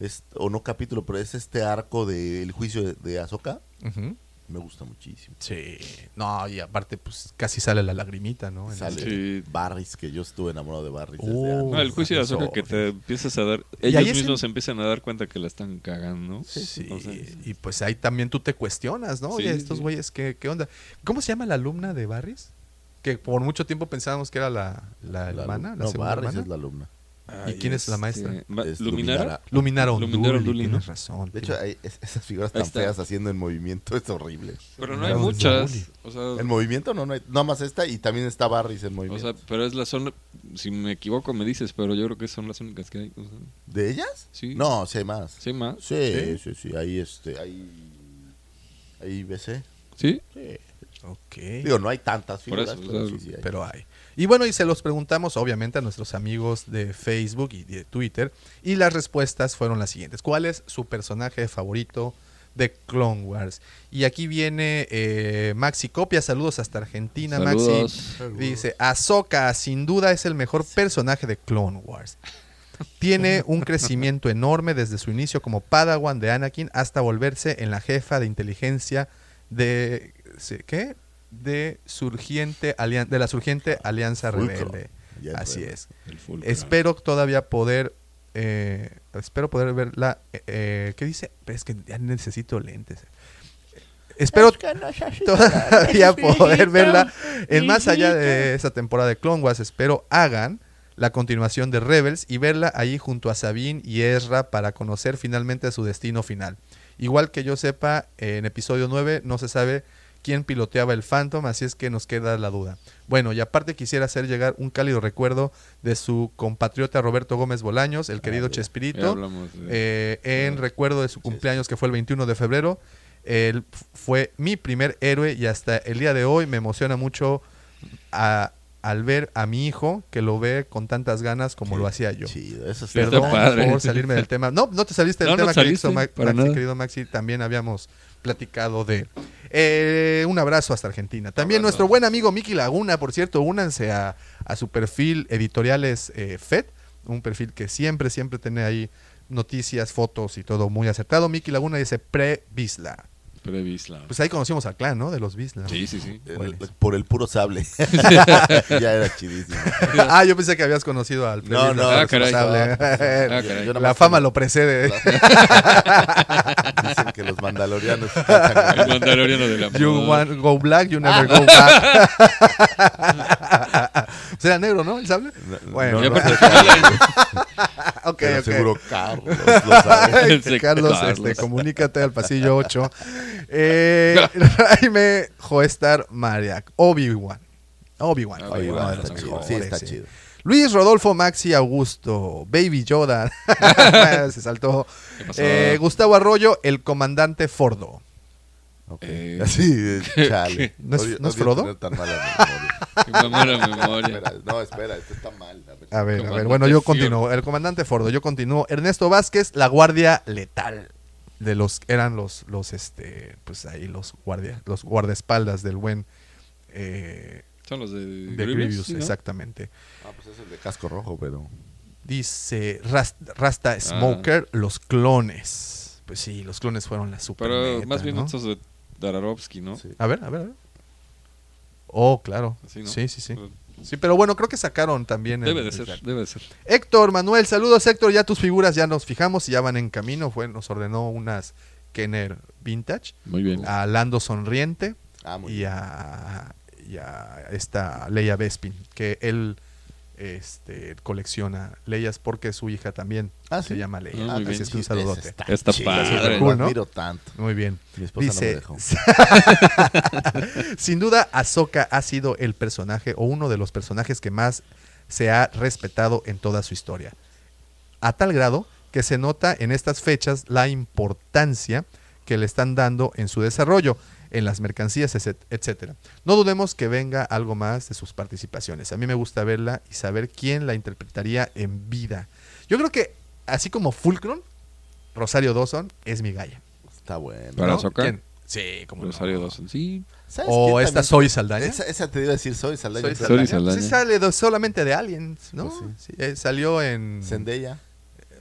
[SPEAKER 2] es, o no capítulo, pero es este arco del juicio de, de Ahsoka.
[SPEAKER 3] Ujú.
[SPEAKER 2] Me gusta muchísimo.
[SPEAKER 3] Sí. No, y aparte, pues casi sale la lagrimita, ¿no? En
[SPEAKER 2] Sale
[SPEAKER 3] ese-
[SPEAKER 4] Sí.
[SPEAKER 2] Barris, que yo estuve enamorado de Barris desde
[SPEAKER 3] Oh.
[SPEAKER 2] antes.
[SPEAKER 4] No, el juicio de
[SPEAKER 3] Eso.
[SPEAKER 4] Azoka que te empiezas a dar.
[SPEAKER 3] Y ahí
[SPEAKER 4] Ellos
[SPEAKER 3] es
[SPEAKER 4] mismos
[SPEAKER 3] el-
[SPEAKER 4] se empiezan a dar cuenta que la están cagando.
[SPEAKER 3] Sí,
[SPEAKER 4] O sea, es-
[SPEAKER 3] y pues ahí también tú te cuestionas, ¿no?
[SPEAKER 4] Sí,
[SPEAKER 3] Oye, estos
[SPEAKER 4] sí.
[SPEAKER 3] güeyes, ¿qué, qué onda? ¿Cómo se llama la alumna de Barris? Que por mucho tiempo pensábamos que era la, la
[SPEAKER 2] La
[SPEAKER 3] hermana, la
[SPEAKER 2] no,
[SPEAKER 3] segunda
[SPEAKER 2] Barris
[SPEAKER 3] hermana.
[SPEAKER 2] es la Ah, alumna.
[SPEAKER 3] ¿Y quién es la maestra?
[SPEAKER 4] ma-
[SPEAKER 2] Es
[SPEAKER 4] este, Luminara.
[SPEAKER 3] Luminar Onduli,
[SPEAKER 4] Luminar Onduli,
[SPEAKER 3] tienes
[SPEAKER 4] ¿no?
[SPEAKER 3] razón.
[SPEAKER 2] De
[SPEAKER 3] tío.
[SPEAKER 2] hecho, hay es- esas figuras tan
[SPEAKER 4] Ahí está.
[SPEAKER 2] feas haciendo en movimiento es horrible.
[SPEAKER 4] Pero no hay
[SPEAKER 3] Luminara Onduli.
[SPEAKER 4] muchas. O
[SPEAKER 2] En
[SPEAKER 4] sea,
[SPEAKER 2] movimiento no, no hay. Nada más esta y también está Barris en
[SPEAKER 4] o
[SPEAKER 2] movimiento.
[SPEAKER 4] sea, pero es la zona. Si me equivoco, me dices, pero yo creo que son las únicas que hay. o sea,
[SPEAKER 2] ¿De ellas?
[SPEAKER 4] Sí.
[SPEAKER 2] No, sé más.
[SPEAKER 4] ¿Sí, más?
[SPEAKER 2] Sí, sí, sí, Ahí, este, ahí. Ahí BC.
[SPEAKER 4] ¿Sí?
[SPEAKER 2] Sí.
[SPEAKER 3] Ok.
[SPEAKER 2] Digo, no hay tantas
[SPEAKER 4] Por
[SPEAKER 2] figuras,
[SPEAKER 4] eso,
[SPEAKER 2] pero
[SPEAKER 4] o sea,
[SPEAKER 2] sí, sí hay.
[SPEAKER 3] pero hay. Y bueno, y se los preguntamos obviamente a nuestros amigos de Facebook y de Twitter. Y las respuestas fueron las siguientes. ¿Cuál es su personaje favorito de Clone Wars? Y aquí viene eh, Maxi Copia. Saludos hasta Argentina, Maxi.
[SPEAKER 4] Saludos.
[SPEAKER 3] Dice, Ahsoka sin duda es el mejor personaje de Clone Wars. Tiene un crecimiento enorme desde su inicio como Padawan de Anakin hasta volverse en la jefa de inteligencia de se- ¿qué? de surgiente alian- de la surgiente Alianza
[SPEAKER 2] Fulcro.
[SPEAKER 3] Rebelde.
[SPEAKER 2] Ya
[SPEAKER 3] Así
[SPEAKER 2] entré.
[SPEAKER 3] es.
[SPEAKER 4] El fulcro.
[SPEAKER 3] Espero todavía poder eh, espero poder verla eh, eh, ¿qué dice? Pero es que ya necesito lentes. Espero todavía poder verla en más allá de esa temporada de Clone Wars. Espero hagan la continuación de Rebels y verla ahí junto a Sabine y Ezra para conocer finalmente su destino final. Igual que yo sepa, en episodio 9 no se sabe quién piloteaba el Phantom, así es que nos queda la duda. Bueno, y aparte quisiera hacer llegar un cálido recuerdo de su compatriota Roberto Gómez Bolaños, el querido
[SPEAKER 2] bien.
[SPEAKER 4] Ya
[SPEAKER 3] Chespirito,
[SPEAKER 4] hablamos de-
[SPEAKER 3] eh, en recuerdo de su cumpleaños que fue el 21 de febrero. Él f- fue mi primer héroe y hasta el día de hoy me emociona mucho a- al ver a mi hijo que lo ve con tantas ganas como lo hacía yo.
[SPEAKER 2] Chido, eso sí.
[SPEAKER 3] Perdón
[SPEAKER 4] Está padre.
[SPEAKER 3] por salirme del tema. No, no te saliste del
[SPEAKER 4] No, no
[SPEAKER 3] tema, querido
[SPEAKER 4] saliste,
[SPEAKER 3] Ma-
[SPEAKER 4] para
[SPEAKER 3] Maxi,
[SPEAKER 4] nada.
[SPEAKER 3] querido Maxi. También habíamos platicado de él. Eh, un abrazo hasta Argentina. También
[SPEAKER 4] Abrazo.
[SPEAKER 3] nuestro buen amigo Miki Laguna, por cierto, únanse a, a su perfil editoriales eh, FED, un perfil que siempre, siempre tiene ahí noticias, fotos y todo muy acertado. Miki Laguna dice pre-Bisla.
[SPEAKER 4] Previsla.
[SPEAKER 3] Pues eh, ahí conocimos al clan, ¿no? De los Bisla.
[SPEAKER 4] Sí, sí, sí.
[SPEAKER 2] El-
[SPEAKER 3] Bueno.
[SPEAKER 2] por el puro sable. ya era chidísimo.
[SPEAKER 3] ah, yo pensé que habías conocido al
[SPEAKER 2] No,
[SPEAKER 3] pre-Bisla,
[SPEAKER 2] no,
[SPEAKER 3] al
[SPEAKER 4] ah, caray.
[SPEAKER 3] responsable.
[SPEAKER 4] Ah, caray.
[SPEAKER 2] Yo nada
[SPEAKER 3] La
[SPEAKER 2] más
[SPEAKER 3] fama
[SPEAKER 2] como-
[SPEAKER 3] lo precede.
[SPEAKER 2] Dicen que los mandalorianos cachan
[SPEAKER 4] El mandaloriano de la
[SPEAKER 3] You
[SPEAKER 4] moda.
[SPEAKER 3] want go black, you never
[SPEAKER 2] Ah.
[SPEAKER 3] go back. Será negro, ¿no? ¿El sable?
[SPEAKER 2] con-
[SPEAKER 3] Bueno,
[SPEAKER 2] No,
[SPEAKER 4] Ya
[SPEAKER 2] no,
[SPEAKER 4] pasó.
[SPEAKER 3] ok,
[SPEAKER 2] pero
[SPEAKER 3] ok.
[SPEAKER 2] seguro Carlos lo sabe.
[SPEAKER 3] Ay,
[SPEAKER 4] Sí,
[SPEAKER 3] Carlos,
[SPEAKER 4] Carlos.
[SPEAKER 3] este, comunícate al pasillo 8. Eh, Jaime Joestar Mariac, Obi-Wan.
[SPEAKER 4] Obi-Wan,
[SPEAKER 3] Obi-Wan.
[SPEAKER 2] Oye,
[SPEAKER 3] Obi-Wan
[SPEAKER 2] va,
[SPEAKER 3] de los
[SPEAKER 2] está chido.
[SPEAKER 3] mejores,
[SPEAKER 2] Sí, está
[SPEAKER 3] sí.
[SPEAKER 2] chido.
[SPEAKER 3] Luis Rodolfo Maxi Augusto, Baby Yoda. Se saltó.
[SPEAKER 4] pasó?
[SPEAKER 3] Eh, Gustavo Arroyo, el comandante Fordo.
[SPEAKER 2] Ok.
[SPEAKER 4] Eh.
[SPEAKER 2] Así, chale.
[SPEAKER 3] ¿No es-
[SPEAKER 2] Odio-
[SPEAKER 3] no es
[SPEAKER 2] odio
[SPEAKER 3] Frodo?
[SPEAKER 2] tener tan mala memoria.
[SPEAKER 4] Qué mala memoria.
[SPEAKER 2] Espera, no, espera, esto está mal. A ver.
[SPEAKER 3] A ver, a ver.
[SPEAKER 4] Comandante
[SPEAKER 3] Bueno, yo
[SPEAKER 4] Fior.
[SPEAKER 3] continúo. El comandante Fordo, yo continúo. Ernesto Vázquez, la guardia letal. De los, eran los, los, este, pues ahí los guardia, los guardaespaldas del buen eh,
[SPEAKER 4] Son los de,
[SPEAKER 3] de
[SPEAKER 4] Grievous,
[SPEAKER 3] Grievous,
[SPEAKER 4] ¿sí, no?
[SPEAKER 3] exactamente.
[SPEAKER 2] Ah, pues es el de casco rojo, pero.
[SPEAKER 3] Dice Ras- Rasta
[SPEAKER 4] Ah.
[SPEAKER 3] Smoker, los clones. Pues sí, los clones fueron la super
[SPEAKER 4] Pero
[SPEAKER 3] meta,
[SPEAKER 4] más bien
[SPEAKER 3] ¿no?
[SPEAKER 4] estos de Dararovsky, ¿no?
[SPEAKER 2] Sí.
[SPEAKER 3] A ver, a ver, a ver. Oh, claro.
[SPEAKER 4] Así, ¿no? Pues-
[SPEAKER 3] Sí, sí, sí. Sí, pero bueno, creo que sacaron también. el-
[SPEAKER 4] Debe de
[SPEAKER 3] el
[SPEAKER 4] ser,
[SPEAKER 3] track.
[SPEAKER 4] debe de ser.
[SPEAKER 3] Héctor, Manuel, saludos Héctor, ya tus figuras ya nos fijamos y ya van en camino. Fue, nos ordenó unas Kenner Vintage,
[SPEAKER 4] Muy bien.
[SPEAKER 3] a Lando Sonriente
[SPEAKER 2] Ah, muy
[SPEAKER 3] y
[SPEAKER 2] bien.
[SPEAKER 3] a, y a esta Leia Bespin, que él este, colecciona Leyas porque su hija también
[SPEAKER 2] Ah, Este,
[SPEAKER 3] se
[SPEAKER 2] sí.
[SPEAKER 3] llama Leia.
[SPEAKER 4] Ah, muy
[SPEAKER 3] Así
[SPEAKER 4] bien.
[SPEAKER 3] es que un
[SPEAKER 2] Esa
[SPEAKER 3] saludote.
[SPEAKER 2] está
[SPEAKER 4] Está
[SPEAKER 2] chida,
[SPEAKER 4] padre.
[SPEAKER 2] Lo
[SPEAKER 3] Cool, ¿no?
[SPEAKER 2] admiro tanto.
[SPEAKER 3] Muy bien.
[SPEAKER 2] Mi esposa no me dejó.
[SPEAKER 3] Sin duda, Ahsoka ha sido el personaje o uno de los personajes que más se ha respetado en toda su historia. A tal grado que se nota en estas fechas la importancia que le están dando en su desarrollo, en las mercancías, etc- etcétera. No dudemos que venga algo más de sus participaciones. A mí me gusta verla y saber quién la interpretaría en vida. Yo creo que, así como Fulcrum, Rosario Dawson es mi galla.
[SPEAKER 2] Está bueno.
[SPEAKER 4] ¿Para
[SPEAKER 3] ¿no?
[SPEAKER 4] Ahsoka?
[SPEAKER 3] ¿Quién? Sí, como
[SPEAKER 4] Rosario Dawson. Sí,
[SPEAKER 2] ¿Sabes
[SPEAKER 3] O
[SPEAKER 2] quién
[SPEAKER 3] esta
[SPEAKER 2] también-
[SPEAKER 3] Soy Saldaña.
[SPEAKER 2] Esa, esa te iba a decir Soy Saldaña.
[SPEAKER 3] Soy
[SPEAKER 2] pero-
[SPEAKER 4] Saldaña.
[SPEAKER 3] Pues sí sale do- solamente de Aliens, ¿no?
[SPEAKER 2] Pues
[SPEAKER 3] Sí, eh, salió en...
[SPEAKER 2] Zendaya.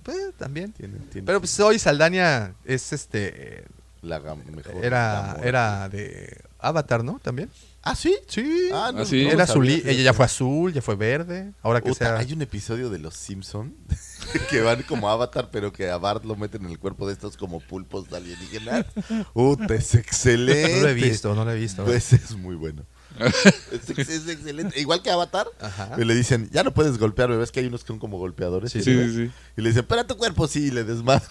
[SPEAKER 3] Pues, también.
[SPEAKER 2] Tiene, tiene
[SPEAKER 3] Pero pues hoy Saldaña es este...
[SPEAKER 2] la gam- mejor
[SPEAKER 3] Era,
[SPEAKER 2] Gamora.
[SPEAKER 3] era de Avatar, ¿no? También.
[SPEAKER 2] ¿Ah, sí?
[SPEAKER 3] Sí.
[SPEAKER 2] Ah,
[SPEAKER 4] Ah, sí.
[SPEAKER 2] lo
[SPEAKER 3] era
[SPEAKER 2] sabía,
[SPEAKER 3] azul,
[SPEAKER 2] fíjate.
[SPEAKER 3] ella ya fue azul, ya fue verde. Ahora que
[SPEAKER 2] Puta,
[SPEAKER 3] sea...
[SPEAKER 2] Hay un episodio de Los Simpson que van como Avatar, pero que a Bart lo meten en el cuerpo de estos como pulpos alienígenas. Puta, es excelente.
[SPEAKER 3] No lo he visto, no lo he visto.
[SPEAKER 2] Pues es muy bueno. es, ex- es excelente. Igual que Avatar,
[SPEAKER 3] Ajá.
[SPEAKER 2] le dicen, ya no puedes golpear, ves que hay unos que son como golpeadores.
[SPEAKER 3] Sí,
[SPEAKER 2] ¿te
[SPEAKER 4] sí,
[SPEAKER 2] digo?
[SPEAKER 4] sí. sí.
[SPEAKER 2] Y le dicen, pero tu cuerpo sí, y le desmadra.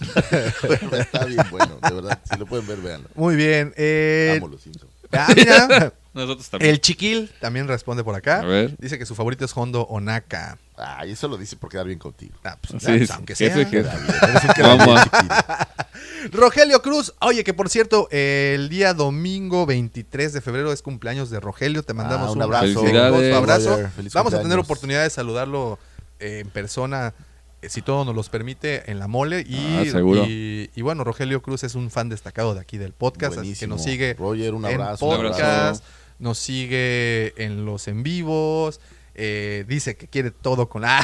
[SPEAKER 2] Está bien bueno, de verdad. Si lo pueden ver, véanlo.
[SPEAKER 3] Muy bien. eh,
[SPEAKER 2] Amo los Simpsons.
[SPEAKER 3] ah, mira,
[SPEAKER 5] Nosotros también.
[SPEAKER 3] el chiquil también responde por
[SPEAKER 4] A
[SPEAKER 3] acá.
[SPEAKER 4] ver.
[SPEAKER 3] Dice que su favorito es Hondo Onaka.
[SPEAKER 2] Ah, y eso lo dice por quedar bien contigo.
[SPEAKER 3] Ah, pues,
[SPEAKER 4] Sí,
[SPEAKER 3] ah, pues,
[SPEAKER 4] sí,
[SPEAKER 3] aunque sea.
[SPEAKER 4] jefe, jefe.
[SPEAKER 2] Eres un cara
[SPEAKER 4] Vamos.
[SPEAKER 2] bien chiquito.
[SPEAKER 3] Rogelio Cruz, oye que por cierto, el día domingo 23 de febrero es cumpleaños de Rogelio, te mandamos
[SPEAKER 2] Ah,
[SPEAKER 3] un
[SPEAKER 2] abrazo.
[SPEAKER 4] Felicidades.
[SPEAKER 3] afectuoso abrazo.
[SPEAKER 2] brother. Feliz
[SPEAKER 3] Vamos a tener
[SPEAKER 2] cumpleaños.
[SPEAKER 3] oportunidad de saludarlo eh, en persona, eh, si todo nos los permite, en la mole. Y,
[SPEAKER 4] Ah, seguro.
[SPEAKER 3] y- y bueno, Rogelio Cruz es un fan destacado de aquí del podcast, así que
[SPEAKER 2] Buenísimo.
[SPEAKER 3] nos sigue
[SPEAKER 2] Roger, un
[SPEAKER 3] en
[SPEAKER 2] abrazo. un abrazo.
[SPEAKER 3] podcast, nos sigue en los en vivos. eh, dice que quiere todo con A.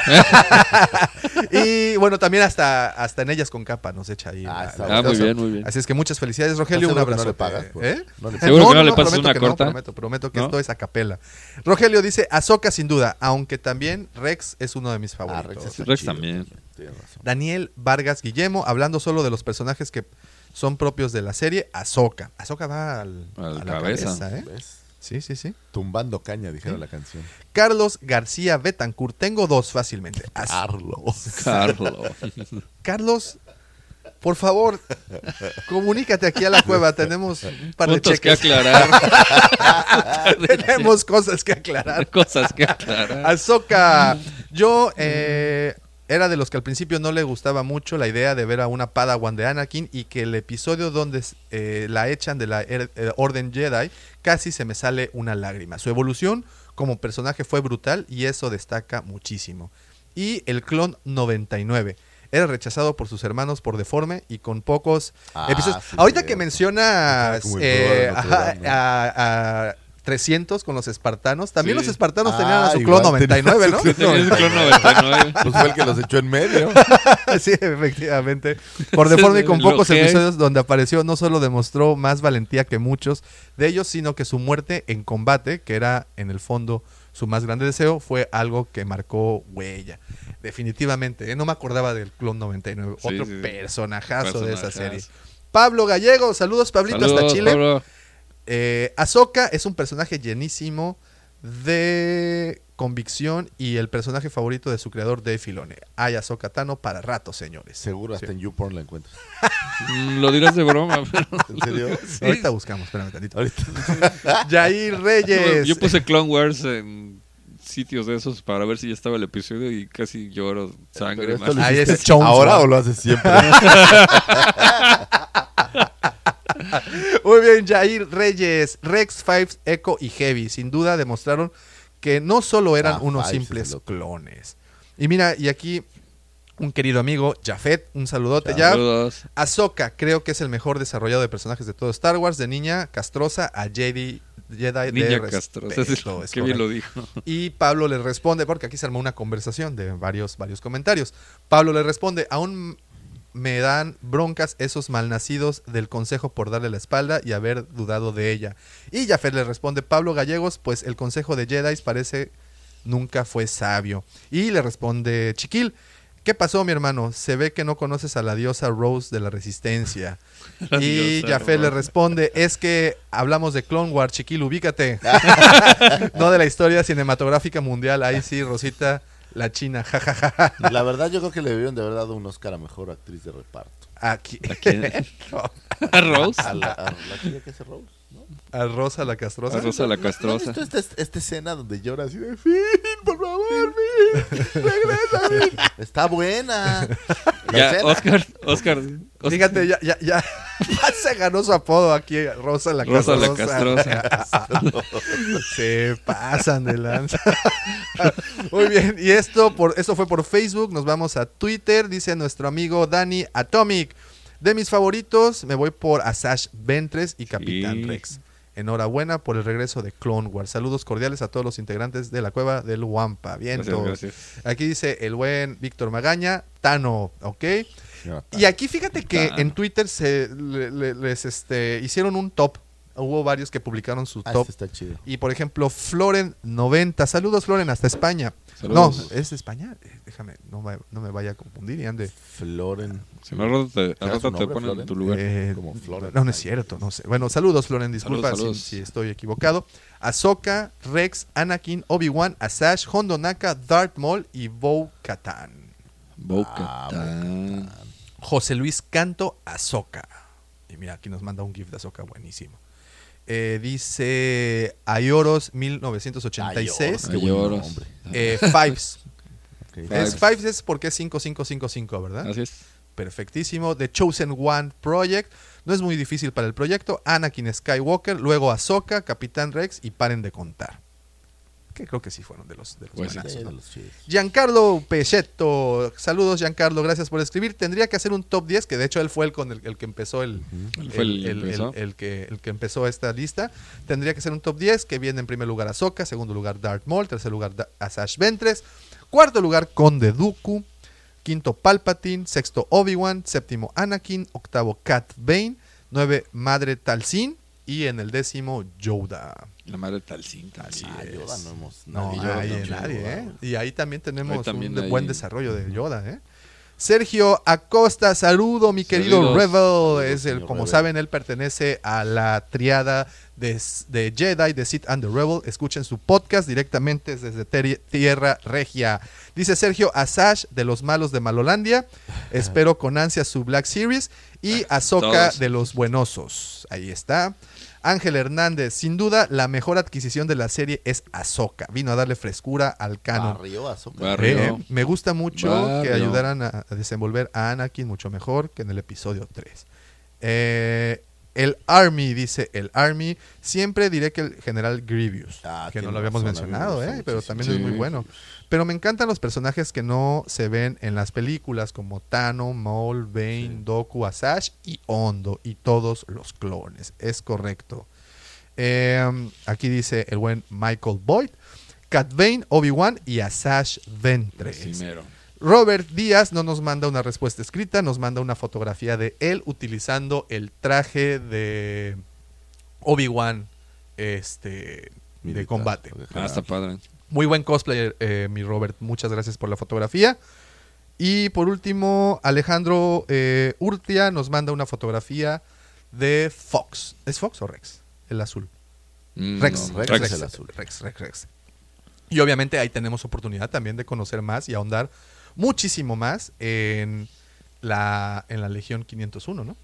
[SPEAKER 3] y bueno, también hasta, hasta en ellas con capa nos echa ahí.
[SPEAKER 2] Ah,
[SPEAKER 3] la-
[SPEAKER 2] está
[SPEAKER 3] la-
[SPEAKER 4] Ah, muy bien, muy bien.
[SPEAKER 3] Así es que muchas felicidades, Rogelio. Un
[SPEAKER 2] ¿Estás
[SPEAKER 3] abrazo.
[SPEAKER 2] seguro que no le pagas, pues?
[SPEAKER 3] ¿Eh?
[SPEAKER 2] No le-
[SPEAKER 4] Seguro que no le pasas
[SPEAKER 3] prometo
[SPEAKER 4] una
[SPEAKER 3] que no,
[SPEAKER 4] corta.
[SPEAKER 3] prometo, prometo que
[SPEAKER 4] ¿No?
[SPEAKER 3] esto es a capela. Rogelio dice: Azoka sin duda, aunque también Rex es uno de mis
[SPEAKER 2] Ah,
[SPEAKER 3] favoritos.
[SPEAKER 2] Rex, está
[SPEAKER 4] Rex
[SPEAKER 2] chido
[SPEAKER 4] también.
[SPEAKER 2] Tienes razón.
[SPEAKER 3] Daniel Vargas Guillermo, hablando solo de los personajes que son propios de la serie, Azoka. Azoka va al,
[SPEAKER 4] Al
[SPEAKER 3] a la
[SPEAKER 4] cabeza.
[SPEAKER 3] ¿eh?
[SPEAKER 2] ¿Ves?
[SPEAKER 3] Sí, sí, sí.
[SPEAKER 2] Tumbando caña, dijeron la canción.
[SPEAKER 3] Carlos García Betancourt. Tengo dos fácilmente. Az-
[SPEAKER 4] Ah.
[SPEAKER 2] Carlos.
[SPEAKER 4] Carlos.
[SPEAKER 3] Carlos, por favor, comunícate aquí a la cueva. Tenemos un par de
[SPEAKER 4] Puntos que
[SPEAKER 3] cheques.
[SPEAKER 4] aclarar.
[SPEAKER 3] Tenemos cosas que aclarar.
[SPEAKER 4] Cosas que aclarar.
[SPEAKER 3] Azoka, yo eh, era de los que al principio no le gustaba mucho la idea de ver a una Padawan de Anakin y que el episodio donde eh, la echan de la er- eh, Orden Jedi casi se me sale una lágrima. Su evolución como personaje fue brutal y eso destaca muchísimo. Y el clon 99. Era rechazado por sus hermanos por deforme y con pocos
[SPEAKER 2] Ah,
[SPEAKER 3] episodios.
[SPEAKER 2] sí,
[SPEAKER 3] Ahorita que
[SPEAKER 2] cierto.
[SPEAKER 3] mencionas
[SPEAKER 2] Como el
[SPEAKER 3] eh,
[SPEAKER 2] programa de
[SPEAKER 3] ajá,
[SPEAKER 2] Notre Dame, ¿no?
[SPEAKER 3] a, a 300 con los espartanos, también
[SPEAKER 4] Sí.
[SPEAKER 3] los espartanos espartanos tenían
[SPEAKER 2] Ah,
[SPEAKER 3] a su
[SPEAKER 2] igual
[SPEAKER 3] clon
[SPEAKER 2] tenían
[SPEAKER 3] 99,
[SPEAKER 2] su clon
[SPEAKER 3] ¿no?
[SPEAKER 4] Tenías Este el clon 99.
[SPEAKER 2] Pues fue el que los echó en medio.
[SPEAKER 3] sí, efectivamente. Por deforme y con
[SPEAKER 4] Lo
[SPEAKER 3] pocos
[SPEAKER 4] que es.
[SPEAKER 3] episodios donde apareció, no solo demostró más valentía que muchos de ellos, sino que su muerte en combate, que era en el fondo su más grande deseo, fue algo que marcó huella. Definitivamente, ¿eh? no me acordaba del clon 99,
[SPEAKER 4] Sí,
[SPEAKER 3] otro
[SPEAKER 4] sí, sí.
[SPEAKER 3] personajazo de esa
[SPEAKER 4] Personajazo.
[SPEAKER 3] serie. Pablo Gallego, saludos Pablito hasta
[SPEAKER 4] Saludos,
[SPEAKER 3] Chile.
[SPEAKER 4] Pablo.
[SPEAKER 3] Eh, Ahsoka es un personaje llenísimo de convicción y el personaje favorito de su creador, Dave Filone. Hay Ahsoka Tano para rato, señores.
[SPEAKER 2] Seguro hasta en YouPorn la encuentras.
[SPEAKER 4] Mm, Lo dirás de broma. pero-
[SPEAKER 2] ¿En serio?
[SPEAKER 4] Sí.
[SPEAKER 3] Ahorita buscamos, espérame tantito.
[SPEAKER 2] Ahorita.
[SPEAKER 3] Jair Reyes.
[SPEAKER 4] Yo puse Clone Wars en sitios de esos para ver si ya estaba el episodio y casi lloro
[SPEAKER 2] Pero
[SPEAKER 4] sangre.
[SPEAKER 2] esto
[SPEAKER 4] más.
[SPEAKER 2] lo
[SPEAKER 3] Ahí
[SPEAKER 2] hiciste
[SPEAKER 3] es Jones,
[SPEAKER 2] ¿Ahora
[SPEAKER 3] ¿no?
[SPEAKER 2] o lo haces siempre?
[SPEAKER 3] Muy bien, Jair Reyes. Rex, Fives, Echo y Heavy. Sin duda demostraron que no solo eran
[SPEAKER 2] Ah,
[SPEAKER 3] unos
[SPEAKER 2] Fives es
[SPEAKER 3] simples
[SPEAKER 2] el otro.
[SPEAKER 3] clones. Y mira, y aquí un querido amigo, Jafet, un saludote ya.
[SPEAKER 4] Saludos.
[SPEAKER 3] Ahsoka creo que es el mejor desarrollado de personajes de todo Star Wars, de niña castrosa a Jedi, Jedi Eh, de
[SPEAKER 4] Niña
[SPEAKER 3] respeto,
[SPEAKER 4] Castro.
[SPEAKER 3] es
[SPEAKER 4] Qué bien lo
[SPEAKER 3] correcto.
[SPEAKER 4] dijo.
[SPEAKER 3] Y Pablo le responde, porque aquí se armó una conversación de varios, varios comentarios. Pablo le responde, aún me dan broncas esos malnacidos del consejo por darle la espalda y haber dudado de ella. Y Jafet le responde Pablo Gallegos, pues el consejo de Jedi parece nunca fue sabio. Y le responde Chiquil, ¿qué pasó mi hermano? Se ve que no conoces a la diosa Rose de la Resistencia. y
[SPEAKER 5] diosa
[SPEAKER 3] Jafet le
[SPEAKER 5] Rose.
[SPEAKER 3] responde, es que hablamos de Clone Wars, Chiquil, ubícate. no de la historia cinematográfica mundial, ahí sí, Rosita, la China, jajaja.
[SPEAKER 2] La verdad, yo creo que le debieron de haber dado un Oscar a mejor actriz de reparto.
[SPEAKER 3] Aquí.
[SPEAKER 5] ¿A Rose?
[SPEAKER 2] A la, a la chica que hace Rose. ¿no?
[SPEAKER 3] A Rosa la Castrosa.
[SPEAKER 4] A Rosa la Castrosa.
[SPEAKER 2] ¿No has visto esta, esta escena donde llora así de Finn, por favor, Finn, regresa, Finn"? Está buena. La
[SPEAKER 5] Ya,
[SPEAKER 2] escena.
[SPEAKER 5] Oscar, Oscar. Oscar.
[SPEAKER 3] Fíjate, ya, ya, ya, ya se ganó su apodo aquí, Rosa la
[SPEAKER 5] Rosa la
[SPEAKER 3] Castrosa. se pasan de lanza. Muy bien, y esto, por, esto fue por Facebook, nos vamos a Twitter, dice nuestro amigo Dani Atomic. De mis favoritos, me voy por Asash Ventres y Capitán
[SPEAKER 5] Sí.
[SPEAKER 3] Rex. Enhorabuena por el regreso de Clone Wars. Saludos cordiales a todos los integrantes de la cueva del Wampa. Bien,
[SPEAKER 5] Gracias,
[SPEAKER 3] todos.
[SPEAKER 5] gracias.
[SPEAKER 3] Aquí dice el buen Víctor Magaña, Tano, ¿ok?
[SPEAKER 2] Ya,
[SPEAKER 3] Y aquí fíjate que
[SPEAKER 5] Tano.
[SPEAKER 3] en Twitter se le- le- les este, hicieron un top. Hubo varios que publicaron su
[SPEAKER 2] ah,
[SPEAKER 3] top.
[SPEAKER 2] este está chido.
[SPEAKER 3] Y por ejemplo, Floren 90. Saludos, Floren, hasta España.
[SPEAKER 4] Saludos.
[SPEAKER 3] No, ¿es España? Eh, Déjame, no me, no me vaya a confundir y ande.
[SPEAKER 2] Floren.
[SPEAKER 4] Si no, al rato te, al
[SPEAKER 2] ¿Era su
[SPEAKER 4] rato te
[SPEAKER 2] nombre,
[SPEAKER 4] ponen en
[SPEAKER 2] Floren?
[SPEAKER 4] tu lugar.
[SPEAKER 3] Eh,
[SPEAKER 2] como Floren.
[SPEAKER 3] No, no es cierto, no sé. Bueno, saludos, Floren, disculpa
[SPEAKER 4] Saludos, saludos.
[SPEAKER 3] Si, si estoy equivocado. Ahsoka, Rex, Anakin, Obi-Wan, Asash, Hondo Naka, Darth Maul y Bo Katan.
[SPEAKER 2] Ah,
[SPEAKER 4] Bo-Katan.
[SPEAKER 3] José Luis Canto Azoka. Y mira, aquí nos manda un GIF de Azoka buenísimo. Eh, dice Ayoros 1986.
[SPEAKER 4] Ay, lloras.
[SPEAKER 2] nombre.
[SPEAKER 3] Eh, Fives.
[SPEAKER 2] Ok.
[SPEAKER 3] Es, Fives es porque es 5555, ¿verdad?
[SPEAKER 4] Ah, Así es.
[SPEAKER 3] Perfectísimo. The Chosen One Project. No es muy difícil para el proyecto. Anakin Skywalker, luego Azoka, Capitán Rex y paren de contar. Que creo que sí fueron de los, de los
[SPEAKER 4] Pues sí.
[SPEAKER 3] buenazos,
[SPEAKER 2] Sí,
[SPEAKER 3] ¿no?
[SPEAKER 2] de los chidos.
[SPEAKER 3] Giancarlo Pechetto, saludos Giancarlo, gracias por escribir. Tendría que hacer un top 10, que de hecho él fue el con el, el que empezó el,
[SPEAKER 4] Él fue el que empezó.
[SPEAKER 3] el que, el que empezó esta lista. Tendría que ser un top 10, que viene en primer lugar Ahsoka, segundo lugar Darth Maul, tercer lugar Da- Asash Ventres, cuarto lugar Conde Dooku, quinto Palpatine, sexto Obi-Wan, séptimo Anakin, octavo Cat Bane, nueve Madre Talsin y en el décimo Yoda.
[SPEAKER 4] La madre tal cinta.
[SPEAKER 2] Ah, Yoda no hemos.
[SPEAKER 3] No,
[SPEAKER 2] nadie
[SPEAKER 3] ahí
[SPEAKER 2] Yoda, no,
[SPEAKER 3] nadie,
[SPEAKER 2] Yoda,
[SPEAKER 3] ¿eh?
[SPEAKER 2] güey.
[SPEAKER 3] Y ahí también tenemos
[SPEAKER 4] Ahí también
[SPEAKER 3] un de-
[SPEAKER 4] hay-
[SPEAKER 3] buen desarrollo de Yoda, ¿eh? Sergio Acosta, saludo, mi querido
[SPEAKER 4] Saludos.
[SPEAKER 3] Rebel.
[SPEAKER 2] Saludos,
[SPEAKER 3] es el,
[SPEAKER 2] señor
[SPEAKER 3] como
[SPEAKER 2] Rebel.
[SPEAKER 3] saben, él pertenece a la triada de, s- de Jedi, de Sith and the Rebel. Escuchen su podcast directamente desde teri- Tierra Regia. Dice Sergio Asash de los malos de Malolandia. Espero con ansia su Black Series. Y Azoka
[SPEAKER 4] Todos.
[SPEAKER 3] de los buenosos. Ahí está. Ángel Hernández, sin duda, la mejor adquisición de la serie es Azoka. Vino a darle frescura al canon.
[SPEAKER 2] Barrio Azoka.
[SPEAKER 4] Barrio.
[SPEAKER 3] Eh, eh, me gusta mucho que
[SPEAKER 4] Barrio.
[SPEAKER 3] ayudaran a, a desenvolver a Anakin mucho mejor que en el episodio 3. Eh, el Army, dice el Army. Siempre diré que el general Grievous,
[SPEAKER 2] Ah,
[SPEAKER 3] que no
[SPEAKER 2] tiene
[SPEAKER 3] lo habíamos
[SPEAKER 2] razón, a mí me
[SPEAKER 3] mencionado,
[SPEAKER 2] gusta
[SPEAKER 3] eh, pero
[SPEAKER 2] muchísimo.
[SPEAKER 3] también es muy
[SPEAKER 4] Sí.
[SPEAKER 3] bueno. Pero me encantan los personajes que no se ven en las películas, como Tano, Maul, Bane, Doku, Asash y Hondo, y todos los clones. Es correcto. Eh, aquí dice el buen Michael Boyd, Cat Bane, Obi-Wan y Asash Ventres.
[SPEAKER 4] Primero.
[SPEAKER 3] Robert Díaz no nos manda una respuesta escrita, nos manda una fotografía de él utilizando el traje de Obi-Wan este, de
[SPEAKER 2] Militar.
[SPEAKER 3] combate.
[SPEAKER 4] Ah, está padre.
[SPEAKER 3] Muy buen cosplayer, eh, mi Robert. Muchas gracias por la fotografía. Y por último, Alejandro eh, Urtia nos manda una fotografía de Fox. ¿Es Fox o Rex? El azul.
[SPEAKER 4] Mm,
[SPEAKER 3] Rex,
[SPEAKER 4] no.
[SPEAKER 2] Rex
[SPEAKER 3] Rex,
[SPEAKER 2] es
[SPEAKER 3] Rex,
[SPEAKER 2] el azul.
[SPEAKER 3] Rex, Rex, Rex. Y obviamente ahí tenemos oportunidad también de conocer más y ahondar muchísimo más en la, en la Legión 501, ¿no?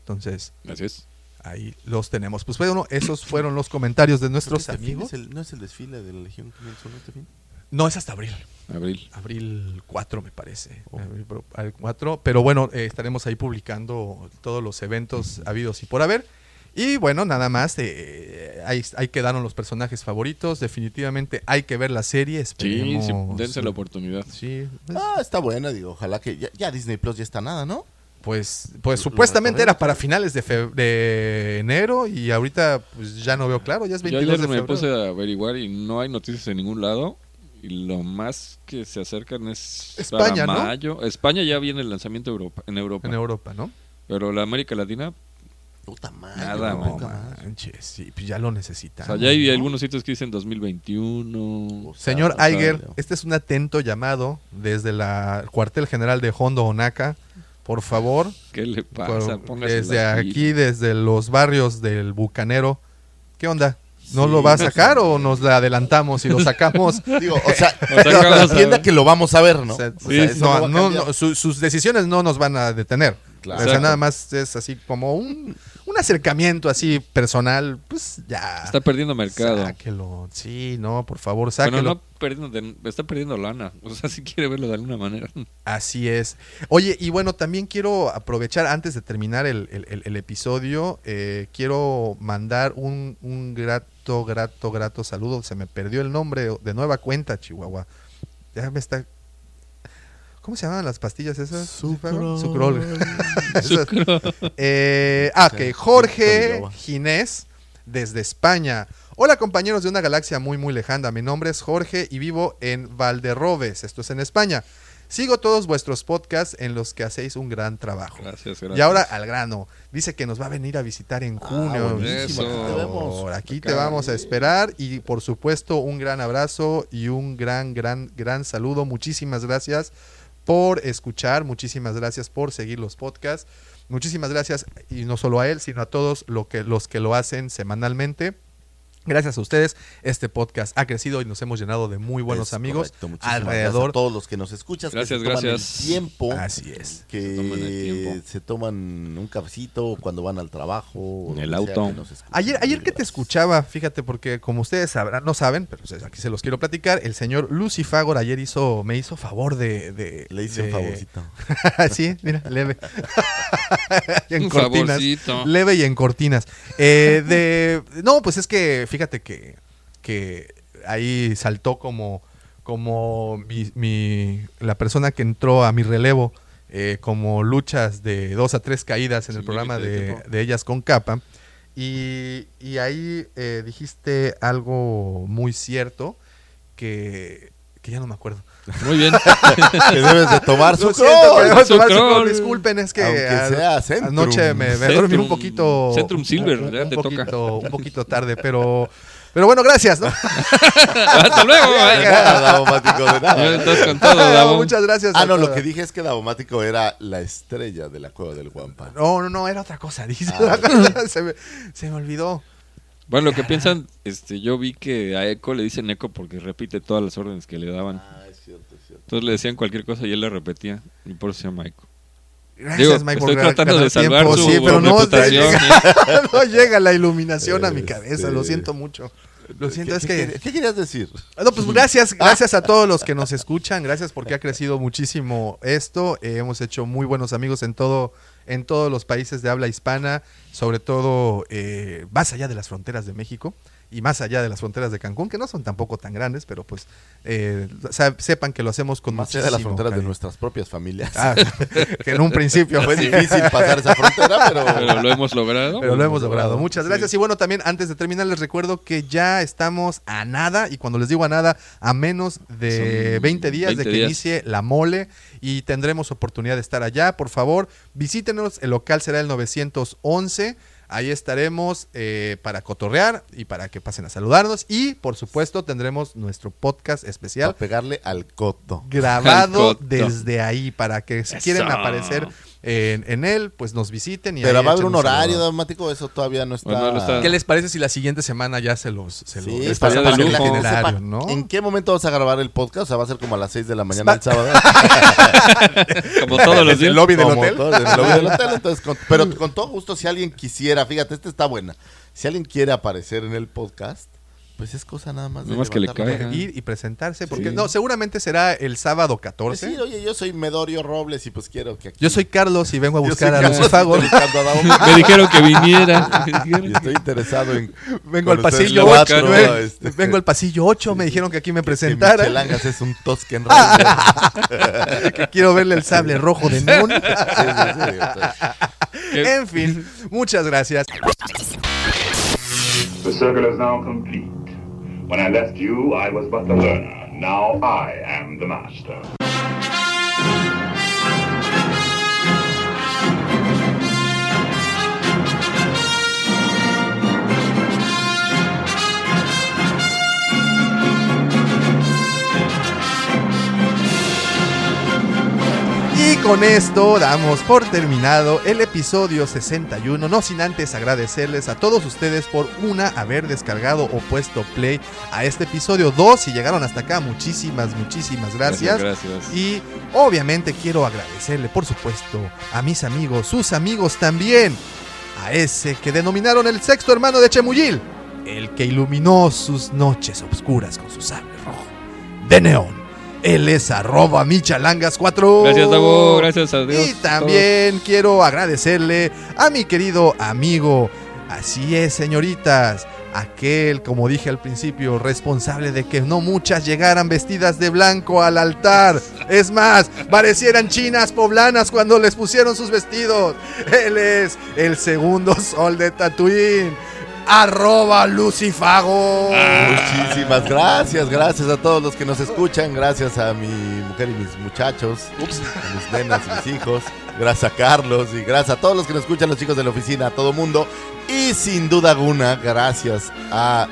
[SPEAKER 3] Entonces,
[SPEAKER 4] Así es.
[SPEAKER 3] ahí los tenemos. Pues bueno, esos fueron los comentarios de
[SPEAKER 2] Creo que
[SPEAKER 3] nuestros
[SPEAKER 2] este fin
[SPEAKER 3] amigos.
[SPEAKER 2] es el- ¿No es el desfile de la Legión 501 este fin?
[SPEAKER 3] No es hasta abril.
[SPEAKER 4] Abril.
[SPEAKER 3] Abril 4, me parece.
[SPEAKER 4] Oh.
[SPEAKER 3] Abril pro- al 4. Pero bueno, eh, estaremos ahí publicando todos los eventos habidos y por haber. Y bueno, nada más. eh, ahí, ahí quedaron los personajes favoritos. Definitivamente hay que ver la serie.
[SPEAKER 4] Sí,
[SPEAKER 3] Esperemos.
[SPEAKER 4] sí, dense la oportunidad.
[SPEAKER 3] Sí, pues,
[SPEAKER 2] Ah, está buena, digo, ojalá que ya, ya Disney Plus ya está nada, ¿no?
[SPEAKER 3] pues, pues
[SPEAKER 2] Lo
[SPEAKER 3] supuestamente
[SPEAKER 2] recorremos.
[SPEAKER 3] era para finales de, fe- de enero y ahorita pues ya no veo claro, ya es
[SPEAKER 4] Yo
[SPEAKER 3] 22
[SPEAKER 4] ayer
[SPEAKER 3] de
[SPEAKER 4] me
[SPEAKER 3] febrero.
[SPEAKER 4] puse a averiguar y no hay noticias en ningún lado. Y lo más que se acercan es para
[SPEAKER 3] España, ¿no?
[SPEAKER 4] mayo. España ya viene el lanzamiento Europa, en Europa.
[SPEAKER 3] en Europa, ¿no?
[SPEAKER 4] pero la América Latina,
[SPEAKER 2] Puta madre.
[SPEAKER 4] nada,
[SPEAKER 3] no
[SPEAKER 4] güey.
[SPEAKER 3] manches, sí, pues ya lo
[SPEAKER 4] O sea,
[SPEAKER 3] necesitamos.
[SPEAKER 4] ya hay
[SPEAKER 3] ¿no?
[SPEAKER 4] algunos sitios que dicen 2021.
[SPEAKER 3] Señor
[SPEAKER 2] Ay,
[SPEAKER 3] Aiger,
[SPEAKER 2] no.
[SPEAKER 3] este es un atento llamado desde la- el cuartel general de Hondo Onaka. Por favor,
[SPEAKER 4] ¿Qué le pasa?
[SPEAKER 3] por-
[SPEAKER 4] Póngase
[SPEAKER 3] desde
[SPEAKER 4] las pilas.
[SPEAKER 3] aquí, desde los barrios del Bucanero, ¿qué onda? ¿No
[SPEAKER 2] Sí,
[SPEAKER 3] lo va a
[SPEAKER 2] no sé.
[SPEAKER 3] sacar o nos la adelantamos y lo sacamos?
[SPEAKER 2] Digo, o sea,
[SPEAKER 4] sea, que vamos a
[SPEAKER 2] entienda
[SPEAKER 4] ver.
[SPEAKER 2] que lo vamos a ver, ¿no?
[SPEAKER 3] O sea,
[SPEAKER 2] O sea,
[SPEAKER 3] sí,
[SPEAKER 2] eso
[SPEAKER 3] no,
[SPEAKER 2] va a
[SPEAKER 3] no,
[SPEAKER 2] cambiar.
[SPEAKER 3] no, su- sus decisiones no nos van a detener.
[SPEAKER 2] Claro.
[SPEAKER 3] O sea,
[SPEAKER 4] Exacto.
[SPEAKER 3] nada más es así como un, un acercamiento así personal, pues ya.
[SPEAKER 4] Está perdiendo mercado.
[SPEAKER 3] Sáquelo. Sí, no, por favor, sáquelo.
[SPEAKER 4] Bueno, no perdiendo, de- está perdiendo lana. O sea, si quiere verlo de alguna manera.
[SPEAKER 3] Así es. Oye, y bueno, también quiero aprovechar, antes de terminar el, el- el- el episodio, eh, quiero mandar un, un grato, grato, grato saludo. Se me perdió el nombre de nueva cuenta, Chihuahua. Ya me está... ¿Cómo se llamaban las pastillas esas? Sucrol. Esas- eh, ah,
[SPEAKER 2] Sí,
[SPEAKER 3] que Jorge
[SPEAKER 2] Chihuahua.
[SPEAKER 3] Ginés, desde España. Hola compañeros de una galaxia muy muy lejana, mi nombre es Jorge y vivo en Valderrobes, esto es en España. Sigo todos vuestros podcasts en los que hacéis un gran trabajo.
[SPEAKER 4] Gracias, gracias. Ah,
[SPEAKER 3] Y ahora ah, al grano, dice que nos va a venir a visitar en junio.
[SPEAKER 4] buenísimo,
[SPEAKER 3] Por
[SPEAKER 4] aquí te
[SPEAKER 2] vemos.
[SPEAKER 3] Aquí te vamos a esperar y por supuesto un gran abrazo y un gran, gran, gran saludo. Muchísimas gracias por escuchar, muchísimas gracias por seguir los podcasts, muchísimas gracias y no solo a él, sino a todos lo que, los que lo hacen semanalmente. Gracias a ustedes, este podcast ha crecido y nos hemos llenado de muy buenos
[SPEAKER 2] Es
[SPEAKER 3] amigos
[SPEAKER 2] correcto, muchísimas gracias a
[SPEAKER 3] alrededor.
[SPEAKER 2] todos los que nos escuchas.
[SPEAKER 4] Gracias,
[SPEAKER 2] que se toman
[SPEAKER 4] gracias.
[SPEAKER 2] El tiempo.
[SPEAKER 3] Así es.
[SPEAKER 2] que
[SPEAKER 4] Se toman el tiempo.
[SPEAKER 2] se toman un cafecito o cuando van al trabajo. o
[SPEAKER 4] En el
[SPEAKER 2] donde sea
[SPEAKER 4] auto.
[SPEAKER 2] que nos escuchen.
[SPEAKER 3] Ayer, ayer que te
[SPEAKER 2] Gracias.
[SPEAKER 3] escuchaba, fíjate, porque como ustedes sabrán, no saben, pero pues aquí se los quiero platicar, el señor Lucifagor ayer hizo, me hizo favor de... de-
[SPEAKER 2] Le hice
[SPEAKER 3] de-
[SPEAKER 2] un favorcito.
[SPEAKER 3] sí, mira, leve. en
[SPEAKER 4] Un
[SPEAKER 3] cortinas.
[SPEAKER 4] favorcito.
[SPEAKER 3] Leve y en cortinas. Eh, de, no, pues es que fíjate que, que ahí saltó como, como mi, mi- la persona que entró a mi relevo, eh, como luchas de dos a tres caídas en el
[SPEAKER 4] Sin
[SPEAKER 3] programa
[SPEAKER 4] límite de
[SPEAKER 3] de,
[SPEAKER 4] tiempo.
[SPEAKER 3] de Ellas con Capa. Y, y ahí eh, dijiste algo muy cierto que, que ya no me acuerdo.
[SPEAKER 4] Muy bien.
[SPEAKER 3] Eh,
[SPEAKER 2] que debes de tomar su
[SPEAKER 3] Lo siento, que debo
[SPEAKER 4] su
[SPEAKER 3] tomar su
[SPEAKER 4] crawl.
[SPEAKER 3] crawl, Disculpen, es que
[SPEAKER 2] Aunque
[SPEAKER 3] a-
[SPEAKER 2] sea Centrum.
[SPEAKER 3] anoche me, me
[SPEAKER 4] Centrum-
[SPEAKER 3] dormí un poquito.
[SPEAKER 4] Centrum Silver,
[SPEAKER 3] un,
[SPEAKER 4] ya
[SPEAKER 3] un
[SPEAKER 4] te toca.
[SPEAKER 3] poquito, un poquito tarde, pero, pero bueno, gracias. ¿no?
[SPEAKER 4] Hasta luego.
[SPEAKER 2] De
[SPEAKER 4] eh.
[SPEAKER 2] nada, Davomático, de nada.
[SPEAKER 4] Ya estás con todo, Davo.
[SPEAKER 3] Muchas gracias. a
[SPEAKER 2] Ah, no, lo
[SPEAKER 3] todas.
[SPEAKER 2] que dije es que Davomático era la estrella de la cueva del Guampa.
[SPEAKER 3] No, no, no, era otra cosa. dice.
[SPEAKER 2] Ah.
[SPEAKER 3] se, me, se me olvidó.
[SPEAKER 4] Bueno, lo que piensan, este, yo vi que a Eco le dicen Eco porque repite todas las órdenes que le daban.
[SPEAKER 2] Ah, es cierto, es cierto.
[SPEAKER 4] Entonces le decían cualquier cosa y él la repetía. Y por eso se llama Eco.
[SPEAKER 3] Gracias,
[SPEAKER 4] Digo,
[SPEAKER 3] Mike, por
[SPEAKER 4] estoy
[SPEAKER 3] ganar-
[SPEAKER 4] tratando de
[SPEAKER 3] ganar
[SPEAKER 4] salvar
[SPEAKER 3] tiempo.
[SPEAKER 4] su
[SPEAKER 3] Sí, pero no,
[SPEAKER 4] reputación.
[SPEAKER 3] te-
[SPEAKER 4] ¿eh?
[SPEAKER 3] no llega la iluminación a mi cabeza. Lo
[SPEAKER 2] Este.
[SPEAKER 3] siento mucho. Lo siento,
[SPEAKER 2] ¿Qué-
[SPEAKER 3] es
[SPEAKER 2] qué
[SPEAKER 3] que
[SPEAKER 2] quer- ¿Qué querías decir?
[SPEAKER 3] Ah, No, pues gracias, gracias a todos los que nos escuchan, gracias porque ha crecido muchísimo esto. eh, hemos hecho muy buenos amigos en todo, en todos los países de habla hispana, sobre todo eh, más allá de las fronteras de México y más allá de las fronteras de Cancún, que no son tampoco tan grandes, pero pues eh, sa- sepan que lo hacemos con
[SPEAKER 2] Más
[SPEAKER 3] más
[SPEAKER 2] allá de las fronteras de nuestras propias familias.
[SPEAKER 3] Ah. que en un principio
[SPEAKER 2] Fue difícil pasar esa frontera, pero...
[SPEAKER 4] Pero lo hemos logrado.
[SPEAKER 3] Pero lo hemos logrado. Muchas gracias. Y bueno, también antes de terminar, les recuerdo que ya estamos a nada. Y cuando les digo a nada, a menos de
[SPEAKER 4] Son
[SPEAKER 3] 20 días de
[SPEAKER 4] 20
[SPEAKER 3] que
[SPEAKER 4] días.
[SPEAKER 3] inicie la mole. Y tendremos oportunidad de estar allá. Por favor, visítenos. El local será el 911. Ahí estaremos eh, para cotorrear y para que pasen a saludarnos. Y por supuesto, tendremos nuestro podcast
[SPEAKER 2] Para
[SPEAKER 3] especial
[SPEAKER 2] pegarle al coto.
[SPEAKER 3] grabado
[SPEAKER 4] Al coto.
[SPEAKER 3] desde ahí para que si quieren
[SPEAKER 4] Eso.
[SPEAKER 3] aparecer en, en él, pues nos visiten. Y
[SPEAKER 2] Pero
[SPEAKER 3] ahí
[SPEAKER 2] va a haber
[SPEAKER 3] échenos
[SPEAKER 2] un
[SPEAKER 3] un
[SPEAKER 2] horario,
[SPEAKER 3] saludo.
[SPEAKER 2] Davomático, eso todavía no está...
[SPEAKER 4] Bueno, no lo está-
[SPEAKER 3] ¿Qué les parece si la siguiente semana ya se los se
[SPEAKER 2] Sí,
[SPEAKER 3] los-
[SPEAKER 2] para-
[SPEAKER 4] estaría
[SPEAKER 3] les
[SPEAKER 2] para
[SPEAKER 4] de
[SPEAKER 2] que la
[SPEAKER 4] lujo.
[SPEAKER 2] gente sepa
[SPEAKER 3] itinerario, ¿no?
[SPEAKER 2] ¿En qué momento vas a grabar el podcast? O sea, va a ser como a las 6 de la mañana el sábado.
[SPEAKER 4] Como todos los
[SPEAKER 3] Desde el
[SPEAKER 4] días.
[SPEAKER 3] lobby del
[SPEAKER 2] Como
[SPEAKER 3] hotel?
[SPEAKER 2] todo, en el lobby del hotel, entonces, con- pero con todo gusto, si alguien quisiera, fíjate, esta está buena. Si alguien quiere aparecer en el podcast, pues es cosa nada más de.
[SPEAKER 4] Nada más que le
[SPEAKER 2] levantar la
[SPEAKER 4] caiga.
[SPEAKER 2] mano.
[SPEAKER 3] ir y presentarse porque
[SPEAKER 4] Sí.
[SPEAKER 3] no, seguramente será el sábado 14.
[SPEAKER 2] Decir, Pues oye, yo soy Medorio Robles y pues quiero que aquí.
[SPEAKER 3] Yo soy Carlos y vengo a
[SPEAKER 2] Yo
[SPEAKER 3] buscar
[SPEAKER 2] soy
[SPEAKER 3] a
[SPEAKER 2] Carlos,
[SPEAKER 3] Lucifago.
[SPEAKER 2] estoy buscando a Davo.
[SPEAKER 4] Me dijeron que viniera.
[SPEAKER 2] Y estoy interesado en.
[SPEAKER 3] Vengo al
[SPEAKER 2] conocer
[SPEAKER 3] pasillo
[SPEAKER 2] el
[SPEAKER 4] cuatro,
[SPEAKER 3] 8,
[SPEAKER 2] teatro,
[SPEAKER 4] ¿no?
[SPEAKER 2] este,
[SPEAKER 3] vengo al ¿eh? pasillo 8, me dijeron que aquí me
[SPEAKER 2] que
[SPEAKER 3] presentara,
[SPEAKER 2] Michelangas es un Tosken Robles.
[SPEAKER 3] que quiero verle el sable rojo de Moon.
[SPEAKER 2] Sí, sí, sí, o sea,
[SPEAKER 3] en fin, muchas gracias.
[SPEAKER 8] The circle is now complete. When I left you, I was but the learner, Now I am the master.
[SPEAKER 3] Y con esto damos por terminado el episodio 61, no sin antes agradecerles a todos ustedes por una haber descargado o puesto play a este episodio 2 si llegaron hasta acá, muchísimas, muchísimas gracias.
[SPEAKER 4] gracias.
[SPEAKER 3] Y obviamente quiero agradecerle, por supuesto, a mis amigos, sus amigos también, a ese que denominaron el sexto hermano de Chemuyil, el que iluminó sus noches oscuras con su sangre rojo de neón. Él es arroba michalangas4.
[SPEAKER 5] Gracias, Davo. Gracias a Dios.
[SPEAKER 3] Y también quiero agradecerle a mi querido amigo. Así es, señoritas. Aquel, como dije al principio, responsable de que no muchas llegaran vestidas de blanco al altar. Es más, parecieran chinas poblanas cuando les pusieron sus vestidos. Él es el segundo sol de Tatooine. Arroba Lucifago.
[SPEAKER 2] Ah. Muchísimas gracias, gracias a todos los que nos escuchan, gracias a mi mujer y mis muchachos, a mis nenas y mis hijos, gracias a Carlos y gracias a todos los que nos escuchan, los chicos de la oficina, a todo mundo y sin duda alguna, gracias a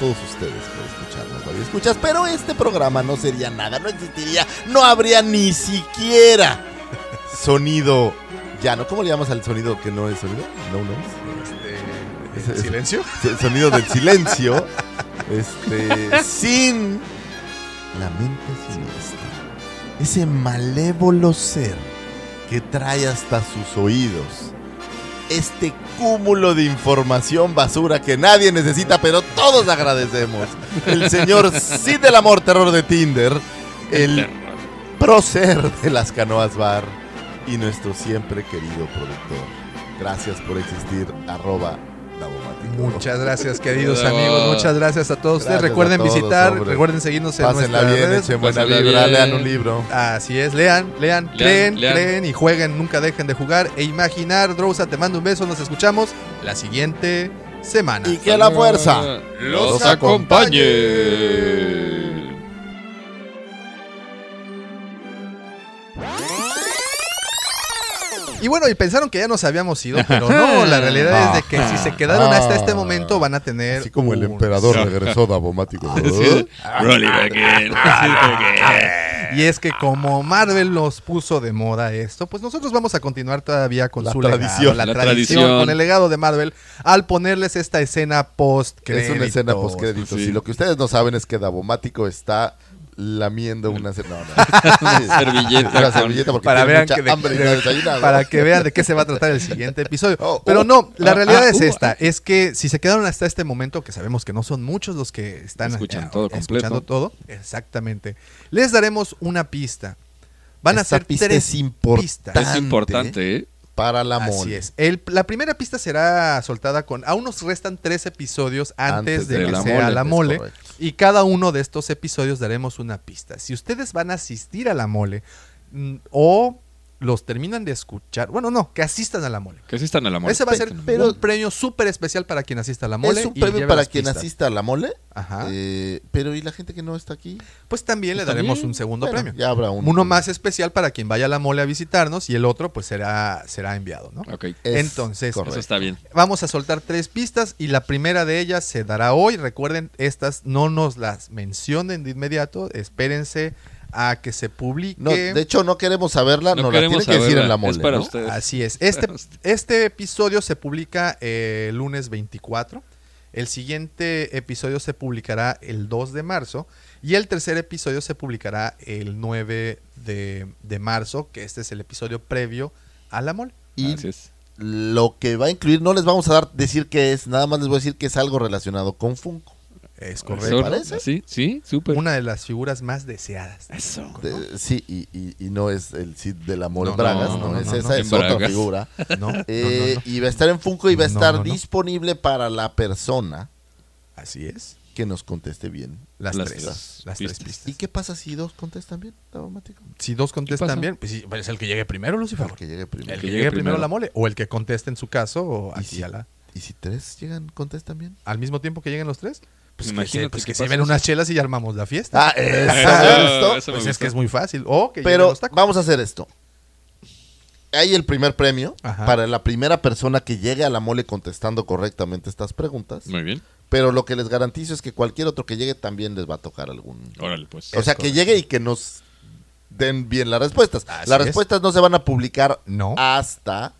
[SPEAKER 2] todos ustedes por escucharnos, radio escuchas, pero este programa no sería nada, no existiría, no habría ni siquiera sonido llano. ¿Cómo le llamas al sonido que no es sonido? No, no es.
[SPEAKER 3] Este, ¿en ¿Silencio?
[SPEAKER 2] el sonido del silencio, este, sin la mente siniestra, ese malévolo ser que trae hasta sus oídos, este cúmulo de información basura que nadie necesita, pero todos agradecemos, el señor sí del amor terror de Tinder, el prócer de las canoas bar y nuestro siempre querido productor. Gracias por existir, arroba Davomático.
[SPEAKER 3] Muchas gracias, queridos
[SPEAKER 4] Bravo.
[SPEAKER 3] amigos. Muchas gracias a todos ustedes.
[SPEAKER 2] Gracias
[SPEAKER 3] Recuerden
[SPEAKER 2] a todos,
[SPEAKER 3] visitar,
[SPEAKER 2] hombre.
[SPEAKER 3] recuerden seguirnos en
[SPEAKER 2] Pásenla
[SPEAKER 3] nuestras
[SPEAKER 2] bien,
[SPEAKER 3] redes.
[SPEAKER 2] echen buena
[SPEAKER 4] Pásenla
[SPEAKER 2] vibra,
[SPEAKER 4] bien.
[SPEAKER 2] lean un libro.
[SPEAKER 3] Así es, lean, lean,
[SPEAKER 4] Lean,
[SPEAKER 3] creen,
[SPEAKER 4] lean.
[SPEAKER 3] creen y jueguen, nunca dejen de jugar e imaginar. Drousa, te mando un beso, nos escuchamos la siguiente semana.
[SPEAKER 2] Y que la fuerza
[SPEAKER 4] Los acompañe.
[SPEAKER 3] Y bueno, y pensaron que ya nos habíamos ido, pero no, la realidad es de que si se quedaron hasta este momento van a tener...
[SPEAKER 2] Ah. Eh, Así como el
[SPEAKER 3] un-
[SPEAKER 2] emperador regresó Davomático.
[SPEAKER 3] Ah,
[SPEAKER 5] Rolling again.
[SPEAKER 3] Y es que como Marvel nos puso de moda esto, pues nosotros vamos a continuar todavía con
[SPEAKER 2] La
[SPEAKER 3] su legado,
[SPEAKER 2] tradición.
[SPEAKER 3] la,
[SPEAKER 5] La
[SPEAKER 3] tradición,
[SPEAKER 5] tradición.
[SPEAKER 3] con el legado de Marvel, al ponerles esta escena post
[SPEAKER 2] Es una escena post créditos.
[SPEAKER 5] Sí.
[SPEAKER 2] Y lo que ustedes no saben es que Davomático está lamiendo una ce- no, no. Sí,
[SPEAKER 5] servilleta
[SPEAKER 2] una
[SPEAKER 5] con-
[SPEAKER 2] servilleta porque
[SPEAKER 3] para,
[SPEAKER 2] tiene
[SPEAKER 3] vean
[SPEAKER 2] mucha
[SPEAKER 3] que de-
[SPEAKER 2] hambre y no
[SPEAKER 3] de-
[SPEAKER 2] ha desayunado.
[SPEAKER 3] para que vean de qué se va a tratar el siguiente episodio.
[SPEAKER 2] Oh,
[SPEAKER 3] Pero
[SPEAKER 2] oh.
[SPEAKER 3] no, la
[SPEAKER 4] Ah,
[SPEAKER 3] realidad
[SPEAKER 4] ah,
[SPEAKER 3] es
[SPEAKER 4] uh,
[SPEAKER 3] esta, es que si se quedaron hasta este momento, que sabemos que no son muchos los que están
[SPEAKER 4] Escuchan
[SPEAKER 3] eh,
[SPEAKER 4] todo
[SPEAKER 3] escuchando
[SPEAKER 4] completo.
[SPEAKER 3] todo, exactamente, les daremos una pista. Van a
[SPEAKER 2] Esta
[SPEAKER 3] ser
[SPEAKER 2] pista
[SPEAKER 3] tres
[SPEAKER 2] es importante.
[SPEAKER 3] pistas.
[SPEAKER 4] Es importante, ¿eh?
[SPEAKER 2] para la mole.
[SPEAKER 3] Así es. El- la primera pista será soltada con. Aún nos restan tres episodios antes, de, que
[SPEAKER 4] la
[SPEAKER 3] sea
[SPEAKER 4] mole,
[SPEAKER 3] la
[SPEAKER 2] es
[SPEAKER 3] mole.
[SPEAKER 2] correcto.
[SPEAKER 3] Y cada uno de estos episodios daremos una pista. Si ustedes van a asistir a la mole mm, o los terminan de escuchar. Bueno, no, que asistan a la mole.
[SPEAKER 4] Que asistan a la mole.
[SPEAKER 3] Ese va a ser
[SPEAKER 4] Pero,
[SPEAKER 3] un premio súper especial para quien asista a la mole.
[SPEAKER 2] Es un
[SPEAKER 3] y
[SPEAKER 2] premio
[SPEAKER 3] lleve
[SPEAKER 2] para
[SPEAKER 3] las
[SPEAKER 2] quien
[SPEAKER 3] pistas.
[SPEAKER 2] asista a la mole.
[SPEAKER 3] Ajá.
[SPEAKER 2] eh, pero ¿y la gente que no está aquí?
[SPEAKER 3] pues también le
[SPEAKER 4] está
[SPEAKER 3] daremos
[SPEAKER 4] bien.
[SPEAKER 3] un segundo
[SPEAKER 2] Bueno,
[SPEAKER 3] premio.
[SPEAKER 2] Ya habrá uno.
[SPEAKER 3] Uno más especial para quien vaya a la mole a visitarnos y el otro pues será, será enviado, ¿no?
[SPEAKER 4] ok,
[SPEAKER 2] Es
[SPEAKER 3] Entonces,
[SPEAKER 2] correcto.
[SPEAKER 4] eso está bien.
[SPEAKER 3] Vamos a soltar tres pistas y la primera de ellas se dará hoy. Recuerden, estas no nos las mencionen de inmediato. Espérense a que se publique.
[SPEAKER 2] No, de hecho, pues, no queremos saberla,
[SPEAKER 4] No
[SPEAKER 2] nos la tienen
[SPEAKER 4] queremos
[SPEAKER 2] que decir
[SPEAKER 4] saberla,
[SPEAKER 2] en la
[SPEAKER 4] es
[SPEAKER 2] mole.
[SPEAKER 4] para
[SPEAKER 2] ¿no?
[SPEAKER 4] usted. ustedes.
[SPEAKER 3] Así es. Este, este episodio se publica eh, el lunes 24. El siguiente episodio se publicará el 2 de marzo. Y el tercer episodio se publicará el 9 de, de marzo, que este es el episodio previo a la mole.
[SPEAKER 2] Y
[SPEAKER 4] Así es.
[SPEAKER 2] lo que va a incluir, no les vamos a dar decir qué es, nada más les voy a decir que es algo relacionado con Funko.
[SPEAKER 3] Es correcto.
[SPEAKER 4] Eso, ¿no?
[SPEAKER 2] parece?
[SPEAKER 4] Sí, sí,
[SPEAKER 2] pues.
[SPEAKER 4] súper.
[SPEAKER 3] Una de las figuras más deseadas. Eso.
[SPEAKER 2] De- sí, y, y- y no es el Cid del amor
[SPEAKER 3] No,
[SPEAKER 2] en
[SPEAKER 3] no,
[SPEAKER 2] Bragas,
[SPEAKER 3] no,
[SPEAKER 2] no,
[SPEAKER 3] no,
[SPEAKER 2] es
[SPEAKER 3] no,
[SPEAKER 2] esa,
[SPEAKER 3] no.
[SPEAKER 2] es
[SPEAKER 4] En
[SPEAKER 2] otra
[SPEAKER 4] Bragas.
[SPEAKER 2] figura.
[SPEAKER 3] No, no,
[SPEAKER 2] Eh,
[SPEAKER 3] no, no.
[SPEAKER 2] Y va a estar en Funko y va a
[SPEAKER 3] No,
[SPEAKER 2] estar
[SPEAKER 3] no, no.
[SPEAKER 2] disponible para la persona
[SPEAKER 3] Así es.
[SPEAKER 2] que nos conteste bien.
[SPEAKER 3] Las,
[SPEAKER 4] Las
[SPEAKER 3] tres.
[SPEAKER 4] tres
[SPEAKER 3] Las
[SPEAKER 4] pistas.
[SPEAKER 3] tres pistas.
[SPEAKER 2] ¿Y qué pasa si dos contestan bien, Davomático?
[SPEAKER 3] si dos
[SPEAKER 4] pasa?
[SPEAKER 3] contestan bien, pues, sí, pues es el que llegue primero, Lucifer.
[SPEAKER 2] Para que llegue
[SPEAKER 3] El
[SPEAKER 2] primero.
[SPEAKER 3] que llegue primero a la mole. O el que conteste en su caso, o
[SPEAKER 2] ¿Y
[SPEAKER 3] aquí
[SPEAKER 2] si-
[SPEAKER 3] a la-
[SPEAKER 2] ¿Y si tres llegan, contestan bien?
[SPEAKER 3] al mismo tiempo que lleguen los tres. Pues que,
[SPEAKER 4] Imagínate
[SPEAKER 3] se, pues
[SPEAKER 4] que
[SPEAKER 3] que se
[SPEAKER 4] pasa
[SPEAKER 3] ven
[SPEAKER 4] eso.
[SPEAKER 3] unas chelas y armamos la fiesta.
[SPEAKER 2] Ah, exacto.
[SPEAKER 3] Pues
[SPEAKER 4] Eso me
[SPEAKER 3] es
[SPEAKER 4] gustó.
[SPEAKER 3] que es muy fácil. O que lleguen
[SPEAKER 2] Pero
[SPEAKER 3] los tacos.
[SPEAKER 2] vamos a hacer esto. Hay el primer premio
[SPEAKER 3] Ajá.
[SPEAKER 2] para la primera persona que llegue a la mole contestando correctamente estas preguntas.
[SPEAKER 4] Muy bien.
[SPEAKER 2] Pero lo que les garantizo es que cualquier otro que llegue también les va a tocar algún.
[SPEAKER 4] Órale, pues.
[SPEAKER 2] O sea, que llegue y que nos den bien las respuestas.
[SPEAKER 3] Así
[SPEAKER 2] las
[SPEAKER 3] es.
[SPEAKER 2] respuestas no se van a publicar
[SPEAKER 3] No.
[SPEAKER 2] hasta.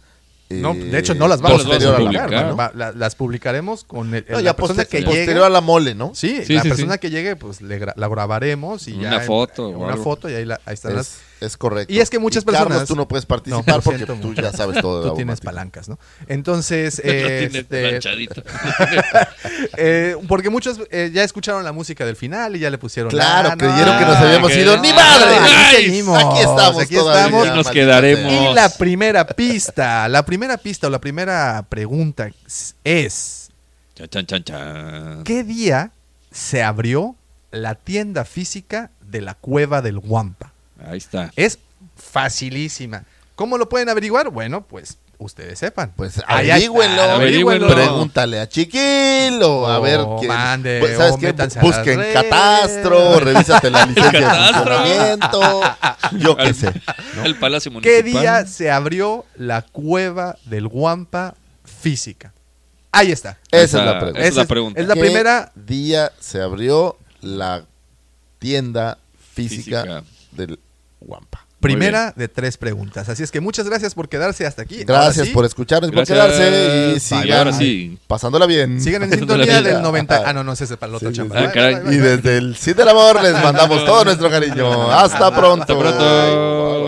[SPEAKER 3] No,
[SPEAKER 2] eh,
[SPEAKER 3] de hecho, no las
[SPEAKER 4] no las
[SPEAKER 3] vamos
[SPEAKER 4] vamos a
[SPEAKER 2] posterior
[SPEAKER 3] a
[SPEAKER 2] la
[SPEAKER 3] publicar.
[SPEAKER 4] publicar,
[SPEAKER 2] mole,
[SPEAKER 4] ¿no?
[SPEAKER 3] Va- la- las publicaremos con el,
[SPEAKER 2] No,
[SPEAKER 3] la
[SPEAKER 2] ya
[SPEAKER 3] persona
[SPEAKER 2] poster-
[SPEAKER 3] que llegue.
[SPEAKER 2] posterior a la mole, ¿no?
[SPEAKER 3] Sí,
[SPEAKER 4] Sí,
[SPEAKER 3] la
[SPEAKER 4] sí,
[SPEAKER 3] persona
[SPEAKER 4] sí.
[SPEAKER 3] que llegue, pues le gra- la grabaremos y ya.
[SPEAKER 4] Una foto o
[SPEAKER 3] Una
[SPEAKER 4] algo.
[SPEAKER 3] foto y ahí, la- ahí están las.
[SPEAKER 2] Es, es correcto.
[SPEAKER 3] Y es que muchas
[SPEAKER 2] Carlos,
[SPEAKER 3] personas-
[SPEAKER 2] tú no puedes
[SPEAKER 3] No,
[SPEAKER 2] participar
[SPEAKER 3] lo
[SPEAKER 2] porque
[SPEAKER 3] siento
[SPEAKER 2] tú
[SPEAKER 3] mucho.
[SPEAKER 2] ya sabes todo de
[SPEAKER 3] Tú tienes
[SPEAKER 2] automático.
[SPEAKER 3] palancas, ¿no? Entonces,
[SPEAKER 5] Lo
[SPEAKER 3] eh,
[SPEAKER 5] tiene
[SPEAKER 3] este,
[SPEAKER 5] planchadito.
[SPEAKER 3] eh, porque muchos eh, ya escucharon la música del final y ya le pusieron.
[SPEAKER 2] Claro,
[SPEAKER 3] "Ah, no,
[SPEAKER 2] creyeron que nos
[SPEAKER 3] ah,
[SPEAKER 2] habíamos
[SPEAKER 5] que-
[SPEAKER 2] ido. ¡Ni madre!
[SPEAKER 3] Ah,
[SPEAKER 2] Aquí
[SPEAKER 3] nice.
[SPEAKER 2] seguimos, Aquí estamos,
[SPEAKER 3] Aquí
[SPEAKER 2] todavía,
[SPEAKER 3] estamos. Y
[SPEAKER 4] nos
[SPEAKER 2] maldita
[SPEAKER 4] quedaremos.
[SPEAKER 2] sea.
[SPEAKER 3] Y la primera pista, la primera pista o la primera pregunta es,
[SPEAKER 4] Chan, chan, chan, chan.
[SPEAKER 3] ¿qué día se abrió la tienda física de la cueva del Guampa?
[SPEAKER 4] Ahí está.
[SPEAKER 3] Es facilísima. ¿Cómo lo pueden averiguar? Bueno, pues ustedes sepan.
[SPEAKER 2] Pues
[SPEAKER 3] Ahí está,
[SPEAKER 2] averígüenlo.
[SPEAKER 4] Averígüenlo.
[SPEAKER 2] Pregúntale a Chiquilo. A
[SPEAKER 3] O
[SPEAKER 2] ver, que-
[SPEAKER 3] Oh, mande,
[SPEAKER 2] pues, ¿sabes
[SPEAKER 3] o
[SPEAKER 2] qué?
[SPEAKER 3] métanse a
[SPEAKER 2] Busquen
[SPEAKER 3] las redes.
[SPEAKER 2] catastro, revísate la licencia de funcionamiento. Yo qué
[SPEAKER 5] Al-
[SPEAKER 2] sé.
[SPEAKER 5] El Palacio
[SPEAKER 3] ¿Qué
[SPEAKER 5] Municipal.
[SPEAKER 3] día se abrió la cueva del Guampa física? Ahí está.
[SPEAKER 2] Esa es
[SPEAKER 5] Esa-
[SPEAKER 2] la pregunta.
[SPEAKER 5] esa es la
[SPEAKER 3] Ese
[SPEAKER 5] pregunta.
[SPEAKER 3] Es la
[SPEAKER 2] ¿Qué
[SPEAKER 3] primera
[SPEAKER 2] día se abrió la tienda física,
[SPEAKER 4] Física.
[SPEAKER 2] del Guampa?
[SPEAKER 3] Primera de tres preguntas. Así es que muchas gracias por quedarse hasta aquí. Ahora
[SPEAKER 2] Gracias
[SPEAKER 3] sí,
[SPEAKER 2] por escucharnos, y por
[SPEAKER 4] Gracias.
[SPEAKER 2] quedarse y
[SPEAKER 4] Bye.
[SPEAKER 2] sigan
[SPEAKER 4] Ahora sí.
[SPEAKER 2] pasándola bien.
[SPEAKER 3] Sigan en
[SPEAKER 4] Dándole
[SPEAKER 3] sintonía
[SPEAKER 4] vida.
[SPEAKER 3] del 90. Ah, no, no, ese es para el otro
[SPEAKER 2] Sí, sí,
[SPEAKER 3] chamba.
[SPEAKER 2] sí.
[SPEAKER 3] Bye,
[SPEAKER 4] Ah, caray.
[SPEAKER 3] bye, bye,
[SPEAKER 2] Y
[SPEAKER 3] bye.
[SPEAKER 2] desde el Cid del Amor les mandamos todo nuestro cariño. Hasta pronto.
[SPEAKER 4] Hasta pronto.